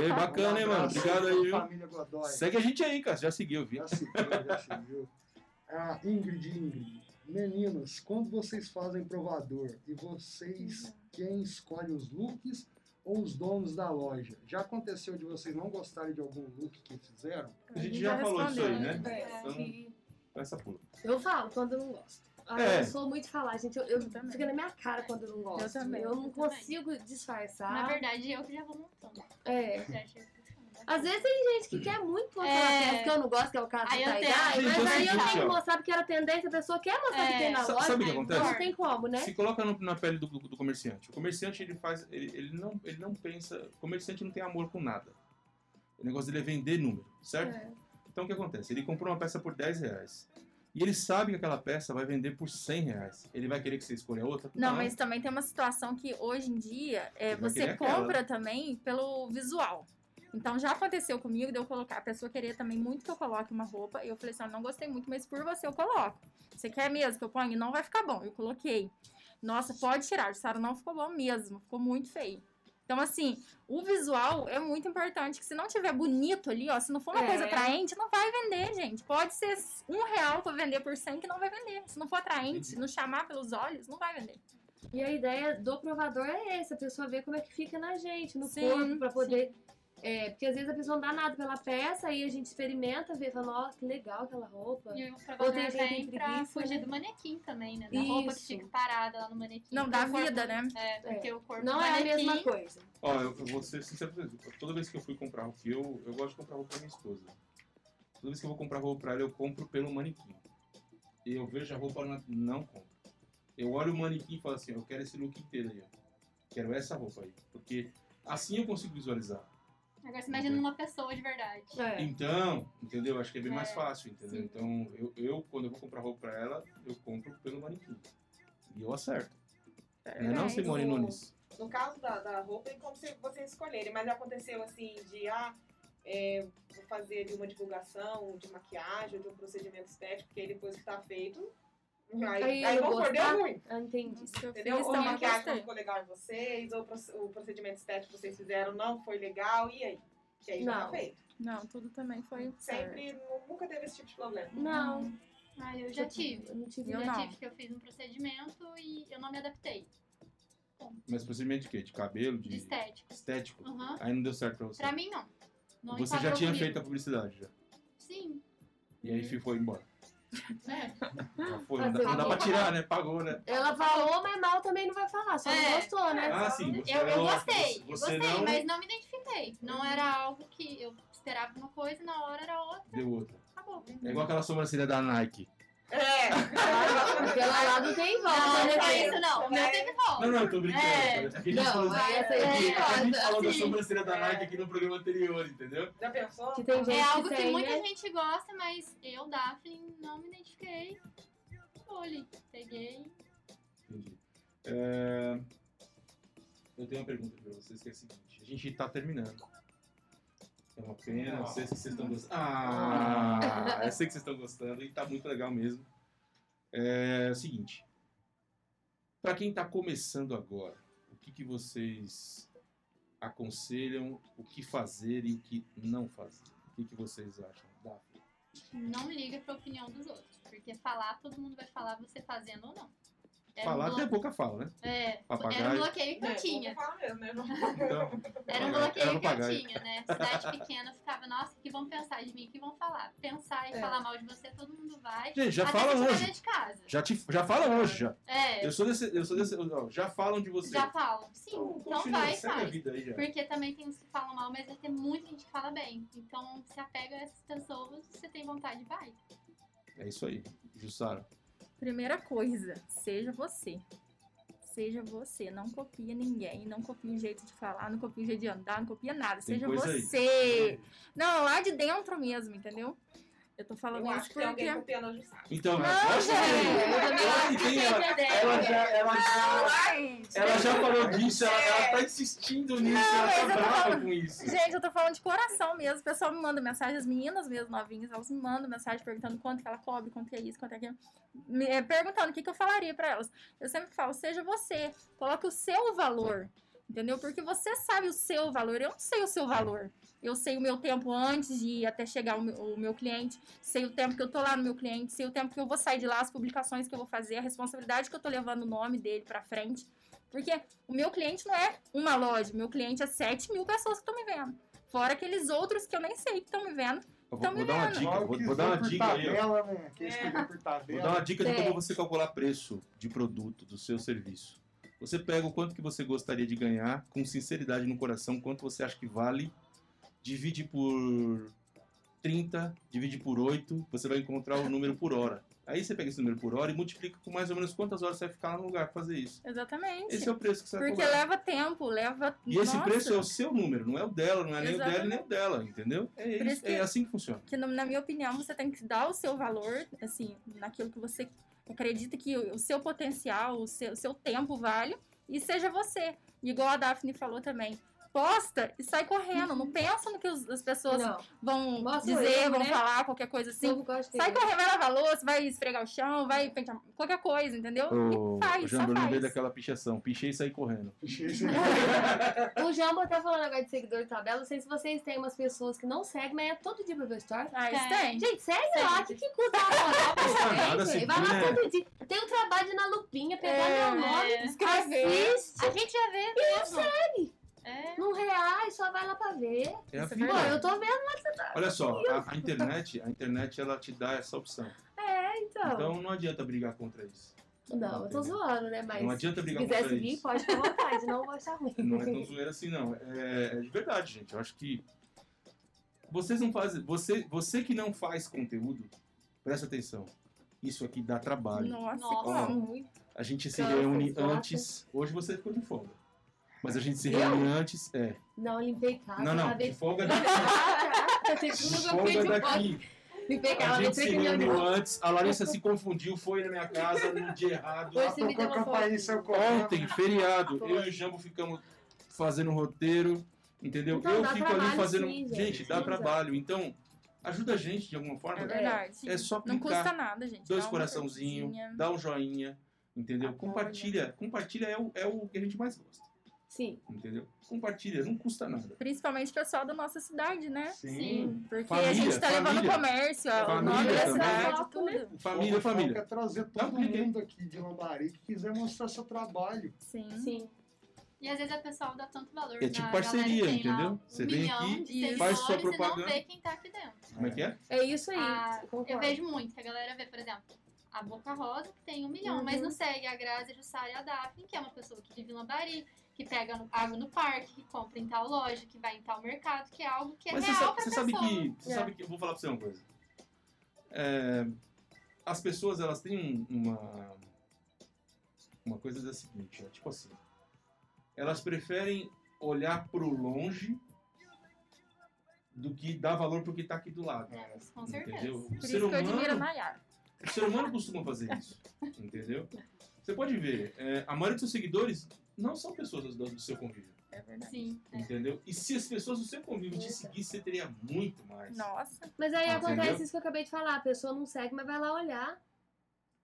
[SPEAKER 1] Ei, bacana, hein, mano? Obrigado aí, viu?
[SPEAKER 2] Família Godoy.
[SPEAKER 1] Segue a gente aí, cara. Já seguiu, viu?
[SPEAKER 2] Já seguiu, já seguiu. Ah, Ingrid, Ingrid. Meninas, quando vocês fazem provador e vocês quem escolhe os looks ou os donos da loja? Já aconteceu de vocês não gostarem de algum look que fizeram?
[SPEAKER 1] A gente já falou disso aí, né?
[SPEAKER 7] É.
[SPEAKER 5] É.
[SPEAKER 1] Então,
[SPEAKER 5] que-
[SPEAKER 1] essa pula.
[SPEAKER 5] Eu falo quando eu não gosto. Ah,
[SPEAKER 1] É.
[SPEAKER 5] Eu sou muito de falar, gente. Eu, eu
[SPEAKER 6] Eu também.
[SPEAKER 5] fica na minha cara quando eu não gosto.
[SPEAKER 6] Eu também.
[SPEAKER 5] Eu não
[SPEAKER 7] Eu também.
[SPEAKER 5] consigo disfarçar.
[SPEAKER 7] Na verdade, eu que já vou montando.
[SPEAKER 5] É.
[SPEAKER 7] Já né? chego puxando.
[SPEAKER 5] Às vezes tem gente que quer muito mostrar
[SPEAKER 7] É.
[SPEAKER 5] uma peça que eu não gosto, que é o caso
[SPEAKER 7] Aí
[SPEAKER 5] do
[SPEAKER 7] eu
[SPEAKER 5] tie-dye,
[SPEAKER 7] tenho-
[SPEAKER 1] Gente,
[SPEAKER 5] mas
[SPEAKER 1] é o
[SPEAKER 5] aí eu
[SPEAKER 1] seguinte,
[SPEAKER 5] tenho que
[SPEAKER 1] ó.
[SPEAKER 5] mostrar porque era tendência, a pessoa quer mostrar o que
[SPEAKER 7] É.
[SPEAKER 5] tem na
[SPEAKER 1] Sa-
[SPEAKER 5] loja.
[SPEAKER 1] sabe o que
[SPEAKER 7] aí
[SPEAKER 1] acontece?
[SPEAKER 5] Não tem como, né?
[SPEAKER 1] Se coloca no- na pele do, do comerciante. O comerciante ele faz, ele, ele não, ele não pensa. O comerciante não tem amor com nada. O negócio dele é vender número, certo?
[SPEAKER 5] É.
[SPEAKER 1] Então o que acontece? Ele comprou uma peça por 10 reais. E ele sabe que aquela peça vai vender por 100 reais. Ele vai querer que você escolha outra?
[SPEAKER 6] Não, mas também tem uma situação que hoje em dia é,
[SPEAKER 1] Vai
[SPEAKER 6] você
[SPEAKER 1] querer aquela.
[SPEAKER 6] compra também pelo visual. Então já aconteceu comigo de eu colocar, a pessoa queria também muito que eu coloque uma roupa, e eu falei assim, "Ó, não gostei muito, mas por você eu coloco. Você quer mesmo que eu ponha? Não vai ficar bom. Eu coloquei. Nossa, pode tirar, Sara, não ficou bom mesmo, ficou muito feio. Então, assim, o visual é muito importante, que se não tiver bonito ali, ó, se não for uma
[SPEAKER 5] É.
[SPEAKER 6] coisa atraente, não vai vender, gente. Pode ser um real pra vender por 100 que não vai vender. Se não for atraente, não chamar pelos olhos, não vai vender.
[SPEAKER 5] E a ideia do provador é essa, a pessoa ver como é que fica na gente, no
[SPEAKER 6] Sim,
[SPEAKER 5] corpo, pra poder. É, porque às vezes a pessoa não dá nada pela peça, aí a gente experimenta, vê, fala, nossa, que legal aquela roupa.
[SPEAKER 7] E o provador
[SPEAKER 5] tem gente que tem
[SPEAKER 7] vem pra
[SPEAKER 5] preguiça,
[SPEAKER 7] fugir
[SPEAKER 5] né?
[SPEAKER 7] do manequim também, né? Da roupa que
[SPEAKER 5] Isso.
[SPEAKER 7] fica parada lá no manequim.
[SPEAKER 6] Não,
[SPEAKER 7] Porque
[SPEAKER 6] dá
[SPEAKER 7] o corpo-
[SPEAKER 6] vida, né?
[SPEAKER 7] É, porque o corpo
[SPEAKER 5] Não
[SPEAKER 7] do
[SPEAKER 5] é a
[SPEAKER 7] manequim-
[SPEAKER 5] mesma coisa.
[SPEAKER 1] Ó, eu, eu vou ser sincero pra vocês. Toda vez que eu fui comprar roupa, que eu, eu gosto de comprar roupa pra minha esposa. Toda vez que eu vou comprar roupa pra ela, eu compro pelo manequim. E Eu vejo a roupa, na- não compro. Eu olho o manequim e falo assim, eu quero esse look inteiro aí, ó. Quero essa roupa aí. Porque assim eu consigo visualizar.
[SPEAKER 7] Agora você imagina uma pessoa de verdade.
[SPEAKER 5] É.
[SPEAKER 1] Então, entendeu? Acho que é bem mais
[SPEAKER 7] É,
[SPEAKER 1] fácil, entendeu?
[SPEAKER 7] sim.
[SPEAKER 1] Então, eu, eu, quando eu vou comprar roupa pra ela, eu compro pelo manequim. E eu acerto. É, não,
[SPEAKER 6] Mas
[SPEAKER 1] Simone
[SPEAKER 4] o-
[SPEAKER 1] Nunes?
[SPEAKER 4] No caso da, da roupa, é como se vocês escolherem, mas já aconteceu assim de ah, é, vou fazer ali uma divulgação de maquiagem, ou de um procedimento estético, porque depois que tá feito, aí,
[SPEAKER 5] Aí
[SPEAKER 4] aí,
[SPEAKER 5] eu
[SPEAKER 4] concordei
[SPEAKER 5] gostar.
[SPEAKER 4] muito.
[SPEAKER 5] Ah, Entendi.
[SPEAKER 6] Isso que eu
[SPEAKER 4] Entendeu?
[SPEAKER 6] fiz,
[SPEAKER 4] Ou a
[SPEAKER 6] então eu
[SPEAKER 4] maquiagem não
[SPEAKER 6] gostei.
[SPEAKER 4] ficou legal em vocês, ou o proce- o procedimento estético que vocês fizeram não foi legal, e aí? Que aí já tá
[SPEAKER 5] Não.
[SPEAKER 4] feito.
[SPEAKER 6] Não, tudo também foi certo.
[SPEAKER 4] Sempre, nu- nunca teve esse tipo de problema.
[SPEAKER 5] Não.
[SPEAKER 7] Ah, eu já tive.
[SPEAKER 5] Eu não tive.
[SPEAKER 6] Eu
[SPEAKER 7] já
[SPEAKER 6] não.
[SPEAKER 7] tive que eu fiz um procedimento e eu não me adaptei.
[SPEAKER 1] Mas procedimento de quê? De cabelo? De,
[SPEAKER 7] De estético.
[SPEAKER 1] estético?
[SPEAKER 7] Uhum.
[SPEAKER 1] Aí não deu certo pra você.
[SPEAKER 7] Pra mim, não. Não
[SPEAKER 1] você já
[SPEAKER 7] enquadrou
[SPEAKER 1] tinha
[SPEAKER 7] comigo.
[SPEAKER 1] feito a publicidade já.
[SPEAKER 7] Sim.
[SPEAKER 1] E aí foi embora.
[SPEAKER 7] É.
[SPEAKER 1] Já foi. Não
[SPEAKER 5] Mas
[SPEAKER 1] dá,
[SPEAKER 5] eu
[SPEAKER 1] não dá pra
[SPEAKER 5] vou
[SPEAKER 7] pagar.
[SPEAKER 1] tirar, né? Pagou, né?
[SPEAKER 5] Ela falou, mas mal também não vai falar, só
[SPEAKER 7] É.
[SPEAKER 5] não gostou, né?
[SPEAKER 1] Ah, sim. você
[SPEAKER 7] Eu, eu
[SPEAKER 1] não-
[SPEAKER 7] gostei. Eu
[SPEAKER 1] Você
[SPEAKER 7] gostei,
[SPEAKER 1] não
[SPEAKER 7] mas não me identifiquei. Não era algo que eu esperava uma coisa, na hora era outra.
[SPEAKER 1] deu outra.
[SPEAKER 7] Acabou.
[SPEAKER 1] É igual aquela sobrancelha da Nike.
[SPEAKER 4] É!
[SPEAKER 5] Pela lá não tem volta,
[SPEAKER 7] Não,
[SPEAKER 5] né?
[SPEAKER 7] não foi
[SPEAKER 5] filho?
[SPEAKER 7] isso, não. Não teve volta.
[SPEAKER 1] Não, não, eu tô brincando.
[SPEAKER 7] É.
[SPEAKER 1] É que a gente
[SPEAKER 5] Não,
[SPEAKER 1] falou,
[SPEAKER 5] mas essa aí
[SPEAKER 1] é que a gente
[SPEAKER 7] é
[SPEAKER 1] falou da
[SPEAKER 7] assim.
[SPEAKER 1] sobrancelha da
[SPEAKER 4] É.
[SPEAKER 1] Nike aqui no programa anterior, entendeu?
[SPEAKER 4] Já pensou?
[SPEAKER 6] Tipo,
[SPEAKER 5] Que tem gente
[SPEAKER 7] É algo que,
[SPEAKER 5] tem,
[SPEAKER 7] muita
[SPEAKER 5] né?
[SPEAKER 7] gente gosta, mas eu, Daphne, não me identifiquei. Olhe, peguei.
[SPEAKER 1] Entendi. É, Eu tenho uma pergunta pra vocês que é a seguinte. A gente tá terminando. É uma pena, não sei se vocês estão gostando. Ah, eu sei que vocês estão gostando e tá muito legal mesmo. É o seguinte. Pra quem tá começando agora, o que, que vocês aconselham, o que fazer e o que não fazer? O que, que vocês acham? Dá.
[SPEAKER 7] Não liga pra opinião dos outros. Porque falar, todo mundo vai falar você fazendo ou não. Era um
[SPEAKER 1] Falar até a
[SPEAKER 7] blo-
[SPEAKER 1] pouca fala, né?
[SPEAKER 7] É, era um
[SPEAKER 1] Papagaio.
[SPEAKER 7] bloqueio
[SPEAKER 1] É,
[SPEAKER 7] que eu
[SPEAKER 4] Não,
[SPEAKER 7] tinha.
[SPEAKER 4] É, vou falar mesmo, né? Não-
[SPEAKER 1] Então,
[SPEAKER 7] Era um
[SPEAKER 1] papagaio. Era
[SPEAKER 7] bloqueio que eu
[SPEAKER 1] papagaio.
[SPEAKER 7] tinha, né? Cidade pequena, eu ficava, nossa, o que vão pensar de mim, o que vão falar? Pensar e
[SPEAKER 5] É.
[SPEAKER 7] falar mal de você, todo mundo vai.
[SPEAKER 1] Gente, já
[SPEAKER 7] até
[SPEAKER 1] fala
[SPEAKER 7] você tiver
[SPEAKER 1] hoje.
[SPEAKER 7] dentro de casa.
[SPEAKER 1] Já, te, já fala hoje, já.
[SPEAKER 7] É,
[SPEAKER 1] Eu sou desse. Eu sou desse ó, já falam de você.
[SPEAKER 6] assim,
[SPEAKER 7] já falam. Sim, então
[SPEAKER 1] continua,
[SPEAKER 7] vai,
[SPEAKER 1] segue a
[SPEAKER 7] faz.
[SPEAKER 1] vida aí já.
[SPEAKER 7] Porque também tem uns que falam mal, mas vai ter muita gente que fala bem. Então, se apega a essas pessoas, você tem vontade, vai.
[SPEAKER 1] É isso aí, Jussara.
[SPEAKER 6] Primeira coisa, seja você. Seja você. Não copia ninguém, não copia o jeito de falar, não copia o jeito de andar, não copia nada.
[SPEAKER 1] Tem
[SPEAKER 6] seja
[SPEAKER 1] coisa aí.
[SPEAKER 6] você. Não, lá de dentro mesmo, entendeu? Eu tô falando
[SPEAKER 4] Eu
[SPEAKER 6] isso
[SPEAKER 4] acho que tem
[SPEAKER 6] porque. é
[SPEAKER 4] alguém copiando a Jussara.
[SPEAKER 1] Então,
[SPEAKER 6] Não,
[SPEAKER 1] resposta
[SPEAKER 6] gente.
[SPEAKER 1] dele. Ela tem,
[SPEAKER 6] é
[SPEAKER 1] ela- ela já, ela já,
[SPEAKER 6] Ai,
[SPEAKER 1] ela já falou disso, ela, ela tá insistindo nisso,
[SPEAKER 6] Não,
[SPEAKER 1] ela
[SPEAKER 6] mas eu
[SPEAKER 1] tá
[SPEAKER 6] tô
[SPEAKER 1] brava
[SPEAKER 6] falando-
[SPEAKER 1] com isso.
[SPEAKER 6] Gente, eu tô falando de coração mesmo. O pessoal me manda mensagem, as meninas mesmo novinhas, elas me mandam mensagem perguntando quanto que ela cobre, quanto que é isso, quanto é aquilo. Me- eh, Perguntando o que, que eu falaria pra elas. Eu sempre falo, seja você, coloque o seu valor. Entendeu? Porque você sabe o seu valor, eu não sei o seu valor. Eu sei o meu tempo antes de ir até chegar o meu, o meu cliente, sei o tempo que eu tô lá no meu cliente, sei o tempo que eu vou sair de lá, as publicações que eu vou fazer, a responsabilidade que eu tô levando o nome dele pra frente. Porque o meu cliente não é uma loja, o meu cliente é 7 mil pessoas que estão me vendo. Fora aqueles outros que eu nem sei que estão me vendo.
[SPEAKER 1] Eu Vou,
[SPEAKER 6] Então,
[SPEAKER 1] vou dar uma
[SPEAKER 6] menina.
[SPEAKER 1] dica,
[SPEAKER 2] Olha
[SPEAKER 1] vou,
[SPEAKER 2] que
[SPEAKER 1] vou dar uma
[SPEAKER 2] foi por
[SPEAKER 1] dica aí, ó.
[SPEAKER 2] tabela, né? Que
[SPEAKER 4] É.
[SPEAKER 2] escreveu por
[SPEAKER 1] Vou dar uma
[SPEAKER 2] tabela.
[SPEAKER 1] dica de
[SPEAKER 7] É.
[SPEAKER 1] como você calcular preço de produto, do seu serviço. Você pega o quanto que você gostaria de ganhar, com sinceridade no coração, quanto você acha que vale, divide por 30, divide por 8, você vai encontrar o número por hora. Aí você pega esse número por hora e multiplica com mais ou menos quantas horas você vai ficar lá no lugar pra fazer isso.
[SPEAKER 6] Exatamente.
[SPEAKER 1] Esse é o preço que você vai
[SPEAKER 6] Porque
[SPEAKER 1] cobrar.
[SPEAKER 6] leva tempo, leva.
[SPEAKER 1] E esse
[SPEAKER 6] Nossa,
[SPEAKER 1] preço é o seu número, não é o dela, não é nem o dela e nem o dela, entendeu? É,
[SPEAKER 6] Por
[SPEAKER 1] isso-
[SPEAKER 6] isso
[SPEAKER 1] é
[SPEAKER 6] que-
[SPEAKER 1] assim que funciona.
[SPEAKER 6] Que, no- na minha opinião, você tem que dar o seu valor, assim, naquilo que você acredita que o o seu potencial, o seu, o seu tempo vale, e seja você. Igual a Daphne falou também. Posta e sai correndo. Não pensa no que os- as pessoas
[SPEAKER 7] Uhum. Não,
[SPEAKER 6] vão
[SPEAKER 7] Nossa,
[SPEAKER 6] dizer,
[SPEAKER 7] eu,
[SPEAKER 6] vão
[SPEAKER 7] né?
[SPEAKER 6] falar, qualquer coisa assim.
[SPEAKER 5] É.
[SPEAKER 6] Sai correndo, vai lavar louça, vai esfregar o chão, vai pentear qualquer coisa, entendeu?
[SPEAKER 1] Ô,
[SPEAKER 6] e faz, só
[SPEAKER 1] Jandor, não veio
[SPEAKER 6] faz.
[SPEAKER 1] daquela pichação. Pichei e saí correndo.
[SPEAKER 7] O Jambo tá falando agora de seguidor de tabela. Não sei se vocês têm umas pessoas que não seguem, mas é todo dia pra ver história.
[SPEAKER 6] Ah, isso tem.
[SPEAKER 7] Gente, segue
[SPEAKER 5] Segue.
[SPEAKER 7] lá, que que custa a moral pra
[SPEAKER 1] Custa
[SPEAKER 7] saber,
[SPEAKER 1] nada,
[SPEAKER 7] gente?
[SPEAKER 1] seguir,
[SPEAKER 7] Vai lá
[SPEAKER 1] né?
[SPEAKER 7] todo dia. Tem o trabalho de ir na lupinha, pegar
[SPEAKER 6] É,
[SPEAKER 7] meu nome,
[SPEAKER 4] é.
[SPEAKER 6] Escrever.
[SPEAKER 7] assiste. A gente já
[SPEAKER 8] né,
[SPEAKER 7] vê mesmo.
[SPEAKER 4] É.
[SPEAKER 7] Não reage, só vai lá pra ver.
[SPEAKER 1] É a
[SPEAKER 6] Isso é
[SPEAKER 1] vida.
[SPEAKER 7] Pô, eu tô vendo,
[SPEAKER 1] Olha só, a, a internet, a internet ela te dá essa opção.
[SPEAKER 7] então.
[SPEAKER 1] Então não adianta brigar contra isso.
[SPEAKER 7] Não, eu tô zoando, né? Mas
[SPEAKER 1] Então, Não adianta
[SPEAKER 7] se
[SPEAKER 1] brigar
[SPEAKER 7] quiser
[SPEAKER 1] contra
[SPEAKER 7] seguir,
[SPEAKER 1] isso.
[SPEAKER 7] pode ficar à vontade, não vou achar ruim.
[SPEAKER 1] Não é tão zoeira assim, não. É, é de verdade, gente. Eu acho que vocês não fazem, você, você que não faz conteúdo, presta atenção. Isso aqui dá trabalho.
[SPEAKER 6] Nossa,
[SPEAKER 1] Ó,
[SPEAKER 6] como?
[SPEAKER 1] A gente se
[SPEAKER 7] Cansa,
[SPEAKER 1] reúne
[SPEAKER 7] esgota.
[SPEAKER 1] antes. Hoje você ficou de folga. Mas a gente se
[SPEAKER 7] Eu? Ah,
[SPEAKER 1] reúne antes. É.
[SPEAKER 7] Não, limpei casa,
[SPEAKER 1] não, não. De
[SPEAKER 7] lavei
[SPEAKER 1] folga daqui. De folga daqui.
[SPEAKER 7] Limpei
[SPEAKER 1] A
[SPEAKER 7] casa,
[SPEAKER 1] gente
[SPEAKER 7] limpei
[SPEAKER 1] se
[SPEAKER 7] caminhão.
[SPEAKER 1] reuniu antes, a Larissa se confundiu, foi na minha casa no dia errado.
[SPEAKER 7] Hoje você me
[SPEAKER 2] Tocou
[SPEAKER 7] deu é uma
[SPEAKER 2] campainha,
[SPEAKER 7] foto.
[SPEAKER 2] saiu correndo.
[SPEAKER 1] Ontem, feriado,
[SPEAKER 7] Foi.
[SPEAKER 1] eu e o Jambo ficamos fazendo roteiro, entendeu?
[SPEAKER 7] Então,
[SPEAKER 1] eu
[SPEAKER 7] dá
[SPEAKER 1] fico ali
[SPEAKER 7] trabalho,
[SPEAKER 1] fazendo.
[SPEAKER 7] sim, gente.
[SPEAKER 1] gente, dá
[SPEAKER 7] Sim,
[SPEAKER 1] trabalho. Então, ajuda a gente de alguma forma.
[SPEAKER 6] É verdade.
[SPEAKER 1] É só
[SPEAKER 6] Não
[SPEAKER 1] clicar,
[SPEAKER 6] custa nada, gente.
[SPEAKER 1] Dois
[SPEAKER 6] Dá uma
[SPEAKER 1] coraçãozinhos,
[SPEAKER 6] coisinha.
[SPEAKER 1] dá um joinha, entendeu? Compartilha. Compartilha é o, é o que a gente mais gosta,
[SPEAKER 7] Sim.
[SPEAKER 1] entendeu? Compartilha, não custa nada.
[SPEAKER 6] Principalmente o pessoal da nossa cidade, né?
[SPEAKER 2] Sim.
[SPEAKER 6] Porque
[SPEAKER 1] Família,
[SPEAKER 6] a gente tá levando
[SPEAKER 1] família.
[SPEAKER 6] o comércio, o
[SPEAKER 1] Família
[SPEAKER 6] nome da
[SPEAKER 1] também.
[SPEAKER 6] cidade, é
[SPEAKER 5] né?
[SPEAKER 6] tudo. né?
[SPEAKER 1] Família,
[SPEAKER 2] Foco, foco
[SPEAKER 1] família. Tá
[SPEAKER 2] é trazer
[SPEAKER 1] Não,
[SPEAKER 2] todo
[SPEAKER 1] ninguém.
[SPEAKER 2] mundo aqui de Lambari que quiser mostrar seu trabalho.
[SPEAKER 6] Sim.
[SPEAKER 7] Sim.
[SPEAKER 8] E às vezes a pessoa dá tanto valor.
[SPEAKER 1] É tipo
[SPEAKER 8] na
[SPEAKER 1] parceria,
[SPEAKER 8] galera que tem lá
[SPEAKER 1] entendeu?
[SPEAKER 8] Um
[SPEAKER 1] Você vem
[SPEAKER 8] milhão
[SPEAKER 1] aqui,
[SPEAKER 8] de
[SPEAKER 6] e
[SPEAKER 8] seguidores
[SPEAKER 1] faz sua
[SPEAKER 8] e
[SPEAKER 1] propaganda.
[SPEAKER 8] não vê quem tá aqui dentro.
[SPEAKER 1] Como é que é?
[SPEAKER 5] É isso aí.
[SPEAKER 8] Ah,
[SPEAKER 5] concordo.
[SPEAKER 8] eu
[SPEAKER 1] Então.
[SPEAKER 8] vejo muito que a galera vê, por exemplo, a Boca Rosa, que tem um milhão,
[SPEAKER 1] Uhum.
[SPEAKER 8] mas não segue a Grazi, a Jussara e a Daphne, que é uma pessoa que vive em Lambari, que pega no- água no parque, que compra em tal loja, que vai em tal mercado, que é algo que é
[SPEAKER 1] Mas você
[SPEAKER 8] real
[SPEAKER 1] sabe,
[SPEAKER 8] pra
[SPEAKER 1] você
[SPEAKER 8] pessoa. né?
[SPEAKER 1] sabe que. Você sabe que. Eu vou falar pra você uma coisa. É, as pessoas, elas têm um- uma. Uma coisa da seguinte, é tipo assim. Elas preferem olhar pro longe do que dar valor pro que tá aqui do lado.
[SPEAKER 8] É, Com certeza.
[SPEAKER 1] Entendeu? O
[SPEAKER 6] Por
[SPEAKER 1] ser,
[SPEAKER 6] isso que eu admiro a
[SPEAKER 1] humano,
[SPEAKER 6] Nayara.
[SPEAKER 1] o ser humano costuma fazer isso. Entendeu? Você pode ver, é, a maioria dos seus seguidores não são pessoas do- do seu convívio.
[SPEAKER 6] É verdade.
[SPEAKER 8] Sim. é.
[SPEAKER 1] Entendeu? E se as pessoas do seu convívio te seguissem, você teria muito mais.
[SPEAKER 6] Nossa.
[SPEAKER 5] Mas aí
[SPEAKER 1] Entendeu?
[SPEAKER 5] acontece isso que eu acabei de falar. A pessoa não segue, mas vai lá olhar.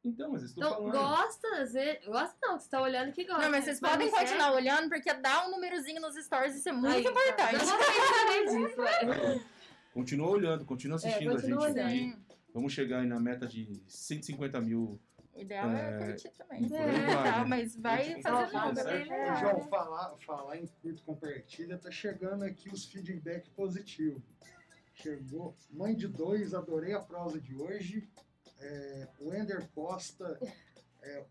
[SPEAKER 1] Então, mas eu estou
[SPEAKER 5] Então,
[SPEAKER 1] falando.
[SPEAKER 5] gosta, às vezes- gosta não, que você tá olhando que gosta.
[SPEAKER 6] Não, mas vocês podem
[SPEAKER 5] não segue.
[SPEAKER 6] continuar olhando, porque dá um númerozinho nos stories, isso é muito
[SPEAKER 5] é Aí, tá.
[SPEAKER 6] importante.
[SPEAKER 5] Eu também sabia disso, é.
[SPEAKER 1] Continua olhando, continua assistindo
[SPEAKER 5] É,
[SPEAKER 1] a
[SPEAKER 5] continua
[SPEAKER 1] gente aqui.
[SPEAKER 6] Sim.
[SPEAKER 1] Vamos chegar aí na meta de 150 mil.
[SPEAKER 6] O ideal é,
[SPEAKER 1] É,
[SPEAKER 6] curtir também.
[SPEAKER 1] por
[SPEAKER 6] É,
[SPEAKER 1] aí vai,
[SPEAKER 6] tá,
[SPEAKER 1] né?
[SPEAKER 6] mas vai
[SPEAKER 1] Curte,
[SPEAKER 6] fazendo
[SPEAKER 1] compartilha,
[SPEAKER 6] número.
[SPEAKER 1] certo?
[SPEAKER 7] É.
[SPEAKER 6] né?
[SPEAKER 5] é
[SPEAKER 2] Ô, João, falar, falar em curto compartilha, tá chegando aqui os feedback positivo. Chegou. Mãe de dois, adorei a prosa de hoje. É, Wender Costa. é,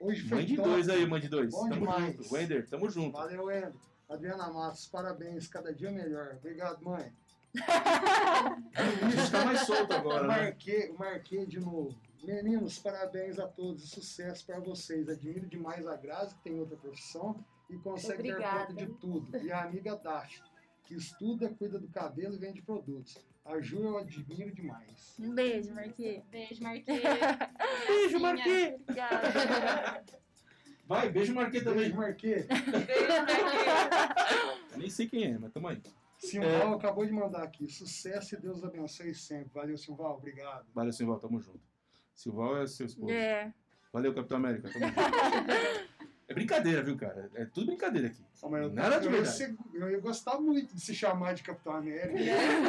[SPEAKER 2] hoje foi
[SPEAKER 1] Mãe de
[SPEAKER 2] top.
[SPEAKER 1] dois aí, mãe de dois.
[SPEAKER 2] Bom
[SPEAKER 1] tamo
[SPEAKER 2] demais.
[SPEAKER 1] junto. Wender, tamo junto.
[SPEAKER 2] Valeu, Wender. Adriana Matos, parabéns, cada dia melhor. Obrigado, mãe.
[SPEAKER 1] A gente tá mais solto agora, né?
[SPEAKER 2] Marquei, marquei de novo. Meninos, parabéns a todos, sucesso para vocês. Admiro demais a Grazi, que tem outra profissão e consegue
[SPEAKER 5] Obrigada.
[SPEAKER 2] ter conta de tudo. E a amiga Dacho, que estuda, cuida do cabelo e vende produtos. A Ju eu admiro demais.
[SPEAKER 6] Um beijo, Marquinhos.
[SPEAKER 8] Beijo, Marquinhos. Beijo,
[SPEAKER 6] Obrigada.
[SPEAKER 1] Vai, beijo marquei também.
[SPEAKER 2] Beijo, Marquê.
[SPEAKER 1] Nem sei quem é, mas tamo aí. É.
[SPEAKER 2] Simval acabou de mandar aqui. Sucesso e Deus abençoe sempre. Valeu, Simval. Obrigado.
[SPEAKER 1] Valeu, Silval, tamo junto. Silval é seu esposo.
[SPEAKER 6] É.
[SPEAKER 1] Valeu, Capitão América, tamo junto. É brincadeira, viu, cara? É tudo brincadeira aqui.
[SPEAKER 2] Ah, mas eu,
[SPEAKER 1] Nada de
[SPEAKER 2] eu, ia
[SPEAKER 1] verdade.
[SPEAKER 2] ser- eu ia gostar muito de se chamar de Capitão América.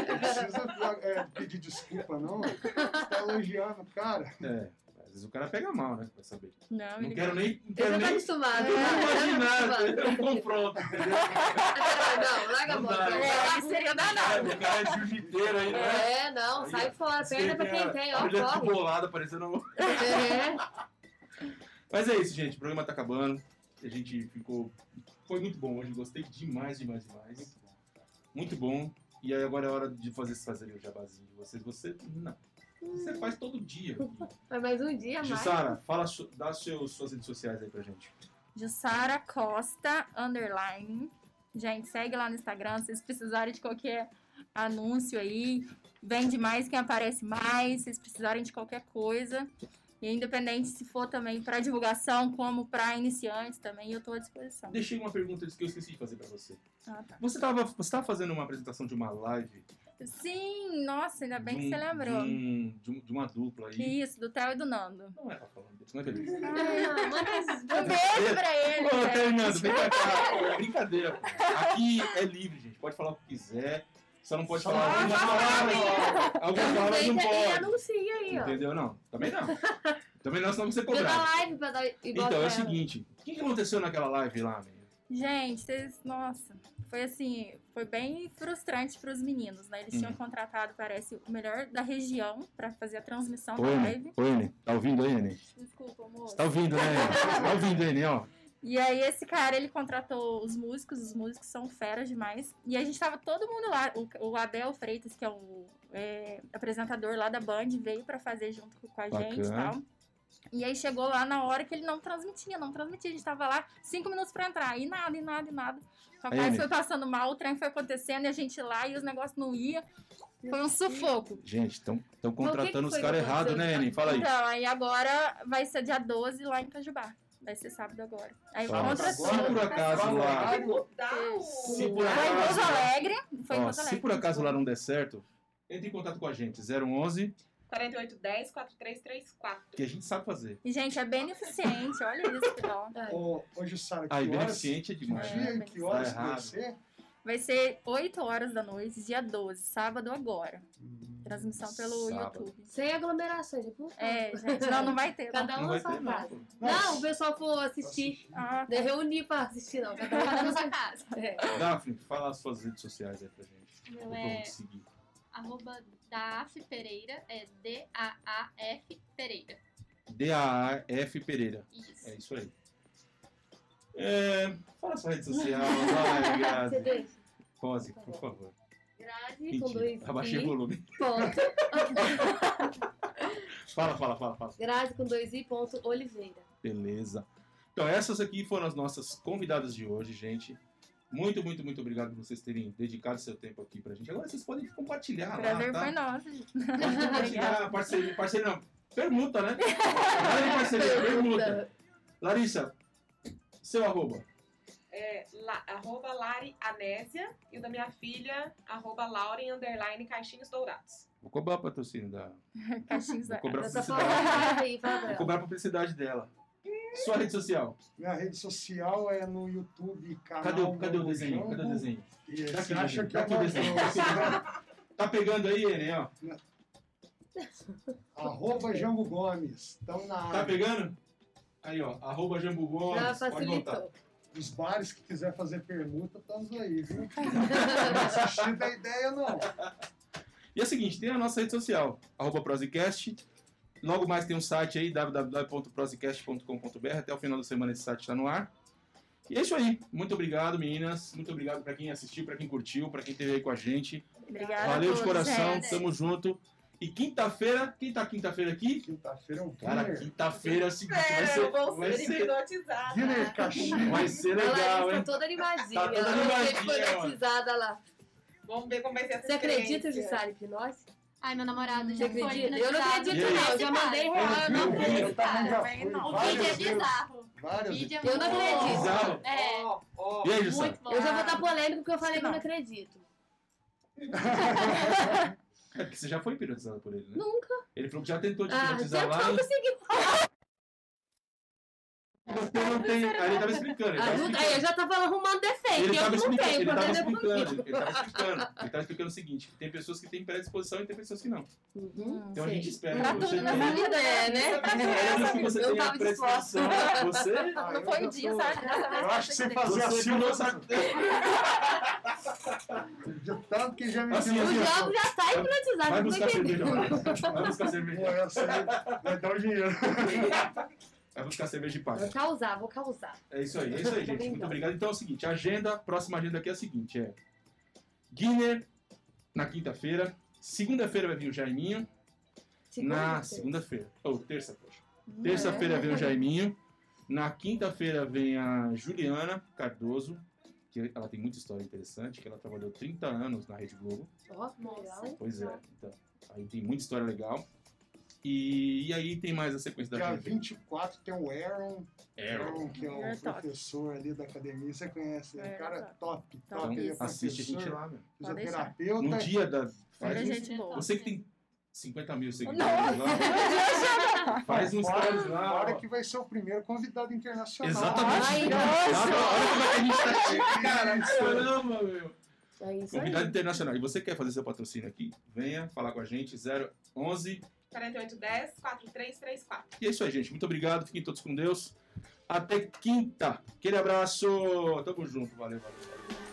[SPEAKER 2] Não precisa é, pedir desculpa, não. Você tá elogiando o cara.
[SPEAKER 1] É, às vezes o cara pega mal, né? Pra saber.
[SPEAKER 6] Não,
[SPEAKER 1] Não
[SPEAKER 6] ele-
[SPEAKER 1] quero nem. Não
[SPEAKER 5] Ele
[SPEAKER 1] quero
[SPEAKER 5] já tá
[SPEAKER 1] nem
[SPEAKER 5] acostumado.
[SPEAKER 1] não
[SPEAKER 5] né?
[SPEAKER 1] quero
[SPEAKER 5] Tá
[SPEAKER 1] imaginar,
[SPEAKER 5] acostumado.
[SPEAKER 1] é um confronto, entendeu?
[SPEAKER 5] Não, larga a
[SPEAKER 1] Não
[SPEAKER 5] bola.
[SPEAKER 1] dá,
[SPEAKER 5] pra
[SPEAKER 1] né?
[SPEAKER 5] lá.
[SPEAKER 6] É, seria danado.
[SPEAKER 1] O cara é jiu-jiteiro aí, né?
[SPEAKER 5] É, não,
[SPEAKER 1] Aí,
[SPEAKER 5] sai fora, perna pra quem tem, ó,
[SPEAKER 1] Olha
[SPEAKER 5] corre.
[SPEAKER 1] bolada, parecendo um-
[SPEAKER 5] É,
[SPEAKER 1] Mas é isso, gente. O programa tá acabando. A gente ficou. Foi muito bom hoje. Gostei demais, demais, demais. Muito bom. E aí agora é hora de fazer fazer o jabazinho de vocês. Você. Não. Você faz todo dia.
[SPEAKER 5] Mas mais um dia a mais.
[SPEAKER 1] Jussara, fala, su- dá seu, suas redes sociais aí pra gente.
[SPEAKER 6] Jussara Costa, underline. Gente, segue lá no Instagram, se vocês precisarem de qualquer anúncio aí, vende mais quem aparece mais, se vocês precisarem de qualquer coisa. E independente se for também para divulgação, como para iniciantes também, eu estou à disposição.
[SPEAKER 1] Deixei uma pergunta que eu esqueci de fazer pra você.
[SPEAKER 6] Ah, tá.
[SPEAKER 1] Você tava, você tava fazendo uma apresentação de uma live.
[SPEAKER 6] Sim, nossa, ainda bem que
[SPEAKER 1] de
[SPEAKER 6] você
[SPEAKER 1] um-
[SPEAKER 6] lembrou.
[SPEAKER 1] De, um- de um- de uma dupla aí.
[SPEAKER 6] Isso, do Theo e do Nando.
[SPEAKER 1] Não era falando disso, não é beleza?
[SPEAKER 5] Ah, manda-
[SPEAKER 6] Um beijo pra ele. né?
[SPEAKER 1] Ô,
[SPEAKER 6] Theo.
[SPEAKER 1] Fernando, vem pra cá. É brincadeira. pô. Aqui é livre, gente. Pode falar o que quiser. Só não pode falar algumas palavras. Algumas palavras não
[SPEAKER 5] Aproveita e
[SPEAKER 1] pode.
[SPEAKER 5] anuncia aí, ó.
[SPEAKER 1] um Entendeu? Não. Também não. Também não, senão você
[SPEAKER 5] Vê na
[SPEAKER 1] cobrar.
[SPEAKER 5] live pra dar igual
[SPEAKER 1] Então, é
[SPEAKER 5] pra
[SPEAKER 1] o
[SPEAKER 5] ela.
[SPEAKER 1] seguinte. O que que aconteceu naquela live lá, menina?
[SPEAKER 6] Gente, vocês, nossa, foi assim, foi bem frustrante para os meninos, né? Eles
[SPEAKER 1] Hum.
[SPEAKER 6] tinham contratado, parece, o melhor da região para fazer a transmissão
[SPEAKER 1] Oi,
[SPEAKER 6] da
[SPEAKER 1] Ene.
[SPEAKER 6] live.
[SPEAKER 1] Oi, Ene. Tá ouvindo aí, Ene?
[SPEAKER 8] Desculpa,
[SPEAKER 1] Você
[SPEAKER 8] moço.
[SPEAKER 1] tá ouvindo, né, Ene? Tá ouvindo, Ene, ó.
[SPEAKER 6] E aí esse cara, ele contratou os músicos, os músicos são feras demais. E a gente tava todo mundo lá, o, o Abel Freitas, que é o é, apresentador lá da Band, veio para fazer junto com a gente e
[SPEAKER 1] Bacana.
[SPEAKER 6] tal. E aí chegou lá na hora que ele não transmitia, não transmitia. A gente tava lá cinco minutos para entrar, e nada, e nada, e nada. O
[SPEAKER 1] Aí,
[SPEAKER 6] rapaz
[SPEAKER 1] Amy.
[SPEAKER 6] foi passando mal, o trem foi acontecendo, e a gente lá, e os negócios não ia. Foi um sufoco.
[SPEAKER 1] Gente, estão
[SPEAKER 5] que
[SPEAKER 1] contratando
[SPEAKER 5] foi
[SPEAKER 1] os
[SPEAKER 5] que
[SPEAKER 1] caras errados,
[SPEAKER 5] aconteceu,
[SPEAKER 1] né,
[SPEAKER 5] cara?
[SPEAKER 1] Ene? Fala aí.
[SPEAKER 6] Então, aí agora vai ser dia 12 lá em Cajubá. Vai ser sábado agora. Aí
[SPEAKER 1] Sábado
[SPEAKER 6] contra
[SPEAKER 1] agora? Se por acaso lá-
[SPEAKER 4] Vai mudar o-
[SPEAKER 1] Se por
[SPEAKER 6] Foi em Pouso
[SPEAKER 1] acaso-
[SPEAKER 6] Alegre. Foi em
[SPEAKER 1] Ó,
[SPEAKER 6] Pouso
[SPEAKER 1] se
[SPEAKER 6] Alegre.
[SPEAKER 1] por acaso lá não der certo, entre em contato com a gente. 011,
[SPEAKER 4] 4810 4334.
[SPEAKER 1] que a gente sabe fazer.
[SPEAKER 6] E, gente, é beneficente. Olha isso, que dó.
[SPEAKER 2] Ô, ô Jussara, que
[SPEAKER 1] Aí,
[SPEAKER 2] horas?
[SPEAKER 1] beneficente é
[SPEAKER 2] Que
[SPEAKER 1] demais.
[SPEAKER 6] É.
[SPEAKER 2] dia e que horas que
[SPEAKER 1] Tá errado.
[SPEAKER 2] vai ser?
[SPEAKER 6] Vai ser 8 horas da noite, dia 12, sábado agora.
[SPEAKER 2] Hum,
[SPEAKER 6] Transmissão pelo
[SPEAKER 1] Sábado.
[SPEAKER 6] YouTube.
[SPEAKER 5] Sem aglomerações, é por favor.
[SPEAKER 6] É, gente, não, não vai ter. não.
[SPEAKER 5] Cada um na sua
[SPEAKER 1] não,
[SPEAKER 5] casa.
[SPEAKER 1] pô.
[SPEAKER 5] Não, o pessoal for assistir.
[SPEAKER 6] Ah,
[SPEAKER 5] Deve reunir pra assistir, não. Cada um
[SPEAKER 8] Cada
[SPEAKER 5] na
[SPEAKER 8] um na
[SPEAKER 5] sua
[SPEAKER 8] sua casa.
[SPEAKER 5] É.
[SPEAKER 1] Daphne, fala as suas redes sociais aí pra gente.
[SPEAKER 8] O
[SPEAKER 1] Pro
[SPEAKER 8] Meu
[SPEAKER 1] povo
[SPEAKER 8] é
[SPEAKER 1] te seguir.
[SPEAKER 8] arroba Daaf Pereira, é D-A-A-F Pereira.
[SPEAKER 1] D-A-F Pereira.
[SPEAKER 8] Isso.
[SPEAKER 1] É isso aí. É, fala sua rede social. Vai,
[SPEAKER 5] Você
[SPEAKER 1] Grazi.
[SPEAKER 5] deixa.
[SPEAKER 1] Pose, por favor.
[SPEAKER 5] Grazi com dois
[SPEAKER 1] Mentira. Abaixei o
[SPEAKER 5] i.
[SPEAKER 1] volume.
[SPEAKER 5] Ponto.
[SPEAKER 1] Fala, fala, fala, fala.
[SPEAKER 5] Grazi com dois i. Ponto Oliveira.
[SPEAKER 1] Beleza. Então, essas aqui foram as nossas convidadas de hoje, gente. Muito, muito, muito obrigado por vocês terem dedicado seu tempo aqui pra gente. Agora vocês podem compartilhar
[SPEAKER 6] prazer
[SPEAKER 1] lá,
[SPEAKER 6] foi
[SPEAKER 1] tá?
[SPEAKER 6] nosso, gente.
[SPEAKER 1] Pode compartilhar, parceria, parceria não. Permuta, né? Não é parceria, permuta. Larissa, seu arroba.
[SPEAKER 4] É, la, arroba Lari Anésia e o da minha filha, arroba Lauren underline Caixinhos Dourados.
[SPEAKER 1] Vou cobrar o patrocínio da...
[SPEAKER 6] Caixinhos
[SPEAKER 1] Vou cobrar a
[SPEAKER 5] Essa
[SPEAKER 1] publicidade.
[SPEAKER 5] palavra aí, fala pra
[SPEAKER 1] Vou
[SPEAKER 5] ela.
[SPEAKER 1] cobrar a publicidade dela. Sua rede social.
[SPEAKER 2] Minha rede social é no YouTube, canal
[SPEAKER 1] Cadê, o- cadê o
[SPEAKER 2] Novo
[SPEAKER 1] desenho?
[SPEAKER 2] Jogo.
[SPEAKER 1] Cadê o desenho?
[SPEAKER 2] E
[SPEAKER 1] Dá aqui,
[SPEAKER 2] você acha
[SPEAKER 1] Júlio,
[SPEAKER 2] que é
[SPEAKER 1] dá
[SPEAKER 2] eu
[SPEAKER 1] aqui o
[SPEAKER 2] vou-
[SPEAKER 1] desenho. Tá pegando aí, Enem, ó.
[SPEAKER 2] Arroba Jango Gomes. Estão na
[SPEAKER 1] Tá
[SPEAKER 2] área.
[SPEAKER 1] pegando? Aí, ó. Arroba Jambu
[SPEAKER 5] Já
[SPEAKER 1] Gomes. Pode voltar.
[SPEAKER 5] facilitou.
[SPEAKER 2] Os bares que quiser fazer permuta, estamos aí, viu? Não assisti da ideia, não.
[SPEAKER 1] E é o seguinte, tem a nossa rede social, arroba Prozicast. Logo mais tem um site aí, www.prozicast.com.br. Até o final da semana esse site está no ar. E é isso aí. Muito obrigado, meninas. Muito obrigado para quem assistiu, para quem curtiu, para quem esteve aí com a gente.
[SPEAKER 6] Obrigada. a
[SPEAKER 1] Valeu de
[SPEAKER 6] todos,
[SPEAKER 1] coração.
[SPEAKER 6] gente.
[SPEAKER 1] Tamo junto. E quinta-feira, quem tá quinta-feira aqui?
[SPEAKER 2] Quinta-feira é um
[SPEAKER 1] Cara,
[SPEAKER 2] dinner.
[SPEAKER 1] quinta-feira é o seguinte, vai
[SPEAKER 4] eu
[SPEAKER 1] ser,
[SPEAKER 4] vou
[SPEAKER 1] vai
[SPEAKER 4] ser
[SPEAKER 1] ser,
[SPEAKER 4] hipnotizada.
[SPEAKER 2] Dinner caixinha.
[SPEAKER 1] vai ser
[SPEAKER 5] Olha lá,
[SPEAKER 1] legal,
[SPEAKER 5] ela
[SPEAKER 1] hein?
[SPEAKER 5] tá toda animadinha.
[SPEAKER 1] Tá toda
[SPEAKER 5] ela vai ser
[SPEAKER 1] animadinha, ó.
[SPEAKER 5] hipnotizada lá.
[SPEAKER 4] Vamos ver como vai ser essa
[SPEAKER 5] Você acredita,
[SPEAKER 4] experiência.
[SPEAKER 5] Jussara, em hipnose?
[SPEAKER 8] Ai, meu namorado
[SPEAKER 5] Você
[SPEAKER 8] já foi
[SPEAKER 5] acredita? Eu não
[SPEAKER 8] hipnotizado
[SPEAKER 5] acredito,
[SPEAKER 8] por
[SPEAKER 1] E aí?
[SPEAKER 5] não. Eu
[SPEAKER 8] esse
[SPEAKER 5] já
[SPEAKER 8] cara.
[SPEAKER 5] mandei real, eu não
[SPEAKER 2] Eu
[SPEAKER 5] acredito.
[SPEAKER 2] também já
[SPEAKER 6] Vai,
[SPEAKER 2] fui
[SPEAKER 6] não.
[SPEAKER 8] O vídeo é
[SPEAKER 2] várias vezes.
[SPEAKER 8] bizarro. O
[SPEAKER 2] Várias
[SPEAKER 8] vídeo é
[SPEAKER 5] Eu não
[SPEAKER 8] muito
[SPEAKER 5] acredito.
[SPEAKER 8] bom.
[SPEAKER 1] Bizarro?
[SPEAKER 8] É.
[SPEAKER 4] Ó, ó.
[SPEAKER 1] E aí, Jussara?
[SPEAKER 8] Muito bom.
[SPEAKER 5] Eu já vou estar polêmico porque eu falei que eu não acredito.
[SPEAKER 1] É que você já foi hipnotizada por ele, né?
[SPEAKER 5] Nunca.
[SPEAKER 1] Ele falou que já tentou te
[SPEAKER 5] Ah,
[SPEAKER 1] hipnotizar lá
[SPEAKER 5] já não
[SPEAKER 1] e
[SPEAKER 5] consegui.
[SPEAKER 1] você não tem... Aí ele tava explicando, ele tava
[SPEAKER 5] Ajuda- Aí eu
[SPEAKER 1] explicando.
[SPEAKER 5] já tava arrumando defeito.
[SPEAKER 1] Ele
[SPEAKER 5] eu
[SPEAKER 1] tava
[SPEAKER 5] não
[SPEAKER 1] explicando,
[SPEAKER 5] tenho,
[SPEAKER 1] ele tava
[SPEAKER 5] problema
[SPEAKER 1] explicando,
[SPEAKER 5] é comigo.
[SPEAKER 1] ele tava explicando. Ele tava explicando o seguinte, que tem pessoas que têm predisposição e tem pessoas que não.
[SPEAKER 5] Uhum,
[SPEAKER 1] Então a
[SPEAKER 5] sei.
[SPEAKER 1] gente espera
[SPEAKER 5] Pra
[SPEAKER 1] que
[SPEAKER 5] tudo
[SPEAKER 1] você
[SPEAKER 5] nessa
[SPEAKER 1] tenha...
[SPEAKER 5] vida é, né? Pra tudo
[SPEAKER 1] Esperamos
[SPEAKER 5] nessa
[SPEAKER 1] que você
[SPEAKER 5] vida. Eu
[SPEAKER 1] tenha
[SPEAKER 5] tava disposta.
[SPEAKER 1] predisposição. Você
[SPEAKER 2] Ah,
[SPEAKER 6] Não
[SPEAKER 2] eu
[SPEAKER 6] foi
[SPEAKER 5] um
[SPEAKER 2] já
[SPEAKER 6] o dia,
[SPEAKER 2] sou-
[SPEAKER 6] sabe? Dessa vez
[SPEAKER 2] Eu acho que você
[SPEAKER 1] Você
[SPEAKER 2] fazia assim,
[SPEAKER 1] que não
[SPEAKER 2] eu
[SPEAKER 1] sabe.
[SPEAKER 2] já- tanto que já me
[SPEAKER 1] Assim,
[SPEAKER 5] O
[SPEAKER 1] assim,
[SPEAKER 2] viu.
[SPEAKER 5] Diogo já tá
[SPEAKER 1] Vai
[SPEAKER 5] hipnotizado. não tô
[SPEAKER 1] buscar cerveja,
[SPEAKER 5] entendendo.
[SPEAKER 1] vai. Vai buscar
[SPEAKER 2] Pô,
[SPEAKER 1] cerveja.
[SPEAKER 2] essa aí vai dar o dinheiro.
[SPEAKER 1] Vai buscar cerveja de
[SPEAKER 5] Vou
[SPEAKER 1] palha.
[SPEAKER 5] causar, vou causar.
[SPEAKER 1] É isso aí, é isso aí, gente. Muito obrigado. Então é o seguinte, a agenda, a próxima agenda aqui é a seguinte, é Guiné na quinta-feira, segunda-feira vai vir o Jaiminho, na segunda-feira, ou terça, poxa.
[SPEAKER 6] Hum.
[SPEAKER 1] Terça-feira vem o Jaiminho, na quinta-feira vem a Juliana Cardoso, que ela tem muita história interessante, que ela trabalhou 30 anos na Rede Globo.
[SPEAKER 5] Ó, que legal, hein?
[SPEAKER 1] Pois é, então, aí tem muita história legal. E, e aí tem mais a sequência da
[SPEAKER 2] Dia
[SPEAKER 1] agenda.
[SPEAKER 2] 24 tem o Aaron,
[SPEAKER 1] É,
[SPEAKER 2] Aaron, que é o
[SPEAKER 6] Aaron top.
[SPEAKER 2] professor ali da academia. Você conhece, ele é um cara
[SPEAKER 6] Aaron
[SPEAKER 2] top, top.
[SPEAKER 6] Top.
[SPEAKER 2] ele é
[SPEAKER 1] então assiste a gente
[SPEAKER 2] professor,
[SPEAKER 1] lá, meu.
[SPEAKER 6] Pode deixar.
[SPEAKER 1] No
[SPEAKER 2] Fisioterapeuta.
[SPEAKER 1] dia da. Faz
[SPEAKER 6] Olha,
[SPEAKER 1] uns-
[SPEAKER 6] gente
[SPEAKER 5] então.
[SPEAKER 6] boa.
[SPEAKER 1] então. Você que tem 50 mil seguidores lá. Faz uns
[SPEAKER 2] um Fora-
[SPEAKER 1] caras lá.
[SPEAKER 2] Fora
[SPEAKER 1] ó.
[SPEAKER 2] que vai ser o primeiro convidado internacional.
[SPEAKER 1] Exatamente.
[SPEAKER 5] Ai,
[SPEAKER 1] Tá,
[SPEAKER 5] nossa.
[SPEAKER 1] olha como é que a gente tá aqui.
[SPEAKER 2] Caralho,
[SPEAKER 1] Caramba, meu.
[SPEAKER 5] É isso aí.
[SPEAKER 1] Convidado internacional. E você quer fazer seu patrocínio aqui? Venha falar com a gente, 011.
[SPEAKER 4] 4810 4334.
[SPEAKER 1] E é isso aí, gente. Muito obrigado. Fiquem todos com Deus. Até quinta. Aquele abraço. Tamo junto. Valeu, valeu, valeu.